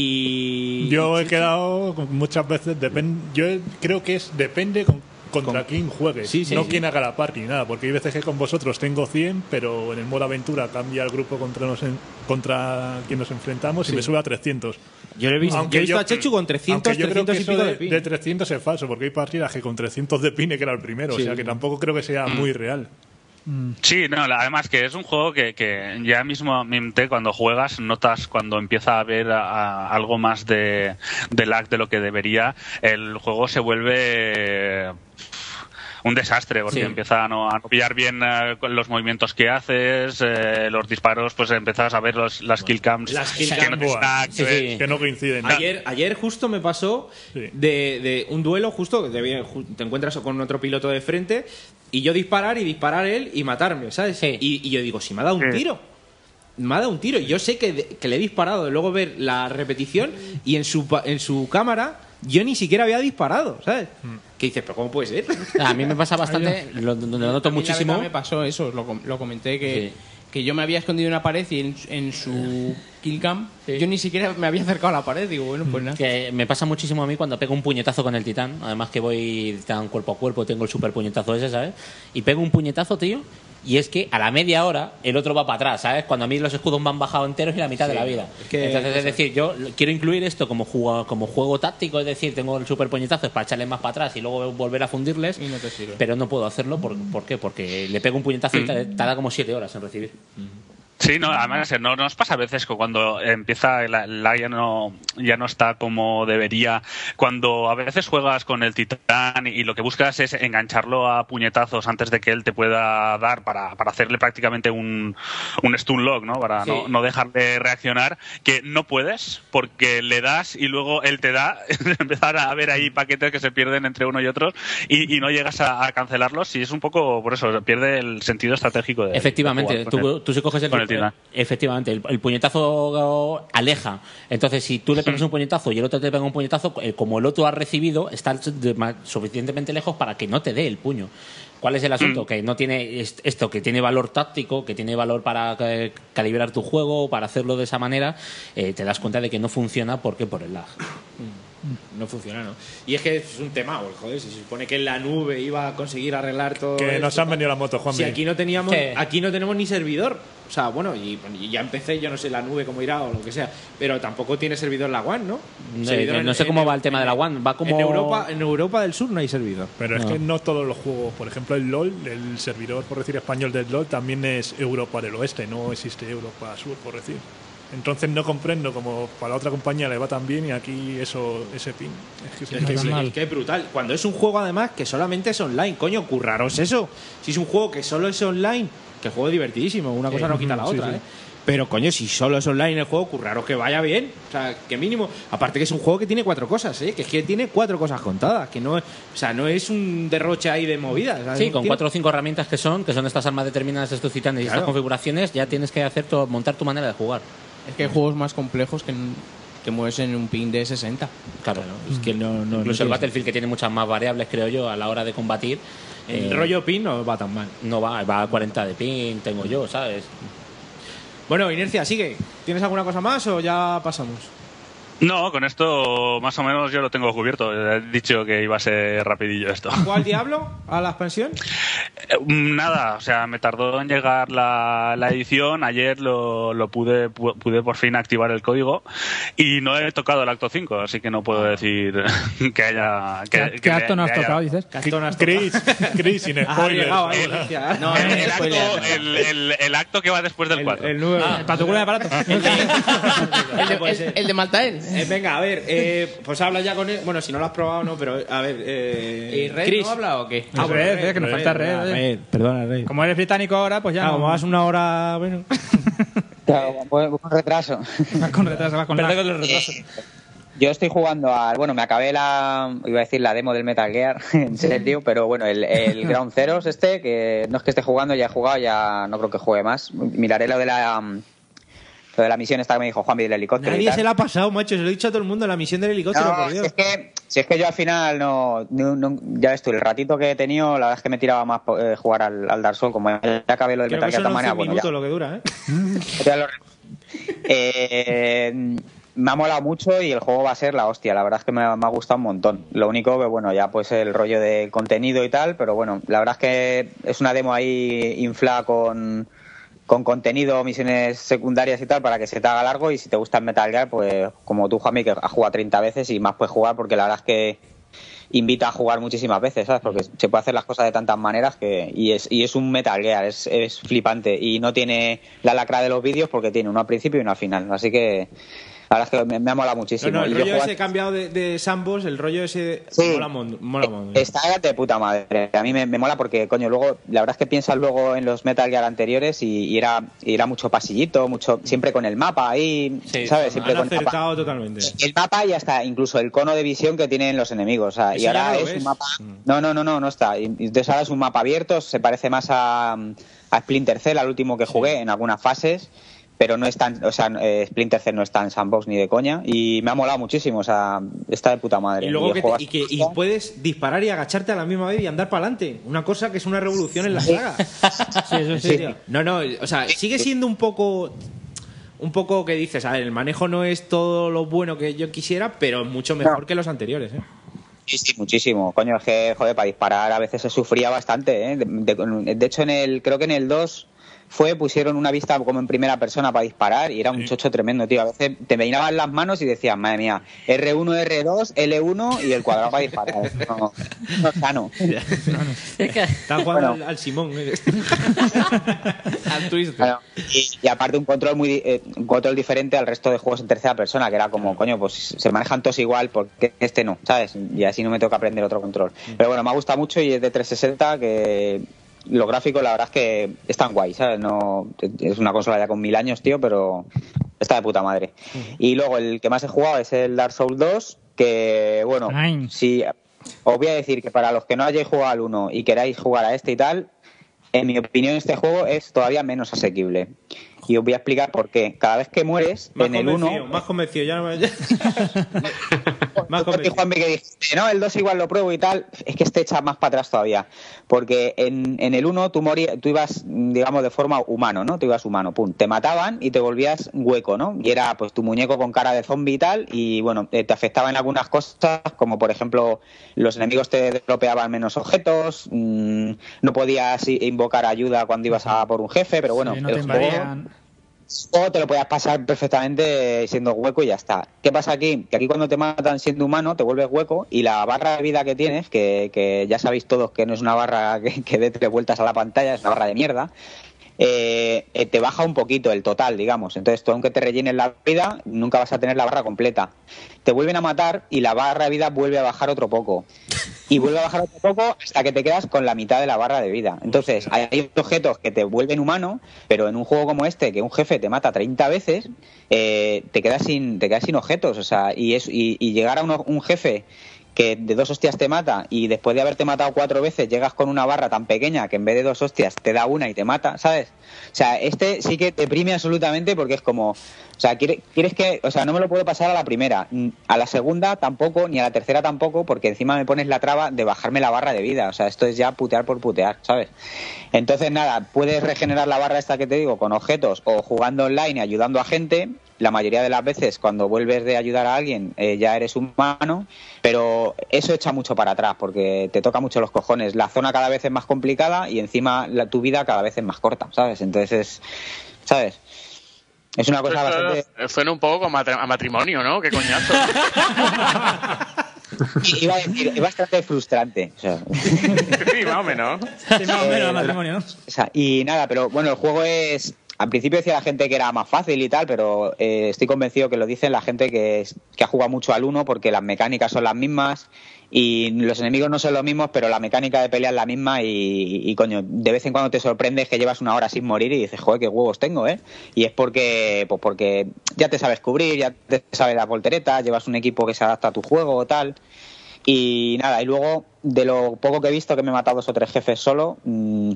y...
Yo he quedado con- muchas veces, depen- yo creo que es depende con- contra quién juegues,
Sí, sí,
no
sí.
quién haga la party, nada, porque hay veces que con vosotros tengo 100, pero en el modo aventura cambia el grupo contra, nos en- contra quien nos enfrentamos
Sí.
y me sube a 300.
Yo he visto- yo he visto a Chechu con 300,
aunque yo creo
300 y
que eso
pico de
de,
pin.
300 es falso, porque hay partidas que con 300 de pin he quedado el primero,
Sí.
o sea que tampoco creo que sea muy real.
Sí, no, la- además que es un juego que, que ya mismo mente, cuando juegas notas cuando empieza a haber a- a algo más de, de lag de lo que debería, el juego se vuelve eh, un desastre porque
Sí.
empieza a no, a no pillar bien eh, con los movimientos que haces, eh, los disparos, pues empiezas a ver los- las kill cams
Las kill
que,
cam,
no te
buah.
están-
Sí,
que-
sí.
que no coinciden.
Ayer, ayer justo me pasó de, de un duelo, justo que te, viene- ju- te encuentras con otro piloto de frente y yo disparar y disparar él y matarme, ¿sabes? Y, y yo digo, si me ha dado un
Sí.
tiro. Me ha dado un tiro. Yo sé que, de- que le he disparado. Luego ver la repetición y en su, pa- en su cámara yo ni siquiera había disparado, ¿sabes? Que dices, pero ¿cómo puede ser?
A mí me pasa bastante, lo, lo noto
A mí la
muchísimo.
beta
me pasó eso, lo, com- lo comenté que, que yo me había escondido en una pared y en, en su killcam yo ni siquiera me había acercado a la pared, digo, bueno, pues nada.
Mm. Que me pasa muchísimo a mí cuando pego un puñetazo con el titán. Además que voy tan cuerpo a cuerpo, tengo el super puñetazo ese, ¿sabes? Y pego un puñetazo, tío. Y es que a la media hora el otro va para atrás, ¿sabes? Cuando a mí los escudos me han bajado enteros y la mitad de
Sí,
la vida.
es que-
Entonces, es decir, yo lo- quiero incluir esto como juego, como juego táctico, es decir, tengo el super puñetazo es para echarles más para atrás y luego volver a fundirles.
Y no te sirve.
Pero no puedo hacerlo, ¿por, ¿por qué? Porque le pego un puñetazo y ta- tarda como siete horas en recibir.
Sí, no, además eh, no nos pasa a veces que cuando empieza el lag ya no, ya no está como debería. Cuando a veces juegas con el titán y lo que buscas es engancharlo a puñetazos antes de que él te pueda dar para, para hacerle prácticamente un, un stun lock, ¿no? Para no,
Sí.
no dejarle reaccionar, que no puedes porque le das y luego él te da. Empezar a ver ahí paquetes que se pierden entre uno y otro y, y no llegas a, a cancelarlos y es un poco por eso, pierde el sentido estratégico de de
Efectivamente,
jugar con
tú,
él.
tú si coges el, ¿eh?
con el titán.
efectivamente, el, el puñetazo aleja. Entonces, si tú le pegas un puñetazo y el otro te pega un puñetazo, eh, como el otro ha recibido, está de ma- suficientemente lejos para que no te dé el puño. ¿Cuál es el asunto?
Mm.
Que no tiene est- esto, que tiene valor táctico, que tiene valor para eh, calibrar tu juego, para hacerlo de esa manera, eh, te das cuenta de que no funciona porque por el lag.
no funciona, ¿no? Y es que es un tema, pues, joder, si se supone que en la nube iba a conseguir arreglar todo.
Que nos
esto,
han vendido la moto, Juan.
Pues, si aquí no teníamos, aquí no tenemos ni servidor. O sea, bueno, y, y ya empecé, yo no sé la nube cómo irá o lo que sea, pero tampoco tiene servidor la One, ¿no?
No,
Servidor
no
en-
sé
en-
cómo va el tema de la One. Va como.
En Europa, en Europa del Sur no hay servidor.
Pero es
No.
que no todos los juegos, por ejemplo el LOL, el servidor por decir español del LOL también es Europa del Oeste, no existe Europa Sur por decir. Entonces no comprendo como para la otra compañía le va tan bien y aquí eso ese pin. Es que es
Es que, sí,
increíble.
es que es brutal. Cuando es un juego, además, que solamente es online. Coño, curraros eso. Si es un juego que solo es online, que el juego es divertidísimo. Una cosa no quita la
sí,
otra,
sí.
¿eh? Pero, coño, si solo es online el juego, curraros que vaya bien. O sea, que mínimo. Aparte que es un juego que tiene cuatro cosas, ¿eh? Que es que tiene cuatro cosas contadas. Que no, o sea, no es un derroche ahí de movidas. O sea,
Sí,
tiene-
con cuatro o cinco herramientas que son, que son estas armas determinadas, estos titanes y estas
Claro.
configuraciones, ya tienes que hacer to- montar tu manera de jugar.
Es que hay juegos más complejos que n- te mueves en un ping de 60.
Claro,
es que no, no
Incluso el
tiene-
Battlefield que tiene muchas más variables, creo yo, a la hora de combatir. eh,
El rollo pin no va tan mal.
No va, va a 40 de pin, tengo yo, ¿sabes?
Bueno, Inercia, sigue. ¿Tienes alguna cosa más o ya pasamos?
No, con esto más o menos yo lo tengo cubierto. He dicho que iba a ser rapidillo esto.
¿Cuál diablo? ¿A la expansión?
Eh, Nada, o sea, me tardó en llegar la, la edición. Ayer lo, lo pude, pu- pude por fin activar el código y no he tocado el acto 5, así que no puedo
Ah.
decir que haya. Que,
¿Qué,
que me-
acto no has
que haya-
tocado, dices?
¿Qué acto no has
Chris, Chris, sin spoilers.
El-
No, el, el acto, el- el- el acto que va después del 4.
El nuevo. para tu culo de aparato. el, de, Maltael. venga, a ver, eh, pues habla ya con él. Bueno, si no lo has probado, no, pero a ver. Eh,
¿Y Red
Chris.
no habla o qué?
Ah, bueno,
Red, eh, que nos falta Red,
A
eh.
ver, perdona, Red.
Como eres británico ahora, pues ya.
Claro,
no-
como vas una hora. Bueno.
Claro, con retraso. Eh,
vas con retraso, vas con lag.
Yo estoy jugando al. Bueno, me acabé la. Iba a decir la demo del Metal Gear, en serio, pero bueno, el, el Ground Zeroes este, que no es que esté jugando, ya he jugado, ya no creo que juegue más. Miraré lo de la. mm, Lo de la misión esta que me dijo Juan del helicóptero. y
Nadie
tal.
se la ha pasado, macho. Se lo he dicho a todo el mundo. La misión del helicóptero,
No,
por Dios.
es que, si es que yo al final no, no- no- Ya ves tú, el ratito que he tenido, la verdad es que me tiraba más po- eh, jugar al, al Dark Souls. Como ya acabé lo del
Creo
Metal
que
Gear de
son
otra manera,
11
bueno, ya.
minutos lo que dura, ¿eh?
Ya lo recuerdo. Eh, me ha molado mucho y el juego va a ser la hostia. La verdad es que me ha, me ha gustado un montón. Lo único que, bueno, ya pues el rollo de contenido y tal, pero bueno, la verdad es que es una demo ahí infla con, con contenido, misiones secundarias y tal, para que se te haga largo. Y si te gusta el Metal Gear, pues como tú, Jami, que has jugado 30 veces y más puedes jugar, porque la verdad es que invita a jugar muchísimas veces, ¿sabes? Porque se puede hacer las cosas de tantas maneras que. Y es, y es un Metal Gear, es, es flipante. Y no tiene la lacra de los vídeos porque tiene uno al principio y uno al final. Así que. La verdad es que me, me ha molado
No,
muchísimo.
no, el
Y yo
rollo
jugando-
ese cambiado de, de sandbox, el rollo ese. Mola, mon- mola, mon-
Está de puta madre. A mí me, me mola porque, coño, luego, la verdad es que piensas luego en los Metal Gear anteriores y, y era, y era mucho pasillito, mucho, siempre con el mapa ahí, ¿sabes? Siempre
Han
con el mapa.
acertado totalmente.
El mapa y hasta incluso el cono de visión que tienen los enemigos. o sea, y
Eso ya
ahora
no lo
es
ves. Mm.
un mapa. No, no, no, no, no está. Y- y Entonces ahora es un mapa abierto, se parece más a, a Splinter Cell, al último que jugué en algunas fases. Pero no es tan, o sea, eh, Splinter Cell no está en sandbox ni de coña. Y me ha molado muchísimo, o sea, está de puta madre.
Y luego que, te-
Videojuegos-
y que- y puedes disparar y agacharte a la misma vez y andar para adelante. Una cosa que es una revolución en la saga. En serio. No, no, o sea, sigue siendo un poco. Un poco que dices, a ver, el manejo no es todo lo bueno que yo quisiera, pero es mucho mejor que los anteriores. ¿eh?
Sí, sí, muchísimo. Coño, es que, joder, para disparar a veces se sufría bastante, ¿eh? De, de- de hecho, en el, creo que en el 2 fue, pusieron una vista como en primera persona para disparar y era un chocho tremendo, tío. A veces te peinaban las manos y decías, madre mía, R1, R2, L1 y el cuadrado para disparar. No, no es sano.
Están jugando
Bueno.
al, al Simón. ¿eh?
Claro. Y, y aparte un control muy di- eh, un control diferente al resto de juegos en tercera persona, que era como, coño, pues se manejan todos igual, porque este no, ¿sabes? Y así no me toca aprender otro control. Pero bueno, me ha gustado mucho y es de 360 que los gráficos la verdad es que están guay, ¿sabes? No, es una consola ya con mil años, tío, pero está de puta madre. Y luego el que más he jugado es el Dark Souls 2, que bueno, si os voy a decir que para los que no hayáis jugado al 1 y queráis jugar a este y tal, en mi opinión este juego es todavía menos asequible. Y os voy a explicar por qué. Cada vez que mueres,
Más
en el
convencido,
1.
más convencido, ya no me... más
Tú, Toti,
convencido.
Juanmi, que dijiste, no, el 2 igual lo pruebo y tal, es que este echa más para atrás todavía. Porque en, en el 1 tú, morías- tú ibas, mm, digamos, de forma humano, ¿no? Tú ibas humano, pum. Te mataban y te volvías hueco, ¿no? Y era, pues, tu muñeco con cara de zombie y tal, y bueno, eh, te afectaban algunas cosas, como por ejemplo, los enemigos te desbloqueaban menos objetos, mm, no podías i- invocar ayuda cuando ibas a por un jefe, pero bueno,
Sí, no
el
te
juego-
invadían.
o te lo podías pasar perfectamente siendo hueco y ya está. ¿Qué pasa aquí? Que aquí cuando te matan siendo humano te vuelves hueco y la barra de vida que tienes, que, que ya sabéis todos que no es una barra que, que dé tres vueltas a la pantalla, es una barra de mierda, eh, eh, te baja un poquito el total, digamos. Entonces tú aunque te rellenes la vida, nunca vas a tener la barra completa. Te vuelven a matar y la barra de vida vuelve a bajar otro poco y vuelve a bajar otro poco hasta que te quedas con la mitad de la barra de vida. Entonces, hay objetos que te vuelven humano, pero en un juego como este, que un jefe te mata 30 veces, eh, te, quedas sin, te quedas sin objetos. O sea, y, es, y, y llegar a uno- un jefe que de dos hostias te mata y después de haberte matado cuatro veces llegas con una barra tan pequeña que en vez de dos hostias te da una y te mata, ¿sabes? O sea, este sí que te deprime absolutamente porque es como, o sea, quiere- quieres que, o sea, no me lo puedo pasar a la primera, mm, a la segunda tampoco, ni a la tercera tampoco, porque encima me pones la traba de bajarme la barra de vida, o sea, esto es ya putear por putear, ¿sabes? Entonces, nada, puedes regenerar la barra esta que te digo con objetos o jugando online y ayudando a gente. La mayoría de las veces cuando vuelves de ayudar a alguien eh, ya eres humano, pero eso echa mucho para atrás porque te toca mucho los cojones. La zona cada vez es más complicada y encima la, tu vida cada vez es más corta, ¿sabes? Entonces es, ¿sabes? Es una cosa
Eso
bastante...
Suena un poco como a tra- a matrimonio, ¿no? Qué coñazo.
Iba a decir, es bastante frustrante. o sea.
sí, más o menos.
Sí, más o menos, matrimonio, O sea, y nada, pero bueno, el juego es. Al principio decía la gente que era más fácil y tal, pero eh, estoy convencido que lo dicen la gente que, es- que ha jugado mucho al 1 porque las mecánicas son las mismas y los enemigos no son los mismos, pero la mecánica de pelea es la misma y, y, coño, de vez en cuando te sorprendes que llevas una hora sin morir y dices, joder, qué huevos tengo, ¿eh? Y es porque, pues porque ya te sabes cubrir, ya te sabes las volteretas, llevas un equipo que se adapta a tu juego o tal. Y nada, y luego, de lo poco que he visto, que me he matado dos o tres jefes solo, mm,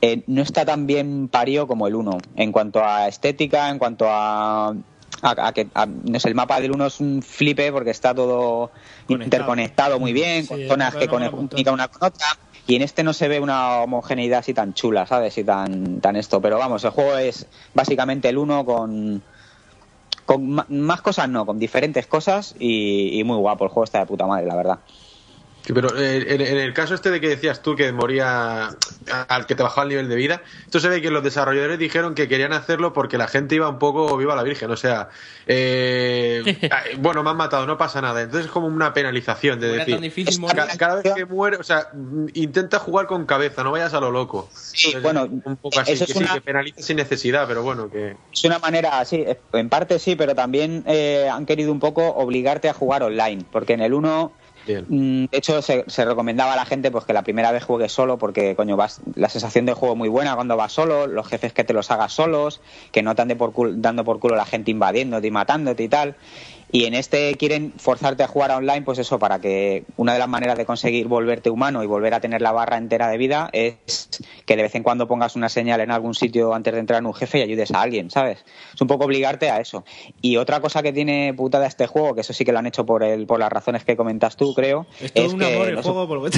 eh, no está tan bien parido como el 1. En cuanto a estética, en cuanto a. a- a que a- no sé, el mapa del 1 es un flipe porque está todo interconectado muy bien,
Sí,
con
el
zonas
mapa
que
del uno mola un
comunican una con otra. Y en este no se ve una homogeneidad así tan chula, ¿sabes? Y tan, tan esto. Pero vamos, el juego es básicamente el 1 con, con ma- más cosas no, con diferentes cosas y, y muy guapo. El juego está de puta madre, la verdad.
Sí, pero eh, en, en el caso este de que decías tú que moría a- al que te bajaba el nivel de vida, esto se ve que los desarrolladores dijeron que querían hacerlo porque la gente iba un poco viva la virgen, o sea, eh, ay, bueno, me han matado, no pasa nada. Entonces es como una penalización de
Era
decir,
tan difícil
"Ca-
morir".
cada, vez que muere, o sea, mm, intenta jugar con cabeza, no vayas a lo loco. Entonces,
bueno,
un poco así,
eso es
que sí,
una-
que penaliza sin necesidad, pero bueno, que...
Es una manera, sí, eh, en parte sí, pero también eh, han querido un poco obligarte a jugar online, porque en el 1 Mm, De hecho, se, se recomendaba a la gente pues que la primera vez juegues solo porque, coño, vas, la sensación de juego es muy buena cuando vas solo, los jefes que te los hagas solos, que no te ande por culo- dando por culo la gente invadiéndote y matándote y tal. Y en este quieren forzarte a jugar online, pues eso, para que una de las maneras de conseguir volverte humano y volver a tener la barra entera de vida es que de vez en cuando pongas una señal en algún sitio antes de entrar en un jefe y ayudes a alguien, ¿sabes? Es un poco obligarte a eso. Y otra cosa que tiene putada este juego, que eso sí que lo han hecho por, el, por las razones que comentas tú, creo.
Es todo
es
un
que
amor el
no se-
juego, por lo que-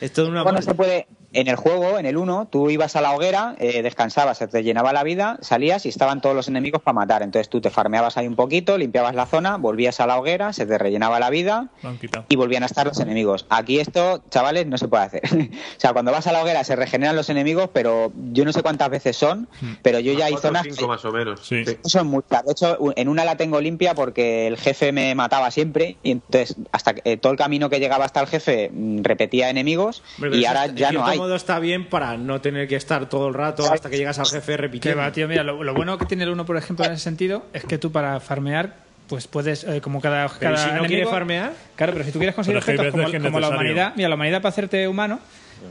es todo un amor.
bueno, se puede. En el juego, en el 1, tú ibas a la hoguera, eh, descansabas, se te llenaba la vida, salías y estaban todos los enemigos para matar. Entonces tú te farmeabas ahí un poquito, limpiabas la zona, volvías a la hoguera, se te rellenaba la vida
Lo han quitado.
y volvían a estar los enemigos. Aquí esto, chavales, no se puede hacer. o sea, cuando vas a la hoguera se regeneran los enemigos, pero yo no sé cuántas veces son, pero yo ya hay
Cuatro o
zonas
cinco más o menos. Sí.
no Son muchas. De hecho, u- en una la tengo limpia porque el jefe me mataba siempre y entonces hasta que- eh, todo el camino que llegaba hasta el jefe mm, repetía enemigos
Hombre, pero
y
eso
ahora
está-
ya
en
no
cierto
hay.
modo está bien para no tener que estar todo el rato hasta que llegas al jefe
Que
repitiendo.
va, tío, mira, lo, lo bueno que tiene el 1, por ejemplo, en ese sentido, es que tú para farmear, pues puedes, eh, como cada.
Pero
cada
si no
enemigo-
quieres farmear,
Claro, pero si tú quieres conseguir
Pero es que hay
objetos
veces
como,
que es
como la
necesario.
humanidad, mira, la humanidad para hacerte humano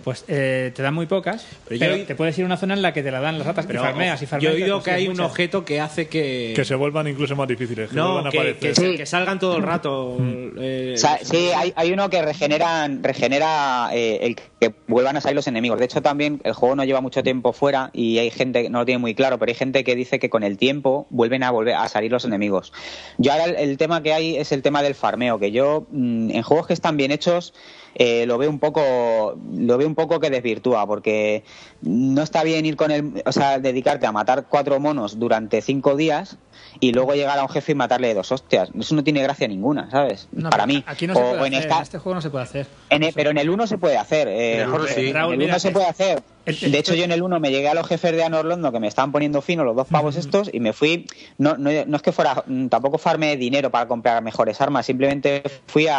Pues eh, te dan muy pocas,
Pero
pero,
yo he oído-
te puedes ir a una zona en la que te la dan las ratas y farmeas y
yo
farmeas.
he oído que hay un
muchas.
objeto que hace que...
Que se vuelvan incluso más difíciles. Que
no,
vuelvan a
que, que
aparecer.
se- que salgan todo el rato. eh,
O sea, sí, hay, hay uno que regeneran, regenera eh, el que vuelvan a salir los enemigos. De hecho, también el juego no lleva mucho tiempo fuera y hay gente que no lo tiene muy claro, pero hay gente que dice que con el tiempo vuelven a volver a salir los enemigos. Yo ahora el, el tema que hay es el tema del farmeo, que yo mm, en juegos que están bien hechos eh, lo veo un poco lo veo un poco que desvirtúa porque no está bien ir con el o sea dedicarte a matar cuatro monos durante cinco días y luego llegar a un jefe y matarle de dos hostias eso no tiene gracia ninguna sabes
No,
para
pero
mí
Aquí no
O-
se puede
o en
hacer,
esta-
en este juego no se puede hacer.
en el- pero en el 1 se puede hacer. eh,
En el uno
Jorge.
sí. Raúl,
en el 1
mira,
se
es-
puede hacer.
el- el-
De hecho, yo en el 1 me llegué a los jefes de Anor Londo que me estaban poniendo fino los dos pavos estos y me fui. No, no, no es que fuera. mm, Tampoco farme dinero para comprar mejores armas, simplemente fui a.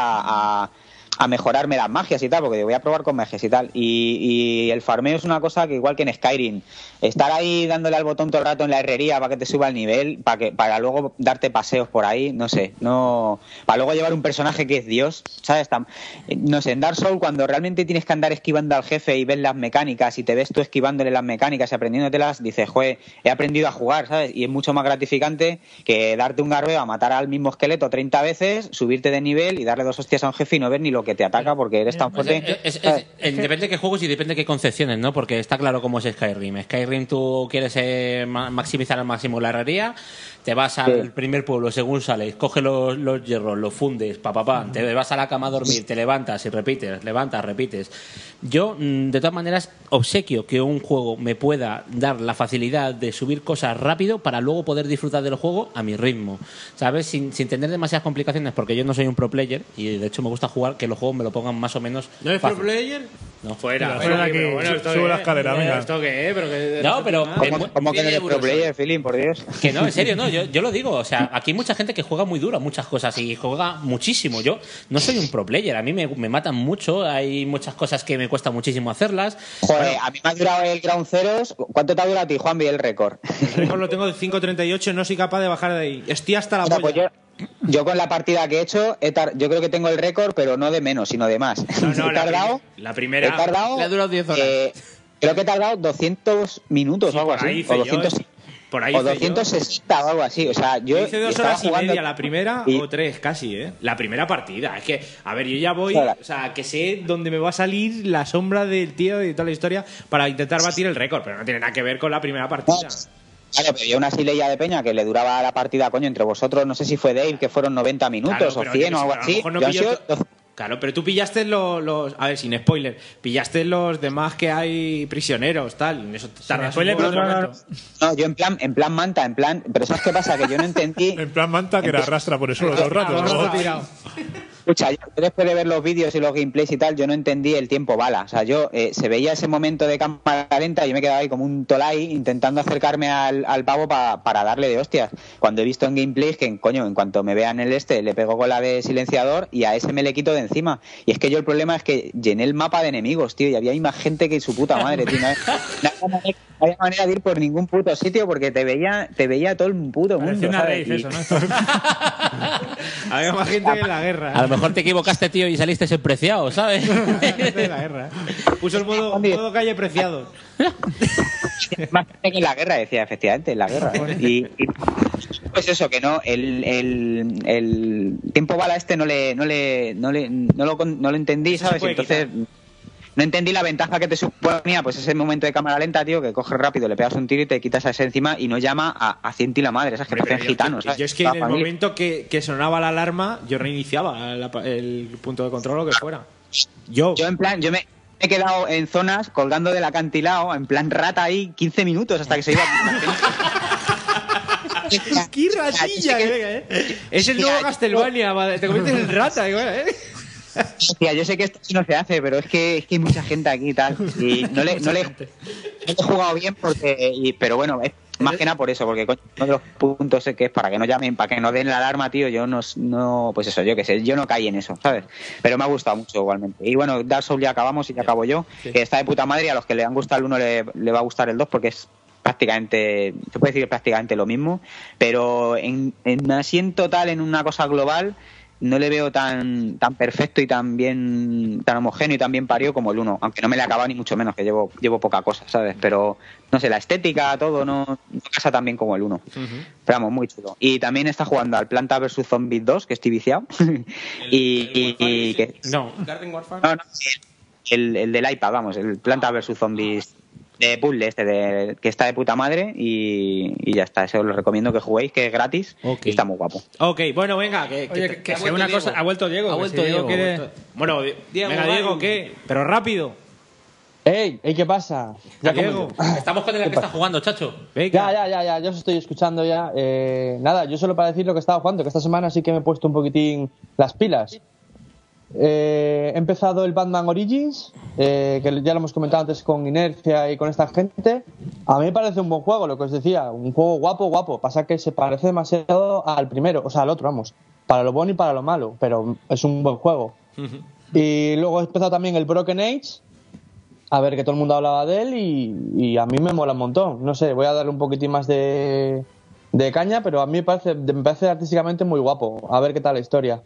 a- a mejorarme las magias y tal, porque voy a probar con magias y tal. Y, y el farmeo es una cosa que igual que en Skyrim, estar ahí dándole al botón todo el rato en la herrería para que te suba el nivel, para que para luego darte paseos por ahí, no sé, no para luego llevar un personaje que es Dios, ¿sabes? Tam- eh, no sé, en Dark Souls cuando realmente tienes que andar esquivando al jefe y ves las mecánicas y te ves tú esquivándole las mecánicas y aprendiéndotelas, dices, "Joder, he aprendido a jugar", ¿sabes? Y es mucho más gratificante que darte un garbeo a matar al mismo esqueleto 30 veces, subirte de nivel y darle dos hostias a un jefe y no ver ni lo que te ataca porque eres tan
O sea,
fuerte.
es- es-
¿sabes?
eh, depende de qué juegos y depende de qué concepciones, ¿no? Porque está claro cómo es Skyrim. Skyrim tú quieres eh, ma- maximizar al máximo la herrería, te vas al
Sí.
primer pueblo, según sales, coges los, los hierros, los fundes, pa, pa, pa, te vas a la cama a dormir, te levantas y repites, levantas, repites. Yo, mm, de todas maneras, obsequio que un juego me pueda dar la facilidad de subir cosas rápido para luego poder disfrutar del juego a mi ritmo, ¿sabes? Sin, sin tener demasiadas complicaciones, porque yo no soy un pro player y de hecho me gusta jugar que los juegos me lo pongan más o menos
¿No es pro
fácil.
player?
No,
fuera.
Fuera
Bueno,
de aquí.
pero bueno, ¿esto
Sube
qué
la
es?
escalera, venga.
¿Esto qué es? Pero que-
No, pero-
¿Cómo, cómo que no eres
Euros,
pro player, Feeling, por Dios?
Que no, en serio, no, yo, yo lo digo. O sea, aquí hay mucha gente que juega muy duro muchas cosas y juega muchísimo. Yo no soy un pro player, a mí me, me matan mucho, hay muchas cosas que me cuesta muchísimo hacerlas.
Joder, a mí me ha durado el Ground Zeros. ¿Cuánto te ha durado a ti, Juanvi, el récord?
El récord lo tengo de 5.38, no soy capaz de bajar de ahí. Estoy hasta la
O sea,
polla.
pues yo, yo con la partida que he hecho, he tar- yo creo que tengo el récord, pero no de menos, sino de más. he
la,
tardado,
prim- la primera.
he tardado,
Le ha durado 10 horas.
eh, creo que he tardado 200 minutos o algo
por ahí
así.
hice
O,
yo,
200,
eh. Por ahí
o
hice yo.
260 o algo así. O sea, yo
hice dos
estaba
horas y
jugando-
media la primera
y-
o tres casi, ¿eh? La primera partida. Es que, a ver, yo ya voy,
Hola.
o sea, que sé dónde me va a salir la sombra del tío y toda la historia para intentar batir el récord, pero no tiene nada que ver con la primera partida.
Claro, pero había una sileya de peña que le duraba la partida, coño, entre vosotros, no sé si fue Dave, que fueron 90 minutos
Claro, pero
o 100
yo
o
qué
algo
sé, pero a lo
así.
mejor no
Yo han
pilló
sido
Claro, pero tú pillaste los, los- A ver, sin spoiler. Pillaste los demás que hay prisioneros, tal. en Eso tardas
spoiler,
un poco.
pero no, no, No, yo en plan, en plan manta, en plan. Pero ¿sabes qué pasa? Que yo no entendí. en
plan manta que la arrastra por el suelo todo el rato. ¿no?
Escucha, yo después de ver los vídeos y los gameplays y tal, yo no entendí el tiempo bala. O sea, yo eh, se veía ese momento de cámara lenta y yo me quedaba ahí como un tolai intentando acercarme al, al pavo pa- para darle de hostias. Cuando he visto en gameplays que, en- coño, en cuanto me vean el este, le pego con la de silenciador y a ese me le quito de encima. Y es que yo el problema es que llené el mapa de enemigos, tío, y había ahí más gente que su puta madre, tío. No, había manera- no había manera de ir por ningún puto sitio porque te veía, te veía todo el puto mundo.
Parecía una
¿sabes?
raíz
Y-
eso, ¿no?
Había más gente que en la guerra.
A lo mejor te equivocaste, tío, y saliste despreciado, ¿sabes?
de la guerra. ¿eh? Puso el modo, modo calle preciado.
más que en la guerra, decía, efectivamente, en la guerra. Y, y, pues eso, que no, el, el, el tiempo bala este no le, no le, no le, no lo, con- no lo entendí,
Eso se
¿sabes?
puede
Entonces, no entendí la ventaja que te suponía, pues ese momento de cámara lenta, tío, que coges rápido, le pegas un tiro y te quitas a ese encima y no llama a, a cien y la madre, esas que parecen gitanos. ¿sabes?
Yo es que
La
en el
familia.
momento que, que sonaba la alarma, yo reiniciaba la pa- el punto de control o lo que fuera. Yo.
en plan, yo me me he quedado en zonas colgando del acantilado, en plan rata ahí, 15 minutos hasta que se iba.
¡Qué ratilla! eh, eh! Es el nuevo Castlevania, madre, te conviertes en rata, igual, ¿eh?
Hostia, yo sé que esto sí no se hace, pero es que, es que hay mucha gente aquí y tal. Y no le, no le, no le he jugado bien, porque y- pero bueno, es más que nada por eso, porque coño, uno de los puntos es que es para que no llamen, para que no den la alarma, tío. Yo no, no pues eso, yo qué sé, yo no caí en eso, ¿sabes? Pero me ha gustado mucho igualmente. Y bueno, Dark Souls ya acabamos y ya acabo yo,
Sí.
que está de puta madre. y A los que le han gustado el uno le, le va a gustar el 2 porque es prácticamente, se puede decir que prácticamente lo mismo, pero en, en así en total, en una cosa global, no le veo tan, tan perfecto y tan bien, tan homogéneo y tan bien parido como el 1, aunque no me le acaba ni mucho menos, que llevo, llevo poca cosa, ¿sabes? Pero, no sé, la estética, todo, no, no casa tan bien como el 1. Pero vamos, muy chulo. Y también está jugando al Planta vs Zombies 2, que estoy viciado. y, y- y que,
No. Garden Warfare.
no, no, el, el del iPad, vamos, el Planta vs Zombies de puzzle este, de- que está de puta madre y, y ya está, eso os lo recomiendo que juguéis, que es gratis y está muy guapo.
Ok, bueno, venga, que,
Oye, que- que sea una cosa- ha vuelto Diego,
Ha
que
vuelto
si Diego
Diego.
quiere-
ha vuelto- Bueno, Di-
Diego,
venga,
va.
Diego, ¿qué? Pero rápido.
¡Ey! ey, ¿Qué pasa? Ya
Diego,
comento.
Estamos con el que está jugando, chacho.
Ya, ya, ya, ya, yo os estoy escuchando ya. Eh, nada, yo solo para decir lo que estaba jugando, que esta semana sí que me he puesto un poquitín las pilas. Eh, he empezado el Batman Origins, eh, que ya lo hemos comentado antes con Inercia y con esta gente. A mí me parece un buen juego, lo que os decía, un juego guapo, guapo. Pasa que se parece demasiado al primero, o sea, al otro, vamos. Para lo bueno y para lo malo, pero es un buen juego.
Eh,
Y luego he empezado también el Broken Age, a ver que todo el mundo hablaba de él y, y a mí me mola un montón. No sé, voy a darle un poquitín más de, de caña, pero a mí me parece, me parece artísticamente muy guapo. A ver qué tal la historia.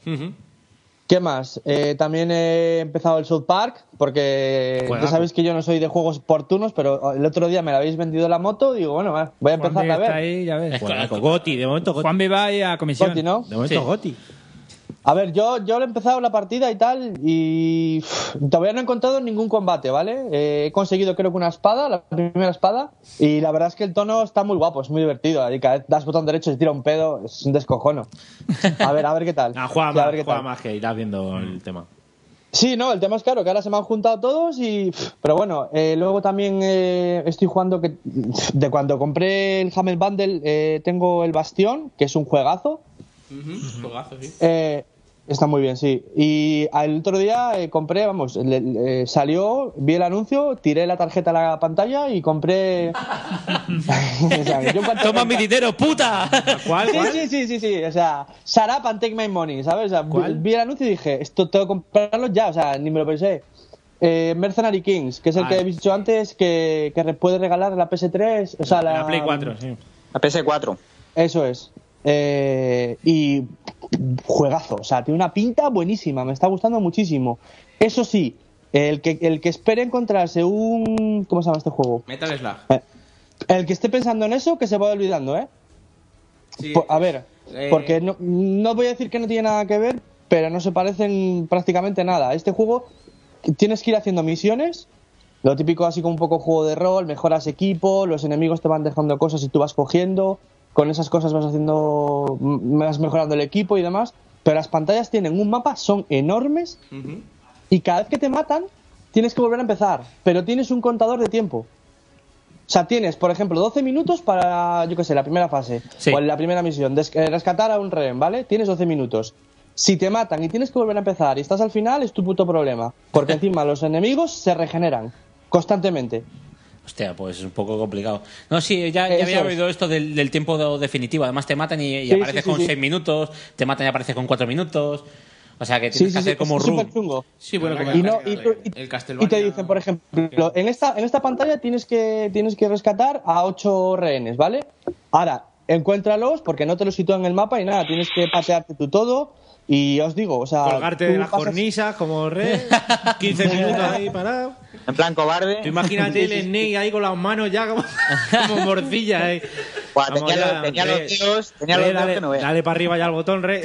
¿Qué más? Eh, también he empezado el South Park, porque
Juegazo.
ya sabéis que yo no soy de juegos por turnos, pero el otro día me la habéis vendido la moto y digo, bueno, va, voy a
Juan
empezar a
Vega
ver.
está ahí, ya ves. eh,
Juanaco, Goti, de momento Goti.
Juan Viva ahí a comisión.
Goti, ¿no?
De momento
Sí.
Goti.
A ver, yo, yo he empezado la partida y tal, y uf, todavía no he encontrado ningún combate, ¿vale? Eh, he conseguido creo que una espada, la primera espada, y la verdad es que el tono está muy guapo, es muy divertido. Ahí cada vez das botón derecho y se tira un pedo, es un descojono. A ver, a ver qué tal.
Ah, juega
Sí, a
más,
ver qué
juega
tal.
más que irás viendo el tema.
Sí, no, el tema es claro, que ahora se me han juntado todos y... pff, Pero bueno, eh, luego también eh, estoy jugando que... De cuando compré el Hammer Bundle eh, tengo el Bastión, que es un juegazo. Eh, está muy bien, sí. Y el otro día eh, compré, vamos, le- le- eh, salió, vi el anuncio, tiré la tarjeta a la pantalla y compré. O sea, yo en cuanto-
Toma mi dinero, puta.
Sí, Sí, sí, sí, sí. O sea, shut up and take my money, ¿sabes? O sea, vi- Vi el anuncio y dije, esto tengo que comprarlo ya, o sea, ni me lo pensé. Eh, Mercenary Kings, que es el
Ah.
que habéis dicho antes, que, que re- puede regalar la PS3, o sea, la,
La Play 4, sí.
La PS4.
Eso es. Eh, y juegazo, o sea, tiene una pinta buenísima, me está gustando muchísimo. Eso sí, el que, el que espere encontrarse un... ¿Cómo se llama este juego?
Metal Slug.
Eh, El que esté pensando en eso, que se vaya olvidando, ¿eh? Po- a ver,
eh,
porque no, no voy a decir que no tiene nada que ver, pero no se parecen prácticamente nada. Este juego tienes que ir haciendo misiones, lo típico así como un poco juego de rol, mejoras equipo, los enemigos te van dejando cosas y tú vas cogiendo, con esas cosas vas haciendo, m- vas mejorando el equipo y demás, pero las pantallas tienen un mapa, son enormes y cada vez que te matan tienes que volver a empezar, pero tienes un contador de tiempo. O sea, tienes, por ejemplo, 12 minutos para, yo qué sé, la primera fase o la primera misión, des- eh, rescatar a un rehén, ¿vale? Tienes 12 minutos. Si te matan y tienes que volver a empezar y estás al final, es tu puto problema. Porque encima los enemigos se regeneran constantemente.
Hostia, pues es un poco complicado. No, sí, ya, ya
Eso
había
es.
oído esto del, del tiempo de- definitivo. Además, te matan y, y
Sí,
apareces
sí, sí,
con
sí.
6 minutos, te matan y apareces con 4 minutos. O sea, que
Sí,
tienes
sí,
que
sí,
hacer como
es
room.
superchungo.
Sí, bueno, como
y,
el
no- y
Castlevania.
tú- y-
El
y
Castlevania.
te dicen, por ejemplo, en esta, en esta pantalla tienes que, tienes que rescatar a 8 rehenes, ¿vale? Ahora, encuéntralos porque no te los sitúan en el mapa y nada, tienes que patearte tú todo. Y ya os digo, o sea.
Colgarte
tú
de las
pasas-
cornisas como rey, 15 minutos ahí parado.
En plan cobarde.
Tú imagínate el Snake ahí con las manos ya como, como morcilla. ahí.
Buah,
Vamos
tenía
ya,
los- tenía
Andrés.
los dedos- tenía los
Andrés,
dedos
dale,
que no veas.
dale para arriba ya al botón, rey.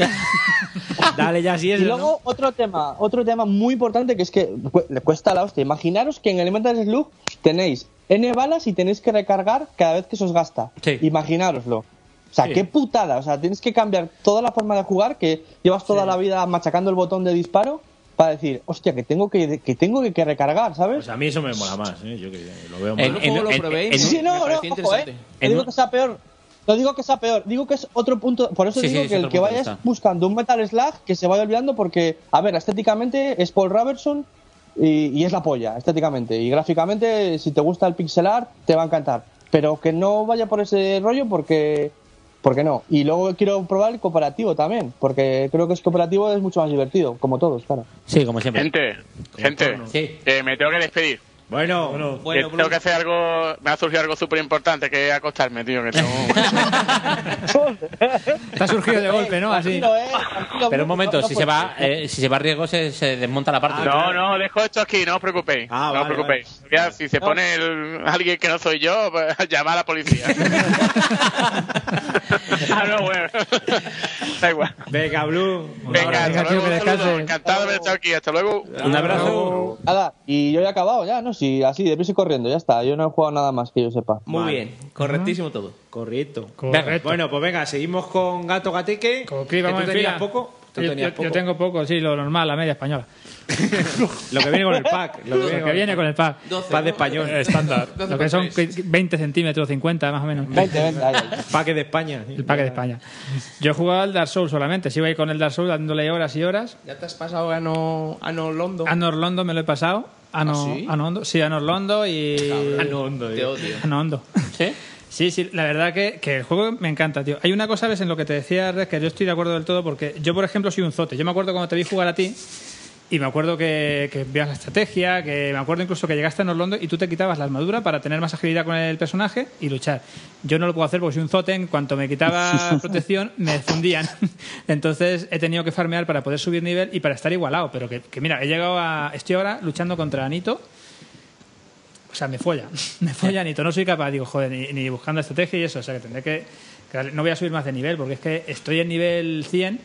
dale ya si es.
Y luego otro tema, otro tema muy importante que es que cu- le cuesta la hostia. Imaginaros que en Elemental Slug tenéis N balas y tenéis que recargar cada vez que se os gasta. Imaginároslo. O sea,
Sí.
qué putada. O sea, tienes que cambiar toda la forma de jugar que llevas toda la vida machacando el botón de disparo para decir, hostia, que tengo que, que tengo que, que recargar, ¿sabes?
Pues a mí eso me mola más, ¿eh? yo que sé, lo veo más.
En- en- Luego lo en- probéis, en- sí, no, me no, parecía ojo, interesante. eh. No digo que sea peor. No digo que sea peor, digo que es otro punto. Por eso
Sí,
digo
sí, es
que el
otro
que
punto de
vayas
vista.
buscando un Metal Slug que se vaya olvidando porque, a ver, estéticamente es Paul Robertson y, y es la polla, estéticamente. Y gráficamente, si te gusta el pixel art, te va a encantar. Pero que no vaya por ese rollo porque, porque no. Y luego quiero probar el cooperativo también, porque creo que es cooperativo es mucho más divertido, como todos, claro.
Sí, como siempre.
Gente, gente, eh, me tengo que despedir.
Bueno, bueno,
Que tengo que hacer algo. Me ha surgido algo súper importante que es acostarme, tío. Que tengo-
Te ha surgido de golpe, ¿no? Así.
eh,
Ah, Pero un momento, si se va, eh, si se va a riesgo se, se desmonta la
Ah,
parte.
no, no, dejo esto aquí, no os preocupéis. no os preocupéis. Ya, si se pone el- alguien que no soy yo, pues, llama a la policía. ah, no, bueno. da igual.
Venga, Blue.
Venga, hasta
Venga, tío,
luego, un saludo.
que descanses.
Encantado de haber estado aquí. Hasta luego.
Nada, y yo ya he acabado ya, ¿no? Sí, así, deprisa y corriendo, ya está. Yo no he jugado nada más que yo sepa.
Muy
Vale.
bien, correctísimo todo. Correcto.
Correcto.
Bueno, pues venga, seguimos con Gato Gateque. Con
Sí, vamos
tú
en
tenías
fila.
poco. Tú
Yo,
tenías
yo- yo
poco.
tengo poco, sí, lo normal, la media española.
Lo que viene con el pack. Lo que viene, con el
con el pack. Eh,
Pack de español.
Estándar. Lo que son 20 centímetros, 50 más o menos.
20, 20, ahí, ahí. Pack de España.
El pack de España. Yo he jugado al Dark Souls solamente. Sigo ahí con el Dark Souls dándole horas y horas.
Ya te has pasado a no, a no Londo.
A Norlondo me lo he pasado. A no,
¿Ah, sí?
a no Hondo. Sí, a Norlondo y.
Cabrón. A no Hondo, Te eh. odio.
A no Hondo.
¿Sí?
Sí, sí, la verdad que, que el juego me encanta, tío. Hay una cosa, ¿ves? En lo que te decía, Red, que yo estoy de acuerdo del todo, porque yo, por ejemplo, soy un zote. Yo me acuerdo cuando te vi jugar a ti, y me acuerdo que, que veías la estrategia, que me acuerdo incluso que llegaste a Norlondo y tú te quitabas la armadura para tener más agilidad con el personaje y luchar. Yo no lo puedo hacer porque soy un zote, en cuanto me quitaba protección me fundían. Entonces he tenido que farmear para poder subir nivel y para estar igualado. Pero que, que mira, he llegado a... Estoy ahora luchando contra Anito. O sea, me folla, me folla Anito. No soy capaz, digo, joder, ni, ni buscando estrategia y eso. O sea, que tendré que... que darle- No voy a subir más de nivel porque es que estoy en nivel 100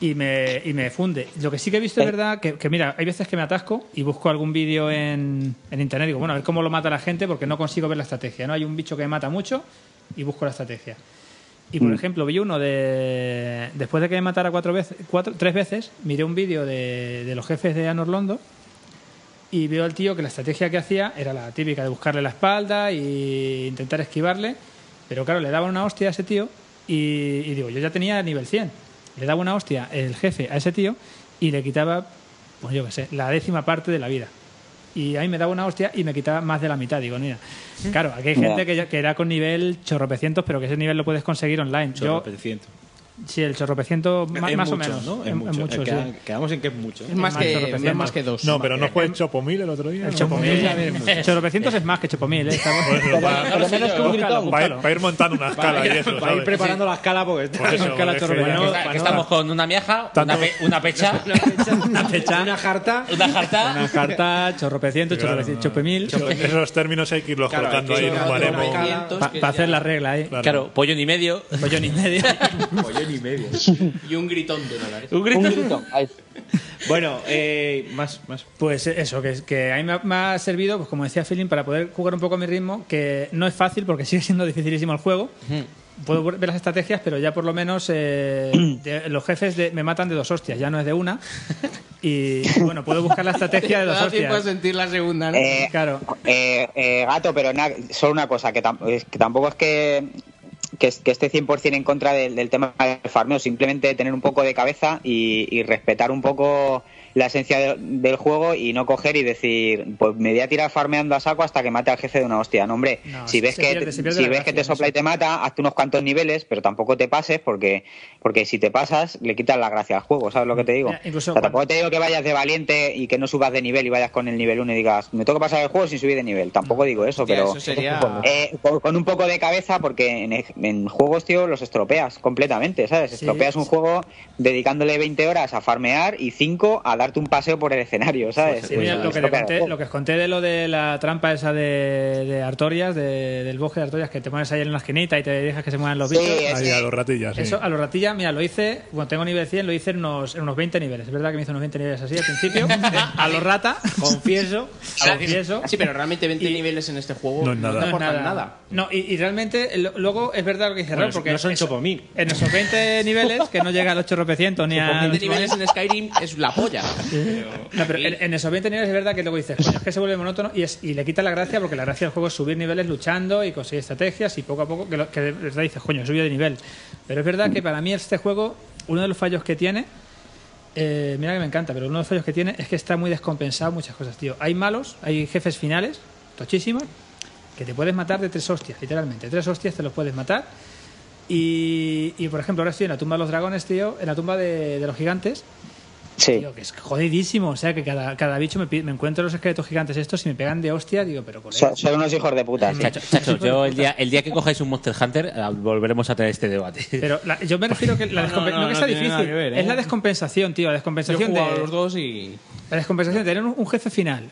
y me, y me funde. Lo que sí que he visto es verdad que, que, mira, hay veces que me atasco y busco algún vídeo en, en internet y digo, bueno, a ver cómo lo mata la gente porque no consigo ver la estrategia. ¿no? Hay un bicho que mata mucho y busco la estrategia. Y por
Mm.
ejemplo, vi uno de. Después de que me matara cuatro veces, cuatro, tres veces, miré un vídeo de, de los jefes de Anor Londo y veo al tío que la estrategia que hacía era la típica de buscarle la espalda e intentar esquivarle. Pero claro, le daba una hostia a ese tío y, y digo, yo ya tenía nivel 100. Le daba una hostia el jefe a ese tío y le quitaba, pues yo qué sé, la décima parte de la vida. Y ahí me daba una hostia y me quitaba más de la mitad. Digo, mira, claro, aquí hay
Ya.
gente que, ya- que era con nivel chorropecientos, pero que ese nivel lo puedes conseguir online. Yo,
Chorropeciento.
sí, el chorropeciento ma-
Es
más
mucho,
o menos.
¿no? Es
En- en
mucho.
sí.
Eh, queda- Quedamos en que es mucho.
Es más que- es más que dos.
No, pero no fue Chopomil el otro día.
El Chopomil, Chorropecientos es más que Chopomil, ¿eh? Estamos-
Para ir- para ir montando una escala y eso.
Para ir
¿sabes?
preparando la escala porque
Por eso,
escala
es que-
chorropeciento.
Bueno,
Para
Aquí
no-
estamos con una miaja, una,
Tanto-
pe- una pecha,
una pecha, una jarta,
una jarta.
Una jarta, chorropecientos,
Claro,
chorropecientos, chopemil.
Esos términos hay que irlos
Claro,
colocando
hay que
ahí en un
ir
baremo.
Para hacer la regla, ¿eh?
Claro, pollo ni medio.
Pollo ni medio.
Pollo ni medio.
Y un gritón de dólares.
Un grito. Bueno, eh, más, más.
Pues eso, que, que a mí me ha, me ha servido, pues como decía Feeling, para poder jugar un poco a mi ritmo, que no es fácil porque sigue siendo dificilísimo el juego. Puedo ver las estrategias, pero ya por lo menos eh, de- los jefes de- me matan de dos hostias, ya no es de una. Y bueno, puedo buscar la estrategia de dos hostias.
sentir la segunda,
Eh, eh, eh, gato, pero na- solo una cosa, que, tam- es que tampoco es que, que, es- que esté 100% en contra del, del tema del farmeo, simplemente tener un poco de cabeza y, y respetar un poco la esencia de- del juego y no coger y decir, pues me voy a tirar farmeando a saco hasta que mate al jefe de una hostia. No, hombre,
No,
si
se-
ves,
se
que,
pierde- se pierde
si
la
ves que
gracia,
te sopla y te mata, hazte unos cuantos niveles, pero tampoco te pases porque, porque si te pasas le quitas la gracia al juego, ¿sabes lo que te digo?
Mira,
O sea,
incluso cuando-
tampoco te digo que vayas de valiente y que no subas de nivel y vayas con el nivel 1 y digas, me tengo que pasar el juego sin subir de nivel. Tampoco digo eso,
Hostia,
pero
eso sería-
eh, con, con un poco de cabeza, porque en, en juegos, tío, los estropeas completamente, ¿sabes? Estropeas un juego dedicándole 20 horas a farmear y 5 a darte un paseo por el escenario, ¿sabes? Pues
Sí, Pues, mira, lo, que le
Estropeas el
conté- lo que os conté de lo de la trampa esa de, de Artorias, de- del bosque de Artorias, que te pones ahí en la esquinita y te dejas que se muevan los
Sí,
bichos.
ese. Ahí, a los ratillas, sí.
Eso, a los ratillas, mira, lo hice, bueno, tengo nivel 100, lo hice en unos, en unos 20 niveles. Es verdad que me hice unos 20 niveles así al principio. a los rata, confieso. confieso.
Sí, pero realmente 20 niveles en este juego no, te aportan nada.
No, y, y realmente Eh, lo- luego es verdad lo que dice
Bueno,
Raúl, porque
no son
eso- En esos 20 niveles, que no llega al 800 ni a...
20 niveles en Skyrim es la polla.
No, pero en, en esos 20 niveles es verdad que luego dices, coño, es que se vuelve monótono y, es- y le quita la gracia porque la gracia del juego es subir niveles luchando y conseguir estrategias y poco a poco que, lo- que de verdad dices, coño, he subido de nivel. Pero es verdad que para mí este juego, uno de los fallos que tiene, eh, mira que me encanta, pero uno de los fallos que tiene es que está muy descompensado muchas cosas, tío. Hay malos, hay jefes finales, tochísimos, que te puedes matar de tres hostias, literalmente. Tres hostias te los puedes matar. Y, y, por ejemplo, ahora estoy en la tumba de los dragones, tío, en la tumba de, de los gigantes.
Sí.
Tío, que es jodidísimo. O sea, que cada, cada bicho me, pi- me encuentro los esqueletos gigantes estos y me pegan de hostia. Digo, pero colega.
Son, son unos hijos de puta. sí.
Eh, Chacho, chacho, yo el día, el día que cojáis un Monster Hunter eh, volveremos a tener este debate.
Pero la- yo me refiero que la
No, no,
descompen-
no,
no, que
no
sea
tiene
difícil,
nada que ver, ¿eh?
es la descompensación, tío, la descompensación
Yo he jugado
de
a los dos y
la descompensación de tener un, un jefe final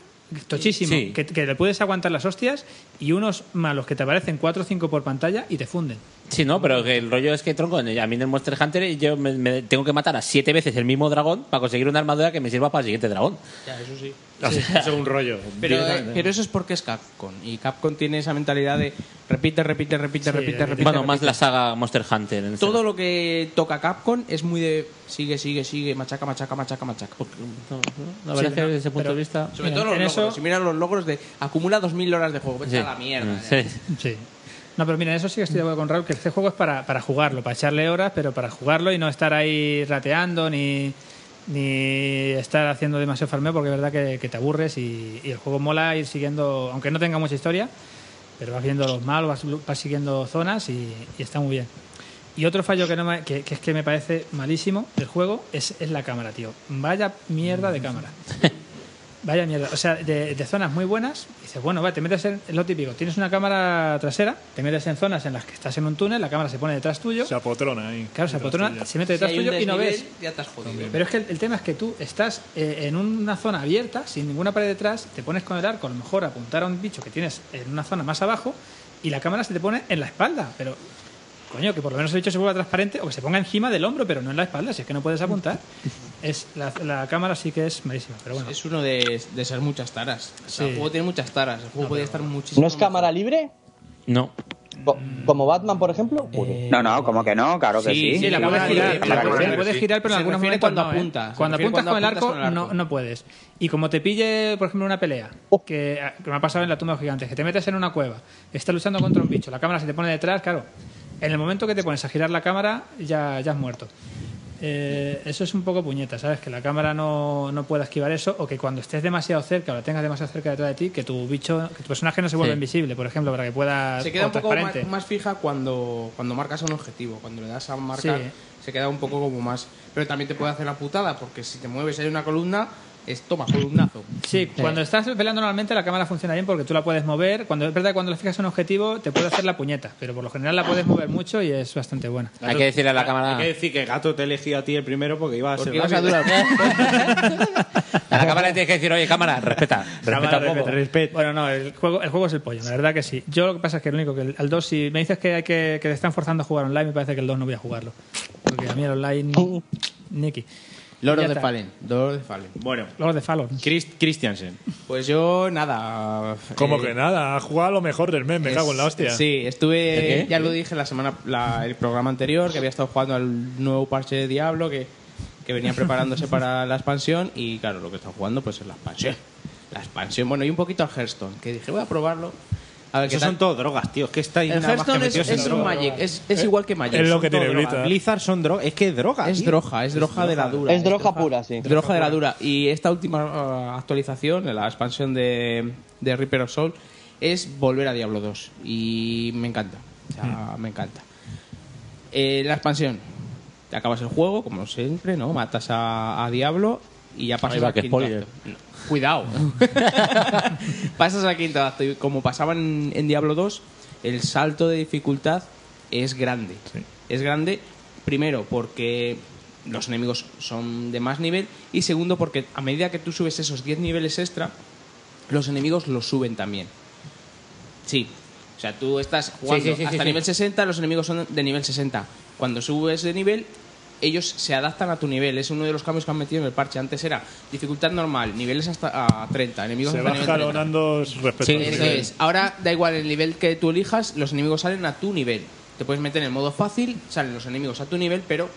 tochísimo
Sí.
que, que le puedes aguantar las hostias y unos malos que te aparecen 4 o 5 por pantalla y te funden.
Sí, no, pero que el rollo es que, tronco, a mí en el Monster Hunter yo me, me tengo que matar a siete veces el mismo dragón para conseguir una armadura que me sirva para el siguiente dragón.
Ya, eso sí.
O sea,
eso es un rollo. Pero, eh,
directamente.
pero eso es porque es Capcom. Y Capcom tiene esa mentalidad de repite, repite, repite, repite, repite.
Bueno,
repite.
más la saga Monster Hunter. en
eh, Todo lo que toca Capcom es muy de sigue, sigue, sigue, machaca, machaca, machaca, machaca.
la verdad es que desde ese punto de vista-
Sobre
Mira,
todo los
en
logros.
eso-
Si miras los logros de acumula 2.000 horas de juego, vete
Sí.
a Pues la mierda. ¿eh?
Sí.
Mm, Sí. No, pero mira, en eso sí que estoy de acuerdo con Raúl, que este juego es para, para jugarlo, para echarle horas, pero para jugarlo y no estar ahí rateando ni, ni estar haciendo demasiado farmeo, porque es verdad que, que te aburres y, y el juego mola ir siguiendo, aunque no tenga mucha historia, pero vas viendo los malos, vas, vas siguiendo zonas y, y está muy bien. Y otro fallo que, no me- que, que es que me parece malísimo del juego es, es la cámara, tío. Vaya mierda de cámara. Vaya mierda. O sea, de, de zonas muy buenas, dices, bueno, va, te metes en es lo típico. Tienes una cámara trasera, te metes en zonas en las que estás en un túnel, la cámara se pone detrás tuyo.
Se apotrona ahí.
Claro, se apotrona,
tuya.
se mete detrás
Si hay un
tuyo y no ves.
desnivel, Ya te has jodido.
Pero es que el, el tema es que tú estás eh, en una zona abierta, sin ninguna pared detrás, te pones con el arco, a lo mejor a apuntar a un bicho que tienes en una zona más abajo y la cámara se te pone en la espalda. Pero, coño, que por lo menos el bicho se vuelva transparente o que se ponga encima del hombro, pero no en la espalda, si es que no puedes apuntar. es la, la cámara sí que es malísima, pero bueno.
Es uno de, de esas muchas taras. O sea,
Sí.
El juego tiene muchas taras. El juego
No,
podía
pero-
estar muchísimo.
¿No es cámara libre?
No.
¿Como Batman, por ejemplo?
Eh, No, no, como que no, claro que sí.
la
Claro
puedes
que
girar,
sí,
la
claro que
puedes-
sí.
puedes girar, pero en
Se
algunos
refiere
momentos
cuando
no, ¿eh?
apuntas, se
Cuando
refiere
apuntas
cuando
con el
apuntas
arco,
con el arco.
No, no puedes. Y como te pille, por ejemplo, una pelea, que, que me ha pasado en la tumba de los gigantes, que te metes en una cueva, estás luchando contra un bicho, la cámara se te pone detrás, claro, en el momento que te pones a girar la cámara, ya, ya has muerto. Eh, eso es un poco puñeta, ¿sabes? Que la cámara no, no pueda esquivar eso, o que cuando estés demasiado cerca o la tengas demasiado cerca detrás de ti, que tu bicho, que tu personaje no se vuelva
Sí.
invisible, por ejemplo, para que pueda.
Se queda
o
un poco ma-
transparente.
más, fija cuando, cuando marcas un objetivo. Cuando le das a marcar,
Sí.
se queda un poco como más. Pero también te puede hacer la putada, porque si te mueves y hay una columna, es toma columnazo.
Sí, cuando estás peleando normalmente la cámara funciona bien porque tú la puedes mover. Cuando es verdad que cuando le fijas un objetivo te puede hacer la puñeta, pero por lo general la puedes mover mucho y es bastante buena.
Hay que decirle a la cámara.
Hay que decir que Gato te elegía a ti el primero porque iba a ser.
Porque ibas a durar. A la cámara le tienes que decir, oye, cámara, respeta. Respeta un poco.
Bueno, no, el juego, el juego es el pollo, la verdad que sí. Yo lo que pasa es que lo único que el, al 2, si me dices que, hay que, que te están forzando a jugar online, me parece que el 2 no voy a jugarlo. Porque a mí el online.
Uh.
Niki.
Loro
Ya
de
está.
Fallen. Loro de Fallen. Bueno.
Loro de Fallon.
Christiansen.
Pues yo, nada.
Como
eh,
que nada, ha jugado a lo mejor del mes, me
es-
cago en la hostia.
Sí,
¿El
estuve.
qué?
Ya lo dije la semana, la- el programa anterior, que había estado jugando al nuevo parche de Diablo, que, que venía preparándose para la expansión. Y claro, lo que está jugando pues es la expansión. La expansión. Bueno, y un poquito al Hearthstone, que dije, voy a probarlo. A ver, qué
Eso
tal.
son todo drogas, tío. Es que está ahí
El
nada más que
Hearthstone es,
metidos en
es un
droga.
Magic, es,
Eh,
es igual que Magic.
Es lo
son
que
todo
tiene
drogas.
Blizzard.
Blizzard
son drogas. Es que es droga.
Es
tío.
droga, es droga de la dura.
eh,
Es droga pura, sí.
Droga de la dura. Y esta última ah, actualización, la expansión de, de Reaper of Soul, es volver a Diablo 2. Y me encanta. O sea, me encanta. Eh, la expansión. Te acabas el juego, como siempre, ¿no? Matas a, a Diablo y ya pasas
Ahí va,
al
que
quinto
spoiler.
acto. Cuidado. pasas al quinto acto. Y como pasaba en, en Diablo 2, el salto de dificultad es grande. Es grande, primero, porque los enemigos son de más nivel. Y segundo, porque a medida que tú subes esos 10 niveles extra, los enemigos los suben también. Sí. O sea, tú estás jugando
sí, sí,
hasta
sí.
nivel 60, los enemigos son de nivel 60. Cuando subes de nivel, ellos se adaptan a tu nivel. Es uno de los cambios que han metido en el parche. Antes era dificultad normal, niveles hasta a 30, enemigos
Se
hasta
va
nivel 30.
jalonando respecto
Sí,
al
eso
nivel.
es. Ahora da igual el nivel que tú elijas, los enemigos salen a tu nivel. Te puedes meter en modo fácil, salen los enemigos a tu nivel, pero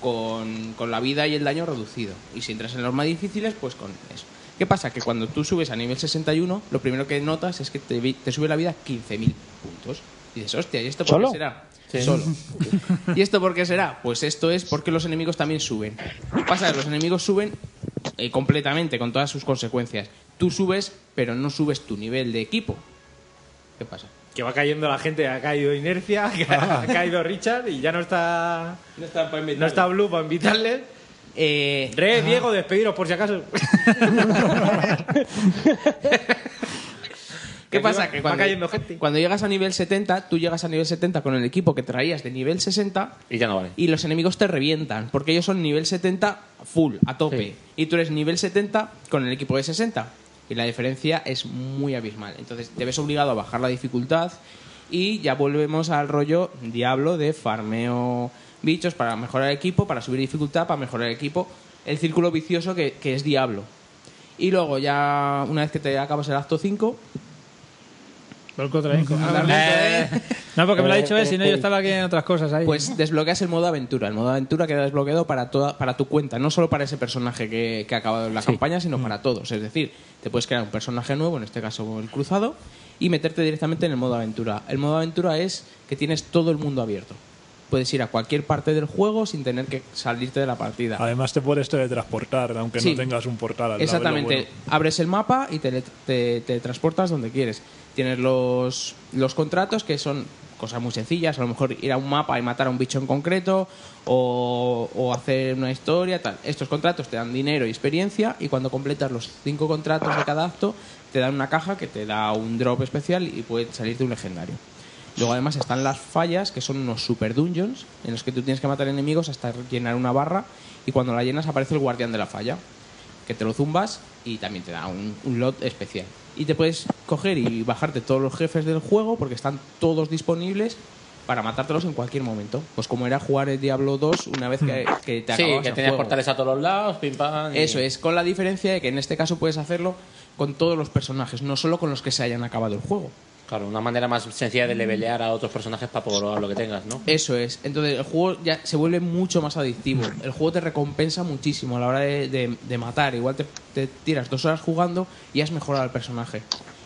con, con la vida y el daño reducido. Y si entras en los más difíciles, pues con eso. ¿Qué pasa? Que cuando tú subes a nivel 61, lo primero que notas es que te, vi- te sube la vida 15.000 puntos. Y dices, hostia, ¿y esto por
¿Solo?
qué será?
Sí.
Solo. ¿Y esto por qué será? Pues esto es porque los enemigos también suben. Pasa que los enemigos suben eh, completamente, con todas sus consecuencias. Tú subes, pero no subes tu nivel de equipo. ¿Qué pasa?
Que va cayendo la gente, ha caído
Ah.
Inercia, ha caído Richard y ya no está. No está, Blue para invitarle. Eh, Re, Diego, despediros por si acaso.
Pues
¿Qué pasa? Que va cayendo gente.
Cuando llegas a nivel 70, tú llegas a nivel 70 con el equipo que traías de nivel 60
Y ya no vale.
y los enemigos te revientan, porque ellos son nivel 70 full, a tope. Y tú eres nivel 70 con el equipo de 60. Y la diferencia es muy abismal. Entonces te ves obligado a bajar la dificultad y ya volvemos al rollo diablo de farmeo bichos para mejorar el equipo, para subir dificultad, para mejorar el equipo. El círculo vicioso que, que es diablo. Y luego ya, una vez que te acabas el acto 5,
Volco otra vez.
A darle
Eh.
otra vez.
No, porque me lo ha dicho él, si no yo estaba aquí en otras cosas ahí.
Pues desbloqueas el modo aventura. El modo aventura queda desbloqueado para toda, para tu cuenta, no solo para ese personaje que, que ha acabado la campaña,
Mm.
sino para todos. Es decir, te puedes crear un personaje nuevo, en este caso el cruzado, y meterte directamente en el modo aventura. El modo aventura es que tienes todo el mundo abierto. Puedes ir a cualquier parte del juego sin tener que salirte de la partida.
Además te puedes teletransportar, aunque
Sí.
no tengas un portal al lado, es lo
Exactamente.
bueno.
Abres el mapa y te, te- te transportas donde quieres. Tienes los, los contratos que son cosas muy sencillas. A lo mejor ir a un mapa y matar a un bicho en concreto o, o hacer una historia, tal. Estos contratos te dan dinero y experiencia y cuando completas los cinco contratos de cada acto te dan una caja que te da un drop especial y puede salirte un legendario. Luego además están las fallas, que son unos super dungeons, en los que tú tienes que matar enemigos hasta llenar una barra y cuando la llenas aparece el guardián de la falla que te lo zumbas y también te da un, un lot especial. Y te puedes coger y bajarte todos los jefes del juego porque están todos disponibles para matártelos en cualquier momento. Pues como era jugar el Diablo 2 una vez que, que te
Hmm. sí,
acababas
que
el
tenías
juego.
portales a todos los lados, pim pam. y-
Eso es, con la diferencia de que en este caso puedes hacerlo con todos los personajes, no solo con los que se hayan acabado el juego.
Claro, una manera más sencilla de levelear a otros personajes para probar lo que tengas, ¿no?
Eso es. Entonces el juego ya se vuelve mucho más adictivo. El juego te recompensa muchísimo a la hora de, de- de matar. Igual te, te tiras dos horas jugando y has mejorado al personaje.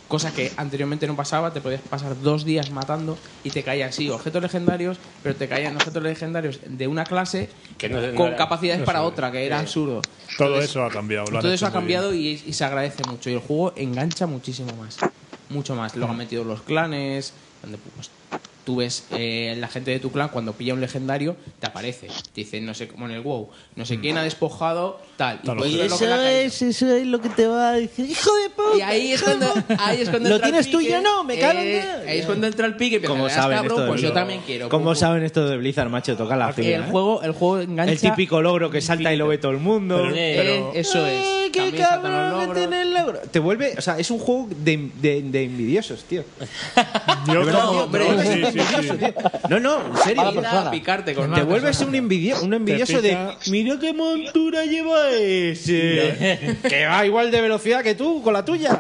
Cosa que anteriormente no pasaba, te podías pasar dos días matando y te caían, sí, objetos legendarios, pero te caían objetos legendarios de una clase
Que no- no
con
era-
capacidades
eso
para
es.
otra, que era
Eh,
absurdo.
Todo eso ha cambiado. lo han
Todo eso
hecho
ha
muy bien.
cambiado y, y se agradece mucho. Y el juego engancha muchísimo más. Mucho más. Luego han metido los clanes, donde pues, tú ves eh, la gente de tu clan cuando pilla un legendario, te aparece. Te dice, no sé, como en el WoW, no sé quién ha despojado tal. Y puedes ver lo que le ha caído.
es, eso es lo que te va a decir. ¡Hijo de puta!
Y ahí es cuando, ahí es cuando
Lo
entra el
tienes tú y
pique.
yo no, me cago en
Eh,
Dios.
Ahí es cuando entra el pique, pero
Como saben
cabrón,
esto de
pues yo
Blizzard.
también quiero.
¿Cómo saben esto de Blizzard, macho? Toca la
el,
fibra. ¿eh?
juego, el juego engancha.
El típico logro que salta y lo ve todo el mundo.
Eh, eso es.
Eh,
También saltan los logros.
Te vuelve, o sea, es un juego de, de- de envidiosos, tío.
Yo
De verdad,
como-
tío, pero
Sí,
es
sí,
envidioso, tío. No, no, en serio.
Mala persona. Picarte con
te
mala
vuelves
persona.
un envidioso, un envidioso
Te
de
pica.
mira qué montura lleva ese. que va igual de velocidad que tú con la tuya.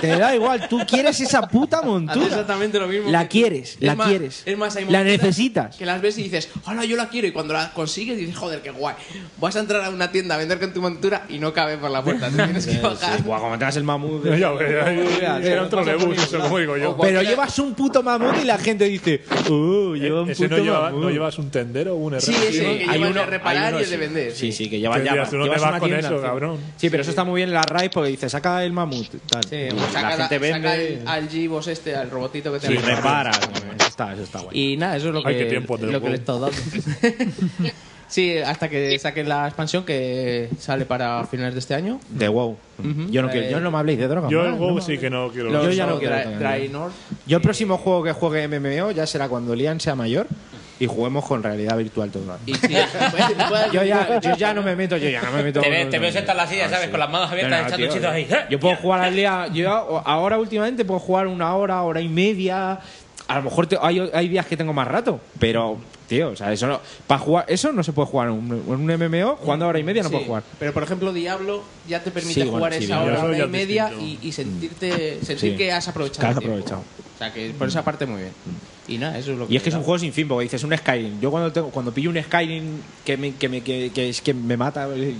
te da igual, tú quieres esa puta
Hace
montura.
exactamente lo mismo.
La
que tú.
quieres, la
Es más-
quieres.
Es más, hay
La
monturas
necesitas.
Que las ves y dices, hola, yo la quiero. Y cuando la consigues dices, joder, qué guay. Vas a entrar a una tienda a vender con tu montura y no cabe por la puerta. Te tienes que bajar.
Buah, como te das el mamut.
Ya, ya, ya, ya, ya, era un trolebús, eso, como digo yo.
Pero llevas un puto mamut y la gente dice, uh, lleva un
Eh, Ese
puto
no, lleva-
mamut.
no llevas un tendero o un herrero.
Hay uno- hay uno-
Sí,
Sí, sí, que llevan
Te dirás,
llamas.
¿tú dónde
Llevas
vas
una
con
tienda,
eso,
tío.
cabrón?
Sí, pero eso está muy bien en la RAI porque dice, saca el mamut. Tal. Y
pues Saca
la
la-
gente
saca
vende.
al, al G-Boss este, al robotito que te
Sí,
han puesto.
repara. Eso está, eso está guay.
Y nada, eso es lo que,
Ay, qué tiempo te
lo
lo
que le he estado dando. sí, hasta que saquen la expansión que sale para finales de este año.
De wow. Yo no quiero,
Eh,
yo no me habléis de drogas.
yo el
más,
WoW
no me
sí que
pues no quiero.
Yo
Los
ya no quiero.
Dra-
también.
Draenor.
Yo el próximo juego que juegue MMO ya será cuando Lian sea mayor y juguemos con realidad virtual todo el rato. yo, ya, yo ya no me meto, yo ya no me meto.
Te,
con-
ve- te veo sentar en la silla, ¿sabes? Con las manos abiertas,
No, no,
echando
tío,
hechizos ahí.
¿Eh?
Yo puedo jugar al día. Yo ahora últimamente puedo jugar una hora, hora y media. A lo mejor te- hay, hay días que tengo más rato, pero tío, o sea, eso no, para jugar eso no se puede jugar en un, en un MMO jugando hora y media no
Sí,
puedo jugar.
Pero por ejemplo, Diablo ya te permite
Sí, bueno,
jugar
sí,
esa
Diablo
hora, hora
ya
y
es
media y,
distinto.
y sentirte sentir
Sí.
que has aprovechado.
Que has
el tiempo.
aprovechado.
O sea, que por esa parte muy bien. Y nada, eso es lo que
Mm. Y es que es un
queda.
juego sin fin, porque dices un Skyrim. Yo cuando tengo, cuando pillo un Skyrim que me, que me, que, que es que me mata. eh,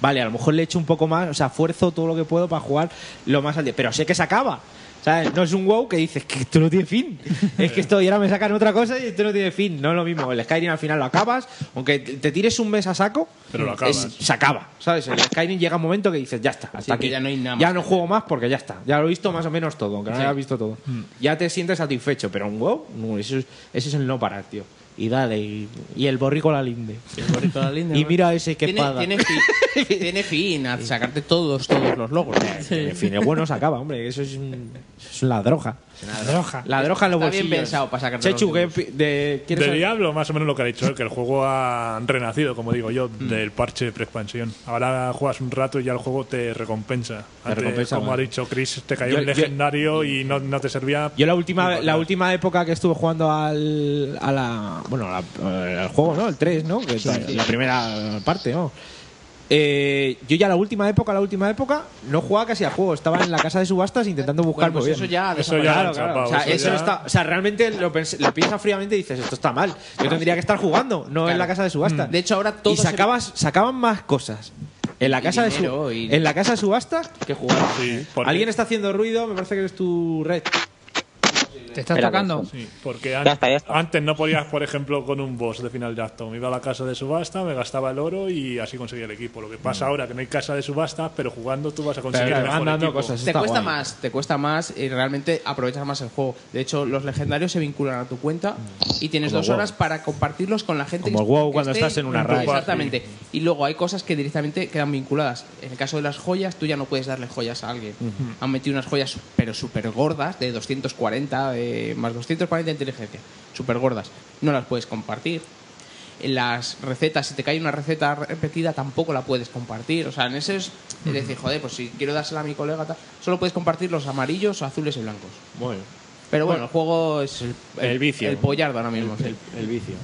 Vale, a lo mejor le echo un poco más, o sea, esfuerzo todo lo que puedo para jugar lo más al día. Pero sé que se acaba. ¿Sabes? No es un WoW que dices que esto no tiene fin. Es que esto y ahora me sacan otra cosa y esto no tiene fin. No es lo mismo. El Skyrim al final lo acabas, aunque te te tires un mes a saco,
Pero lo acabas.
es- se acaba. ¿Sabes? El Skyrim llega un momento que dices, ya está, hasta
que
aquí.
ya no hay nada más
Ya
que
no juego más porque ya está. Ya lo he visto más o menos todo, aunque no
Sí.
lo hayas visto todo. Ya te sientes satisfecho, pero un WoW, no, eso, es- eso es el no parar, tío. y dale. Y, y el borrico la linde. y
¿no?
mira ese que
tiene,
espada.
tiene, fi- tiene fin a sacarte todos, todos los logos.
En fin, el bueno se acaba, hombre. Eso es, un- eso es la droja.
La droja.
La droja en los
Está bien
bolsillos.
pensado para sacarte
Chechu,
los
¿qué
logos.
pi- de,
De
¿quieres saber?
Diablo, más o menos lo que ha dicho, él, que el juego ha renacido, como digo yo,
Mm.
del parche pre-expansión. Ahora juegas un rato y ya el juego te recompensa. Antes,
recompensa,
como
vale.
ha dicho Chris, te cayó
Yo-
un
yo-
legendario y no, no te servía.
Yo la última, la última época que estuve jugando al, a la, bueno, a la- al juego, ¿no? El 3, ¿no? Que la, la primera parte, ¿no? Eh, yo ya la última época, la última época, no jugaba casi a juego. Estaba en la casa de subastas intentando buscar
Bueno, pues
muy
eso
bien.
ya ha Eso
ya desaparecido. ha
O sea,
chapado, eso
eso
ya-
está- o sea, realmente lo, pens- lo piensas fríamente y dices, esto está mal. Yo tendría que estar jugando, no en la casa de subastas.
Mm. De hecho, ahora todo
Y
se-
sacabas, sacaban más cosas. En la
Y
casa de
dinero,
su-
y-
en la casa de subastas
que jugar.
alguien está haciendo ruido, me parece que es tu red.
¿Te estás
Espera,
tocando?
Sí, porque an- antes no podías, por ejemplo, con un boss de final de acto. Me iba a la casa de subasta, me gastaba el oro y así conseguía el equipo. Lo que pasa ahora que no hay casa de subasta, pero jugando tú vas a conseguir el mejor equipo.
te cuesta más, te cuesta más y realmente aprovechas más el juego. De hecho, los legendarios se vinculan a tu cuenta y tienes
Como
dos
el
horas
WoW.
para compartirlos con la gente.
Como
que-
el WoW
que
cuando
esté
estás en una
vinculada.
raid.
Exactamente. Y luego hay cosas que directamente quedan vinculadas. En el caso de las joyas, tú ya no puedes darle joyas a alguien.
Ujú.
Han metido unas joyas pero súper gordas, de 240, de más 240 de inteligencia. Súper gordas. No las puedes compartir. En las recetas, si te cae una receta repetida, tampoco la puedes compartir. O sea, en ese es, es decir, joder, pues si quiero dársela a mi colega, tal, solo puedes compartir los amarillos, azules y blancos.
Bueno.
Pero bueno, el juego es el,
El vicio.
El pollardo ahora mismo. sí.
El vicio.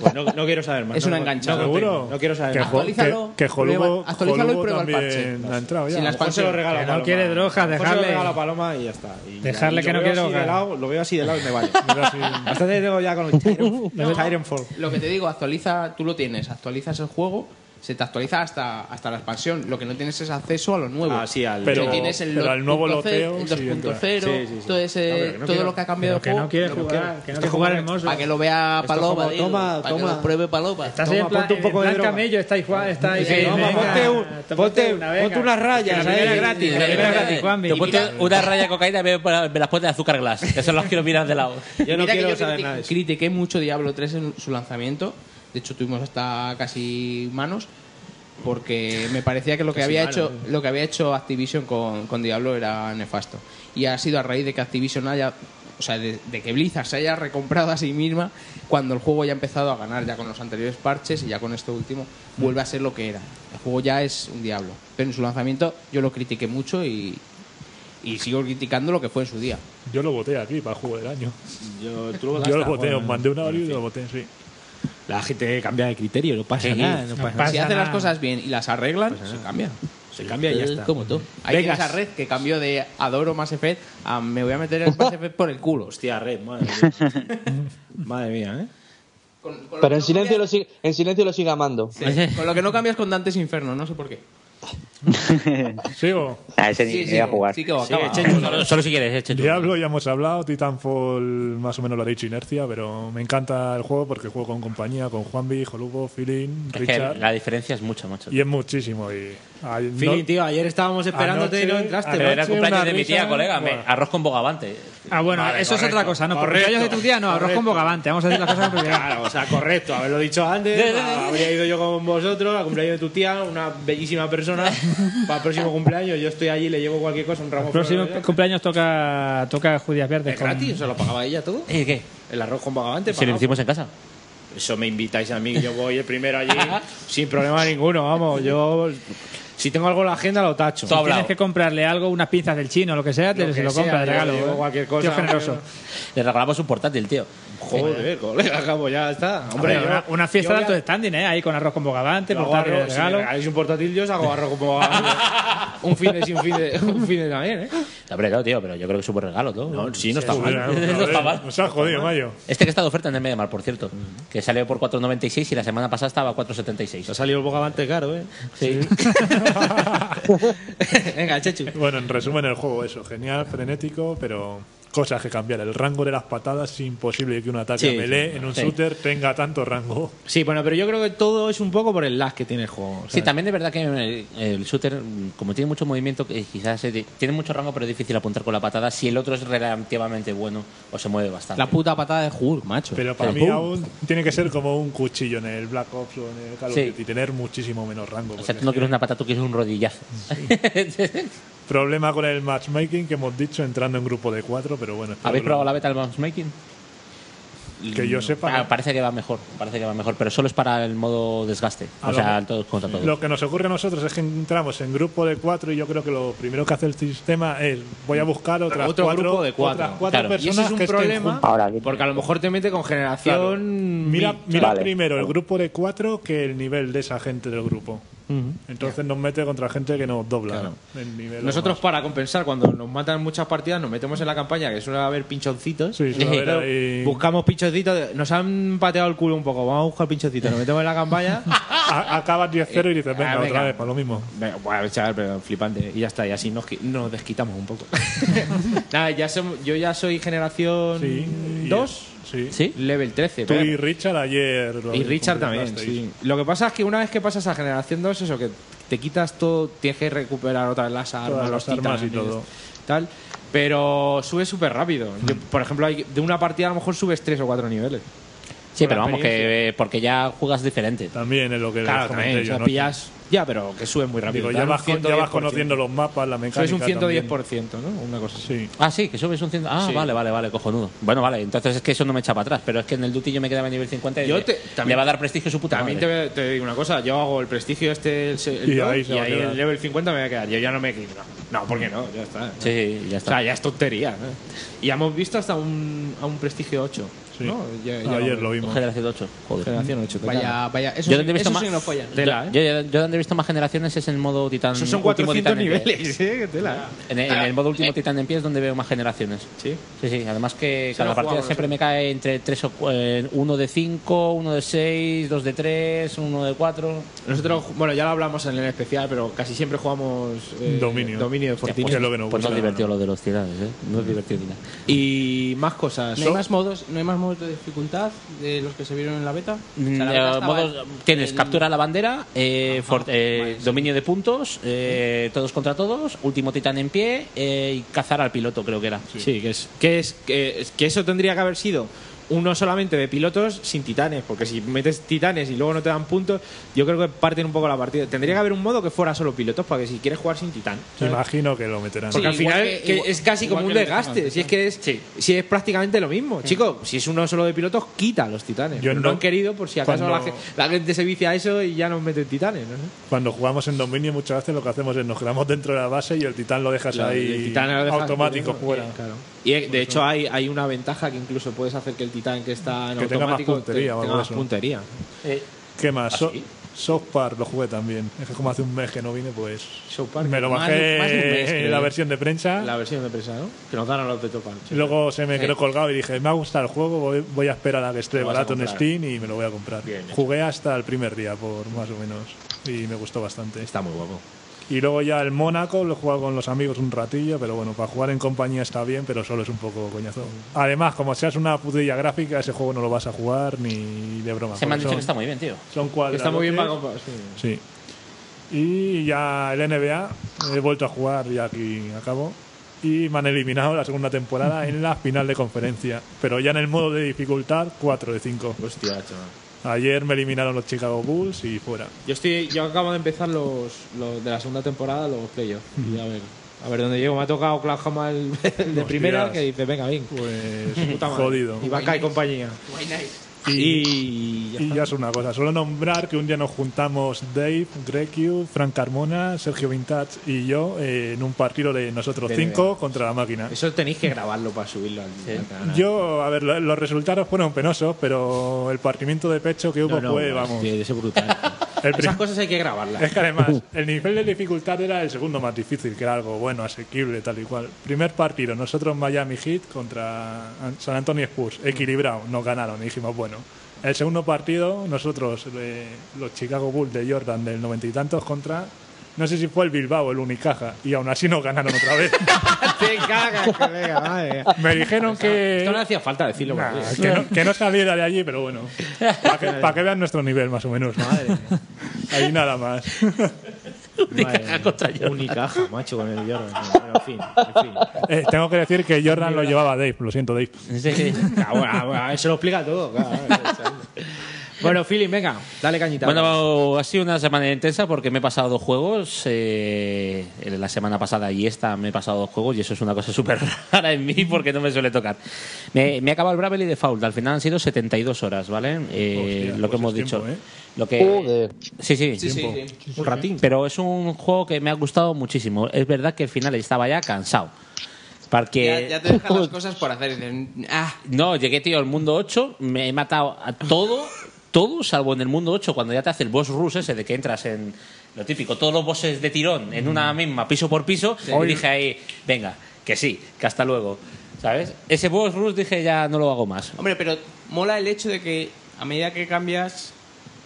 Bueno, no, no quiero saber más.
Es
no,
una
no,
engancha.
no
¿Seguro?
contigo, No quiero saber
Que
más.
jo- Actualízalo, que- que Jolubo- prueba- actualízalo y Jolubo prueba el también parche. ha entrado ya. Sin la
Juan se
expansión.
lo regala
Que
a
no
Paloma.
quiere drogas,
Juan se lo
dejarle-
regala a Paloma y ya está. Y-
Dejarle
y
que
lo
no
veo
quiere
así de
drogas.
lado, Lo veo así de lado y me vale. Bastante tengo ya con el Tyron- Titanfall.
Lo que te digo, actualiza, tú lo tienes, actualizas el juego, se te actualiza hasta, hasta la expansión. Lo que no tienes es acceso a lo nuevo.
Ah, sí, al-
pero,
Pero-
tienes el
pero
lo-
al nuevo
2.0,
loteo,
el
sí, entra.
2.0,
Sí, sí, sí.
todo, ese-
No, pero que no
todo
quiero-
lo que ha cambiado
pero que
el juego.
no quiere jugar, que no quiere jugar hermoso.
Para que lo vea
Esto es
Paloma,
como-
digo,
toma,
para
toma.
que lo pruebe Paloma.
Estás en plan, en
eh,
plan camello, está igual, está ahí.
Sí,
vamos, ponte un- ponte- ponte unas rayas,
La primera
ahí.
gratis, la
La
primera
primera
gratis, Juanmi.
Yo ponte una raya de cocaína y me, me las pones de azúcar glass. Eso los quiero mirar de lado.
Mira que critiqué, critiqué mucho Diablo 3 en su lanzamiento. De hecho, tuvimos hasta casi manos. Porque me parecía que lo que,
Casi
había,
manos,
hecho, lo que había hecho Activision con, con Diablo era nefasto. Y ha sido a raíz de que Activision haya. O sea, de, de que Blizzard se haya recomprado a sí misma cuando el juego ya ha empezado a ganar, ya con los anteriores parches y ya con esto último, vuelve a ser lo que era. El juego ya es un diablo. Pero en su lanzamiento yo lo critiqué mucho y, y sigo criticando lo que fue en su día.
Yo lo voté aquí para juego del año.
Yo,
Yo lo voté, os mandé una hora y lo voté, sí.
La gente cambia de criterio, no pasa
Sí.
nada. No
No
pasa
si
nada.
hacen las cosas bien y las arreglan, se cambia.
Se cambia y ya
Es
está.
Como tú. Hay
Vegas.
esa red que cambió de adoro más Effect a me voy a meter en Mass Effect por el culo.
Hostia, red, madre mía. madre mía, ¿eh?
Pero en silencio lo, sigue- en silencio lo sigue amando.
Con lo que no cambias con Dantes Inferno, no sé por qué.
¿Sigo?
A Ah, ese ni
Sí,
ni
sí,
voy a jugar.
sí que va, acaba.
si quieres, eh, échate.
Diablo, ya hemos hablado. Titanfall, más o menos lo ha dicho Inercia, pero me encanta el juego porque juego con compañía, con Juanvi, Jolubo, Filin,
Es que
Richard.
la diferencia es mucha, macho.
Y es muchísimo. Y, ay, no-
Fili, tío, ayer estábamos esperándote y ah, no
Anoche-
entraste.
anoche
Pero era el cumpleaños
una
de mi tía,
risa,
colega. me-
bueno.
arroz con bogavante.
Ah, bueno,
Vale,
eso
correcto.
es otra cosa, no, porque
Correcto.
yo de tu tía no, arroz con bogavante, vamos a decir las cosas como primero.
Claro, o sea, correcto, haberlo dicho antes. habría ido yo con vosotros al cumpleaños de tu tía, una bellísima persona. Para el próximo cumpleaños, yo estoy allí, le llevo cualquier cosa, un ramo.
El próximo
flor de-
cumpleaños toca, toca judías verdes.
¿Es
con-
gratis? ¿Se lo pagaba ella todo?
¿Eh,
¿Y qué?
¿El arroz con bogavante?
Si lo
pagado.
hicimos en casa.
Eso me invitáis a mí, yo voy el primero allí sin problema ninguno, vamos. Yo, si tengo algo en la agenda, lo tacho.
Si tienes que comprarle algo, unas pinzas del chino, lo que sea, te
Lo
se
que
lo
sea,
compras, de
yo
regalo.
le llevo
¿eh?
cualquier
Tío
cosa,
generoso.
Le regalamos un portátil, tío.
Joder, colega, acabo, ya está. Hombre,
Hombre, una,
yo-
una fiesta
yo
de alto
voy a-
standing, ¿eh? Ahí con arroz con bogavante, pues
yo hago
portátil de
arroz, Si me
regalo.
regaláis un portátil, yo os hago arroz con bogavante. un fin de sin fin de, un fin de también, ¿eh?
Hombre, no, tío, pero yo creo que es un buen regalo, ¿no? No, sí, no está
Joder,
mal.
joder,
No está mal.
Nos ha jodido, Mayo.
Este que está de oferta en el Mediamar, por cierto. Que salió por 4.96 y la semana pasada estaba a 4.76. Ha
salido el bogavante caro, ¿eh?
Sí.
Venga, Chechu.
Bueno, en resumen, el juego, eso. Genial, frenético, pero cosas que cambiar. El rango de las patadas es imposible que un ataque
Sí,
melee
sí,
en un
sí.
shooter tenga tanto rango.
Sí, bueno, pero yo creo que todo es un poco por el lag que tiene el juego.
Sí, también es verdad que el, el shooter, mm, como tiene mucho movimiento, que quizás eh, tiene mucho rango, pero es difícil apuntar con la patada si el otro es relativamente bueno o se mueve bastante.
La puta patada de Hulk, macho.
Pero para
Uh.
mí aún tiene que ser como un cuchillo en el Black Ops o en el Call of
Sí.
Duty, tener muchísimo menos rango.
O sea,
porque
tú no
es que-
quieres una patata, tú quieres un rodillazo.
Problema con el matchmaking que hemos dicho entrando en grupo de cuatro, pero bueno.
¿Habéis probado la beta del matchmaking?
Que yo sepa,
Ah, parece que va mejor, parece que va mejor, pero solo es para el modo desgaste.
A
o
lo
sea,
me-
todos contra todos.
Lo que nos ocurre a nosotros es que entramos en grupo de cuatro y yo creo que lo primero que hace el sistema es voy a buscar otras
Otro
cuatro,
grupo de cuatro.
otras cuatro
Claro.
personas
y eso es un
que estén
problema
juntas.
porque a lo mejor te mete con generación.
Claro. Mira,
mid,
mira
¿sabes?
primero el grupo de cuatro que el nivel de esa gente del grupo. Entonces nos mete contra gente que nos dobla. el nivel o
Nosotros para compensar cuando nos matan muchas partidas nos metemos en la campaña que suele haber pinchoncitos.
suele haber ahí-
Buscamos pinchoncitos, de- nos han pateado el culo un poco, vamos a buscar pinchoncitos, nos metemos en la campaña.
A- Acabas 10-0 y dices, venga,
Ah,
otra
venga.
vez, para lo mismo.
Venga, bueno, chaval, pero flipante. Y ya está, y así nos, qui- nos desquitamos un poco. Nada, ya som- yo ya soy generación 2,
sí,
level 13.
Tú
pero-
y Richard ayer. lo
y Richard también,
completasteis.
sí. Lo que pasa es que una vez que pasas a generación 2, eso que te quitas todo, tienes que recuperar otra vez las armas,
Todas
los
las armas y
titanes,
todo.
tal. Pero sube súper rápido. Yo,
Hmm.
por ejemplo, hay- de una partida a lo mejor subes tres o cuatro niveles.
Sí,
Por
pero
la
vamos,
experiencia.
que eh, porque ya juegas diferente.
También es lo que
Claro, también. o sea, pillas- Ya, pero que sube muy rápido.
Digo,
te
ya
dan un
vas, con- ya vas
110%.
conociendo los mapas, la mecánica.
Subes un
también.
110%, ¿no? Una cosa
así.
Ah, sí, que subes un 100. Ah,
Sí.
vale, vale, vale, cojonudo. Bueno, vale, entonces es que eso no me echa para atrás, pero es que en el Duty yo me quedaba en nivel 50 y
Yo
le-
te-
le
también-
va a dar prestigio su puta
También
madre.
te, te digo una cosa, yo hago el prestigio este el, se- el
Y
pro,
ahí se
y
va a
ahí
quedar.
el level 50 me voy a quedar. Yo ya no me quito. No, no, ¿por qué no? Ya está.
Sí, ya está.
O sea, ya es tontería. ¿no? Y ya hemos visto hasta un, a un prestigio 8. ¿no? Ya- ya
Generación 8. Joder.
Generación 8, te
Vaya,
cagas.
vaya, eso sí-
donde he
eso
visto más-
sí no follan.
Tela,
Yo- yo- yo donde he visto más generaciones es en el modo Titán.
Esos son
último
400
Titán en pie.
niveles, ¿eh? Qué tela.
En el, en el modo último Titán en pie es donde veo más generaciones.
Ah, eh. Sí.
Sí, sí. Además que
Se
cada
lo jugamos
partida siempre
nosotros.
me cae entre 3 o 1 de 5, 1 de 6, 2 de 3, 1 de 4.
Nosotros, bueno, ya lo hablamos en el especial, pero casi siempre jugamos eh, Dominio de Fortnite.
Pues no es divertido lo de los tirados, ¿eh? No es divertido ni nada.
Y más cosas.
¿No hay más modos, no hay más modos de dificultad de los que se vieron en la beta? O sea, la
Mm,
beta
eh,
estaba-
modos- tienes captura la bandera, eh, for- eh, dominio de puntos, eh, todos contra todos, último titán en pie eh, y cazar al piloto, creo que era.
Sí, que es que es que, es- que eso tendría que haber sido uno solamente de pilotos sin titanes, porque si metes titanes y luego no te dan puntos, yo creo que parten un poco la partida. Tendría que haber un modo que fuera solo pilotos para que si quieres jugar sin titán. ¿sabes?
Imagino que lo meterán.
Porque al final que es casi como un desgaste. Si es que es, si es prácticamente lo mismo. Chico, si es uno solo de pilotos, quita a los titanes.
Yo
Pero
no-
no han querido por si acaso
cuando-
la, ge- la gente se vicia a eso y ya nos meten titanes. ¿no?
Cuando jugamos en Dominio muchas veces lo que hacemos es nos quedamos dentro de la base y el titán lo dejas
Claro,
ahí
el titán lo dejas
automático Pues
ahí,
fuera.
claro. Y eh, de hecho hay, hay una ventaja que incluso puedes hacer que el titán que está en
Que tenga más
automático te-
puntería o
tenga
algo de
más
eso.
puntería. Eh,
¿Qué más?
¿Ah,
So- South Park lo jugué también. Es que como hace un mes que no vine, pues me lo
Más de-
bajé
más de un mes,
en
creo
la
yo.
versión de prensa.
La versión de prensa, ¿no? Que nos dan a los de Topal.
Y Luego se me
Sí.
quedó colgado y dije, me ha gustado el juego, voy, voy a esperar a que esté
Lo vas a
barato en
comprar.
Steam y me lo voy a comprar. Jugué hasta el primer día, por más o menos, y me gustó bastante.
Está muy guapo.
Y luego ya el Mónaco lo he jugado con los amigos un ratillo, pero bueno, para jugar en compañía está bien, pero solo es un poco coñazo. Además, como seas una putilla gráfica, ese juego no lo vas a jugar ni de broma.
Se me han dicho
Son-
que está muy bien, tío.
Son cuadrados.
Está muy bien para comprar, sí.
Sí. Y ya el NBA, he vuelto a jugar ya aquí acabo. Y me han eliminado la segunda temporada en la final de conferencia. Pero ya en el modo de dificultad, 4 de 5.
Hostia, chaval.
Ayer me eliminaron los Chicago Bulls y fuera.
Yo estoy, yo acabo de empezar los, los de la segunda temporada, los playoffs. Y a ver, a ver dónde llego. Me ha tocado Oklahoma el, el de
Hostias.
primera que dice, venga, bien.
Pues
Puta madre.
jodido.
Y Vaca y compañía.
Y,
Y-
y ya es una cosa. Solo nombrar que un día nos juntamos Dave, Grecu, Frank Carmona, Sergio Vintage y yo eh, en un partido de nosotros
De
cinco
NBA.
contra la máquina.
Eso tenéis que grabarlo para subirlo al al canal.
Yo, a ver, lo- los resultados fueron penosos, pero el partimiento de pecho que hubo
No, no,
fue,
no,
vamos.
sí, es brutal.
El prim-
Esas cosas hay que grabarlas.
Es que además, el nivel de dificultad era el segundo más difícil, que era algo bueno, asequible, tal y cual. Primer partido, nosotros Miami Heat contra An- San Antonio Spurs, equilibrado, nos ganaron y dijimos, bueno. El segundo partido, nosotros, eh, los Chicago Bulls de Jordan del noventa y tantos contra No sé si fue el Bilbao, el Unicaja, y aún así nos ganaron otra vez.
Te cagas, colega, madre mía.
Me dijeron que.
Esto no hacía falta decirlo.
Nah,
porque-
que, no, que no saliera de allí, pero bueno. Para que, pa' que vean nuestro nivel, más o menos. Madre Ahí nada más.
Unicaja contra Jordan. Unicaja, macho, con el Jordan. Bueno, en fin, en fin.
Eh, tengo que decir que Jordan lo llevaba Dave, lo siento, Dave.
Ah, bueno, ah, bueno, eso lo explica todo. claro. bueno, Philip, venga, dale cañita.
Bueno, ha sido una semana intensa porque me he pasado dos juegos. eh, la semana pasada y esta me he pasado dos juegos y eso es una cosa súper rara en mí porque no me suele tocar. Me, me ha acabado el Bravely de Fault. Al final han sido 72 horas, ¿vale? Eh,
pues
lo que hemos dicho. Lo que, Sí, sí.
Sí, sí, Tiempo. sí. Sí, sí.
Un ratín. Pero es un juego que me ha gustado muchísimo. Es verdad que al final estaba ya cansado.
Ya,
Porque
ya te dejan las cosas por hacer. y dices, ah,
no, llegué, tío, al mundo 8, me he matado a todo, todo, salvo en el mundo 8, cuando ya te hace el boss rush ese de que entras en lo típico, todos los bosses de tirón en una
Mm.
misma, piso por piso, y
Oye.
dije ahí, venga, que sí, que hasta luego. ¿Sabes? Ese boss rush dije ya no lo hago más.
Hombre, pero mola el hecho de que a medida que cambias,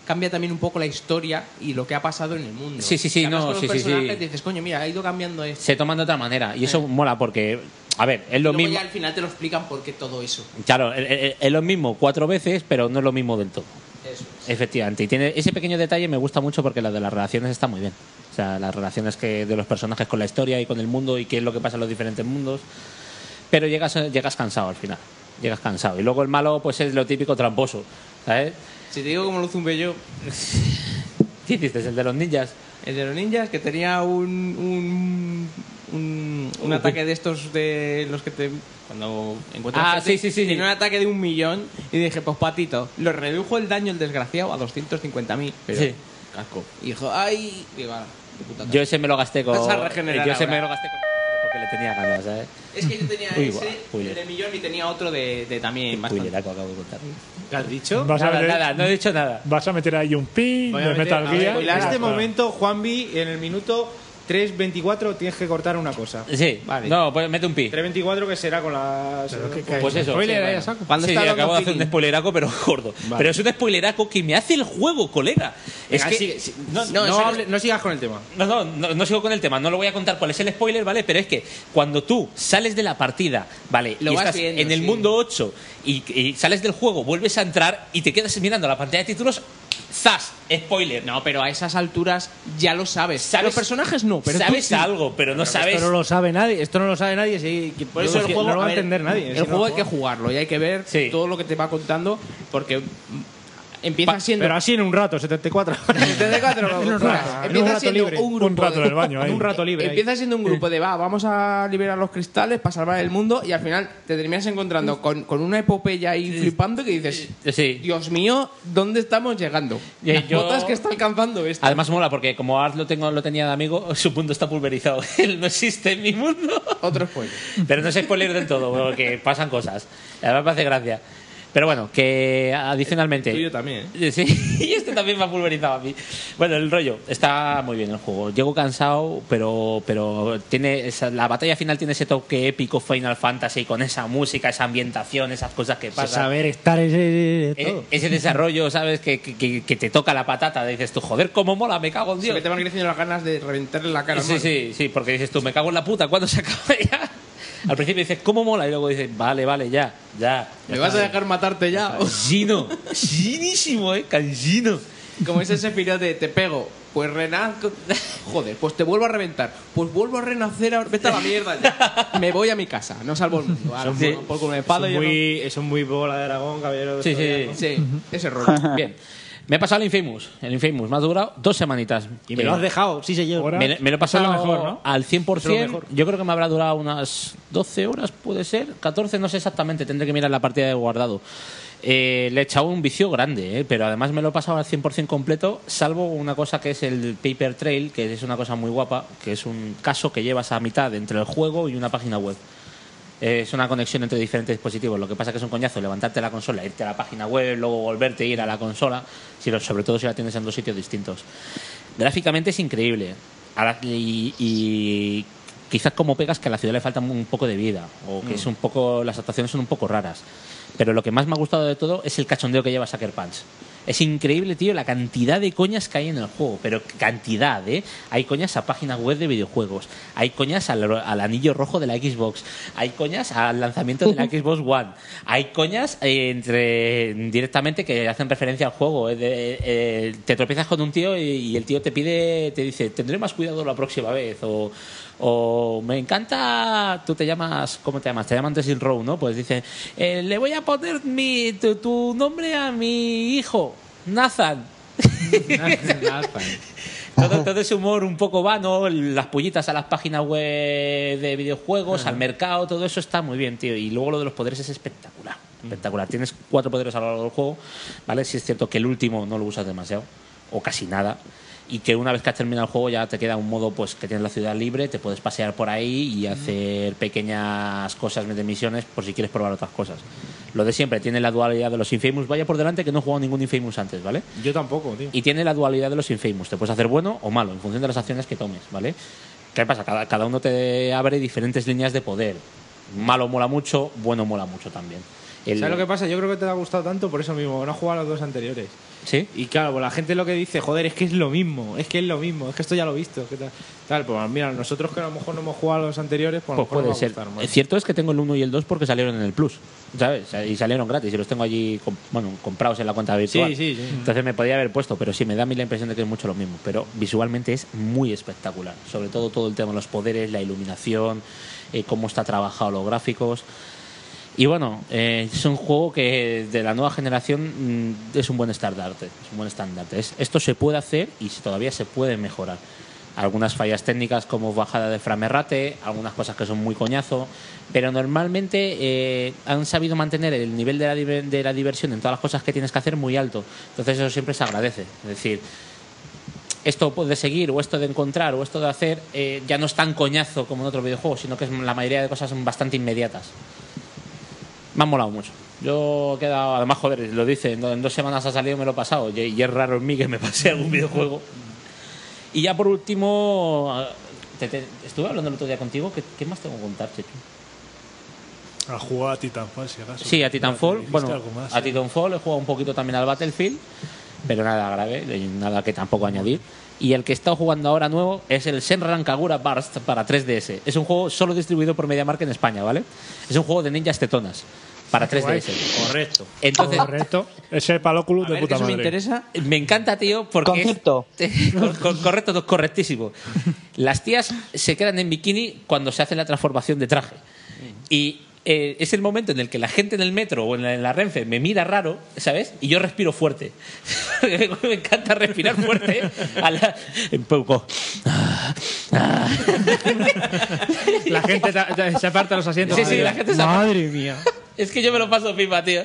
cambia también un poco la historia y lo que ha pasado en el mundo.
Sí, sí, sí,
Que hablas
no,
con los
sí, sí, sí.
personajes y dices, coño, mira, ha ido cambiando esto.
Se toman de otra manera, y eso mola porque, a ver, es lo
Luego
mismo.
ya al final te lo explican por qué todo eso.
Claro, es- es es lo mismo cuatro veces, pero no es lo mismo del todo.
Eso.
Efectivamente, y tiene ese pequeño detalle me gusta mucho porque la de las relaciones está muy bien. O sea, las relaciones que de los personajes con la historia y con el mundo y qué es lo que pasa en los diferentes mundos. Pero llegas, llegas cansado al final. Llegas cansado. Y luego el malo, pues es lo típico tramposo. ¿Sabes?
Si te digo cómo lo zumbé yo.
¿Qué hiciste? ¿El de los ninjas?
El de los ninjas, que tenía un. un, un, un
Uh,
ataque de estos de los que te. Cuando encuentras.
Ah,
gente,
sí, sí, sí,
Tenía
sí.
un ataque de un millón y dije, pues patito. Lo redujo el daño el desgraciado a 250.000. Pero.
Sí.
Casco. Y dijo, ay. Y va, de puta
Yo ese me lo gasté con.
Vas a regenerar
Yo ese
ahora.
me lo gasté con. Porque le tenía ganas, ¿eh? ¿sabes?
Es que yo tenía
Uy, guau,
ese,
uy,
el de millón, y tenía otro de, de también bastante.
acabo de contar.
¿Qué has dicho?
Vas a
Nada,
ver-
nada, no he dicho nada.
Vas a meter ahí un pin
Voy a
de
meter-
Metal
a ver,
Gear.
En este
Claro.
momento, Juanvi, en el minuto 3.24 tienes que cortar una cosa.
Sí, no, pues mete un pi.
3.24 que será con las...
Pues eso. sí, bueno.
Cuando
Sí,
está dando
acabo de hacer
feeling.
un spoileraco, pero gordo.
Vale.
Pero es un spoileraco que me hace el juego, colega. es
Venga,
que,
sigue, sí.
no,
No,
no,
eso no-
hable-
no sigas con el tema.
no, no, no, no sigo con el tema, no lo voy a contar cuál es el spoiler, ¿vale? Pero es que cuando tú sales de la partida, ¿vale?
Lo
y
vas
estás
viendo,
en el
sí.
mundo 8 y, y sales del juego, vuelves a entrar y te quedas mirando la pantalla de títulos, ¡zas! Spoiler.
No, pero a esas alturas ya lo sabes. Los personajes no, pero tú
sabes
sí.
algo, pero no sabes.
Esto no lo sabe nadie. Esto no lo sabe nadie. sí, que-
Por
no
eso
lo-
el juego
no lo va
a
a
ver,
entender nadie.
El juego hay que jugarlo y hay que ver todo lo que te va contando porque mm, empieza siendo
Pero así en un rato, 74 horas.
74 horas. Empieza siendo un grupo de-
Un rato libre. ahí.
Empieza siendo un grupo de va, vamos a liberar los cristales para salvar el mundo y al final te terminas encontrando con, con una epopeya ahí flipando que dices, Dios mío, ¿dónde estamos llegando?
Eh,
Las
yo-
botas que está alcanzando esto.
Además mola porque como Art lo, tengo, lo tenía de amigo, su mundo está pulverizado. Él no existe en mi mundo.
Otro spoiler.
Pero no es spoiler del todo, porque pasan cosas. Además me hace gracia. Pero bueno, que adicionalmente...
Tuyo también.
Eh, Sí, y este también me ha pulverizado a mí. Bueno, el rollo, está muy bien el juego. Llego cansado, pero, pero tiene esa- la batalla final tiene ese toque épico Final Fantasy con esa música, esa ambientación, esas cosas
Pues
que pasan.
Saber estar ese...
E- Ese desarrollo, ¿sabes? Que, que- que- que te toca la patata. Dices tú, joder, cómo mola, me cago en
Se
Dios.
me te van creciendo las ganas de reventarle la cara.
Sí,
mal.
sí, sí, porque dices tú, me cago en la puta, ¿cuándo se acaba ya? Al principio dices, ¿cómo mola? Y luego dices, vale, vale, ya, ya.
¿Me vas a dejar matarte ya?
Gino, ginísimo, eh, cansino.
Como es ese pirote de te pego, pues renazco. Joder, pues te vuelvo a reventar. Pues vuelvo a renacer ahora. Vete a la mierda ya. Me voy a mi casa, no salvo el mundo. Ahora,
Sí.
por, por con el espada y
Eso es
yo
muy, eso es muy bola de dragón, caballero. de
Sí, sí,
zodiaco.
sí. Ese rollo.
Bien. Me he pasado el Infamous. El Infamous me ha durado dos semanitas.
Y me lo
Eh,
has dejado, sí, señor.
Me, me lo he pasado
Eso es lo mejor, ¿no?
al 100%.
Eso es lo mejor.
Yo creo que me habrá durado unas 12 horas, puede ser. 14, no sé exactamente. Tendré que mirar la partida de guardado. Eh, le he echado un vicio grande, eh, pero además me lo he pasado al 100% completo, salvo una cosa que es el Paper Trail, que es una cosa muy guapa, que es un caso que llevas a mitad entre el juego y una página web. Eh, Es una conexión entre diferentes dispositivos. Lo que pasa que es un coñazo levantarte la consola, irte a la página web, luego volverte a ir a la consola, si lo- sobre todo si la tienes en dos sitios distintos. Gráficamente es increíble. A la- y, y quizás como pegas que a la ciudad le falta un poco de vida o que
Mm.
es un poco las actuaciones son un poco raras. Pero lo que más me ha gustado de todo es el cachondeo que lleva Sucker Punch. Es increíble, tío, la cantidad de coñas que hay en el juego, pero cantidad, ¿eh? Hay coñas a páginas web de videojuegos, hay coñas al, al anillo rojo de la Xbox, hay coñas al lanzamiento de la Xbox One, hay coñas eh, entre directamente que hacen referencia al juego. eh, de- eh, te tropiezas con un tío y, y el tío te pide, te dice, tendré más cuidado la próxima vez, o, o me encanta, tú te llamas, ¿cómo te llamas? Te llaman Desil Row, ¿no? Pues dice, eh, le voy a poner mi, tu, tu nombre a mi hijo, Nathan. todo, todo ese humor un poco vano, las pullitas a las páginas web de videojuegos, al mercado, todo eso está muy bien, tío. Y luego lo de los poderes es espectacular. Espectacular. Tienes cuatro poderes a lo largo del juego, ¿vale? Si es cierto que el último no lo usas demasiado, o casi nada. Y que una vez que has terminado el juego ya te queda un modo pues que tienes la ciudad libre, te puedes pasear por ahí y hacer pequeñas cosas de misiones por si quieres probar otras cosas. Lo de siempre, tiene la dualidad de los Infamous. Vaya por delante que no he jugado ningún Infamous antes, ¿vale?
Yo tampoco, tío.
Y tiene la dualidad de los Infamous. Te puedes hacer bueno o malo en función de las acciones que tomes, ¿vale? ¿Qué pasa? Cada, cada uno te abre diferentes líneas de poder. Malo mola mucho, bueno mola mucho también. El-
¿Sabes lo que pasa? Yo creo que te ha gustado tanto por eso mismo. No has jugado a los dos anteriores.
¿Sí?
Y claro, pues la gente lo que dice, joder, es que es lo mismo, es que es lo mismo, es que esto ya lo he visto. ¿qué tal? Tal, pues mira, nosotros que a lo mejor no hemos jugado a los anteriores, pues, a lo
Pues
mejor
puede
nos va a
ser.
gustar más.
Eh, Cierto es que tengo el 1 y el 2 porque salieron en el Plus, ¿sabes? Y salieron gratis y los tengo allí, com- bueno, comprados en la cuenta virtual.
Sí, sí, sí.
Entonces me podía haber puesto, pero sí, me da a mí la impresión de que es mucho lo mismo. Pero visualmente es muy espectacular. Sobre todo todo el tema de los poderes, la iluminación, eh, cómo está trabajado los gráficos. Y bueno, eh, es un juego que de la nueva generación mm, es un buen estandarte. Es un buen estandarte. Es- esto se puede hacer y se- todavía se puede mejorar. Algunas fallas técnicas como bajada de framerrate, algunas cosas que son muy coñazo, pero normalmente eh, han sabido mantener el nivel de la, diver- de la diversión en todas las cosas que tienes que hacer muy alto. Entonces eso siempre se agradece. Es decir, esto de seguir o esto de encontrar o esto de hacer eh, ya no es tan coñazo como en otros videojuegos, sino que es- la mayoría de cosas son bastante inmediatas me han molado mucho. Yo he quedado, además, joder, lo dice, en do- en dos semanas ha salido y me lo he pasado. Y, y es raro en mí que me pase algún videojuego. Y ya por último, ah, te- te- estuve hablando el otro día contigo. ¿Qué, qué más tengo que contar, Chechu?
A jugar a Titanfall, si acaso.
Sí, a Titanfall.
Dijiste
Bueno,
algo más, ¿eh?
a Titanfall he jugado un poquito también al Battlefield, pero nada grave, eh, nada que tampoco añadir. Y el que he estado jugando ahora nuevo es el Senran Kagura Burst para 3DS. Es un juego solo distribuido por MediaMarkt en España, ¿vale? Es un juego de ninjas tetonas para 3DS.
Correcto.
Entonces,
Correcto. Ese palóculo de puta madre.
Me encanta, tío, porque. Concepto. correcto, correctísimo. Las tías se quedan en bikini cuando se hace la transformación de traje. Y eh, es el momento en el que la gente en el metro o en la, en la Renfe me mira raro, ¿sabes? Y yo respiro fuerte. me encanta respirar fuerte. a la- un poco.
La gente ta- ta- se aparta los asientos.
Sí, sí, la gente se aparta.
Madre mía.
Es que yo me lo paso pipa, tío.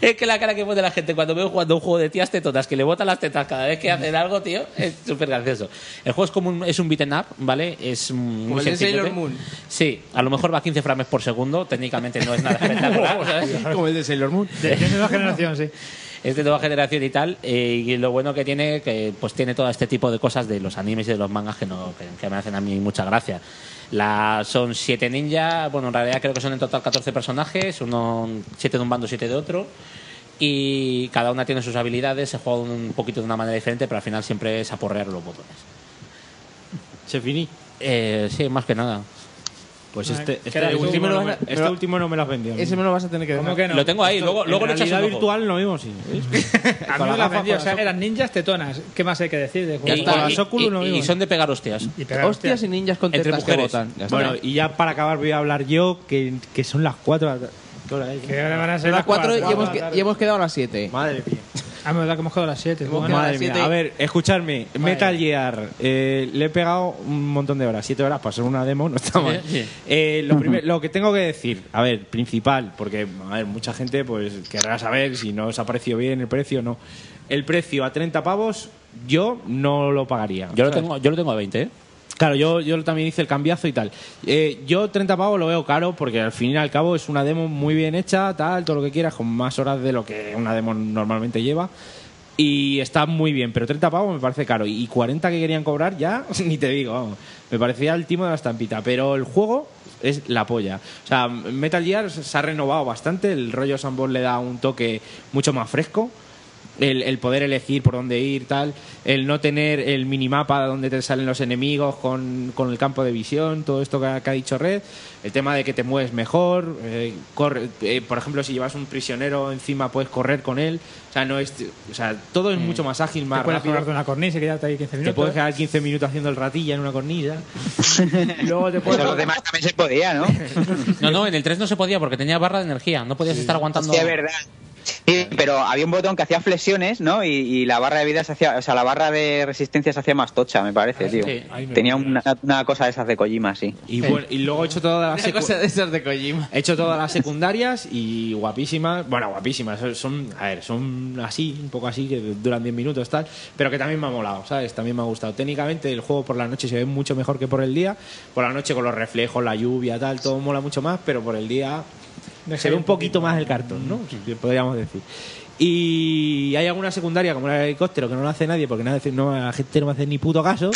Es que la cara que pone la gente cuando veo jugando un juego de tías tetotas que le botan las tetas cada vez que hacen algo, tío, es súper gracioso. El juego es como un, es un beaten up, ¿vale? Es mm, muy
Como el de
sencillote.
Sailor Moon.
Sí, a lo mejor va a 15 frames por segundo, técnicamente no es nada espectacular, ¿sabes?
Como el de Sailor Moon.
De, de nueva generación, sí.
es de nueva generación y tal eh, y lo bueno que tiene que pues tiene todo este tipo de cosas de los animes y de los mangas que, no, que, que me hacen a mí mucha gracia La- son siete ninjas bueno en realidad creo que son en total 14 personajes uno siete de un bando siete de otro y cada una tiene sus habilidades se juega un poquito de una manera diferente pero al final siempre es aporrear los botones
Se finí.
Eh, sí más que nada
Pues este,
¿qué era
este,
eso?
último,
Me lo vas
no me,
a- me
este
lo-
último no me lo has vendido.
Ese me lo vas a tener que dejar.
Lo tengo ahí, luego, luego
en
le echas un
realidad
ojo.
virtual lo mismo, sí. ¿ves?
A mí
Con
me
las
la
gafas,
vendió, o sea,
con
eran ninjas tetonas. ¿Qué más hay que decir? De
Y-
juego?
y- y- y son de pegar hostias
Y pegar hostias.
Hostias y ninjas con
Entre
tetas que
mujeres.
botan. Ya está.
Bueno, y ya para acabar voy a hablar yo, que, que son las 4. ¿Qué hora es?
Que ahora van a ser
las
las
4 y,
cuatro.
hemos que- y hemos quedado a las 7.
Madre mía.
Ah, me verdad que hemos quedado a las 7.
Madre mía. A ver, escuchadme. Metal Gear. eh, le he pegado un montón de horas. Siete horas para ser una demo, no está mal.
Sí, sí.
Eh, lo, primer- lo que tengo que decir, a ver, principal, porque a ver, mucha gente pues querrá saber si no os ha parecido bien el precio o no. El precio a 30 pavos yo no lo pagaría.
yo lo
¿sabes?
tengo yo lo tengo a 20 ¿eh?
Claro, yo, yo también hice el cambiazo y tal. Eh, yo 30 pavos lo veo caro porque al fin y al cabo es una demo muy bien hecha, tal, todo lo que quieras, con más horas de lo que una demo normalmente lleva. Y está muy bien, pero 30 pavos me parece caro. Y 40 que querían cobrar ya, ni te digo, vamos. Me parecía el timo de la estampita. Pero el juego es la polla. O sea, Metal Gear se ha renovado bastante, el rollo Sambor le da un toque mucho más fresco. el, el poder elegir por dónde ir, tal, el no tener el minimapa donde te salen los enemigos con, con el campo de visión, todo esto que ha, que ha dicho Red, el tema de que te mueves mejor, eh, corre- eh, por ejemplo, si llevas un prisionero encima puedes correr con él, o sea, no es, o sea todo es mucho más ágil, más
Mm. Te puedes
rápido.
colgar de una cornisa y quedarte ahí 15
Te
minutos.
puedes quedar 15 minutos haciendo el ratilla en una cornilla. Luego te
Eso los demás también se podía, ¿no?
No, no, en el 3 no se podía porque tenía barra de energía. No podías estar aguantando.
Sí, es verdad. Sí, pero había un botón que hacía flexiones, ¿no? Y, y la barra de vida se hacía, o sea, la barra de resistencia se hacía más tocha, me parece, tío.
sí. Ahí me
Tenía una, una cosa de esas de Kojima, sí.
Y, bueno, y luego he hecho todas las
Una cosa
secu- He hecho todas las secundarias y guapísimas. Bueno, guapísimas. son- Son, a ver, son así, un poco así, que duran 10 minutos, tal. Pero que también me ha molado, ¿sabes? También me ha gustado. Técnicamente el juego por la noche se ve mucho mejor que por el día. Por la noche con los reflejos, la lluvia, tal, todo mola mucho más, pero por el día se ve un poquito más mm. el cartón, ¿no? Si Podríamos decir. Y hay alguna secundaria como la del helicóptero que no la hace nadie porque nadie, no, la gente no me hace ni puto caso.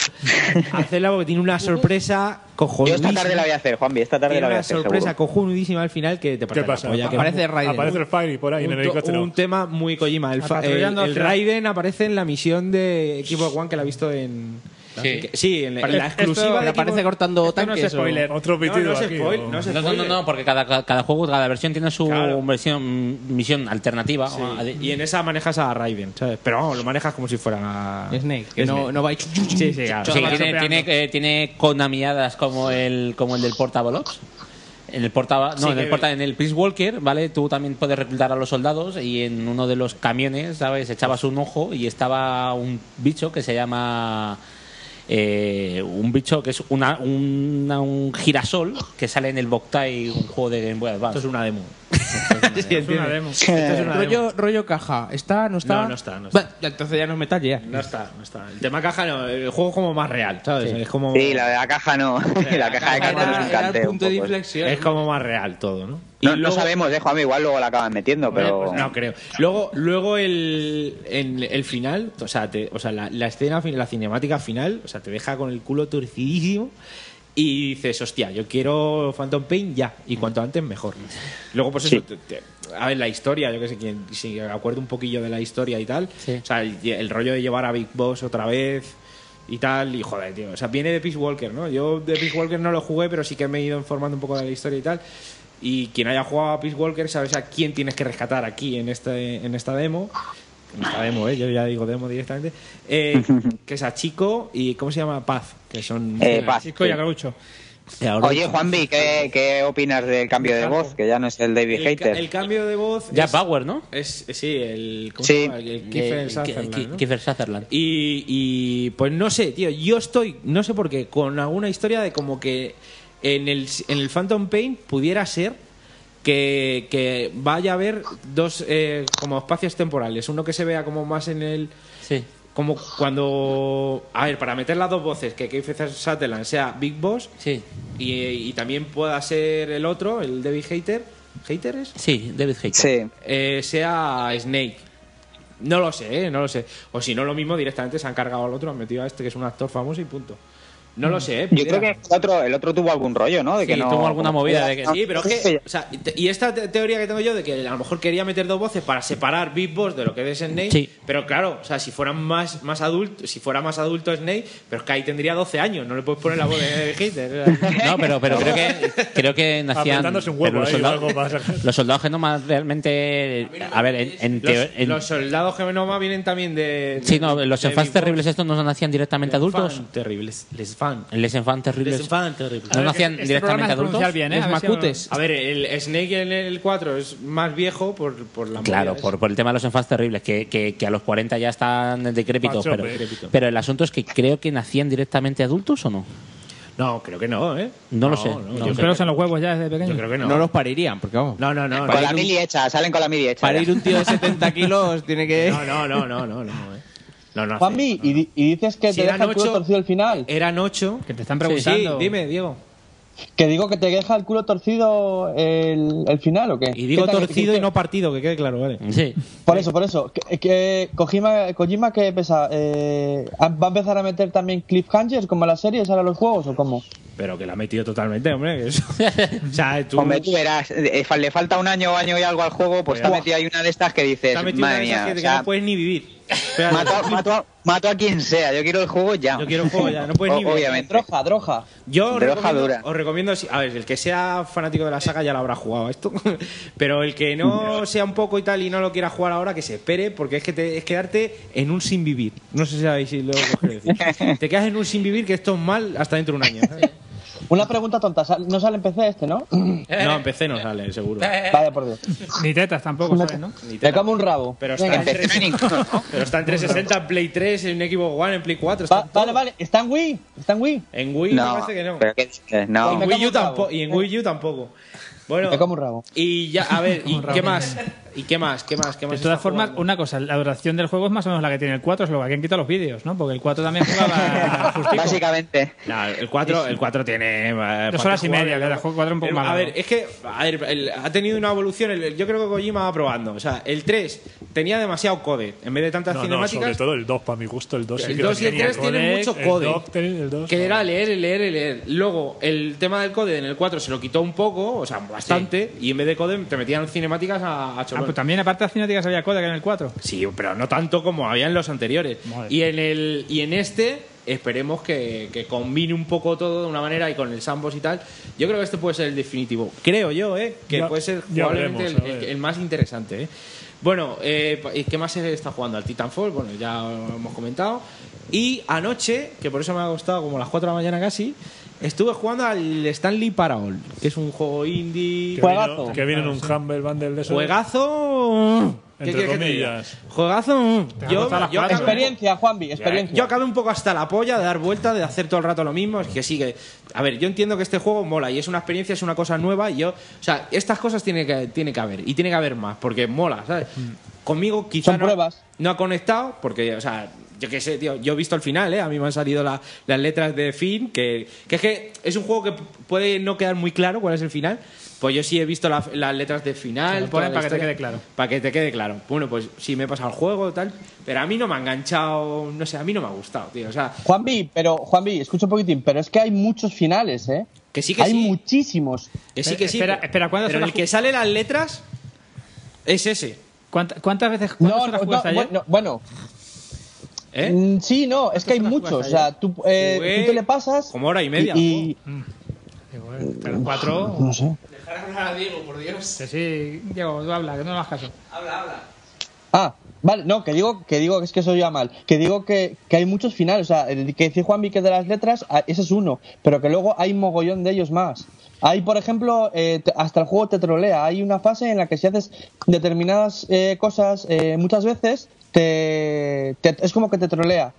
Hacerla porque tiene una sorpresa
Yo
cojonudísima.
esta tarde la voy a hacer, Juanvi, esta tarde
Tiene
la voy a
una
hacer.
sorpresa
seguro.
cojonudísima al final que te
¿Qué pasa?
Aparece Raiden.
Raiden.
Aparece el Fairy por ahí en
un,
el
to-
helicóptero.
un tema muy Kojima. El, fa- el,
Patrullando
el
hacia-
Raiden aparece en la misión de Equipo One que la he visto en.
Sí.
que- sí, en, la- en la
Esto-
exclusiva. de
pero
Equipo-
aparece cortando Esto no es tanques o- spoiler. Otro
no,
pitido
no es
aquí,
spoil-
o-
no es
No, no, no,
spoiler.
no, porque cada, cada juego, cada versión tiene su versión, mm, misión alternativa. o ade-
Y en esa manejas a Raiden, ¿sabes? Pero vamos, lo manejas como si fuera. Snake,
que no- no
va y. Sí, sí, claro.
Sí, tiene, tiene, eh, tiene conamiadas como el, como el del Portabolox. En el porta, no,
Sí,
en el
que-
porta, en el Peace Walker, ¿vale? Tú también puedes reclutar a los soldados y en uno de los camiones, ¿sabes? Echabas un ojo y estaba un bicho que se llama eh, un bicho que es una, una- un girasol que sale en el Boktai, un juego de Game Boy Advance.
Esto es una demo.
es una demo. Esto es una rollo, rollo caja. ¿Está? ¿No está?
No, no está, no
está. entonces ya no es Metal Gear.
No está, no está. El tema caja no, el juego es como más real, ¿sabes? Es como.
Sí, la de la caja no.
Eh,
la caja de
caja
cartas es un
era- era el
canteo. un
punto de
poco.
inflexión. Es como más real todo, ¿no?
No, no sabemos, eh, Juanvi, igual luego la acaban metiendo, pero.
Pues no creo. Luego, luego el, en el final, o sea, te- o sea la, la escena, fin- la cinemática final, o sea, te deja con el culo torcidísimo y dices, hostia, yo quiero Phantom Pain ya, y cuanto antes mejor. Luego, pues eso, te- te- a ver, la historia, yo que sé, quien si acuerdo un poquillo de la historia y tal, o sea, el, el rollo de llevar a Big Boss otra vez. Y tal, y joder, tío. O sea, viene de Peace Walker, ¿no? Yo de Peace Walker no lo jugué, pero sí que me he ido informando un poco de la historia y tal. Y quien haya jugado a Peace Walker sabes a quién tienes que rescatar aquí en, este, en esta demo. En esta demo, ¿eh? yo ya digo demo directamente. Eh, que es a Chico y ¿cómo se llama? Paz. Que son
Eh, Paz, Chico y sí.
Agrucho.
Oye, Juanvi, ¿qué, ¿qué opinas del cambio de voz? Que ya no es el David
El, ca-
Hater.
el cambio de voz.
Ya
es-
Bauer, ¿no?
Es, es- sí, el. ¿Cómo
Sí.
se llama? El- el Kiefer
Eh,
Sutherland,
Ki-
¿no?
Kiefer Sutherland.
Y, y, pues no sé, tío, yo estoy, no sé por qué, con alguna historia de como que en el, en el Phantom Pain pudiera ser que, que vaya a haber dos eh, como espacios temporales. Uno que se vea como más en el... Como cuando... A ver, para meter las dos voces, que Kiefer Sutherland sea Big Boss y, y también pueda ser el otro, el David Hater. ¿Hater es?
Sí, David Hater.
Sí.
eh, sea Snake. No lo sé, ¿eh? no lo sé. O si no, lo mismo directamente se han cargado al otro, han metido a este que es un actor famoso y punto. No lo sé, ¿eh?
Mm. Yo creo
Pudiera.
que el otro, el otro tuvo algún rollo, ¿no? De que
Sí,
no,
tuvo alguna
como-
movida de que-
no,
Sí, pero es que. o sea, y te- y esta te- teoría que tengo yo de que a lo mejor quería meter dos voces para separar Big Boss de lo que es Snake.
Sí.
Pero claro, o sea, si fueran más, más adulto, si fuera más adulto Snake, pero es que ahí tendría 12 años, no le puedes poner la voz de Hitler.
No, pero, pero creo que creo que nacían
Apretándose un
pero
huevo
los,
ahí o
soldados,
algo para sacar.
los soldados genomas realmente a ver en, en teo-
Los,
en-
los soldados genoma vienen también de.
sí no los
de
enfants
Big Boss.
terribles estos no nacían directamente
Enfants
adultos
terribles les fan
les enfants terribles
Les enfants terribles.
no nacían
este
directamente adultos
Los macutes. ¿eh? A ver, el Snake en el 4 es más viejo por, por la
Claro,
movida
por, por el tema de los enfants terribles, que, que- que a los 40 ya están decrépitos.
Macho,
Pero,
decrépito.
pero el asunto es que creo que nacían directamente adultos o no.
esa. No, creo que no, ¿eh?
No lo sé, no lo
yo
sé.
creo-
Pelos en los huevos ya desde pequeño. Yo creo
que
No los parirían, porque vamos.
No, no, no.
Con la mili hecha, salen con la mili hecha.
Para ir
ya.
un tío de 70 kilos tiene que.
No, no, no, no, no, no. ¿eh? No, no.
Juanvi, y, di- y dices que
Si
te deja
eran
el culo
ocho-
torcido al final.
Eran 8.
Que te están
Sí,
preguntando.
dime, Diego.
Que digo que te deja el culo torcido el, el final o qué.
Y digo
¿Qué tal-
torcido
qué-
y no partido, que quede claro, ¿vale?
Sí.
Por eso, por eso. Que, que Kojima, Kojima que pesa, eh, va a empezar a meter también cliffhangers como a las series, ahora a los juegos o cómo.
Pero que la ha metido totalmente, hombre. que eso- o sea, tú...
Hombre, tú verás, eh, le falta un año o año y algo al juego, pues te ha metido ahí una de estas que dices,
Te ha metido una
madre
de esas
mía,
que,
o
que
sea,
no puedes ni vivir.
mato, a- mato a- mato a quien sea, yo quiero el juego ya.
Yo quiero el juego ya, no puedes
O-
ni vivir.
Obviamente.
Droja, droja.
Yo os
Droga
recomiendo,
dura.
os recomiendo, si- a ver, el que sea fanático de la saga ya lo habrá jugado esto, pero el que no sea un poco y tal y no lo quiera jugar ahora, que se espere, porque es que te, es quedarte en un sin vivir. No sé si sabéis si lo que os quiero decir. te quedas en un sin vivir que esto es mal hasta dentro de un año. ¿sabes?
Una pregunta tonta, ¿sal- no sale en PC este, ¿no?
No, en PC no sale, seguro.
Vaya por Dios.
Ni tetas tampoco, ¿sabes, no?
Me como un rabo.
Pero está, en
Venga.
360, pero está en 360, en Play 3, en Xbox One, en Play 4. está en todo.
Vale, vale, está en Wii, está en Wii.
En Wii me parece que no.
pero ¿qué dices? No.
En Wii U tampoco. Y en Wii U tampoco. Bueno,
Me como un rabo.
y ya, a ver, ¿y
Un rabo.
qué más? ¿Y qué más? ¿Qué más? ¿Qué
De
más?
todas
está
formas,
jugando?
una cosa, la duración del juego es más o menos la que tiene el 4, es lo que aquí han quitado los vídeos, ¿no? Porque el 4 también jugaba justico.
Básicamente.
No, el 4, el 4 tiene. eh, bastante
horas y
jugable,
media,
¿no?
¿verdad? Juego cuatro un poco
Pero,
más
A
largo.
ver, es que a ver, el- ha tenido una evolución. el- yo creo que Kojima va probando. O sea, el 3 tenía demasiado code. En vez de tantas
No, no, sobre
cinemáticas,
todo el 2, para mi gusto, el 2
El 2 y el 3 tienen mucho code. que era leer, y leer, y leer. Luego, el tema del code en el 4 se lo quitó un poco, o sea, bastante. Y en vez de code te metían cinemáticas a, a
Ah,
chorro.
pues también aparte de las cinemáticas había coda que en el 4.
Sí, pero no tanto como había en los anteriores.
Madre.
Y en el y en este esperemos que, que combine un poco todo de una manera y con el sambos y tal. Yo creo que este puede ser el definitivo. Creo yo, ¿eh? Que
Ya-
puede ser
ya
probablemente
veremos,
el,
a ver.
el- el más interesante, ¿eh? Bueno, eh, pa- ¿y ¿qué más se está jugando? Al Titanfall, bueno, ya lo hemos comentado. Y anoche, que por eso me ha costado como las 4 de la mañana casi, estuve jugando al Stanley Paraol, que es un juego indie.
Que viene en un Humble Bundle de esos.
Juegazo. ¿Qué
Entre
quieres que te diga?
comillas.
Juegazo.
Te
Yo,
gustan las
yo
cuatro,
acabé-
Experiencia, Juanvi, experiencia.
yo acabé un poco hasta la polla de dar vuelta, de hacer todo el rato lo mismo. Es que sí, que. A ver, yo entiendo que este juego mola y es una experiencia, es una cosa nueva. Y yo. O sea, estas cosas tiene que, tiene que haber y tiene que haber más porque mola, ¿sabes?
Mm.
Conmigo quizá.
Son
no,
pruebas.
no ha conectado porque, o sea. Yo qué sé, tío. Yo he visto el final, ¿eh? A mí me han salido la- las letras de fin. Que, que es que es un juego que puede no quedar muy claro cuál es el final. Pues yo sí he visto la- las letras de final.
Se lo
toda
ponen
la
para que te
historia.
quede claro.
Para que te quede claro. Bueno, pues sí, me he pasado el juego tal, pero a mí no me ha enganchado, no sé, a mí no me ha gustado, tío. O sea,
Juanvi, pero Juanvi, escucha un poquitín, pero es que hay muchos finales, ¿eh?
Que sí, que
hay
sí.
muchísimos.
que sí, que sí.
Espera, espera, ¿cuándo
pero
son
el
las-
que sale las letras es ese.
¿Cuánta- ¿Cuántas veces cuántas
No,
horas
no,
jugaste
no,
ayer?
bueno, bueno.
¿Eh?
Mm, Sí, no, es que hay muchos. O sea, tú, eh,
Jugué
tú te le pasas.
como hora y media
Y,
Mm. Pero cuatro.
no sé.
Oh, por Dios.
Que sí, Diego, tú habla, que no me hagas caso.
Ah, vale, no, que digo, que digo, es que eso ya mal. Que digo que, que hay muchos finales. O sea, el que decía Juanvi que de las letras, ah, ese es uno. Pero que luego hay mogollón de ellos más. Hay, por ejemplo, eh, te- hasta el juego te trolea. Hay una fase en la que si haces determinadas eh, cosas eh, muchas veces, te, te- es como que te trolea.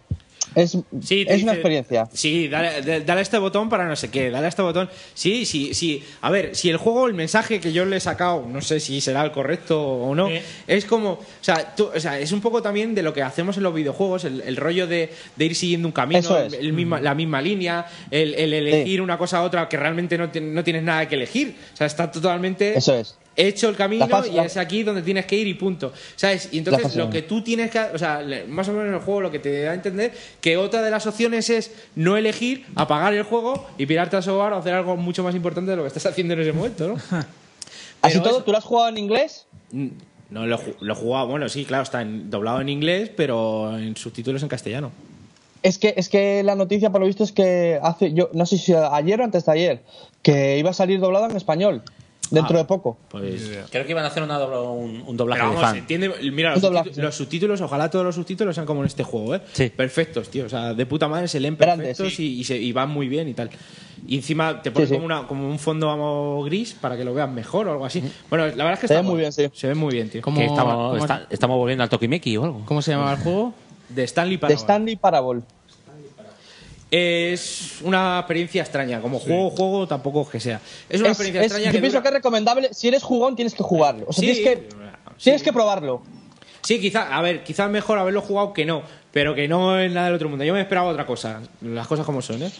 Es,
Sí, te
es una
dice,
experiencia.
Sí, dale, de- dale a este botón para no sé qué, dale a este botón. Sí, sí, sí. A ver, si el juego, el mensaje que yo le he sacado, no sé si será el correcto o no, es como, o sea, tú- o sea, es un poco también de lo que hacemos en los videojuegos, el, el rollo de, de ir siguiendo un camino,
Eso es.
el- el misma- la misma línea, el, el elegir una cosa a otra que realmente no, ti- no tienes nada que elegir. O sea, está totalmente
Eso es.
hecho el camino
La fase-
y
la-
es aquí donde tienes que ir y punto. ¿Sabes? Y
La
entonces
fase
lo
uno.
que tú tienes que, o sea, le- más o menos el juego lo que te da a entender que otra de las opciones es no elegir, apagar el juego y pirarte a sobar o hacer algo mucho más importante de lo que estás haciendo en ese momento, ¿no? Mm,
Así todo, ¿tú lo has jugado en inglés?
No lo, he ju- lo he jugado, bueno, sí, claro, está en- doblado en inglés, pero en subtítulos en castellano.
Es que, es que la noticia, por lo visto, es que hace, yo no sé si ayer o antes de ayer, que iba a salir doblado en español dentro
Ah.
de poco.
Pues
Creo que iban a hacer una dobla- un, un doblaje
Pero
de
vamos,
fan.
entiende, mira,
Un
los,
doblaje,
subtitu-
sí.
los subtítulos, ojalá todos los subtítulos sean como en este juego, ¿eh? Perfectos, tío. O sea, de puta madre se leen
Grandes,
perfectos y, y se- y van muy bien y tal. Y encima te pones
Sí, sí.
Como, una, como un fondo vamos, gris para que lo veas mejor o algo así. Bueno, la verdad es que
Se
está
ve muy
guay.
bien, sí.
Se ve muy bien, tío.
Que estamos, está- estamos volviendo al Tokimeki o algo.
¿Cómo se llamaba el juego?
De Stanley
De
para
Stanley Parable.
Es una experiencia extraña. Como juego, juego tampoco es que sea. Es una
Es-
experiencia
es-
extraña
yo
que
pienso
dura-
que es recomendable. Si eres jugón, tienes que jugarlo. O sea,
Sí.
tienes, que, tienes que probarlo.
Sí, quizá, a ver, quizás mejor haberlo jugado que no, pero que no es nada del otro mundo. Yo me esperaba otra cosa, las cosas como son, ¿eh?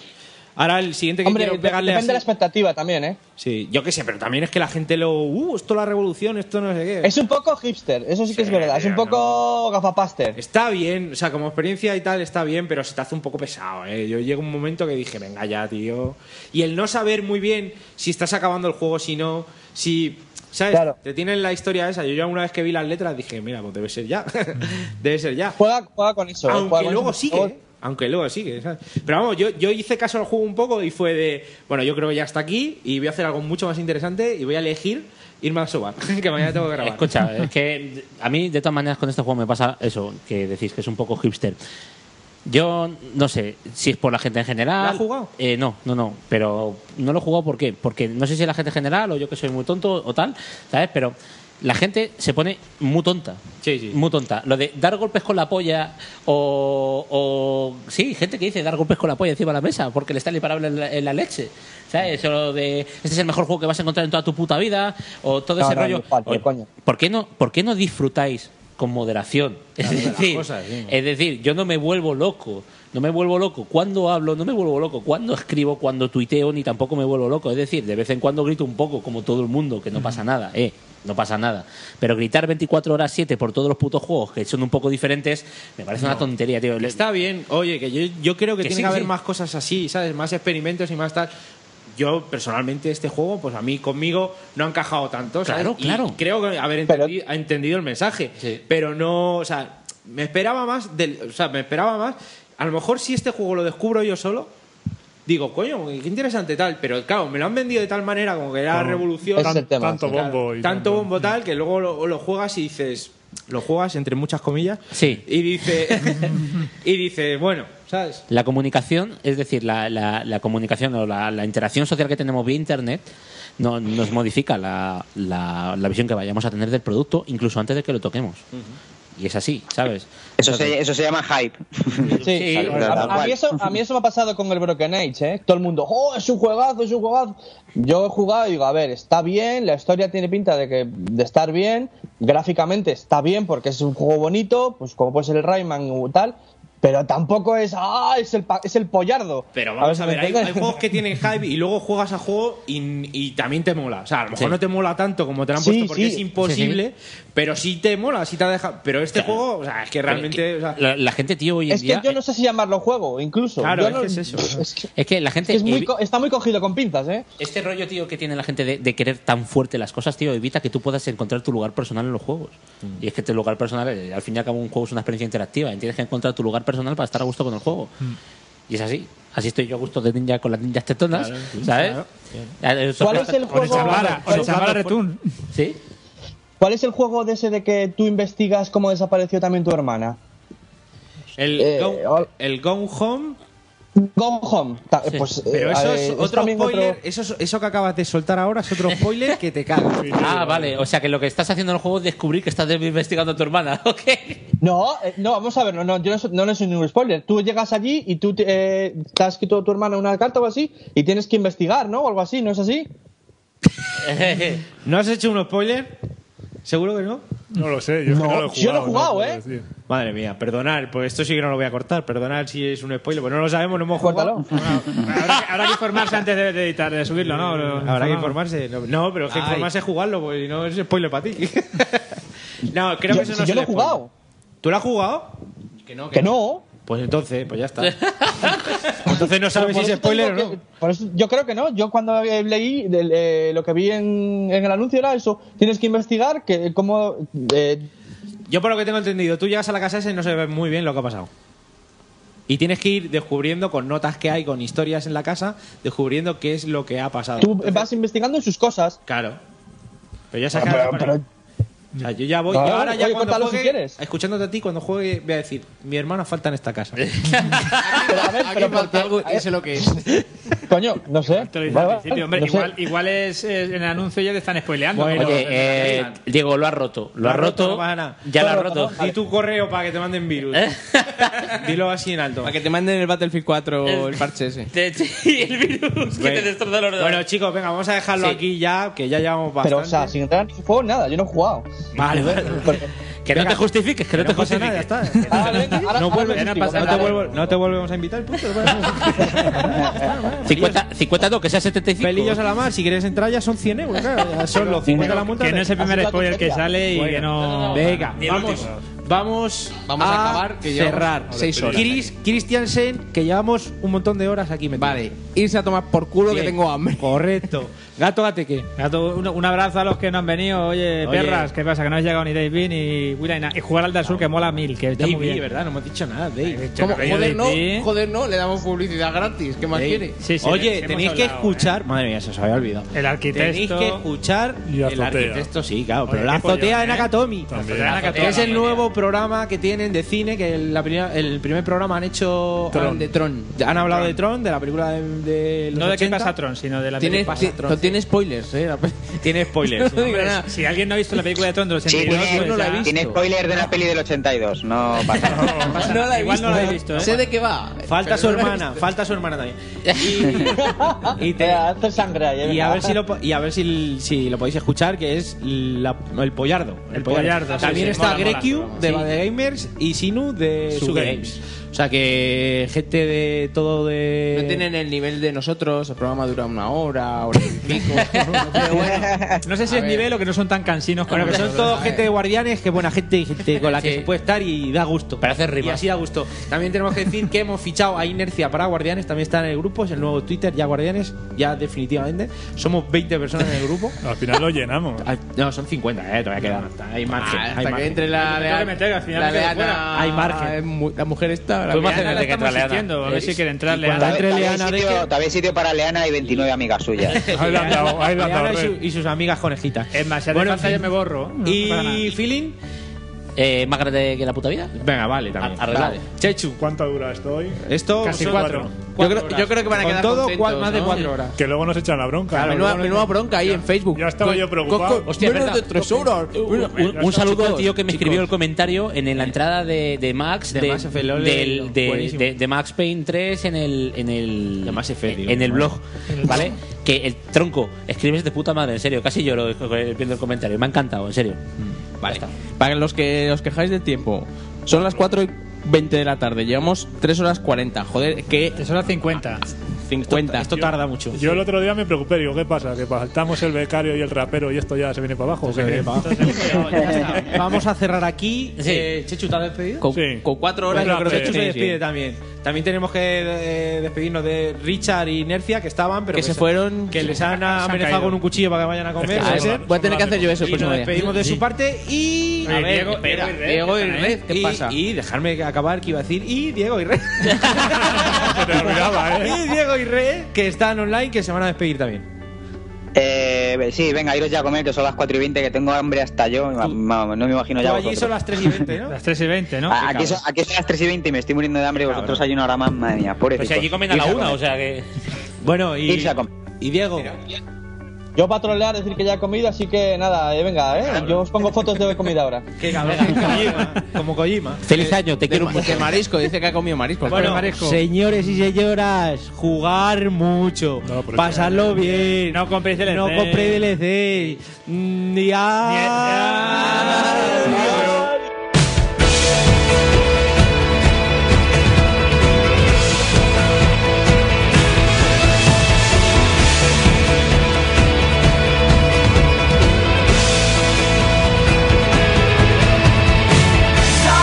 Ahora el siguiente que
Hombre,
quiero pegarle
depende
así-
de la expectativa también, ¿eh?
Sí, yo qué sé, pero también es que la gente lo. Uh, esto la revolución, esto no sé qué.
Es un poco hipster, eso sí que es verdad. Es un poco gafapaster.
Está bien, o sea, como experiencia y tal está bien, pero se te hace un poco pesado, ¿eh? Yo llego un momento que dije, venga ya, tío. Y el no saber muy bien si estás acabando el juego, si no, si... ¿Sabes?
Claro.
Te tienen la historia esa. Yo ya una vez que vi las letras dije, mira, pues debe ser ya. debe ser ya.
Juega, juega con eso. eh,
Aunque
juega con
luego
eso,
sigue.
por favor.
¿eh? Aunque luego sigue, ¿sabes? Pero vamos, yo, yo hice caso al juego un poco y fue de, bueno, yo creo que ya está aquí y voy a hacer algo mucho más interesante y voy a elegir irme a sobar, que mañana tengo que grabar.
Escucha, es que a mí de todas maneras con este juego me pasa eso, que decís que es un poco hipster. Yo no sé si es por la gente en general.
¿Lo has jugado?
Eh, no, no, no. Pero no lo he jugado ¿por qué? Porque no sé si es la gente en general o yo que soy muy tonto o tal, ¿sabes? Pero la gente se pone muy tonta.
Sí, sí.
Muy tonta. Lo de dar golpes con la polla o, o- Sí, gente que dice dar golpes con la polla encima de la mesa porque le está el imparable en la, en la leche. ¿Sabes? O lo de este es el mejor juego que vas a encontrar en toda tu puta vida o todo
No,
ese
no,
rollo.
ni pal,
Oye,
coño.
¿por qué no, por qué no disfrutáis con moderación? Es
Claro, de las
decir,
cosas, sí.
es decir, yo no me vuelvo loco, no me vuelvo loco cuando hablo, no me vuelvo loco cuando escribo, cuando tuiteo, ni tampoco me vuelvo loco. Es decir, de vez en cuando grito un poco, como todo el mundo, que no pasa nada, eh, no pasa nada. Pero gritar 24 horas 7 por todos los putos juegos que son un poco diferentes, me parece una
No.
tontería, tío. Le-
Está bien, oye, que yo, yo creo que,
Que
tiene
sí,
que haber
sí.
más cosas así, ¿sabes? Más experimentos y más tal. Yo, personalmente, este juego, pues a mí conmigo no ha encajado tanto, ¿sabes?
Claro,
Y
claro.
creo que haber entendi- ha entendido el mensaje, pero no, o sea, me esperaba más, del, o sea, me esperaba más. A lo mejor si este juego lo descubro yo solo, digo, coño, qué interesante tal, pero claro, me lo han vendido de tal manera como que era
Claro.
revolución.
Ese es el tema, Tanto sí. bombo
Claro,
y
tanto bombo tal, que luego lo, lo juegas y dices, lo juegas entre muchas comillas,
Sí.
y dice y dice bueno sabes
La comunicación, es decir, la, la- la comunicación o la, la interacción social que tenemos vía Internet no- nos modifica la, la- la visión que vayamos a tener del producto incluso antes de que lo toquemos. Y es así, ¿sabes?
Eso se, eso se llama hype.
Sí,
Tal
a, a
cual.
mí eso, a mí eso me ha pasado con el Broken Age, ¿eh? Todo el mundo, oh, es un juegazo, es un juegazo. Yo he jugado y digo, a ver, está bien, la historia tiene pinta de que de estar bien, gráficamente está bien porque es un juego bonito, pues como puede ser el Rayman o tal, pero tampoco es, ah, es el, pa- es el pollardo.
pero vamos
si
a
me
ver, hay,
entiendes.
hay juegos que tienen hype y luego juegas a juego y, y también te mola. O sea, a lo mejor
Sí.
no te mola tanto como te lo han
Sí,
puesto porque
sí.
es imposible,
Sí,
pero sí te mola, sí te deja. Pero este juego, o sea, es que realmente. o sea,
La, la gente, tío, hoy en
Es que
día.
yo
Yo no sé si llamarlo juego, incluso.
Claro,
Yo
es
no-
que es eso.
Es que,
Es que la gente.
es muy
evi-
co- está muy cogido con pinzas, ¿eh?
Este rollo, tío, que tiene la gente de, de querer tan fuerte las cosas, tío, evita que tú puedas encontrar tu lugar personal en los juegos. Y es que tu lugar personal, eh, al fin y al cabo, un juego es una experiencia interactiva. Y tienes que encontrar tu lugar personal para estar a gusto con el juego.
Mm.
Y es así. Así estoy yo a gusto de ninja con las ninjas tetonas, ¿sabes? Eh, eso-
¿Cuál es el
Con
juego?
Echabara, con
¿Cuál-
Echabara Return. ¿Sí?
¿Cuál es el juego de ese de que tú investigas cómo desapareció también tu hermana?
el, Gone- el Gone Home.
eh, Gone Home. Ta- pues, eh,
Pero eso
eh,
es
es
otro
también
spoiler.
otro-
Eso, es- eso que acabas de soltar ahora es otro spoiler que te cagas.
Ah, vale. O sea que lo que estás haciendo en el juego es descubrir que estás investigando a tu hermana. Ok.
No, eh, no, vamos a ver, no, no, yo no, so- no le soy ningún spoiler. Tú llegas allí y tú te, eh, te has escrito tu hermana una carta o así y tienes que investigar, ¿no? O algo así, ¿no es así?
¿No has hecho un spoiler? ¿Seguro que no?
No lo sé, yo es que no lo he jugado.
yo no he jugado,
puedo
¿eh?
decir.
Madre mía, perdonar, pues esto sí que no lo voy a cortar. Perdonar si es un spoiler, pues no lo sabemos, no hemos jugado.
Habrá que informarse antes de, de editar, de subirlo, ¿no? Lo-
Habrá que
informamos.
informarse. No, no, pero es que
Ay.
informarse es jugarlo, pues si no es spoiler para ti. no, creo
Yo-
que eso
si
no
yo
es
lo
el
he jugado.
spoiler. ¿Tú lo has jugado? Que no,
Que no.
Pues entonces, pues ya está. entonces no sabes
Por
si es
eso te digo
spoiler o no.
que- por eso- yo creo que no. Yo cuando eh, leí del, eh, lo que vi en, en el anuncio era eso. Tienes que investigar que, cómo... eh,
Yo por lo que tengo entendido, tú llegas a la casa esa y no se ve muy bien lo que ha pasado. Y tienes que ir descubriendo con notas que hay, con historias en la casa, descubriendo qué es lo que ha pasado.
tú vas investigando sus cosas.
Claro. Ah, Pero ya se ha quedado para- O sea, yo ya voy.
No,
yo ahora ya
oye,
cuando
contalo si
juegue,
quieres.
escuchándote a ti, cuando juegue, voy a decir: Mi hermana falta en esta casa.
pero porque-
lo que
Coño, no sé.
Te lo dice
Vale,
al
vale,
principio, hombre,
no sé.
igual, igual es, es- en el anuncio ya te están spoileando.
Oye,
pero-
eh, Diego, lo ha roto. Lo, ha roto.
no pasa nada.
ya lo ha roto. ¿Eh?
Di tu correo para que te manden virus. Dilo así en alto. Para
que te manden el Battlefield 4 o el parche ese.
el virus que te destroza el ordenador.
Bueno, chicos, venga, vamos a dejarlo
Sí.
aquí ya, que ya llevamos bastante.
Pero, o sea, sin entrar en juego, nada, yo no he jugado.
Vale, vale.
Que no te justifiques, que no te
pasa
justifiques.
nada, ya está. no, vuelves-
ahora
no
pasa
te
nada.
vuelvo- no te volvemos a invitar, punto.
50, 50 no, que sea 75.
Pelillos a la mar, si quieres entrar ya son 100 euros, claro, ya son los 50 la montaña.
Que no es el primer spoiler que sale y que no.
Venga,
Ni el
vamos.
último.
Vamos,
Vamos a
a
acabar, que llevamos
cerrar.
seis horas.
Chris, Christiansen, que llevamos un montón de horas aquí metidos. Vale, irse a tomar por culo
que
tengo hambre. Correcto. Gato, gate qué.
Gato, un, un abrazo a los que no han venido. Oye,
Oye.
perras, ¿qué pasa? Que no has llegado ni Dave ni Will y jugar al Dark Souls que mola mil, que está muy
Dave,
bien.
¿verdad? No hemos dicho nada, Dave.
¿Cómo?
Joder, no, joder, no, le damos publicidad gratis. ¿Qué más
Ey,
quiere?
sí, sí, Oye, les- tenéis hemos que hablado, escuchar- Madre mía, se os había olvidado.
El arquitecto.
Tenéis que escuchar
la
el
azotea.
arquitecto, sí, claro.
Oye,
pero la
qué
azotea
pollón,
de
¿eh?
Nakatomi.
La azotea de Nakatomi.
Es el nuevo programa que tienen de cine, que el, la primera- el primer programa han hecho
Tron.
han- de Tron. Han hablado de Tron, de la película de, de los
No de qué
80.
pasa Tron, sino de la
Tiene-
película.
ti- no
tiene spoilers, eh.
Tiene spoilers.
No digo nada. Si alguien no ha visto la película de Tron de los
Sí,
82,
tiene,
pues ya-
tiene spoiler de la peli del 82, no pasa nada.
No la he Igual no visto, la he ¿eh? visto, ¿eh? Sé de
qué va. Falta
pero
su
no la he
hermana, falta su hermana también. Y te
hace sangre
eh,
Y a ver si lo, po- y a ver si, si lo podéis escuchar, que es la- el Pollardo. El,
Pollardo, sí,
También
sí,
está
mola, mola.
Grecu de
Sí.
Bad Gamers y Sinu de
Su
Su Games.
Games.
O sea que gente de todo de.
No tienen el nivel de nosotros, el programa dura una hora, hora y pico.
No sé si
A
es
ver.
nivel o que no son tan cansinos
Bueno,
como
que son
nosotros.
todo gente de guardianes, que buena gente y gente con la que
Sí.
se puede estar y da gusto. Para hacer
rimas.
Y así da gusto. También tenemos que decir que hemos fichado a Inercia para guardianes, también está en el grupo, es el nuevo Twitter, ya guardianes, ya definitivamente. Somos 20 personas en el grupo.
Al final lo llenamos.
No, son 50, eh, todavía quedan. Hay margen.
Ah, hasta
hay
que
margen.
entre la de
Tengo que
Ana-
meter, al final
la
me
de
quedo
Ana-
fuera. Hay margen.
mu- La mujer está. La
Tú
Leana,
imagínate
la
que
estamos
entra Leana.
asistiendo,
A ver si quiere entrar
Leana.
Todavía-
entre
todavía
Leana,
hay pues, sitio- todavía hay sitio para Leana y 29 amigas suyas.
Leana y, su- y sus amigas conejitas. Es más,
hace falta, yo me borro. No pasa nada.
¿Y feeling?
Eh, más grande que la puta vida.
Venga, vale, también.
Arreglado.
Chechu.
¿Cuánto dura esto hoy?
Esto
Casi
son
cuatro.
Yo creo, yo creo que van a
Con
quedar
todo,
contentos,
cual- más de
¿no?
cuatro horas. Que luego nos echan la bronca.
Claro,
Menuda- menuda
bronca ahí en Facebook.
Ya estaba yo preocupado.
menos de tres horas.
Un, un- un saludo al tío que me escribió el comentario en, en la entrada de, de Max
De Mass Effect, lo he leído.
del- de,
Buenísimo.
de- de Max Payne 3 en el en el en, el
madre.
blog, ¿vale? Que el tronco escribes de puta madre, en serio, casi lloro viendo el comentario, me ha encantado, en serio.
Vale.
Para los que os quejáis del tiempo, son las 4 y 20 de la tarde. Llevamos 3 horas 40. Joder, que. 3
horas 50.
50.
Esto tarda mucho.
Yo el otro día me preocupé, digo, ¿qué pasa? ¿Que faltamos el becario y el rapero y esto ya se viene para abajo? ¿o qué?
Vamos a cerrar aquí. Eh, Chechu, ¿te has despedido?
Con,
Sí.
con 4 horas
Bueno,
yo creo que
Chechu
sí,
se
sí.
despide también. También tenemos que eh, despedirnos de Richard y Inercia, que estaban, pero
Que se fueron.
Que les han
han
amenazado
caído.
con un cuchillo para que vayan a comer.
Ah,
puede
eso-
ser.
voy a tener que hacer yo eso el
Y
próximo
nos
día.
despedimos de
Sí.
su parte y.
Oye, Diego- Diego y Red,
Diego y
¿qué eh?
Red, ¿qué pasa? Y, dejarme acabar que iba a decir. Y Diego y Red.
eh.
Y Diego y Red, que están online, que se van a despedir también.
Eh, sí, venga, iros ya a comer, que son las 4 y 20, que tengo hambre hasta yo. ma- ma- No me imagino ya
Tú allí
vosotros.
son las 3 y 20, ¿no?
Las 3 y 20, ¿no?
Ah, Aquí son, aquí son las 3 y 20 y me estoy muriendo de hambre. Vosotros hay una hora más, madre mía.
Pues si allí comen a la una, o sea que
Bueno, y.
Irse a comer.
Y Diego.
Yo para trolear, decir que ya he comido, así que nada, eh, venga, eh. Yo os pongo fotos de comida ahora.
Qué cabrón, como Kojima, como Kojima.
Feliz año, te quiero mucho.
Que marisco, dice que ha comido marisco.
Bueno, señores y señoras, jugar mucho, pasarlo bien, no compréis E DLC, no compréis DLC, mm, y adiós.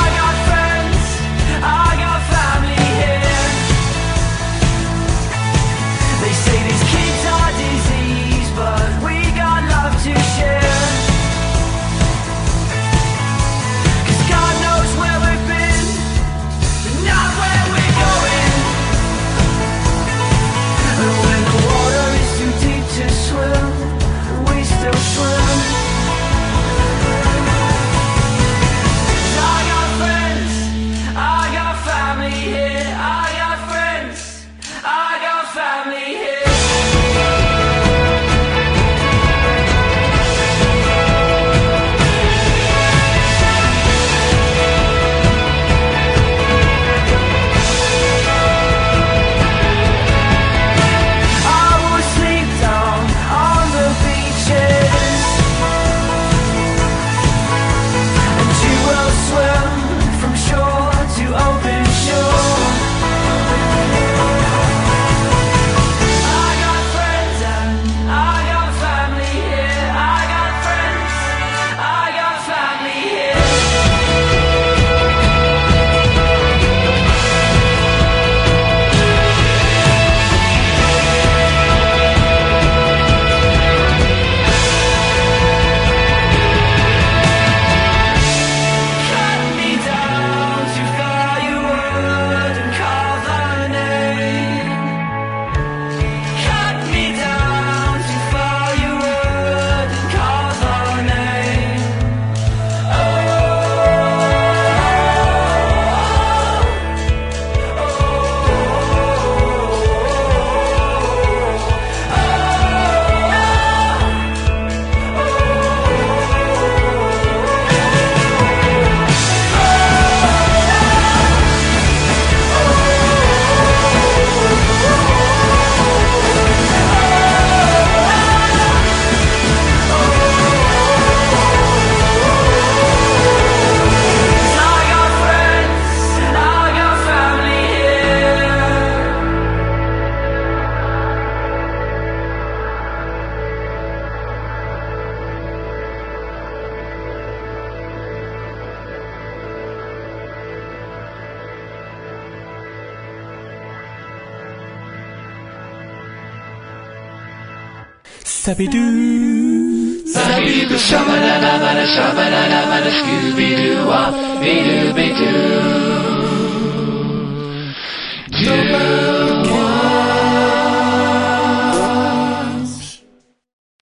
I got friends, I got family here. They say these kids are diseased, but we got love to share. Sabidoo. Sabidoo. Shabba-da-da-ba-da, shabba-da-da-ba-da, Scooby-Doo-wop, be-doo, be-doo. Doo.